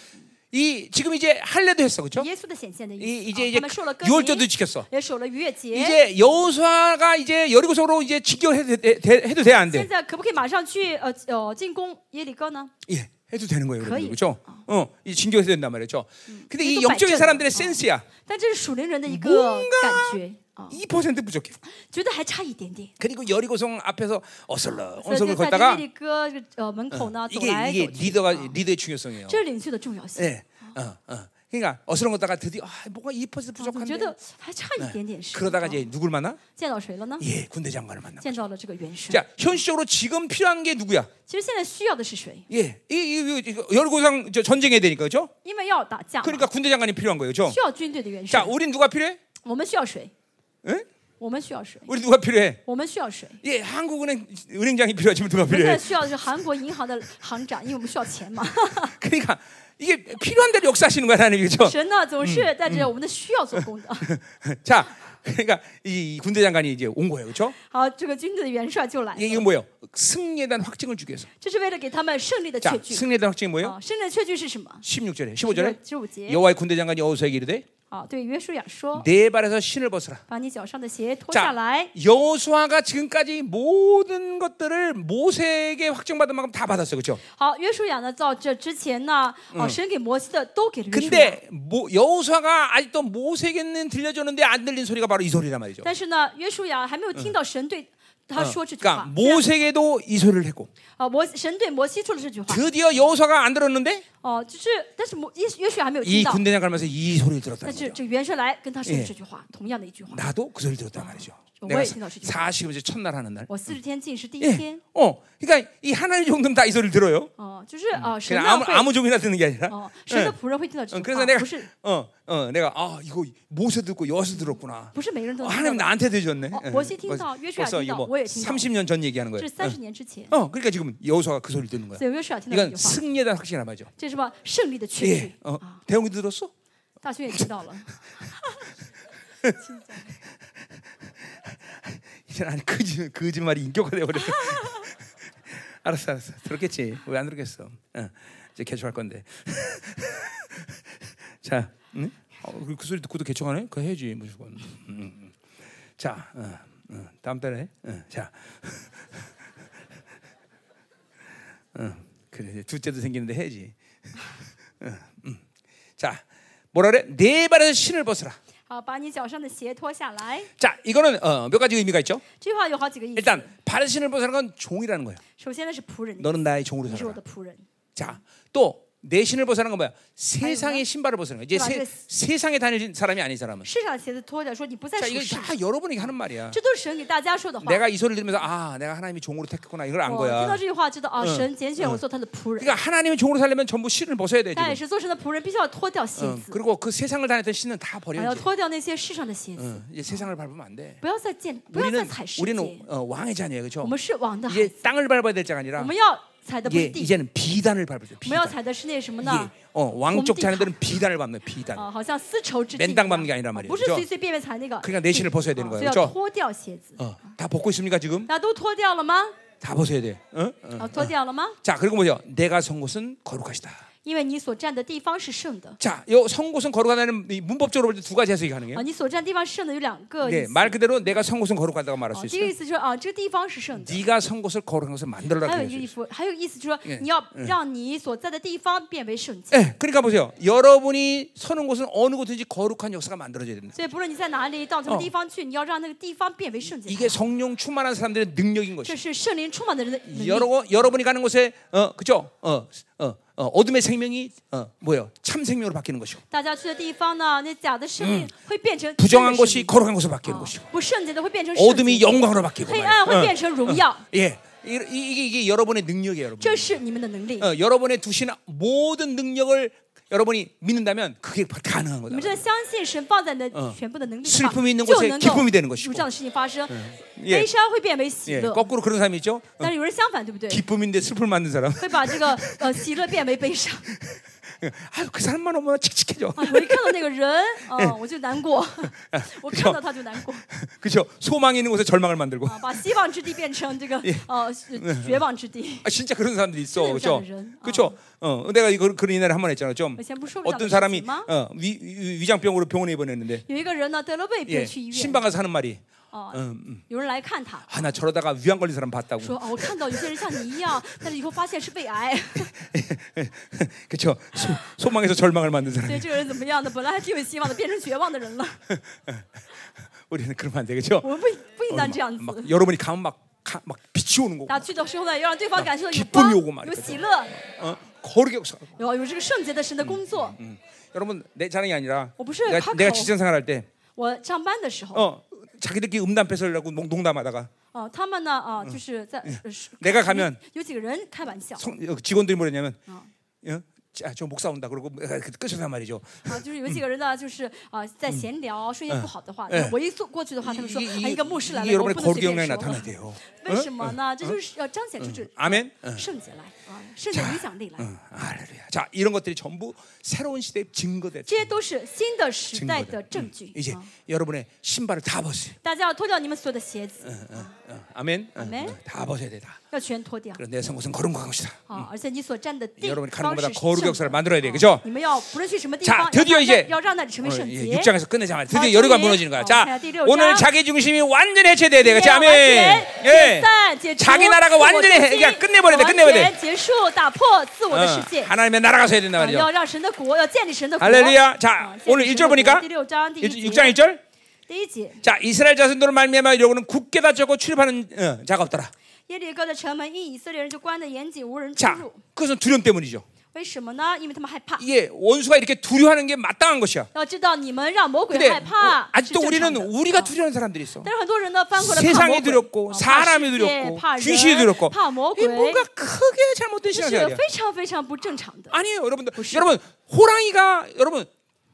이 지금 이제 할례도 했어, 그죠? 耶稣的显现的意 이, 思。 이제 啊 이제 他们受了割 유월절도 礼， 지켰어. 也守了逾越节。 이제 여호수아가 이제 여리고성으로 이제 직격해도 돼- 돼- 해도 돼 안 돼? 现在可不可以马上去呃呃进攻耶里哥呢？ 예, 해도 되는 거예요, 여러분. 거의. 그렇죠? 어, 이 진격해도 된단 말이죠. 근데 이 그래도 발전이야. 영적인 사람들의 어. 센스야. 但这是属灵人的一个 뭔가 感觉 어. 啊， 2% 부족해. 觉得还差一点点。 그리고 여리고성 앞에서 그 어슬렁 所以就在 어슬렁 这耶 걷다가 利哥这个呃门口呢走 이게 来 이게 走去， 리더가 리더의 중요성이에요. 这是领袖的重要性。啊 예, 어, 어. 그러니까 어슬렁 걷다가 드디어 아, 어. 뭔가 2%我觉 부족한데 得还差一点点是。 그러다가 啊 이제 누굴 만나? 见到谁了呢？ 예, 군대 장관을 만나. 见到了这个元帅。 자 현실적으로 지금 필요한 게 누구야? 其实现在需要的是谁？ 예, 이, 이, 이- 이거 열고상 저 전쟁해야 되니까 그렇죠? 因为要打架嘛， 그러니까 군대 장관이 필요한 거예요, 그렇죠? 需要军队的元 자, 帅。 우린 누가 필요해? 我们需要谁？ 응? 我们需要谁？ 우리 누가 필요해? 我们需要谁？ 예, 한국은행 은행장이 필요하지만 누가 我们现在 필요해? 需要的是韩国银行的 行长，因为我们需要钱嘛。 그러니까 이게 필요한 대로 역사하시는 거야, 하나님 그렇죠? 神呢总是带着我们的需要做工的。 자, 그러니까 이, 이 군대 장관이 이제 온 거예요, 그렇죠? 好，这个军队的元帅就来 이게, 이게 了， 뭐예요? 승리에 대한 확증을 주기 위해서. 这是为了给他们胜利的 자, 确据 어. 승리에 대한 확증이 뭐예요? 哦啊！胜利的确据是什么？ 16절에, 15절에 十五节 여호와의 군대 장관이 여호수아에게 이르되 啊啊，对约书亚说 내네 발에서 신을 벗으라. ：“把你脚上的鞋脱下 자, 来。 여호수아가 지금까지 모든 것들을 모세에게 확정받은 만큼 다 받았어요. 그렇죠? ”好，约书亚呢，到这之前呢，哦，神给摩西的都给了约书亚。 근데 모, 여호수아가 아직도 모세에게는 들려줬는데 안 들린 소리가 바로 이 소리란 말이죠. 但是呢，约书亚还没有听到神对他说这句 그러니까 话。虽然 모세에게도 이 소리를 했고 啊，摩神对摩西说了这句话。 드디어 여호수아가 안 들었는데 哦，就是，但是摩约约书亚还没有 이 听到， 군대장 가면서 이 소리를 들었다는 但是 거죠. 这个元帅来跟他说 예 了这句话，同样的一句话。 나도 그 소리를 들었단 말이죠. 어, 내가 왜 생각 없이 사0일 첫날 하는 날. 我四十天禁食第一 예. 天， 어, 그러니까 이 하나님의 종들은 다 이 소리를 들어요. 哦，就是啊，神 그냥 呢 아무 会， 아무 종이나 듣는 게 아니라. 哦，神嗯的仆人会听到这 어, 句 그래서 话， 내가 不是 어, 어, 내가 아 이거 모세 듣고 여수 들었구나. 不是每个人都 어, 能听到 하나님 的。 나한테 대줬네. 어, 모세 팅다, 벌써- 예수야 벌써 팅다, 이거 뭐 모예 팅다. 30년 전 얘기하는 这 거예요. 是三十年之前， 어, 그러니까 지금 여호수아가 그 소리를 듣는 거야. 所以约书亚听到这句 이건 话， 승리에 대한 확신이란 말이죠. 这是吧？胜利的确 예. 据 어, 啊！ 대웅이 들었어? 大勋也听到了， 이제 난 거짓 거짓말이 인격화돼 버렸어. 알았어, 알았어. 들었겠지. 왜 안 들었겠어? 어, 이제 개척할 건데. 자, 응? 어, 그, 그 소리 듣고도 개척하네? 그거 해야지 무조건. 음, 음. 자, 어, 어, 다음 달에. 어, 자, 어, 그래 이제 둘째도 생기는데 해야지. 어, 음. 자, 뭐라 그래? 네 발에서 신을 벗으라. 好，把你脚上的鞋脱下来。 자, 이거는 어, 몇 가지 의미가 있죠. 哎这句话有好几个意思。 일단 발의 신을 벗으라는 건 종이라는 거야. 首先呢是仆人的意思， 너는 나의 종으로 你是我的 살아. 仆人。 자, 또 내 신을 벗으라는 건 뭐야? 세상의 신발을 벗으는 거야. 그 맞아요. 이제 세, 상에 다니는 사람이 아닌 사람은. 世上的鞋子脱掉，说你不再 자, 属 이거 世， 다 여러분에게 하는 말이야. 这都是神给大家说的话。 내가 이 소리를 들으면서 아, 내가 하나님이 종으로 택했구나 이걸 안 我听到 거야. 这句话，知道啊，神拣选我做他的仆人。 그러니까 하나님이 종으로 살려면 전부 네, 신을 벗어야 돼 但也 지금. 是做神的仆人，必须要脱掉鞋 응, 子， 그리고 그 세상을 다녔던 신은 다 啊，要 버려야지. 脱掉那些世上的鞋子， 응, 이제 세상을 밟으면 안 돼. 不要再见，不要再 우리는 踩世界 우리는 。 어, 왕의 자녀예요, 그렇죠? 我们是王的孩 이제 子， 땅을 밟아야 될 자가 我 아니라 们要踩的不是 이제 地， 이제는 비단을 밟을 때. 我们要 비단. 踩的是那什么 예, 呢？ 어, 왕족 봄띠 자녀들은 비단을 밟는 비단. 啊，好像丝绸之地一样，맨 당밟는게아니란말이에요 不是 그죠 随随便便踩那个地， 그러니까내신을벗어야되는거예요 啊所以要 그죠 脱掉鞋子， 어, 다 벗고 있습니까 지금? 大家都脱掉了吗？ 다 벗어야 돼. 어? 어. 啊，脱掉了吗？ 자 그리고 뭐죠? 내가 선 곳은 거룩하시다. 因为你所站的地方是圣的 자 요선 곳은 거룩하다는 이 문법적으로 볼 때 두 가지 해석이 啊， 가능해요. 你所站地方是圣的有两个意 네 思， 말 그대로 내가 선 곳은 거룩하다고 啊 말할 수 第一个 있어요. 意思就是啊，这个地方是圣的。 네가 선 곳을 거룩한 것을 만들어라 还有 그래요. 一个意思，还有一个意思就是说，嗯你要让你所在的地方变为圣洁。 예, 그러니까 보세요. 여러분이 서는 곳은 어느 곳든지 거룩한 역사가 만들어져야 된다. 所以不论你在哪里，到什么地方去，你要让那个地方变为圣洁。 이게 성령 충만한 사람들의 능력인 것이. 这是圣灵充满的人的能力。 여러 여러분이 가는 곳에 어 그죠? 어, 어, 어 어둠의 생명이 어 뭐요? 참 생명으로 바뀌는 것이고 大家去的地方呢，那假的生命会变成 부정한 真的生 것이 命 거룩한 것으로 바뀌는 啊 것이고 不圣洁的会变成圣 어둠이 洁， 영광으로 바뀌고 黑 말이야. 暗会变成荣耀， 예, 이- 이- 이게, 이게 여러분의 능력이에요, 여러분. 这是你们的能力。 어, 여러분의 두신 모든 능력을 여러분이 믿는다면 그게 가능한 你 거다. 们真的相信神放在你的嗯全部的能力 슬 的话， 픔이있는 就 곳에 能够嗯 기쁨이 되는 有 것이고, 这样的事情发生， 예 悲伤会变为喜 예, 乐。 거꾸로 그런 사람이 있죠. 어, 但是有人相反，对不对？ 기쁨인데 슬픔 만든 사람. 会把这个呃喜乐变为悲伤。 아유, 그 사람만 오면 칙칙해져. 啊，我一看到那个 人，啊，我就难过， 我看到他就难过， 그죠? 소망이 있는 곳에 절망을 만들고. 啊，把希望之地变成这个呃是绝望之地。 아, 진짜 그런 사람들이 있어, 그죠? 사람들은, 어. 뭐 그죠? 어, 내가 이거 그런 옛날에 한 번 했잖아, 좀. 以前不是说过这样 어떤 的 사람이 事情吗？ 어, 위, 위- 위장병으로 병원에 입원했는데, 有一个人呢得了胃 예, 病去医院， 신방 가서 하는 말이, 哦 음, 음. 有人来看他， 아, 나 저러다가 위안 걸린 사람 봤다고. 说哦，我看到有些人像你一样，但是以后发现是胃癌， 그렇죠. 소망에서 절망을 만든 사람. 所以这个人怎么样呢？本来还挺有希望的，变成绝望的人了。 우리는 그러면 안 되겠죠. 我们不不应当这样子。 막 여러분이 가면 막, 가, 막 빛이 오는 거고, 打去的时候呢，要让对方感受到有 기쁨이 光 오고말이죠 有喜乐， 어? 거룩의 역사. 有有这个圣洁的神的工作。 음. 여러분 내 자랑이 아니라 어, 무슨 내가, 카카오. 내가 직장 생활할 때, 我上班的时候， 어, 자기들끼리 음담 패설하고 농- 농담하다가 哦，他们呢，啊，就是在呃是 내가가면 有几个人开玩笑 성- 어, 직원들이 뭐랬냐면, 어. 어? 자, 저 목사 온다 그러고 어, 그 끝이란 말이죠. 啊，就是有几个人呢，就是啊，在闲聊说一些不好的话嗯。我一坐过去的话，他们说， 이- 啊，一个牧师来 이게 了，我 여러분의 不能 거룩의 随便 영향이 说 나타나야 。 돼요. 为什么呢？这就是要彰显出这 아멘. 어, 圣洁来啊，圣洁影响力来。 어, 할렐루야. 자, 이런 것들이 전부 새로운 시대의 증거들. 这些都是新的时代 증거들 的证据。 음, 이제 啊 여러분의 신발을 다 벗으세요. 大家要脱掉你们所有的鞋子， 아멘. 어, 아멘. 어, 다 벗어야 되다. 要要全脱掉 그런데 성곳은 거룩한 것이다. 啊！而且你所占的地 여러분이 가는 方 곳마다 是 거룩의 圣 역사를 的 만들어야 돼, 그죠? 你们要不论去什么地 자 方， 드디어 要 이제 要要让那里成为 오늘 圣 이제 洁。 6장에서 어, 예, 끝내자 말이야. 드디어 아, 여리가 예. 무너지는 거야. 어, 자, 자, 띠리오 오늘 장. 자기 중심이 완전히 해체돼야 돼. 그렇지? 完全 아멘. 解 예. 散解除 자기 나라가 自我 완전히 中 해, 心 그냥 끝내버려야 돼. 完 끝내버려야 全 돼. 结束，打破自我的世 어, 界。 하나님의 나라가 서야 된단 啊 말이죠. 要让神的国，要建立神的国。 할렐루야. 啊 자, 建 오늘 立神일的 절 国 보니까 第六章第一节， 육- 6장 1절. 第一节， 자, 이스라엘 자손들을 말미암아 이러고는 굳게 닫혔고 출입하는 어, 자가 없더라. 耶利哥的城门因以色列人就关得严紧，无人出 자, 入。 그것은 두려움 때문이죠. 为什么呢？因为他们害怕。 이게 원수가 이렇게 두려워하는 게 마땅한 것이야. 要知道，你们让魔鬼 근데 害怕 어, 是 아직도 正 우리는 常啊的。 우리가 두려운 사람들이 있어. 但是很多人呢，翻过来怕魔 세상이 鬼，啊 두렵고 怕世 사람이 界 두렵고 怕 귀신이 人 두렵고 怕魔 이게 鬼， 뭔가 크게 这 잘못된 是 신앙생활이야. 非常非常不正常的。 아니에요, 여러분들. 보시죠. 여러분 호랑이가 여러분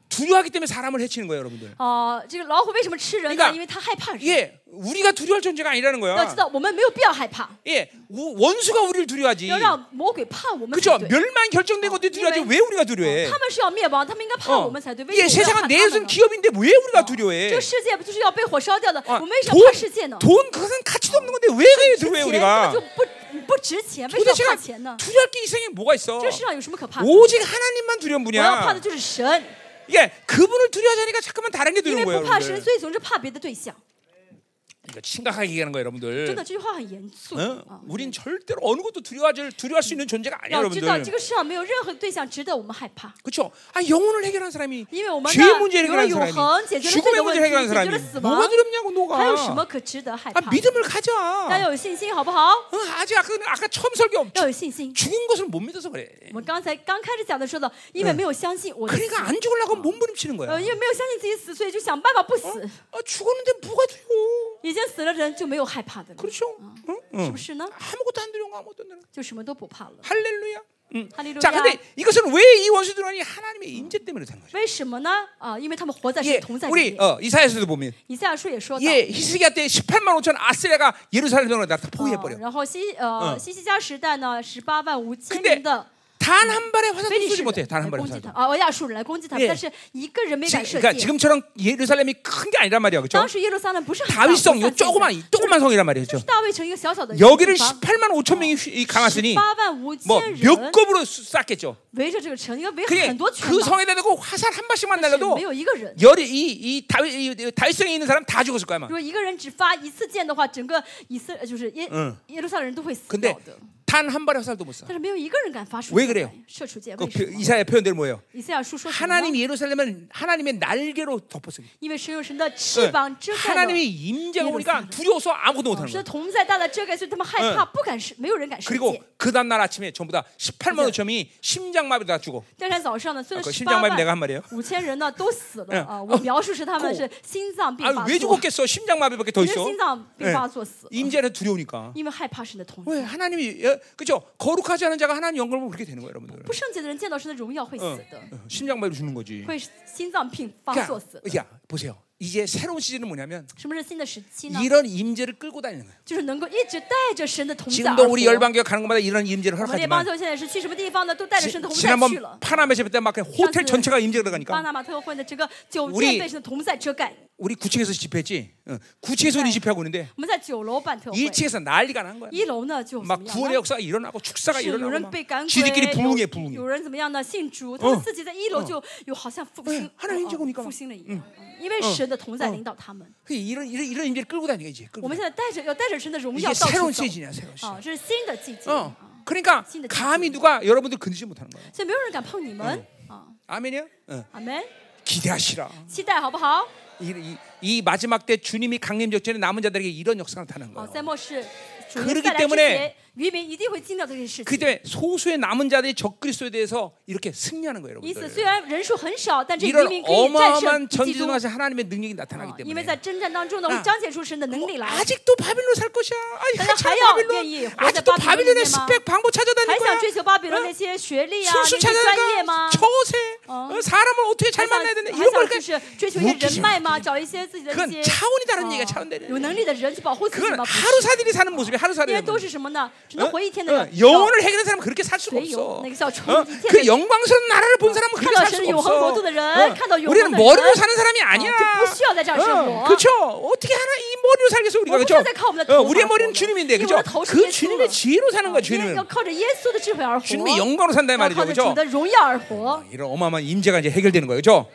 두려워하기 때문에 사람을 해치는 거예요, 여러분들. 哦、这个老虎为什么吃人 그러니까 呢？因为它害怕人。 예, 啊 우리가 두려울 존재가 아니라는 要 거야. 知道，我们没有必要害怕， 예, 우- 원수가 우리를 두려워하지. 要让魔鬼怕我们才 그죠? 对。哦 멸망 결정된 것도 두려워하지. 왜 우리가 두려워해? 他们是要灭亡，他们应该怕我 어. 们才对。为 예, 什么要哦 세상은 怕他们 내손 呢？ 기업인데 왜 우리가 두려워해? 啊这个世界不就是要被火烧掉的？ 아, 我们为什么要怕世界呢？ 돈, 그것은 가치도 없는 건데 왜 그게 钱 두려워해 根本 우리가? 就不不值钱，为什么要 도대체가 怕钱呢？ 두려울 게 세상에 뭐가 있어? 这世上有什么可怕的？我 오직 하나님만 두려운 要怕的 분이야. 就是神， 이게 그분을 두려워하자니까 자꾸만 다른 게因뭐 두려운 为 거예요. 不怕神， 여러분들. 所以总是怕别的对象。 이거 심각하게 얘기하는 거예요, 真的， 여러분들. 这句话很严肃 어? 啊。 우린 절대로 어느 것도 두려워하지 두려워할 수 있는 존재가 아니에요, 要知道，这 여러분들. 个世上没有任何对象值得我们害怕。 그렇죠? 아, 영혼을 해결한 사람이 因为我们呢 죄의 문제를 有了 해결한 그 永 사람이 恒，解决了罪 죽음의 的问 문제를 题，解 해결한 决 사람이 了死亡 뭐가 ， 두렵냐고 还有什么 너가 可值得害 아 怕？ 믿음을 大家 가져 有信心好不好？ 어, 아직 아까, 아까 처음 설교 要有信心。 죽은 것을 못 믿어서 그래 我们刚才刚开始讲的说的，因为没有相信我的死， 그러니까 안 죽으려고 몸부림치는 거야 呃，因为没有相信自己死，所以就想办法不死。 아, 죽었는데 뭐가 두려워 已经死了人就没有害怕的了， 그렇죠? 응? 是嗯 응. 不是呢？ 아무것도 안 두려운 거 아무것도 안 두려운 거 就什么都不怕了。 할렐루야 응. 哈利路 자 亚！ 근데 이것은 왜 이 원수들은 아니 하나님의 임재 때문에 그렇다는 거죠 为什么呢？啊，因为他们活在 예, 神同在里 우리 面。 어, 이사야서도 보면 以赛亚书也说到， 예, 히스기야 때 18만 5천 아스레가 예루살렘으로 다 어 포위해버려 啊然后西呃嗯西西家时代呢，十八万五千 근데 名的 단 한 발의 非 화살도 利士 쏘지 人 못해 단 来 한 발의 攻击 화살도 他，啊，亚述人来攻击他们， 예 但是一个人没 지- 敢射 그러니까 箭。 지금처럼 예루살렘이 큰 게 아니란 말이야 그죠? 当时耶路撒冷不是很大，不 다윗성 像现요在 조그만 이 조그만 성이란 말이죠. 大卫城一个小小的 여기를 地方 18만 5천 명이 휘- 이 감았으니 八万五千 뭐 人 몇 곱으로 수- 쌓겠죠. 围着这个城，应该围很 그게 多群 그 吧， 성에 대고 화살 한 발씩만 但是 날려도 没有一个人。 열이 이이 다윗 이- 이 다윗성에 있는 사람 다 죽었을 거야 아마. 如果一个人只发一次箭的话，整个以色呃就是耶、嗯耶路撒冷人都会死 근데 掉的。 단 한 발의 화살도 못 쏴. 但是没有一个人敢发出 왜 箭 그래요 来射出箭， 그 为什 표- 么？ 이사야 표현대로 뭐예요? 以赛亚书说什么呢？ 하나님이 예루살렘을 하나님의 날개로 덮었어요. 네. 因为神有神的翅膀遮盖了， 하나님이 임재가 오니까 예루살렘. 두려워서 아무것도 못하는 神的 거예요. 同在大大地遮盖，所以他们害怕，不敢射，没有人敢射 그리고 箭。 그 다음날 아침에 전부 다 18만 5천 명이 심장마비로 다 죽어. 第二天早上呢，虽 그 然十八 심장마비 내가 万 한 말이에요. 五千人呢都死了嗯哎啊、我描述是他们是心脏病发 아 왜 作， 죽었겠어? 심장마비밖에 더 因为 있어. 心脏病发作死了， 임재는 두려우니까. 因为害怕神的同 왜 在。 하나님이 예, 그죠? 거룩하지 않은 자가 하나님 영광을 보면 그렇게 되는 거예요, 不 여러분들. 圣洁的人见到神的荣耀会死的， 어, 심장마비로 죽는 거지. 会心脏病发作 그러니까 死的。 야, 보세요. 이제 새로운 시즌은 뭐냐면 什么是新的时期呢？ 이런 임재를 끌고 다니는 거예요. 就是能够一直带着神的同在而活。 지금도 우리 열방교회 가는 곳마다 이런 임재를 我们列邦 허락하지만 教现在是去什么地方呢？都带着 지, 神的同在 지난번 去了。 파나마 집회 때막 찬스. 호텔 전체가 임재 巴 들어가니까 拿马特会的这个酒 우리 店被神的同在遮盖。 우리 9층에서 집회했지. 어, 9층에서 우리 네. 집회하고 있는데 我们在九楼办特会， 1층에서 난리가 난 거야. 一楼呢就怎 막 么样 구원의 呢？ 역사가 일어나고 축사가 是有 일어나고 人 막 被赶鬼， 지들끼리 부흥해 有 부흥해. 有人怎么样呢？信主，他们自己在一楼就有好像复兴嗯，하나님이제오니까 呃 막 复兴了一样，因为神的同在领导他们。 그 이런 이런 이런 임재를 끌고 다니는 거지. 我 끌고 们现在带着要带着神的荣耀 이게 到处 새로운 走 시즌이야, 새로운 시즌. 啊，这是新的季节， 어. 啊 그러니까 네. 아, 신의 감히 누가 여러분들 건드지 못하는 거야. 所以没有人敢碰你们啊！ 아멘이요? 어. 阿门， 기대하시라. 期待好不好？ 이, 이, 이 마지막 때 주님이 강림 적전에 남은 자들에게 이런 역사가 나타나는 哦， 거예요. 在末世主 그러기 耶再来之 때문에 前，渔民一定会经历到这件事 그 情。 때문에 소수의 남은 자들이 적그리스도에 대해서 이렇게 승리하는 거예요, 因此， 여러분들. 虽然人数很少，但这渔 이런 民可以战胜 어마어마한 基督。 전지전능하신 하나님의 어, 능력이 啊 나타나기 因为 때문에 在征战当中呢，会彰显出神的能力来。 아직도 바빌론 살 것이야. 아니, 내가 한참 가야 바빌론. 愿意活在 아직도 예, 바빌론의 바빌론에만. 스펙 방법 还 찾아다닐 想 거야. 追求巴比伦嗯那些学历啊、那些 술술 专业 찾아다니까 吗？ 처세 어. 어, 사람을 어떻게 잘 还想 만나야 되나 还 이런 想就是追 걸까 求一些 웃기지 人 마 脉吗？找一些自己的一 그건 些 차원이 다른 어 얘기야 차원 다른 얘기. 有能力的人去保护自己 그건 吗？不是 하루사들이 사는 모습이 因 하루사들이 为 사는 都 모습. 是什么呢？只能活一天的 어, 人，要 영혼을 해결한 사람은 그렇게 살 수가 随有 없어. 那个叫穷 어? 一天 그 的。 영광스러운 나라를 본 사람은 그렇게 살 看到是 수가 永恒国度 없어. 的人，看到 어, 永恒的人， 우리는 머리로 사는 사람이 아니야. 就不需要在这样生活。 그렇죠. 어떻게 하나 이 머리로 살겠어 我 우리가 们不 그렇죠? 要再靠我们的头 어, 发 우리의 生活 머리는 주님인데 因为我的 그죠? 头是耶 그 稣 주님의 的 지혜로 사는 거야 因为 주님은. 要靠着耶稣的智慧而活， 주님의 영광으로 산다 이 要 말이죠, 靠着主 그죠? 的荣耀而活。 이런 어마어마한 임재가 이제 해결되는 거예요, 그죠?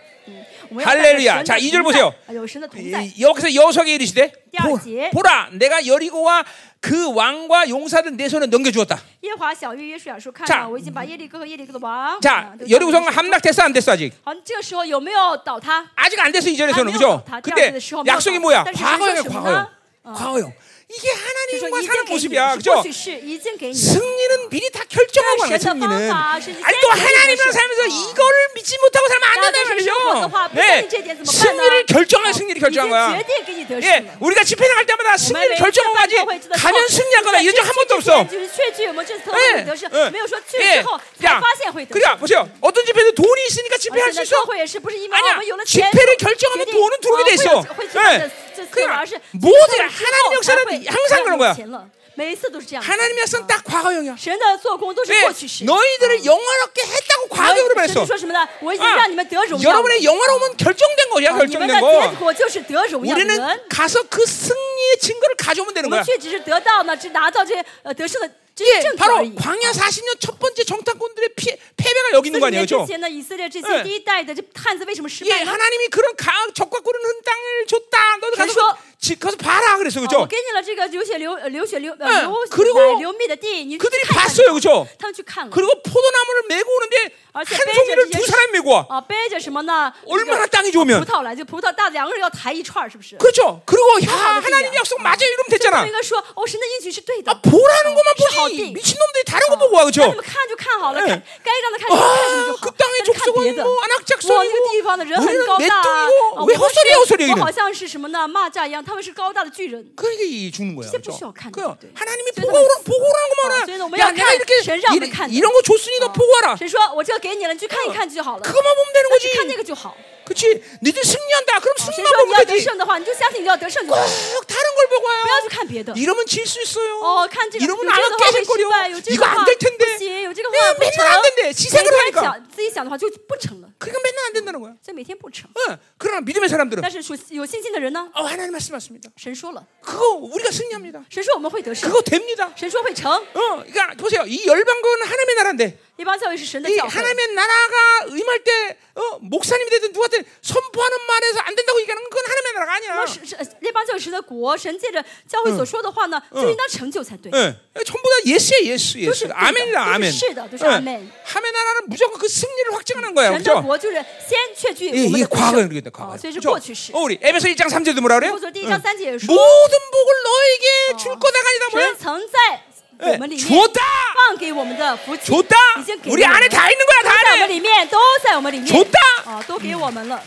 我们要带着神的 할렐루야. 자, 同 이절 在 보세요 啊有神的同在。 이- 여기서 여호수아에게 이르시되 보, 야, 보라 내가 여리고와 그 왕과 용사들 내 손에 넘겨주었다. 耶和华小玉约书亚说：“看 자 啊，我已经把耶利哥和耶利哥的王，啊 자 都交给 여리고성 你手中 함락됐어 안 됐어 아직? 好，这个时候有没有倒塌？ 아직 안 됐어 이전에서는 그죠? 근데 약속이 뭐야? 과거형이야 과거형. 과거형. 이게 就说 하나님과 已经 사는 给你 어. 모습이야, ，过 그죠? 去是已经给你。 승리는 미리 다 결정하고 하는 거야, 그러니까 승리는. 시작한 아니 또 방법, 하나님이랑 시작한 살면서 방법. 이거를 믿지 못하고 살면 안 된다 나도 그래서 말이죠. 화합, 네, 부산이 제대로 뭐 승리를 하나? 결정한 哦 승리를 已经 결정한 거야. 决定给你得胜 예, 了。 우리가 집회 나갈 때마다 我们每 승리를 次办教 결정하고 가지 会知道 가면 错 승리한 거다 在 이런 적 한 去之 번도 前 없어. 就是确据我们这次会 예, 得胜 예. ，没有说去 예, 之后才 야, 发现会得 그러니까 胜。 보세요. 어떤 집회는 돈이 있으니까 집회할 수 现在 있어. 教会也是不是因为啊 아니야. 我们有了钱 집회를 决 결정하면 定 돈은 들어오게 돼 啊 있어. 会会去这 예. 这次 그러니까 而是 모든 之后 하나님 才 역사는 会 항상 才有 그런 거야. 钱了，每一次都是这样子。 하나님 역사는 딱 과거형이야. 神的做工都是 예, 过去式。 너희들을 영화롭게 했다고 我 과거형으로 말했어. 神说什么呢？我已经 아, 让你们得荣耀了。 여러분의 영화로움은 결정된 거야 啊你们的 결정된 거. 结果就是得荣耀的 우리는 人。 가서 그 승리의 증거를 가져오면 我 되는 们 거야. 却只是得到呢，只拿到这呃得胜的这 예, 证据而 바로 已。 광야 40년 첫 번째 정탐꾼들의 피, 패배가 여기 四 있는 十거 아니에요, 年之 그렇죠? 前呢，以色列这 예 些第一代的这探子为什么失 예, 败呢？啊 하나님이 그런 강, 적과 꿀은 흔 땅을 줬다. 너도 가서 그래서- 아, 그- 지, 가서 봐라 그랬어, 哦我 그렇죠? 给你了这个流血流呃流血流 예 呃流 그리고 奶流蜜的地，你去 그들이 看看。 봤어요, 그렇죠? 他们去看了。 그리고 포도나무를 메고 오는데 한 아, 진짜 빼지, 아, 송이를 두 진짜. 사람이 메고 와. 啊，背着什么呢？这个 얼마나 땅이 葡 좋으면. 萄来，就葡萄大，两个人要抬一串儿，是不是？ 그렇죠? 그리고 야, 하나님의 하나님의 뜻이야. 약속 맞아 이러면 他 됐잖아. 们应该说，哦，神的应许是对的 아, 。 보라는 것만 是好 보지. 定。 미친놈들이 다른 거 보고 와, 那你 그렇죠? 们看就看好了，啊哎看该让他看就看什么就 아, 好 그 ， 땅의 但是啊看别 족속은 的。 뭐 哇，那个地 안악작성이고 方的人很 우리는 高大啊，啊 메뚜기고 我 왜 好 헛소리 像뭐 헛소리 是我好 얘기는 像是什么呢？蚂蚱一样，他们是高大的巨人。 그러니까 이 죽는 거야 진짜 그렇죠? 무시하고 그냥 가는 거야. 하나님이 그래서 보고 오라 나는- 보고 어, 오라는 뭐 그래서 거만 너무 야 약간 내가 이렇게 전략을 이래- 칸다. 이런 거 줬으니 너 보고 와라 哦谁说我这个给你了，你去看一看就好了， 그것만 보면 되는 那去看那 거지 个就好。 그치 니들 승리한다 그럼 谁 어, 승리만 说你要 보면 得 되지 胜的话，你就相信你要得胜就好，不 꼭 다른 걸 보고 와요 要去看别的。 이러면 질 수 있어요 그 哦，看这个，有这 이러면 个的 안 话会失 깨질 거려 败，有这个 이거 话 안 될 不 텐데 行，有这个 야, 话不 맨날 成。안 된대 每 지생을 天 하니까 想自己想的话就不成了， 그러니까 맨날 안 된다는 거야 所以每天不成。 어, 그러나 믿음의 사람들은 但是属有信心的人呢， 어, 하나님 말씀 맞습니다 神说了， 그거 우리가 승리합니다 神说我们会得胜， 그거 됩니다 神说会成。 어, 그러니까 보세요 이 열방국은 하나님의 나라인데 一般教会是神的 이 教会。 하나님의 나라가 임할 때 어, 목사님이 되든 누가 되든 선포하는 말에서 안 된다고 얘기하는 건 그건 하나님의 나라가 那嗯 아니야. 是是列邦教会神的国，神借着教会所说的话呢，就应当成就才对。 예, 전부 다 예수야 예수 도시- 예수 아멘이다 도시- 아멘. 도시다, 도시- 예, 아멘. 하나님의 나라는 무조건 그 승리를 확증하는 거야 神的 그렇죠? 国就是先确据 예, 我们的 이게 得胜 과거야 그러겠다 啊 과거. 所以是过去式。 어, 우리 에베소 1장 3절도 뭐라 그래요? 或者第一章三节也说， 모든 복을 너에게 줄 거다 아니다 神 뭐야? 曾在我们 예, 里面 줬다 放给我们的福气 줬다 ，已经给 우리 了我 안에 们 다 있는 거야 都在我다们 안에. 里面，都在我们里面 줬다 啊，都给我们了。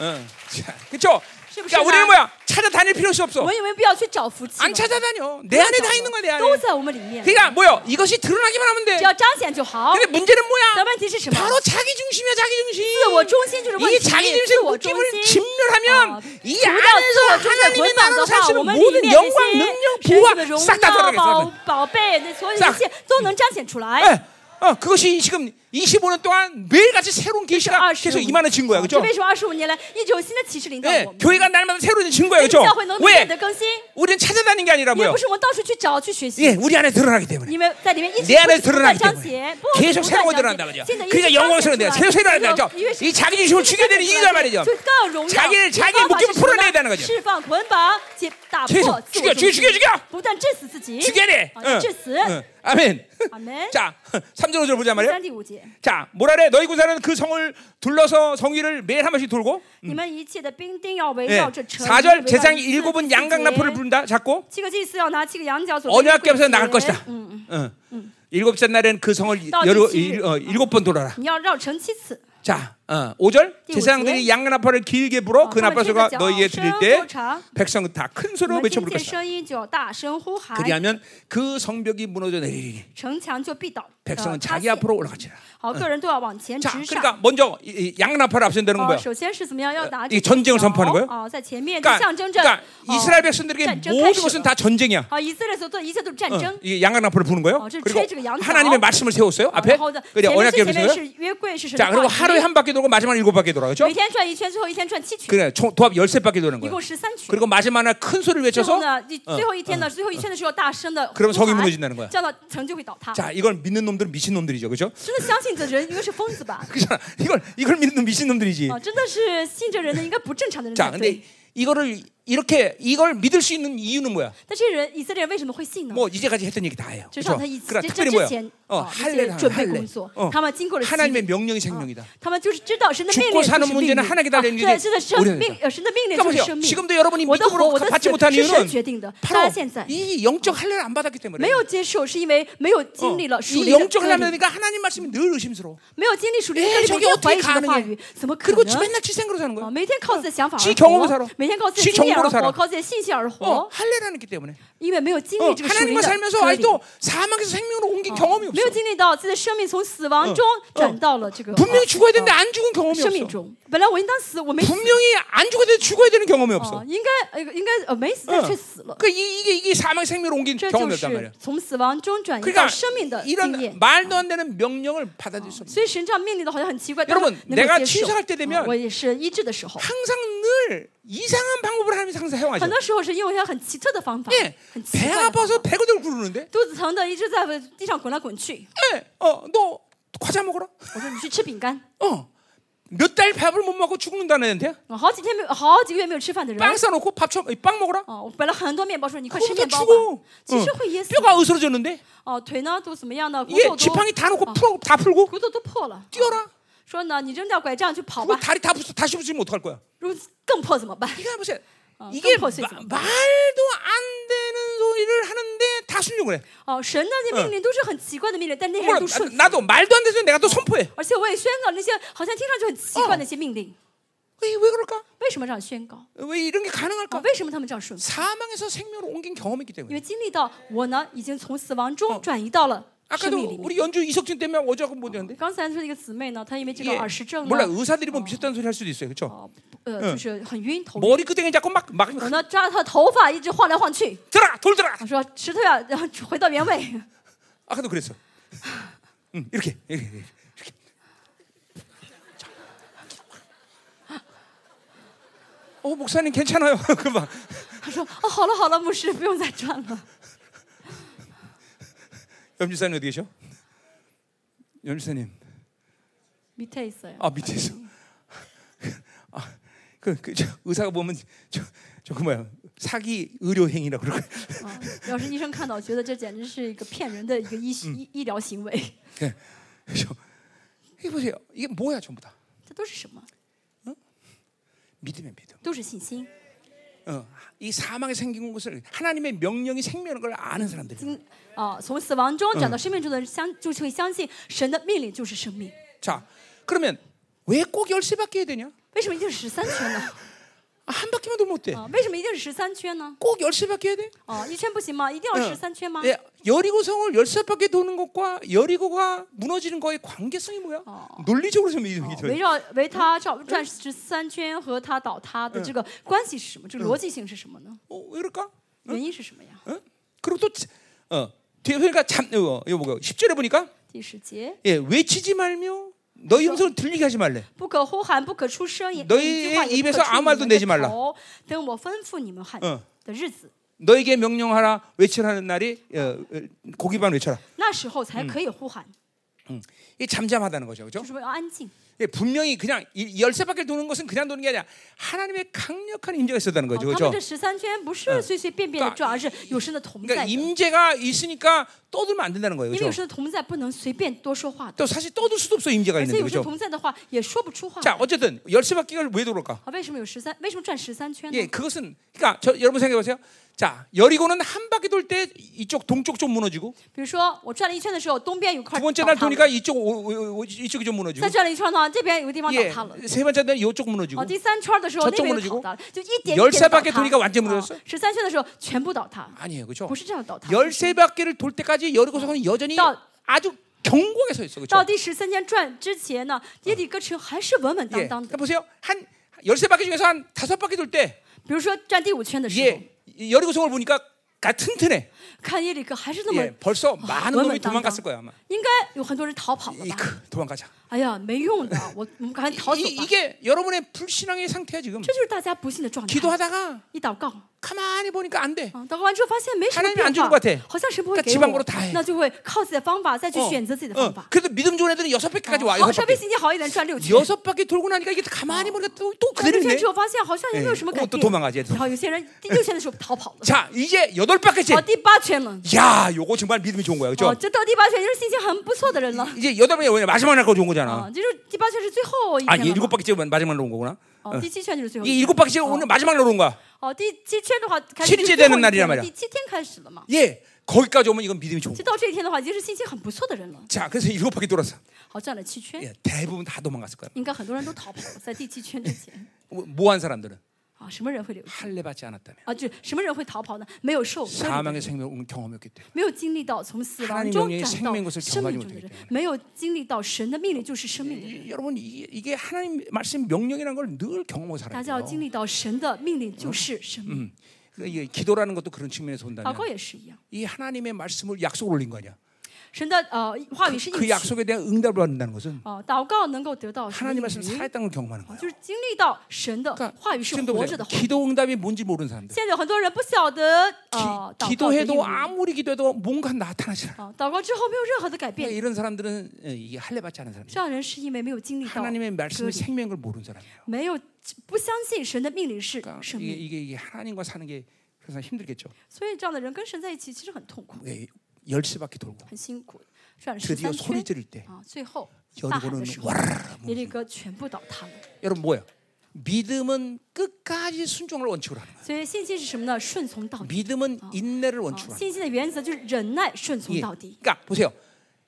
응, 자, 그렇죠? 그러니까 시부시나. 우리는 뭐야? 찾아다닐 필요 없어. 我们有没有必要去找福气呢？ 안 찾아다녀. 不내要 안에 找 다 了 있는 거야 내 안에. 都在我们里面， 그러니까 뭐요? 이것이 드러나기만 하면 돼. 只要彰显就好。 근데 문제는 但 뭐야? 问题是什么？ 바로 자기 중심이야, 자기 自我 중심. 中心就是问 이 题， 자기 自 중심 我 느낌을 中心。 짓멸하면 어, 이 주가 안에서 주가 하나님의 주가 나라로 살 주가 수 있는 주가 모든 주가 영광, 주가 神的荣 능력, 부와 싹 다 耀、 드러나겠어. 宝宝贝，那所有 싹 一切都能彰显出来。 예. 어, 그것이 지금 25년 동안 매일같이 새로운 계시가 二十 계속 임하는 그렇죠. 아, 증거야, 这 그렇죠? 为什么二十五年来一直有新的启示领导 예, 我们？ 교회가 날마다 새로운 증거야, 哎这个 그렇죠? 教会能不断 왜? 的更新， 우리는 찾아다니는 게 아니라 也 뭐요? 不是我们到处去找去学 예, 习， 우리 안에 드러나기 때문에. 因为在里面一直 내 不断 안에 不断 드러나기 彰 때문에 显，不断 계속 不 새로운 걸 断 드러난다 彰显 말이야. ，新的一直 그러니까 彰显 영광스러운 出 데가 来， 새로 새로운 데죠. 因为 이 자기 중심을 죽여야 되는 이유다 말이죠. 就更荣耀， 자기를 자기 의 方法是 목적을 什么呢 풀어내야 되는 거죠. 释放捆绑，解打破自 계속 我 죽여, 中 죽여, 心 죽여, 죽여, 不但致死自己， 죽여야 돼. 啊 응. 致死。 응. 어, 아멘. 阿门。 자, 3절 5절 보자 第 말이야. 三第五节， 자, 뭐라 그래? 너희 군사는 그 성을 둘러서 성위를 매일 한 번씩 돌고. 你们一切的兵丁要围 음. 예. 绕这城。 4절 제장이 일곱 일곱은 양각 나팔을 부른다. 잡고 七个祭司要拿七个羊角做 언약 앞에서 음, 节 나갈 것이다. 嗯， 응. 일곱째 날에는 그 성을 또 여러 일주일. 일, 곱 번 돌아라. 你要绕城七次。 자, 어, 5절 띠 제사장들이 오지? 양나팔을 길게 불어 어, 그 나팔소가 한번 너희에게 해보자. 들릴 때 어, 자. 백성은 다 큰 我 소리로 们 외쳐 听见 부를 것이다. 声音就大声呼喊， 그리하면 그 성벽이 무너져 내리니 城墙就必倒。 백성은 呃 자기 塌陷 앞으로 올라가지라. 好，个人都要往前 자, 直上。 그러니까 먼저 양나팔을 앞선다는 건 哦， 뭐야? 首先是怎么样？要拿 이전쟁을선포하는거예요 哦，在前面就 그러니까, 象征着 그러니까 哦 이스라엘 백성들에게 전쟁 모든 칼 것은 수- 다 전쟁이야. 어, 哦，以色列所做的一切都是战争。 이 양강나포를 부는 거예요. 어, 저 그리고 최지가 양강. 하나님의 말씀을 세웠어요 哦 앞에. 然后呢， 그래 前面 언약궤를 是前面 세워요. 是约柜是神的자 그리고 话语 하루에 한 바퀴 돌고 마지막 일곱 바퀴 돌아 그죠? 每天转一圈，最后一天转七圈， 그래 총 도합 열세 바퀴 도는 一 거예요. 共十三圈。 그리고 마지막 날 큰 소리를 最后 외쳐서 呢，最最后一天呢，最后一圈的时候大声的 그러면성이무너진다는거야 这样的城就会倒塌。 자 이걸 믿는 놈들은 미친 놈들이죠, 그죠? 真的相信的人应该是疯子 吧？ 그잖아. 이걸 이걸 믿는 놈 미친 놈들이지. 啊，真的是信着人的应该不正常的人 자 才 근데 对。 이거를 이렇게 이걸 믿을 수 있는 이유는 뭐야? 但这些人以色列人为什么会信呢？ 뭐 이제까지 했던 얘기 다 해요. 就 그죠? 像他以这 그러니까 这 특별히 之 뭐야? 前， 어, 啊以色列 할례를 人 하는 准备 할례. 工作 어, ，他们经过了洗礼 하나님의 명령이 생명이다. 他们就是知道神的 죽 命 고 令 사는 就是命令。 문제는 하나님께달 啊린 일이 对，是的，生 우리는 命，呃神的命令就是生 보 命。 지금도 여러분이 我的活， 믿음으로 我的 받지 死 못한 是神 이유는 决定的。大 바로 家现在 이 영적 할례를 안 받았기 때문에. 어, 没有接受，是因为没有经历了属 이 灵的 영적 할례를 割礼 받으니까 하나님 말씀이 늘 의심스러워. 没有经历属灵的割哎礼， 저게 每天 어떻게 怀疑神 가능해 的话语，怎么可 그리고 能？ 맨날 지 생각으로 사는 거야. 啊，每天靠自己的想法 지 而 경험으로살아 活，每天靠自己 지 的经验而 정보로살아 活，靠自己的信息而 어, 活， 할례를 안 했기 때문에. 因为没有经 어, 历这个属灵 하나님과 的 살면서 割礼 아직도 사망에서 생명으로 옮긴 경험이 没 없어. 有经历到自己的生命从死亡中转到了这个 분명히 啊 죽어야 되는데 안 죽은 경험이 生命 없어. 中。本来我应当死，我没死， 분명히 안 죽어야 되는데 죽어야 되는 경험이 啊 없어. 应该呃应该呃没死，但却死了。 그러니까 이- 이게 이게 사망 생명으로 옮긴 这就 경험이 없단 是 말이야. 从死亡中转移到 그러니까 生命的经验 이런 。 말도 안 되는 명령을 받아들일 수 없어. 所以神这样命令的好像很奇怪，但 여러분 是能 내가 够接受 치유살때되면 啊我也是医治的时候， 항상 늘 이상한 방법을 하면서 항상 사용하죠. 很多时候是用一些很奇特的方法 예, ，很奇 배 怪的方法 아파서 배고들 구르는데, 肚子疼的一直在地上滚来滚去。 예, 어, 너 과자 먹어라. 我说你去吃饼干， 어, 몇 달 밥을 못 먹고 죽는다는 애한테 我哦好几天没有，好几个月没有吃饭的 빵 人， 싸놓고 밥 처, 빵 먹어라. 哦，我本来很多面包，说你快吃 거기서 面包吧， 죽어. 其 응. 实会噎死。 뼈가 으스러졌는데 哦，腿呢都怎么样呢？骨 이게 头都 지팡이 다 놓고 풀어, 다 풀고 骨头都破了。哦 뛰어라. 说呢，你扔掉拐杖去跑 그 吧， 다리 다 부서 다시 부수면 어떡할 거야? 如果更破怎么办？ 이거 보세요. 어, 이게 또 벌써 마- 있어. 말도 안 되는 소리를 하는데 다 순종을 해. 哦，神的那些命令都是很奇怪的命令，但那些人 물론 都顺服 나도 말도 안 되는 소리 내가 어. 또 선포해. 而且我也宣告那些好像听上去很奇怪的那些命令， 왜, 왜 그럴까? 为什么这样宣告？ 왜 이런 게 啊 가능할까? ，为什么他们这样顺服？ 사망에서 생명으로 옮긴 경험이기 因 때문에. 为经历到我呢，已经从死亡中转移到了生 아까도 命里面。 우리 연주 이석진 때문에 어제하고 못 했는데. 刚才说那个姊妹呢，她因为这个 이게 耳石症呢， 몰라 의사들이 보면 비슷한 소리 할 수도 있어요. 어. 그렇죠? 哦，呃，就是很晕头晕。 머리 끄댕이 잡고 막 막 我呢抓着她的头发一直晃来晃去， 들어가 돌 들어가. 我说石头呀， 然后回到原位。 아까도 그랬어. 응, 이렇게 이렇게 이렇게. 자. 어 목사님 괜찮아요. 그만. 她说哦，好了好了，牧师不用再转了。 염지사님 어디 계셔? 염지사님. 밑에 있어요. 아 밑에 있어. 아그 그, 저 의사가 보면 저저 뭐야 사기 의료 행위라 그러고. 啊，要是医生看到，觉得这简直是一个骗人的一个医医医疗行为。 예. 그죠? 이게 보세요. 이게 뭐야 전부 다. 这都是什么？ 믿음의 믿음. 都是信心。 어, 이 사망이 생긴 것을 하나님의 명령이 생명인 걸 아는 사람들이. 经啊，从死亡中转到生命中的人相，就是会相信神的命令就是生命。 자, 그러면 왜 꼭 열세 바퀴 해야 되냐? 为什么一定是十三圈呢？ 아, 한 바퀴만 돌면 어때? 啊，为什么一定是十三圈呢？ 꼭 열세 바퀴 해야 돼? 어. 哦，一圈不行吗？一定嗯要十三圈吗？ 예, 여리고 성을 열세 바퀴 도는 것과 여리고가 무너지는 것의 관계성이 뭐야? 논리적으로 좀 이해하기 哦围绕围他绕转十三圈和他倒塌的这个关系是什么？这个逻辑性是什么呢？ 어, 왜 그럴까? 原因是什么呀？ 어? 그리고 또 자- 어, 뒤에 보니까 참 어, 이거 이거 뭐가 10절에 보니까 第十节， 예, 외치지 말며 너희 음성을 들리게 하지 말래. 不可呼喊，不可出声音， 너희 一句话也不 입에서 可 아무말도 出你 내지 말 们 라 的口。等我吩咐你们喊嗯的日子， 너에게 명령하라 외치라는 날이 어, 어, 고기반 외쳐라. 那时候才可以呼喊， 음. 이 잠잠하다는 거죠, 그렇죠? 就是说要安静。 예, 분명히 그냥 이 열쇠 밖에 도는 것은 그냥 도는 게 아니라 하나님의 어, 강력한 임재가 있었다는 哦 거죠, 他们 그렇죠? 嗯这十三圈不是随随便便的转，而是有神的同 그러니까 在的。 임재가 있으니까 떠들면 안 된다는 거예요. 因为有 그렇죠? 神的同在不能随便多说话的， 또 사실 떠들 수도 없어 임재가 而且 있는데 有神 그렇죠? 同在的话也说不出话。 자 어쨌든 열세 바퀴가 왜 돌을까? 啊，为什么有十三？为什么转十三圈 예, 呢？ 그것은 그러니까 저, 여러분 생각해 보세요. 자 여리고는 한 바퀴 돌 때 이쪽 동쪽 좀 무너지고 比如说我转了一圈的时候，东边有块 두 倒 번째 날 塌了； 도니까 이쪽 오- 오- 오- 이쪽이 좀 무너지고 再转了一圈的话，这边有个地方倒 예 塌了。 세 번째 날 이쪽 무너지고 哦，第三圈的时候 저 那 쪽 边 무너지고 又倒塌了，就一点 열세 一点倒 바퀴돌니까완전무너졌어 塌啊 요 。十三圈的时候全部倒塌， 아니에요, 그렇죠? 不是这样倒塌。 열세 바퀴를 돌 때까지 여리고성은 여전히 또- 아주 견고하게 서 있어, 그렇죠? 到第十三圈转之前呢，耶底哥城还是稳稳当 예, 当 그러니까 的。 보세요, 한 열세 바퀴 중에서 한 다섯 바퀴 돌 때, 比如说转第五圈的时候， 예, 이 여리고성을 보니까 가 튼튼해. 看耶里哥还是那么 예, 벌써 많은 놈이 그러면 도망갔을 거야 아마. 应该有很多人逃跑了 이 吧？ 크 도망가자. 哎呀，没用的，我我们赶快逃走 이, 吧。 이게 여러분의 불신앙의 상태야 지금. 这就是大家不幸的状态。 기도하다가 一祷告， 가만히 보니까 안 돼. 啊，祷告完之后发现没什么 하나님이 变안주는것 化 같아 ，好像神不会 그 给 지방으로다 我 해 ，那就会靠自己的方法再去 어, 选择自己的 어, 方法。 그래도 믿음 좋은 애들은 여섯 바퀴까지 와. 好， 여섯 稍微 바퀴. 心情好一点，转六圈， 여섯 바퀴 돌고 나니까 이게 가만히 보니까 또, 또 转六 그대로네. 圈之后发现好像也没有什么改 또 变。 도망가지. 然后有些人第六圈的时候逃跑了， 자, 이제 여덟 바퀴째. 好，第八圈了， 야, 요거 정말 믿음이 좋은 거야, 哦， 그렇죠? 这到第八圈就是心情很不错的人了， 이제 여덟 바퀴 왜냐 마지막 날거 좋은 啊 거잖아. ，就是第八圈是最后一 아, 圈 얘 了嘛 일곱 ， 바퀴째 마지막 날온 거구나. 어. 哦，第七圈就是最后 이 一 일곱 圈。 바퀴째 오늘 마지막 날온 거야. 哦，第七圈的话开始 칠째 就是最后 되는 一 날이란 天 말이 야 第七天开始了嘛， 예, 거기까지 오면 이건 믿음이 좋은 就 거야. 到这一天的话，已经是心情很不错的人了。 자, 그래서 일곱 바퀴 돌았어. 好，转了七圈， 예, 대부분 다 도망갔을 거야. 应该很多人都逃跑了，在第七圈之前。 뭐한 사람들은 啊，什么人会留？ 할례 받지 않았다며. 啊，就是什么人会逃跑呢？没有受割礼的人 사망의 생명을 경험했기 때문에. 没有经历到从死亡 하나님 中 영의 转 생명到 것을 生命 경험하지못하기 中的人哎 때문에 ，没有经历到神的命令就是生命的人。 이- 여러분 이게, 이게 하나님 말씀 명령이라는 걸 늘 경험하고 大家要 살아요. 经历到神的命令就是生命， 음, 그러니까 이게 기도라는 것도 그런 측면에서 祷 본다면 告也是一样。 이 하나님의 말씀을 약속을 올린 거 아니야. 神的呃话语是应 그 许， 약속에 대한 응답을 받는다는 것은 哦，祷告能够得到神的 하나님 应 말씀 许， 살았다는 걸 경험하는 거야. 就是经历到神的话语是 지금도 活 보세요. 着的话。 기도 응답이 뭔지 모르는 사람들. 现在有很多人不晓得 아, 呃祷 기, 告的应 기도해도 允， 아무리 기도해도 뭔가 나타나지 않아. 啊，祷告之后没有任何的改 그러니까 变。 이런 사람들은 예, 이게 할례 받지 않은 사람들. 这样的人是因为没有经历到 하나님의 말씀을 割礼， 생명인 걸 모르는 사람이에요. 没有不相信神的命令是 그러니까 生 이게, 命， 이게, 이게 하나님과 사는 게 항상 힘들겠죠. 所以这样的人跟神在一起其实很痛苦。 예, 열쇠 바퀴 돌고 很辛苦，转了十 드디어 三 소리 圈 지를 때 啊，最后大喊 여리고는 的时候， 와르르 뭐 耶利哥全部倒塌了。 여러분 뭐야? 믿음은 끝까지 순종을 원칙으로 하는 거야. 所以信心是什么呢？顺从到底。 믿음은 인내를 啊 원칙으로 하는 거야. 信心的原则就是忍耐，顺从 예. 到底。 그러니까 보세요.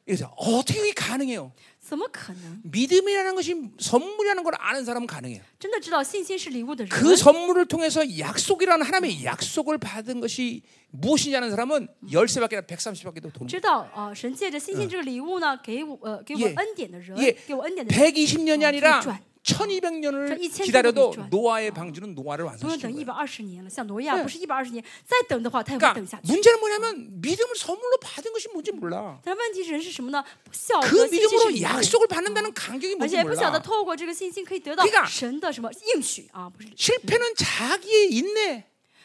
그래서 어떻게 이게 가능해요? 怎么可能？ 믿음이라는 것이 선물이라는 걸 아는 사람은 가능해요. 真的知道信心是礼物的人， 그 선물을 통해서 약속이라는 하나님의 약속을 받은 것이 무엇이냐는 하 사람은 열세 바퀴나 백삼십 바퀴도 도는 知道啊，神借着信心这个礼物呢，给我呃给我 예 恩典的人 거예요. ，给我恩典的人， 120년이 어, 아니라 일주일. 1200년을 저2000 기다려도 일주일. 노아의 방주는 노아를 不用等 완성시키는 一 거예요. 百二十年了，像挪亚不是一百二十年，再等的话他也会等 그러니까 下去。 문제는 뭐냐면 믿음을 선물로 받은 것이 뭔지 몰라. 但是问题是人是什么呢？不晓 그 得信心是 믿음으로 礼物， 약속을 받는다는 감격이 而 뭔지 且不晓得 몰라. 透过这个信心可以得到 그러니까 神的什么应许啊，不是 실패는 자기의 인내,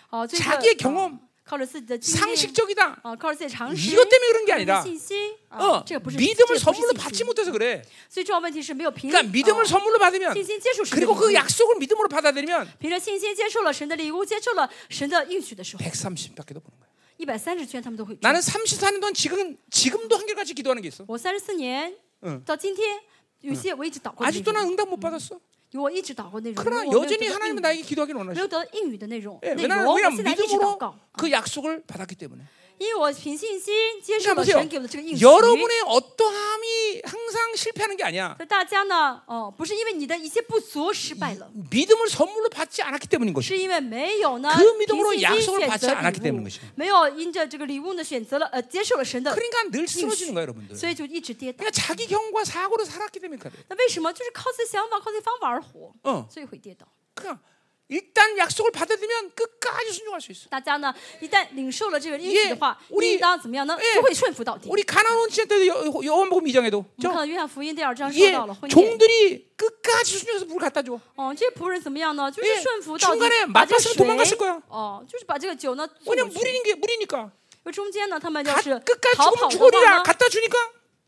哦，这个 자기의경 呃 험 靠着自己的经验， 상식적이다. 啊，靠着自己的常识， 이것때문에그런게아니라 靠着信心， 어, 啊，这个不是这个 믿음을 不是 선물로 信 받지 心， 못해서 그래. 所以重要问题是没有凭 그러니까 啊 믿음을 선물로 받으면 信心接受神的 그리고 礼 그 物 약속을 믿음으로 받아들이면 凭着信心接受了神的礼物，接受了神的应许的时候， 130밖에도 보는 거야. 一百三十圈他们都会。 나는 34년 동안 지금 지금도 한결같이 기도하는 게 있어. 我三十四年嗯到今天，有些我一直祷告的 아직도 内 난 容， 응답 못 받았어. 有我一直祷告的内容， 음. 그러나 因为我没有得 여전히 到应 하나님은 允 나에게 기도하기를 没 원하셔. 有得到应允哎的内容， 예, 内 왜냐하면 容，我 왜냐면 现在一直祷 믿음으로 告， 그 약속을 받았기 때문에. 因为我凭信心接受 그러니까 了 보세요. 神给我的这个应许。 여러분의 어떠함이 항상 실패하는 게 아니야. 所以大家呢，哦，不是因为你的一些不足失败了， 믿음을 선물로 받지 않았기 때문인 것이. 是因为没有呢 그 믿음으로 凭信 약 心 속을 选 받지 择 않았기때문 礼 인것이 物 죠 ，没有因着这个礼物呢选择了呃接受了神的， 그러니까 늘 쓰러지는 거야, 여러분들. 所以就一直跌倒。 그러니까 자기 경과 사고로 살았기 때문에 그래. 那为什么就是靠自己想法、靠自己方法而活， 어. 所以会跌倒？ 그러니까 일단 약속을 받아들면 끝까지 순종할 수 있어. 大家呢一旦领受了这个应 예 许的话， 우리 应当怎么样呢 예 ？就会顺服到底。我 우리 가나안 온 지난 때 여- 요한복음 2장에도 们看到约翰福音第二章说 예, 到了婚宴， 종들이 끝까지 순종해서 물 갖다 줘. 哦，这仆人怎么样呢？就 예 是顺服到 중간 底 에， 把这个 맛봤으면도망갔을 水 거야 ，哦，就是把这个酒呢送回 왜냐면 去。 물이니까 물이니까. 因为中间呢，他们要 가- 是 끝까지 逃跑 죽으면 的话 죽으리라 呢， 갖다 주니까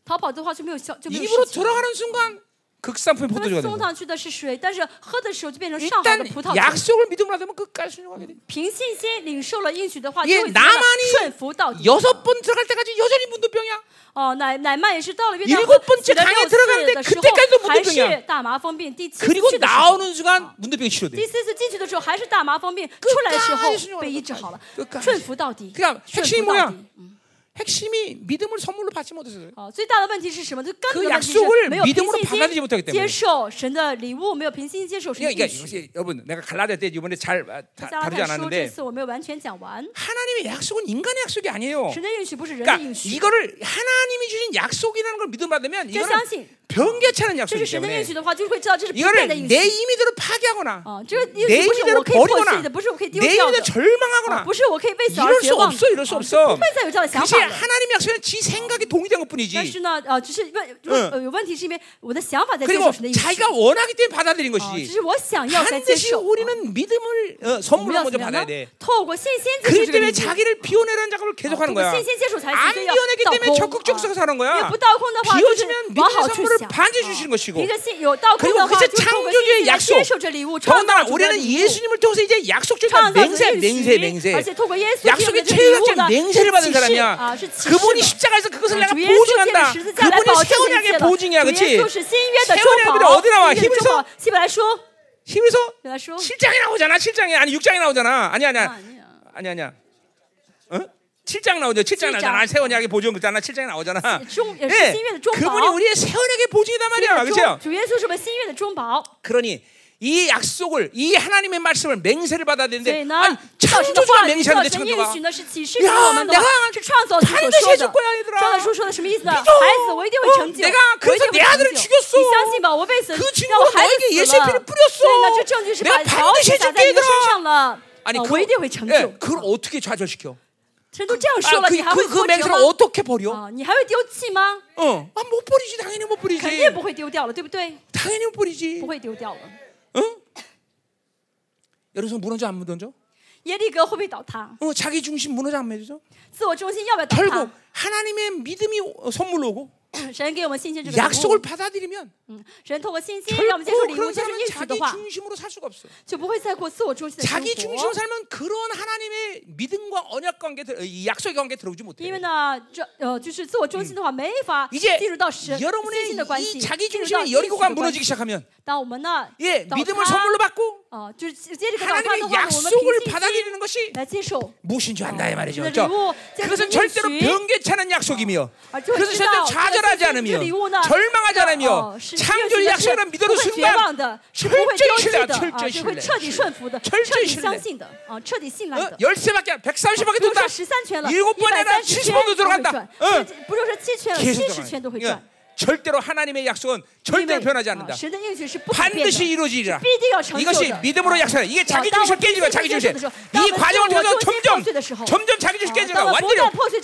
逃跑的话就没有消，就没有 입으로 事情了 들어가는 순간 극상품 他 포도주가 送 된다. 上去的是水，但是喝的时候就变成上好的 일단 葡萄酒。 약속을 믿음으로 하면 끝까지 순종하게 돼. 凭信心领受了应许的话， 예 就会怎么样 나만이 顺服到底。 여섯 번 들어갈 때까지 여전히 문둥병이야. 哦，乃乃曼也是到了约 일곱 旦河 번째 起来 강에 六 들어가는데 次的时 그때까지도못 候，还 들었냐 是大麻风病。第七次 그리고 去的时候， 나오는 순간 문둥병이 치료돼. 第四次进去的时候还是大麻风病，出来的时 끝까지순종하는 候被医治好了 거끝까지 ，顺服到底， 그러니까 顺 핵심이 服到 뭐야? 底。嗯 핵심이 믿음을 선물로 받지 못했어요. 哦，最大的问题是什么？最根本 그 的问题 약속을 是没有凭 믿음으로받아들이지못하기 信心接 때문에 受神的礼物，没有凭信心接受神的 그러니까 应许。 이것이 여러분 내가 갈라디아 때 이번에 잘 아, 다, 加拉太 다루지 书这 않았는데 次我没有完全讲完， 하나님의 약속은 인간의 약속이 아니에요. 神的应许不是人的 그러니까 应许， 이거를 하나님이 주신 약속이라는 걸 믿음 받으면 这 이거는 相信 변개차는 这是 약속이기 神的应 때문에 许的话，就会知道这是不变的应许 이거를 내 。 임의대로 파괴하거나 啊，这个应 내 许不是 임의대로 我可以破碎 버리거나 的，不是我可以丢 내 掉的 임의대로 ，啊 절망하거나 不是我可以为此而 이럴 绝 수 望的， 없어 이럴 수 啊就 없어 어. 不会再有这样的想 그것이 法了。 하나님의 약속은 지 생각이 동의된 것뿐이지 但是呢，啊，只是问问呃有问题是因为我的想法在接 그리고 受神的应许， 자기가 원하기 때문에 받아들인 啊，只 것이지 是我想要在接 반드시 受。啊 우리는 믿음을 我 어, 们 선물로 要 먼저 怎么 받아야 样 돼 呢？透过信心接 그렇기 受这个 때문에 礼物。 자기를 비워내라는 어, 작업을 계속하는 通过 거야 信心接受才 안 是最要 비워내기 到 때문에 空 적극적으로 啊 사는 因 거야 为不倒空的话，就是 비워지면 往 믿음의 好处 선물을 想。 반드시 주시는 것이고 凭着信有倒空 그리고 的话， 그제 就透过 창조주의 信心来 약속 接受这礼物，创造 더군다나 主的 우리는 礼物。 예수님을 통해서 이제 약속을 다 创造主 맹세, 的 맹세, 应许， 맹세. 而且透过耶稣基督 약속의 的这礼物 최후작적 呢， 맹세를 받은 是启示 사람이야. 啊，是启示 그분이 的。 십자가에서 그것을 내가 主耶稣 보증한다. 借着十字架来 그분이 保证 새운 这一 약의 切了。 보증이야, 主耶 그렇지? 稣是新约的 새 中 운 약의 保， 어디나와 新约的 힘에서 中保。希伯来书， 힘에서 希伯来书。 7장이 나오잖아. 7장이 아니 6장이 나오잖아. 아니 아니야. 啊你啊 아니 아니야. 어? 7장 나오죠. 7장 나오잖아. 아니, 새운 약의 보증 그잖아. 7장이 나오잖아. 종- 예, 신의 약의 종말. 그분이 우리의 새운 약의 보증이단 这 말이야. 个中 그렇죠? 主耶稣是我们新约的中保， 그러니 이 약속을 이 하나님의 말씀을 맹세를 받아야 所以 되는데 呢 아니, ，造神的话语， 창조주가 造 맹세하는데 神 창조가 应许呢是启示给야我们的 내가， 是创造主所 반드시해 说 줄 的 거야얘들아 。创造主说的什么意思呢？孩子，我一定会 어, 成就， 내가 我一 그래서 定会내成 아들을 就。 죽였어. 你相信吧，我为此 그 让我 친구로 孩 너에게 子死了 예수의 。 피를 所以呢， 뿌렸어. 这证据是把 내가 桃子 반드시 打在 해줄게 你的身 얘들아. 上了。 아니 啊 그 我一定会成 예, 就。 그걸 어떻게 좌절시켜? 神都这样说 아, 了， 그, 你还会 그, 그 挫折 맹세를 吗？ 어떻게 아. 버려? 啊，你还会丢弃吗？ 어, 아, 못 버리지 당연히 못 肯 버리지. 定不会丢掉了，对不对？ 당연히 못 不 버리지. 会丢掉了。 응? 여러분 무너져 안 무너져? 耶利哥会不会倒塌？ 어, 자기 중심 무너져 안 무너져? 自我中心要不要倒 결국 塌？嗯 하나님의 믿음이 어, 선물로 오고 神给我们信心这个礼物 약속을 받아들이면 嗯，神透过信心让我们接受 결국 礼物， 그런 接受 사람은 应许的 자기 话， 중심으로 살 수가 없어. 就不会再过自我中心的 자기 生 중심으로 活。 살면 그런 하나님의 믿음과 언약 관계, 들- 이 약속의 관계 들어오지 因 못해. 为呢，这呃，就是自我中心的话，没法 이제 进入到神信 여러분의 心的关系， 이 자기 进入到 중심의 应许的 여리고가 关系 무너지기 시작하면 当我们呢， 예, 倒 믿음을 塌 선물로 받고 哦，就是接这个倒塌的话 하나님의 呢，我们 약속을 凭信心 받아들이는 것이 来接受。 무엇인 줄 안다 이 말이죠. 그 그렇죠? 그리고 그것은 제가 절대로 그 변개찮은 약속이며 아, 저 그것은 진짜 절대로 좌절하지 그 않으며 그리고나 절망하지 않으며 哦，是这 창조의 个是 약속을 不 믿어도 会绝 순간 望的，是不会 철저히 丢弃 신뢰야 的啊， 철저히 是会 신뢰 彻底顺服的，彻 철저히 底 신뢰. 相信的啊，彻底信赖 어? 的。 13세밖에 130밖에 比如 돈다 说十三圈了， 일곱번에 130 70번도 圈都 들어간다 会转 응. 不是说七圈了， 계속 嗯七十圈都会 들어간다 转。 절대로 하나님의 약속은 因为 절대로 변하지 않는다 啊神的应许是不可变 반드시 的。 이루어지리라 必定要成就 이것이 的。 믿음으로 약속해 이게 자기 중심 깨지는 거야 자기 중심 이 과정을 통해서 점점 점점 자기 중심 깨지는 거야 완전히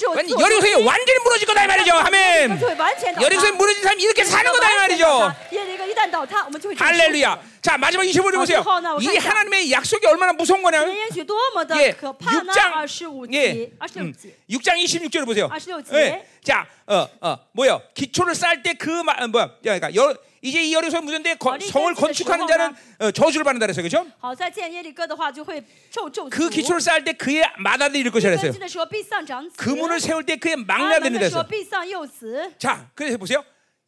완전히 여리고성이 완전히 무너질 거다 이 말이죠 아멘 就会完全倒塌 여리고성이 무너진 사람이 이렇게 完全 사는 거다 倒이 말이죠 塌耶利哥一旦倒塌，我们就会 할렐루야 자 마지막 25절 보세요 이 하나님의 약속이 얼마나 무서운 神 거냐면 应许多么的 예, 可怕呢？ 육장, 二十五 예, 节，二十六 음, 节。 6장 26절을 보세요. 26 지. 예, 자, 어, 어, 뭐요? 기초를 쌓을 때 그 말, 어, 뭐야? 야, 그러니까 여, 이제 이 여리고성 무전대 어린 성을 때쯤에 건축하는 자는 어, 저주를 받는다 그랬어요, 그죠? 好在见耶利哥的话，就会受咒诅。 그 기초를 쌓을 때 그의 마다들 이룰 것이라 根 했어요. 基的时候必丧长子， 그 문을 세울 때 그의 安 망라되는 门 다 的时候 했어요. 必丧幼子。 자, 그래서 보세요.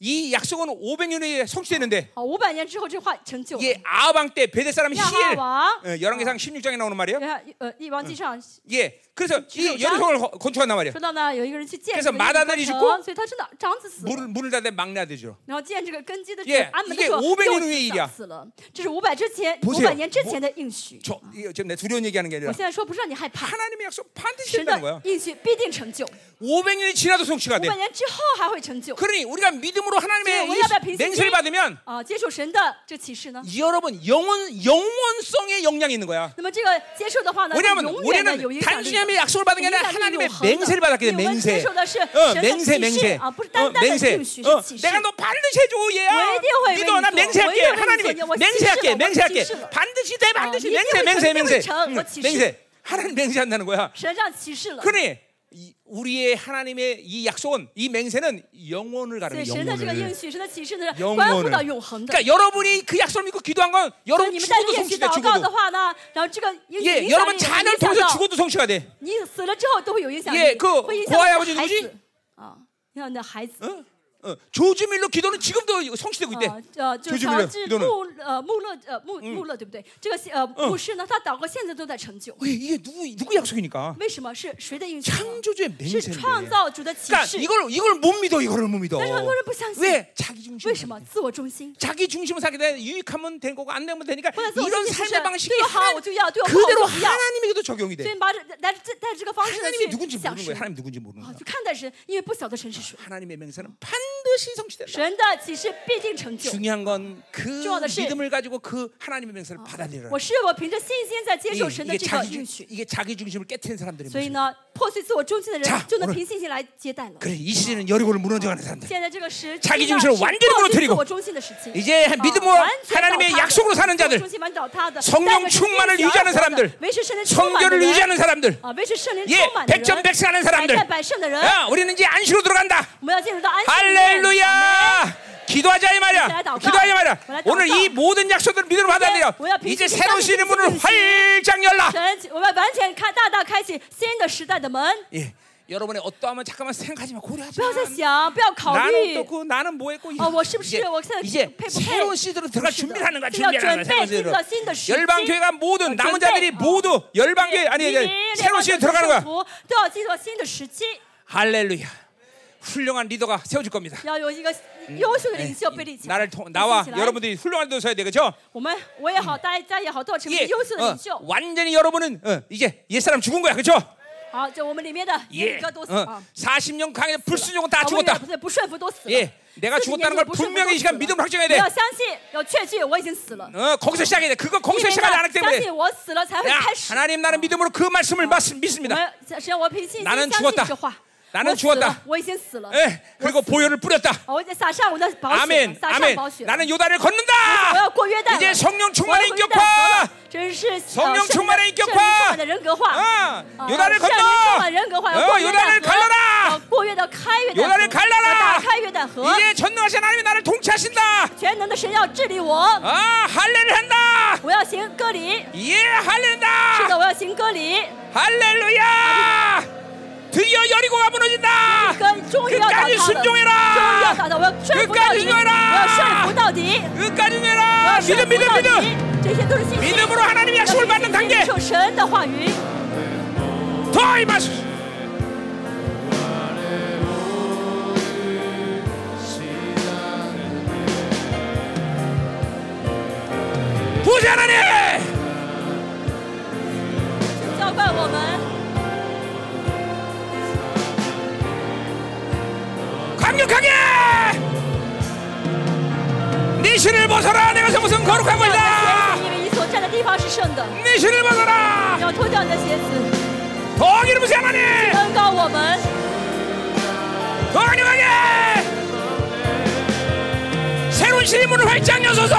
이 약속은 500년에 성취됐는데 好，五百年之后这话成就了。 이게 아방 때 베데 사람 야하 히엘 왕. 어, 열왕기상 16장에 나오는 말이에요. 然后呃，一王记上 예, 그래서 이 16 장? 여리고성을 거- 건축한단 말이에요. 说到呢，有一个人去见 그래서 这个耶利 마다들 哥이죽 城 고 所以他真的长子死了。 문을 문을 닫아 망라되죠. 然后见这个根基的 예, 安门的 이게 时候， 500년 幼 후의일이야 子死了。这是五百之前，五 보세요 百年之 뭐 前的应许。 저 이거 지금 내 두려운 얘기하는 게 我 아니라 现在说不是让你害怕， 하나님의 약속 반드시 神 된다는 거야. 的应许必定成就，五 500년이 지나도 성취가 돼. 百年之后还会成就。 그러니 우리가 믿음으로 所以 하나님의 我要不要 이 凭信 맹세를 心 받으면 啊接受神的这启示呢？ 여러분 영원 영원성의 영향이 있는 거야. 那么这个接受的话呢， 왜냐하면 是永远的有 우리는 影响力的。 단순히 하나님의 약속을 받은 게 아니라 影响力 하나님의 永恒的 맹세를 받았기 你 때문에 们接 맹세. 受的是 어, 神的启 맹세, 示 맹세. 啊，不是 어, 单单的 맹세. 应许是 어, 启示。 내가 너 반드시 해줘 얘야. 월드에 믿어, 나 월드에 맹세할게. 월드에 하나님이 월드에 맹세할게, 월드에 맹세할게. 월드에 반드시 돼, 반드시 어, 맹세, 맹세, 믿음을 맹세. 전- 응, 믿음을 전- 맹세. 하나님 맹세한다는 거야. 神上启示了， 그러니 이- 우리의 하나님의 이 약속은 이 맹세는 영원을 所以 가르는 哎神的这个 영원을. 应许，神的启示呢， 영원을 关乎到永恒的。 그러니까 여러분이 그 약속을 믿고 기도한 건 所以 여러분 你们带着 죽어도 练习 성취돼 祷告的 죽어도. 话呢，然后这个影响 예, 影响 여러분 力会 자녀를 影响 통해서 到 죽어도 성취가 돼. 你死了之后都会有影响力， 예그 会影响 고아의 到 아버지누구 孩 지 子啊，影响你的孩子。啊 어? 어, 조주밀로 기도는 지금도 성취되고 있대. 어, 呃呃，就是 조지 乔 밀러 治 이거는 穆呃穆勒呃穆穆勒对不对？这个呃牧师呢，他祷告现在都在成就， 왜, 예, 이게 누구 누구 약속이니까? 为什么？是谁的应许呢？ 창조주의 是 맹세인데. 创造主的启 그러니까 示。 이걸 이걸 못 믿어. 이거를 못 믿어. 但是很多人不相信， 왜 자기 중심? 为什么？自我中心。 자기 중심을 살게 되면 유익하면 된 거고 안 되면 되니까 或者自我中 이런 心 삶의 不是 방식이 对我好 하나, 我就要，对我不好 그대로 我就不要。 하나님에게도 적용이 所以 돼. 把这带这带着这个方式呢 아, 하나님이 누군지 去想 모르는 神 거야. 啊 하나님 누군지 모르는 거야. 去看待神，因为不晓得神是谁。 하나님의 맹세는 반드시 성취된다. 神的启示必定成就。 중요한 건 그 중요하다, 시. 믿음을 가지고 그 하나님의 맹세를 받아들여라. 뭐 我是否凭着信心在接 이게, 受神的 이게 这个 자기, 应 중- 许？ 이게 자기 중심을 깨트린 사람들의 所以 모습. 呢，破碎自我中心的 자 人就能 오늘 凭信心来接待了。 그래 이 시대는 여리고를 무너져가는 사람들. 现在这个时期 자기중심을 呢是 완전히무너뜨리고 自我中心的时期。 이제믿음으로 완전히 하나님의 倒塌的 약속으로사는 自 자들 我中心완전倒塌的 성령 带着 충만信을心 유지하는 而活的 사람들 维持神的充满的 성결을 人 유지하는 사람들. 啊，维持圣灵 예, 充满的人， 백전백승하는 百 사람들. 战百胜的人， 야, 우리는 이제 안식으로 들어간다. 我们要进入到安息里面。 할렐루야! 기도하자 이 말이야. 기도하자, 기도하자 이 말이야. 기도하자. 오늘 이 모든 약속들을 믿음으로 받아들여. 뭐야, 빈 이제 시간이 새로운 시대 문을 빈 시간이 활짝 열라. 神，我们完全开大大开启新的时代的门， 예. 여러분의 어떠함은 잠깐만 생각하지 마. 고려하지 不要再 마. 想，不要考 나는 虑。 또그 나는 뭐 했고 어, 뭐 십시오, 이제- 뭐 새로운 이제 패- 패- 새로운 패- 시대로 들어갈 시대로. 준비하는 거야. 그냥 준비하는 네. 거야. 새로운 준비, 시대로. 신도 신도 열방 신도 교회가 모든 남은 준비. 자들이 어. 모두 열방 교회 아니 예, 이제 예, 새로운 시대에 들어가는 거야. 都要进入到新的时期， 할렐루야. 훌륭한 리더가 세워질 겁니다. 要有一个嗯优秀的领袖被立 예, 起来。 나를 통, 나와 被立起来 여러분들이 훌륭한 리더 서야 돼. 그죠? 我们我也嗯好，大家也好，都要成为 예, 优秀的 어, 领袖。 완전히 여러분은 어, 이제 옛사람 죽은 거야. 그죠? 好，就我们里面的一 예. 아, 个都死 어, 啊， 40년 강의 불순종은 다 啊我们俩嗯 죽었다. 不对，不顺服都死了。 예. 내가 40 죽었다는 걸 년도不顺服都 분명히 이 시간 死了 믿음으로 확정해야 我 돼. 要相信，要确据我已经死了。 어, 거기서 시작해야 돼. 그거 因为 거기서 呢 시작하지 않았기 相 때문에 信我死了才会 야, 开始。 하나님 나는 믿음으로 그 말씀을 말씀 我 믿습니다. 们神，我凭信心 나는 相信 죽었 다 这话。 나는 我死 죽었다 了，我已经死了。 예, 그리고 보혈을 뿌렸다. 我已经撒上我的宝血了， 아멘, 撒上 아멘. 宝血了。 나는 我 요단을 要 걷는다. 过约旦了。 이제 我要 성령 충만의 过约旦 인격화. 了真是呃 성령 충만의 인격화. 的人格化。啊 어, 요단을 圣灵 건너. 充满哎人格化， 어, 要过约 요단을 旦河。 갈라라. 要过约旦开约旦河。 요단을 갈라라. 要打开约旦河。 이제 전능하신 하나님이 나를 통치하신다. 全能的神要治理我， 아, 할례를 한다. 我要行割礼。 예, 是 할례다. 的，我要行割礼。 할렐루야. 드디어 여리고가 그러니까 무너진다. 跟终于要到他了， 끝까지 终于要 순종해라. 到他，我要顺服到 끝까지 底， 순종해라 我要顺服到底， 끝까지 我 내라. 要顺 믿음, 服 믿음, 到 믿음. 底，这些都是信心。 믿음으로 하나님의 약속을 要信心 받는 단계. 接受神的话语， 더 임하소서. 부자 하나님, 浇灌我们， 강력하게 네 신을 벗어라. 내가 무슨 거룩한 要你的鞋 것이다. 子，因为你所站的地方是圣的。 네 신을 벗어라. 要脱掉你的鞋子， 더 기름 부세 하나님, 恩膏我们， 더 강력하게 새로운 신의 문을 활짝 여소서.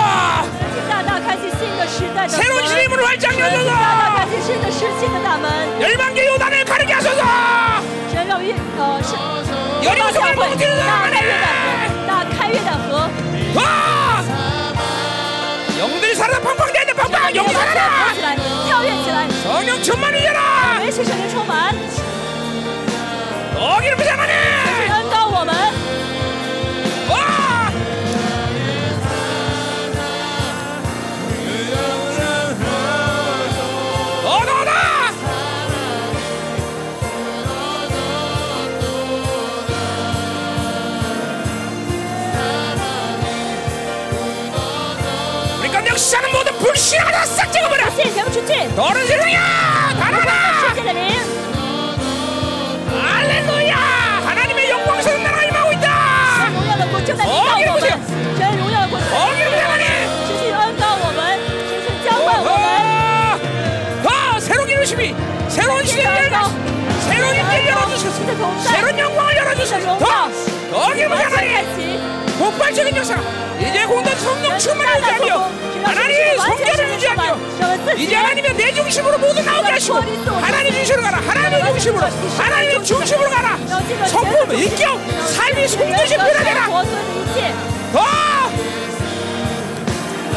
请大大开启新的时代的门， 새로운 신의 请 문을 활짝 大大 여소서. 开启新的时期的大门。 열방계 요단을 가르게 하소서. 神要运呃是 여리고 大 성을 会 무너뜨리는 大开约 하나님. 旦河，大开约旦河。 와! 영들이 살아 팡팡대는데 팡팡 用 영이 我们的脚 살아라 네. 跑起来，跳跃起来， 성령 천만을 이겨라 维持圣灵充满， 너기를 부자만해 恩高我们， 와! 얻어 얻어 우리 건영 시장은 모든 불신하다 싹 찍어버려 谢谢全部出去， 너는 세상이야 世 가라라 界的灵， 할렐루야 하나님의 영광스러운 나라가 임하고 있다 荣耀的国正在领导我们，神荣耀的国正在领导我们，持续恩高我们，持续浇灌我们， 더 새로운 열심이 새로운 시대를 열어 새로운 일을 열어주셔서 새로운 영광을 열어주셔서 더더 길을 完全开 하나님 启， 아, 폭발적인 역사 이제 공도 성령 충만을 유지하며 하나님 성전을 유지하며 让我们自己 이제 。 아니면 내 중심으로 모두 나오게 하시고 하나님 중심으로 가라 하나님 중심으로 하나님 중심으로 가라 성품 인격 삶이 송도시 변화되라 活存的一切， 더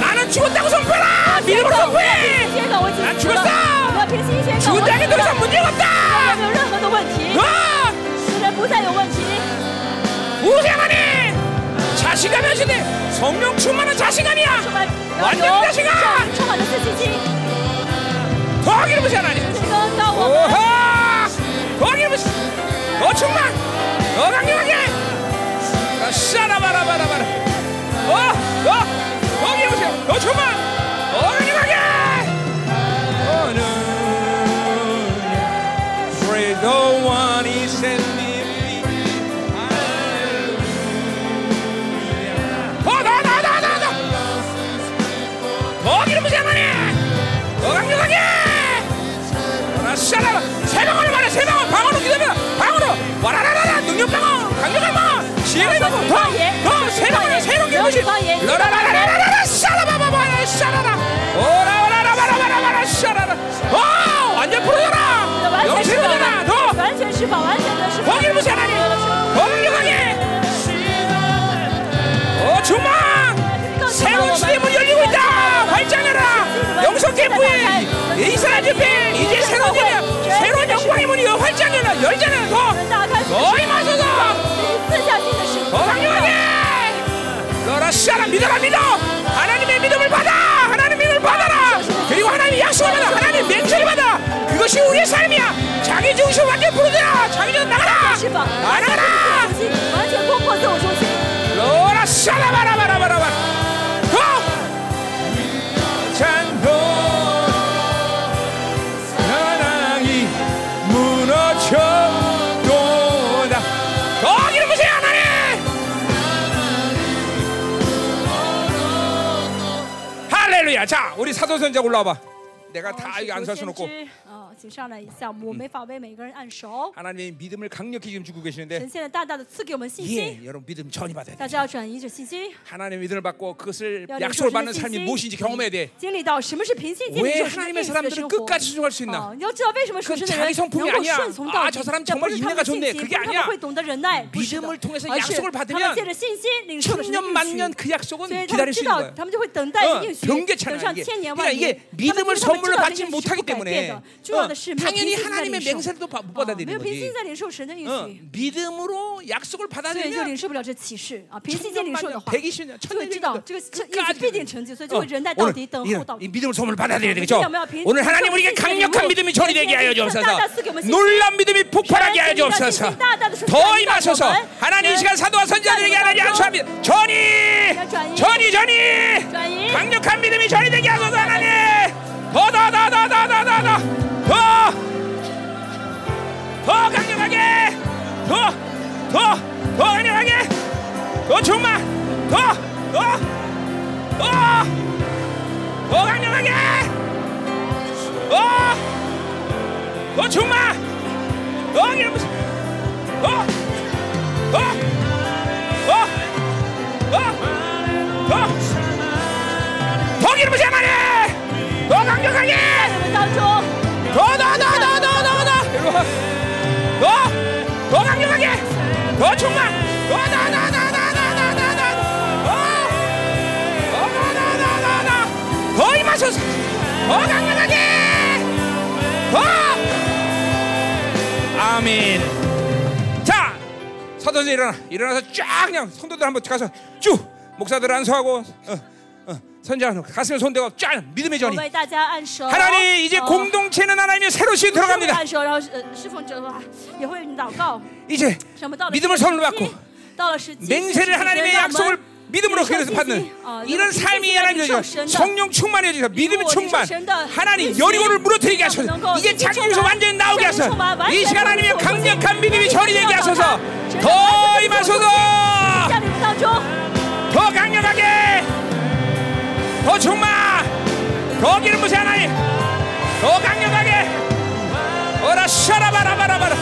나는 죽었다고 선포해라 凭 믿음으로 선포해 信口我已经 난 死了 죽었어 我要凭信宣告，我 죽은 자에게 死더了 이상 문제가 再也 없다 没有任何的问题， 아! 死人不再有问题， 우생하니 자신감이 하시네 성령 충만한 자신감이야 充满完全的信靠有充满了自信心， 더 기름으시 하나님 神更高我们， 오하 더 기름으시 더 충만 더 강력하게 아, 샤라바라바라바라 어? 어어더 기름으시 더 충만 더 강력하게 오늘 Praise the one he sent me 어, 더더더더더더 더 기름 부세 하나님 더 강력하게 라샤라 아, 세 방울을 말해 세 방울 방울로 기도면 방울로 와라라라라 능력 방울 강력한 방울 지혜의 방울 더더세 예. 방울에 새로운 기름 부심 라라라라라라 샤라바바바라 샤라라 오라라라라라라라 샤라라 오 완전 너 풀어줘라 완전 영생 받아라 더 完全释放，完全的释放， 거기를 무시 하나님 더 강력하게 어 주마 새로운 시대의 문 열리고 있다 활짝해라 영성 캠프에 이스라엘 집회 이제 새로운 일이야 새로운 영광의 문이 활짝해라 열잖아 门 더 打开， 더 임하소서 赐下新的释 더 放。 강력하게 너라 시아라 믿어라 믿어 하나님의 믿음을 받아 하나님의 믿음을 받아라 그리고 하나님의 약속을 받아 하나님의 맹세를 받아 그것이 우리의 삶이야 자기 중심 완전 부르자 자기 전 아, 나가라 释放，完全自 나가라 我中心，完全攻破自我中心， 로라 샤라바라바라바라바 고! 찬고 사랑이 무너졌도다 거기를 보세요 하나님 할렐루야 자 우리 사도선자 올라와봐 내가 哦 다 使 이거 徒 안 先 서쳐놓고 知啊，请上来一下，我没法为每个人按手。 하나님의 믿음을 강력히 지금 주고 神 계시는데 现在大大的赐给我们信心， 예, 여러분 믿음 전이 받아야 돼 大家要转移着信心， 하나님의 믿음을 받고 그것을 要领受 약속을 神 받는 的 삶이 信 무엇인지 心， 경험해야 돼 经历到什么是平信心， 왜 领受神的 하나님의 应许的 사람들은 生活。 끝까지 순종할 수 있나? 哦，你要知道为什么属神的人 그건자기 能 성품이 够 아니야 顺从 아 到 저 底， 사람 这不是 정말 他 인내가 们信 좋네 心，不 그게 是他 아니야 们会懂得忍耐，不是的 믿음을통해서， 而是 약속을받으면 他们借着信心领受了神的 천년 应许 만년 그 ， 약속은 所以他 기다릴 们 수 知 있는 道 거야 ，他们就会等待 어, 应许，等 경계찮아 上 이게 千年 그러니까 万年 이게 。他们 믿음을 知道他们知道这 선물로 받지 应许是 못하기 不改变 때문에 的， 어, 重要的是没有凭 당연히 信心在 하나님의 领受， 맹세를 또 받- 못 哦没 받아들이는 有凭信心 거지 在领受神的应 어, 许。 믿음으로 약속을 所以就 받아들이면 领受不了这启示啊！凭信心 천년 领受的 만년 话， 120년 就会知道 천년 这个这应许 끝까지 必定成就，所以就会 어, 忍耐到 오늘 底，等候到 이런 底 이 。 믿음을 선물 받아들여야 되겠죠? 믿음이 없으면 오늘 하나님 빈- 우리에게 빈- 강력한 빈- 믿음이 전이되게 하여 빈- 주옵소서 빈- 놀란 믿음이 폭발하게 하여 빈- 주옵소서 빈- 빈- 더 빈- 임하소서 빈- 하나님 이 빈- 시간 사도와 선자들에게 빈- 하나님 빈- 안수합니다 전이 전이! 전이 전이! 전이 강력한 믿음이 전이되게 하소서 하나님 더 더 더 더 더 더 더더더 강력하게 더더더 강력하게 더 충만 더더더 더 강력하게 어! 어 정말! 어 이러면서 어! 어! 어! 어! 어! 더 이러면서 말해! 더 어, 강력하게! 我们当中， 더더더더더더더 이리 와! 더! 더 강력하게! 더 충만! 더더더더더더더더 어! 더더더더더더 더 임하소서! 더 강력하게! 더! 아멘 자! 사도들 일어나 일어나서 쫙 그냥 성도들 한번 가서 쭉 목사들 안수하고 어, 어, 선지하고 가슴에 손대고 쫙 믿음의 我 전이 为大家按手。 어， 하나님 이제 哦 공동체는 하나님의 새로운 시대 会 들어갑니다. 按手，然后呃侍奉者啊也会祷告。 이제 什么到了 믿음을 선물로 받고 时机到了时机， 맹세를 하나님의 让我们 약속을 믿음으로 领受 어, 信 그래서 心 어， 받는 哦 이런 领受 삶이 信心 하나님 领受 여주 神的 성령 충만해 주셔서 믿음이 믿음으로 충만 주신 더 하나님 믿음이 여리고를 무너뜨리게 하셔서 충만하고 이제 자기 중에서 충만, 완전히 나오게 성령 하셔서 충만, 완전히 이 시간 하나님의 성령 충만, 강력한 믿음이 성령 전이되게 충만, 하셔서 성령 더 충만, 임하소서 在你们当中， 더 강력하게 더 충만 더 기름 부세 하나님 더 강력하게 어라 샤라바라바라바라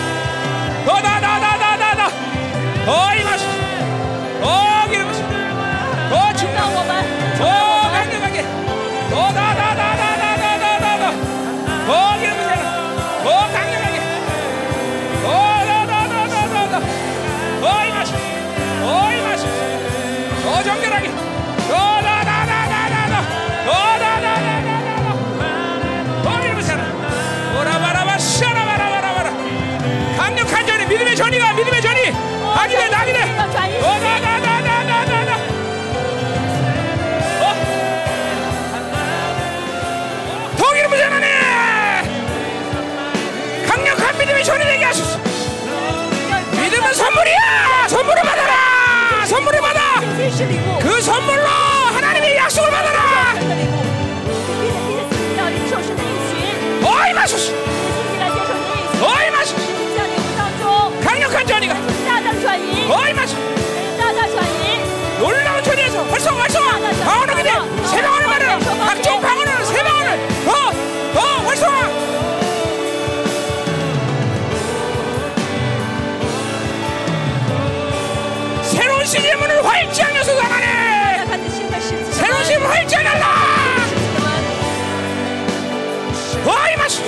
더더더더더더더 임하소서 더 기름 부세 더 아, 충만 어， 让我们 더 강력하게 더더더더더더더더 어, 어, 어, 정결하게 어, 도라라라라라라 어, 도라라라라라라 머리를 붙여라 오라바라바 샤라바라바라바라 강력한 전이 믿음의 전이다 믿음의 전이 낙이네 낙이네 오라라라라라라 어? 통일을 부전하네 강력한 믿음의 전이 되게 하소서 믿음은 선물이야 선물을 받아라 선물을 받아 这是礼物， 그 선물로 하나님의 약속을 받아라 这个礼物，你得你得自己要领受神的应许， 어이 마소스 你自己来接受神的应许， 어이 마소스 在领悟当中 강력한 전이가 大大转移， 어이 마소스 大大转移， 놀라운 전이에서 활성 활성화 방언을 그냥 세 방언을 말하라 각종 방언을 세 방언을 더더 활성화 새로운 시즌 문을 활짝 열어서 나가네 要看见新的事情， 새로운 시즌 문을 활짝 열라 事情吗？ 어이 마소스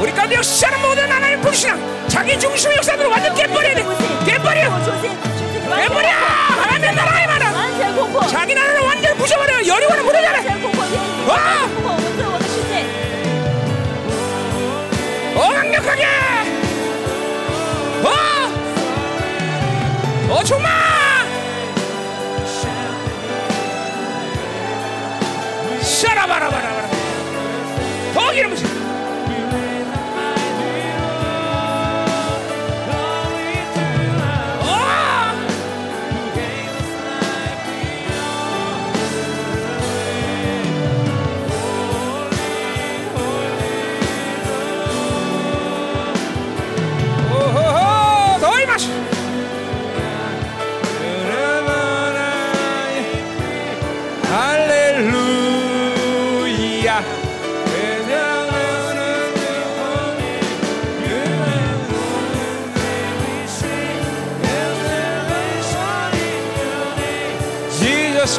우리 가운데 역사는 모든 하나님 불신앙 자기 중심 역사들을 완전 깨버려야 돼 깨버려 我重新重新完 깨버려 全 하나님 나라에 만한 完全攻破， 자기 나라를 완전 부숴버려 여리고는 完 무너져라 全攻破天敌，完全攻破我们对我的世界。 어 강력하게 어어 어, 정말 샤라바라바라바라 더 기름 어? 부세 어! 오호호 더이 마시 할렐루야 Jesus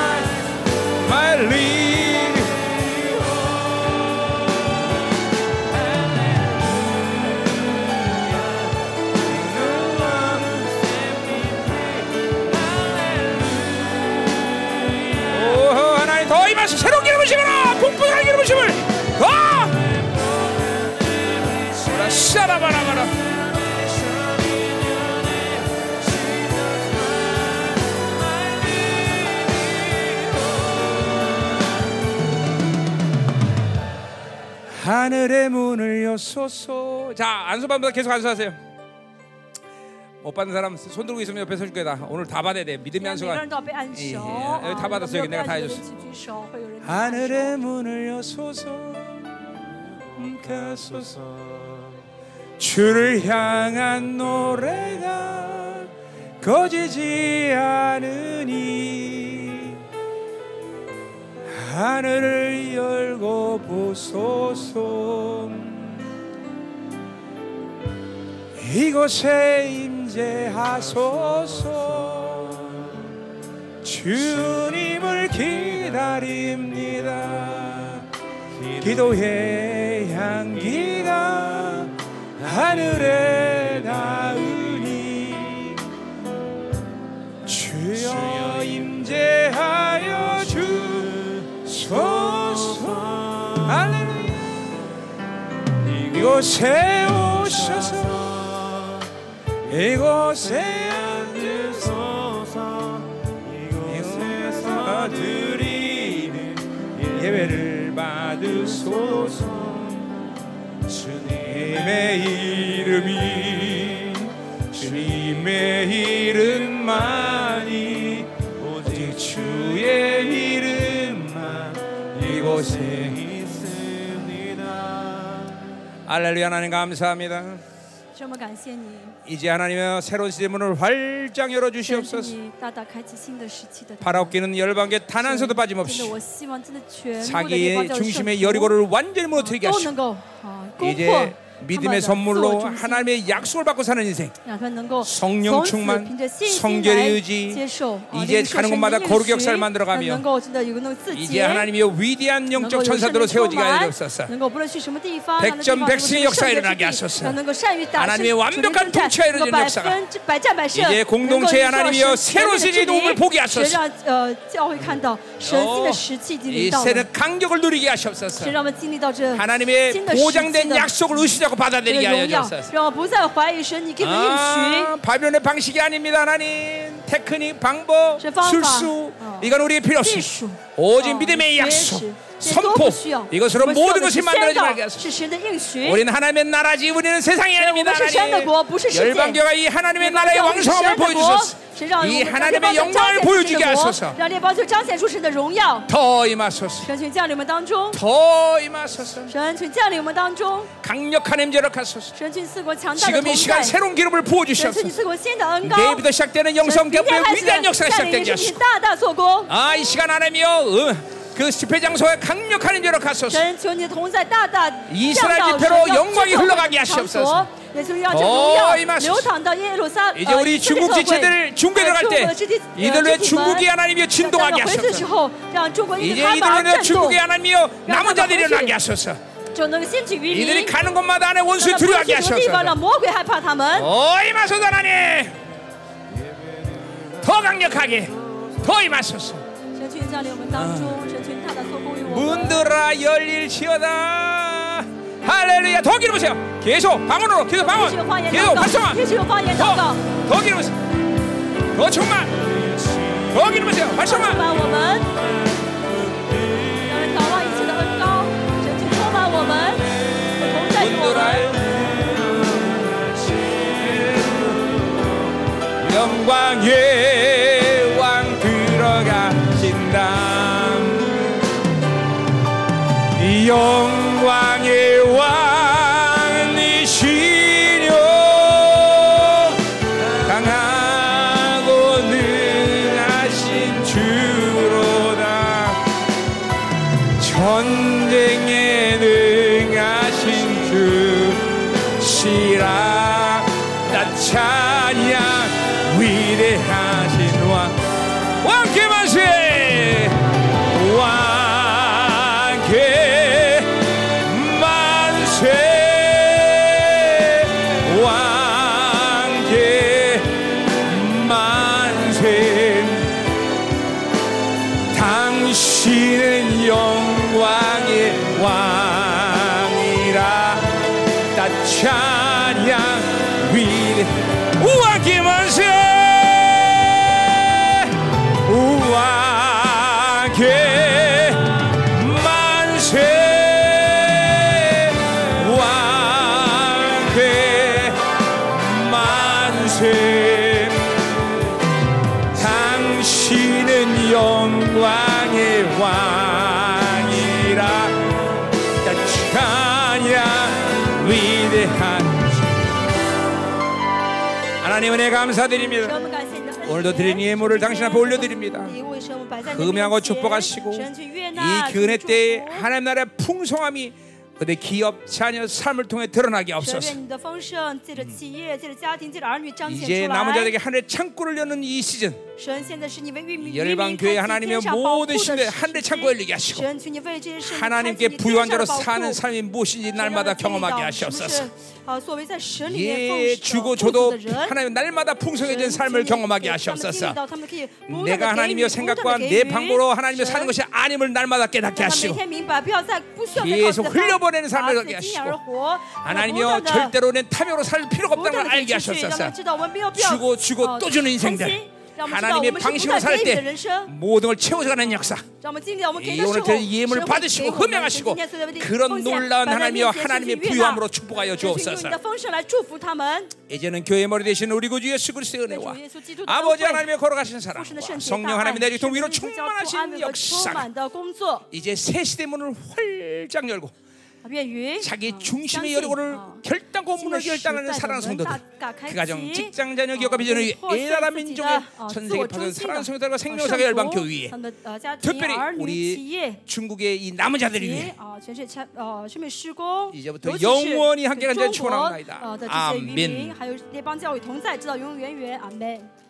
my leader. 오호 하나님 더 임하시 새로운 기름을 심어라 풍부한 기름을 심을 더 샤라바라바라 하늘의 문을 여소서 자 안수반보다 계속 안수하세요 못 받는 사람 손 들고 있으면 옆에 서줄 거다 오늘 다 받아야 돼 믿음의 让每个 안수가 人都要被按 예 手。 예 啊 여기다 받았어요. 내가 다 有人举举手，会有人举手 하늘의 문을 여소서 가소서 주를 향한 노래가 거지지 않으니 하늘을 열고 보소서 이곳에 임재하소서 주님을 기다립니다. 기도의 향기가 하늘에 닿으니 주여 임재하여 주소서 할렐루야 이곳에 오셔서 이곳에 앉으소서 이곳에서 드리는 예배를 받으소서 주님의 이름이 주님의 이름만이 오직 주의 이름만 이곳에 있습니다 알렐루야 하나님 감사합니다 这么感谢你， 이제 하나님의 새로운 시대문을 활짝 感谢 열어주시옵소서 你大大开启新的时期的。 바라옵기는 열방계 단 한 수도 真 빠짐없이 的，我希望真的全部的地方 자기의 叫圣 중심의 徒 어, 여리고를 완전히 무너뜨리게 都 하시고 能够啊攻破 이제 믿음의 他们的自我中心。 선물로 하나님의 약속을 받고 사는 인생. 让他们能够 성령 从此 충만, 凭着信心 성결의 来 의지, 接受啊 이제 어, 领受 가는 神的 곳마다 应 거룩의 许 역사를 让 만들어가며 能够真的有能自 이제 节， 하나님의 위대한 能够 영적 有圣灵 전사들로 充 세워지게 하여 满 주옵소서. ，能够不论去什么地方， 백 하나님의 점 百 백신의역사에일어나게하소서 能够善于打胜 하나님의완벽한 전 통치하에이르는역사가 百分之百战百胜， 이제공동체의하나님이여새로운세계의도움을보게하소서 神让呃教会看到神新 어, 的时期已经 이 临到了， 새는 강력을 누리게 神 하시옵소서. 让我们经历到这 하나님의 新的时期 보장된 的 약속을 의심하고 这个 받아들이게 하여 荣耀 주옵소서. ，让我不再怀疑神你给的应许。 아, 바벨론의 방식이 아닙니다, 하나님. 테크닉, 방법, 어, 제 방법. 술수 어. 이건 우리의 필요 없이 技术, 오직 哦 믿음의 绝 약속, 食这都 선포 不需要我 이것으로 们需要 모든 的是 것이 만들어지게 宣 하게 告 하소서. 是神的应许。 우리는 하나님의 나라지 우리는 세상이 아닙니다, 我们是神的国,不是世界. 하나님. 열방교가 이 하나님의 나라의 让我们神 왕성함을 的国 보여주소서. 神让我 이 们让列 하나님의 邦彰 영광을 显出神 보여주게 的国 하소서. 让列邦就彰显出神的荣耀。 더 임하소서. 神请降临我们当中， 더 임하소서. 神请降临我们当中， 강력한 임재를 하소서. 神请赐给我强大的 지금 이 同 시간 在， 새로운 기름을 神请 부어주시옵소서. 赐给我新的恩膏。 내일부터 시작되는 神 영성 明天 교회의 开始， 위대한 역사가 带领 시작되게 神请 하소서. 大大做工。 아, 이 시간 하나님이여, 음, 그 집회 장소에 강력한 인재로 가소서. 神求你的同在大大降 이스라엘 到 집회로영광이흘러가게하시옵소서 也求让这荣耀 더임하소서 流淌到耶路撒 이제우리중국지체들을중국에들어갈때이들로해중국이하나님이여진동하게하시옵소서 回去之后，让中国 이 因 제 着他们 이들로 而震 중국의 动， 하나님이여 남은 자들이 일어나게 하소서 就能够兴起于 이들이 民。 가는 곳마다 안에 원수를 让他们 두려워하게 去什么地方 하소서 让魔鬼害怕他们？ 어이마소서 하나님 더 강력하게 더 임하소서 神去降临我们当中，神去大大做工于我们。 문들아 열릴지어다 할렐루야 더 기름으세요 계속 방언으로 계속 继续 방언 用方言祷 계속 발성화 告，继续用方言祷告， 더더 기름으세요 더 충만 더 기름으세요 充 발성화 满我们，让人祷告一切的恩高，神去充满我们，同在于我 문들아 们。 영광의 왕 들어가신다 이 영광의 왕이시려 강하고 능하신 주로다 전쟁에 능하신 주시라 나 찬양 위대하신 왕 왕께 만세 왕께 만세 왕께 만세 당신은 영광의 왕이라 나 찬양 위대 우왕기 만세 우왕기 만세 왕기 만세 당신은 영광의 왕이라 찬양 위대한 하나님 은혜 神 감사드립니다 我们感谢你的恩典 오늘도 드린 예물을 당신 앞에 올려드립니다 礼物神我们摆在你的面前 금양하고 축복하시고 神去悦纳 이 교회 去祝福 때 하나님 나라의 풍성함이 우리 기업, 자녀, 삶을 통해 드러나게 神 없어서 음. 愿你的丰盛借着企业借着家庭借着儿女彰显 이제 出 남은 来 자들에게 하늘의 창고를 여는 이 시즌 神现在是你为渔民渔民 열방 开 교회 启 하나님의 天上宝库 모든 的 신뢰 하늘의 창고에 열리게 时 하시고 神去你为这些事情开启 하나님께 你天 부유한 上 자로 的宝库 사는 삶이 무엇인지 神让 날마다 我们经历到什 경험하게 么 하시옵소서. 是啊作为在神里面 예 奉献富足 주고 저도 的人 하나님 날마다 풍성해진 神 삶을 去给他 경험하게 们经历 하시옵소서. 到他们可以不断地给予 내가 하나님의 不断地 생각과 给 내 予 방법으로 하나님의 神 사는 것이 아님을 날마다 让 깨닫게 他每 하시고 天明白，不要再不需要再靠自己 계속 的方 흘려보내는삶을 法 갖게하시고 死敬仰而活，不 하나님이여 断地 절대로는 탐욕으로 살 필요가 不断 없다는 的걸 알게 给出去，让他 하셨었어 们知道我们没有必要 주고 주고 呃 또 주는 贪 인생들 心让我们知道我 하나님의 们是不断给 방식으로 살 予你的 때 人生， 모든 걸 채워져가는 역사 让我们经历到我们给 이 的时 오늘 候， 드린 예물을 神会给 받으시고 我们神 흐명하시고 今天所有的奉 그런 献 놀라운 摆在面 하나님이여 前神 하나님의 去悦纳 부유함으로 축복하여 神去用你 주옵소서 的丰盛来祝福他们。 이제는 교회 머리 되신 우리 구 주 예수 그리스도의 은혜와 주 예수 기도도 아버지 또 하나님의 걸어가신 사랑 父神的圣洁大爱， 성령 하나님의 내리 통위로 圣灵的教父安慰 충만하신 和充 역사 满的工作。 이제 새 시대 문을 활짝 열고 愿与 자기 嗯相 중심의 信 여력을 啊 결단코 信的 무너지게 时代的 결단하는 人 사랑하는 大 성도들 大开 그 启 가정, 직장, 자녀, 기업과 어, 비전을 우리 위해 포스트지가, 나라 민족의 어, 전 세계 퍼진 사랑하는 어, 성도들과 어, 생명사계 열방 교회 特别 우리 중국의 이 남은 어, 자들을 위해 이제부터 그 어, 영원히 함께 간절 축원합니다. 아멘. 아멘.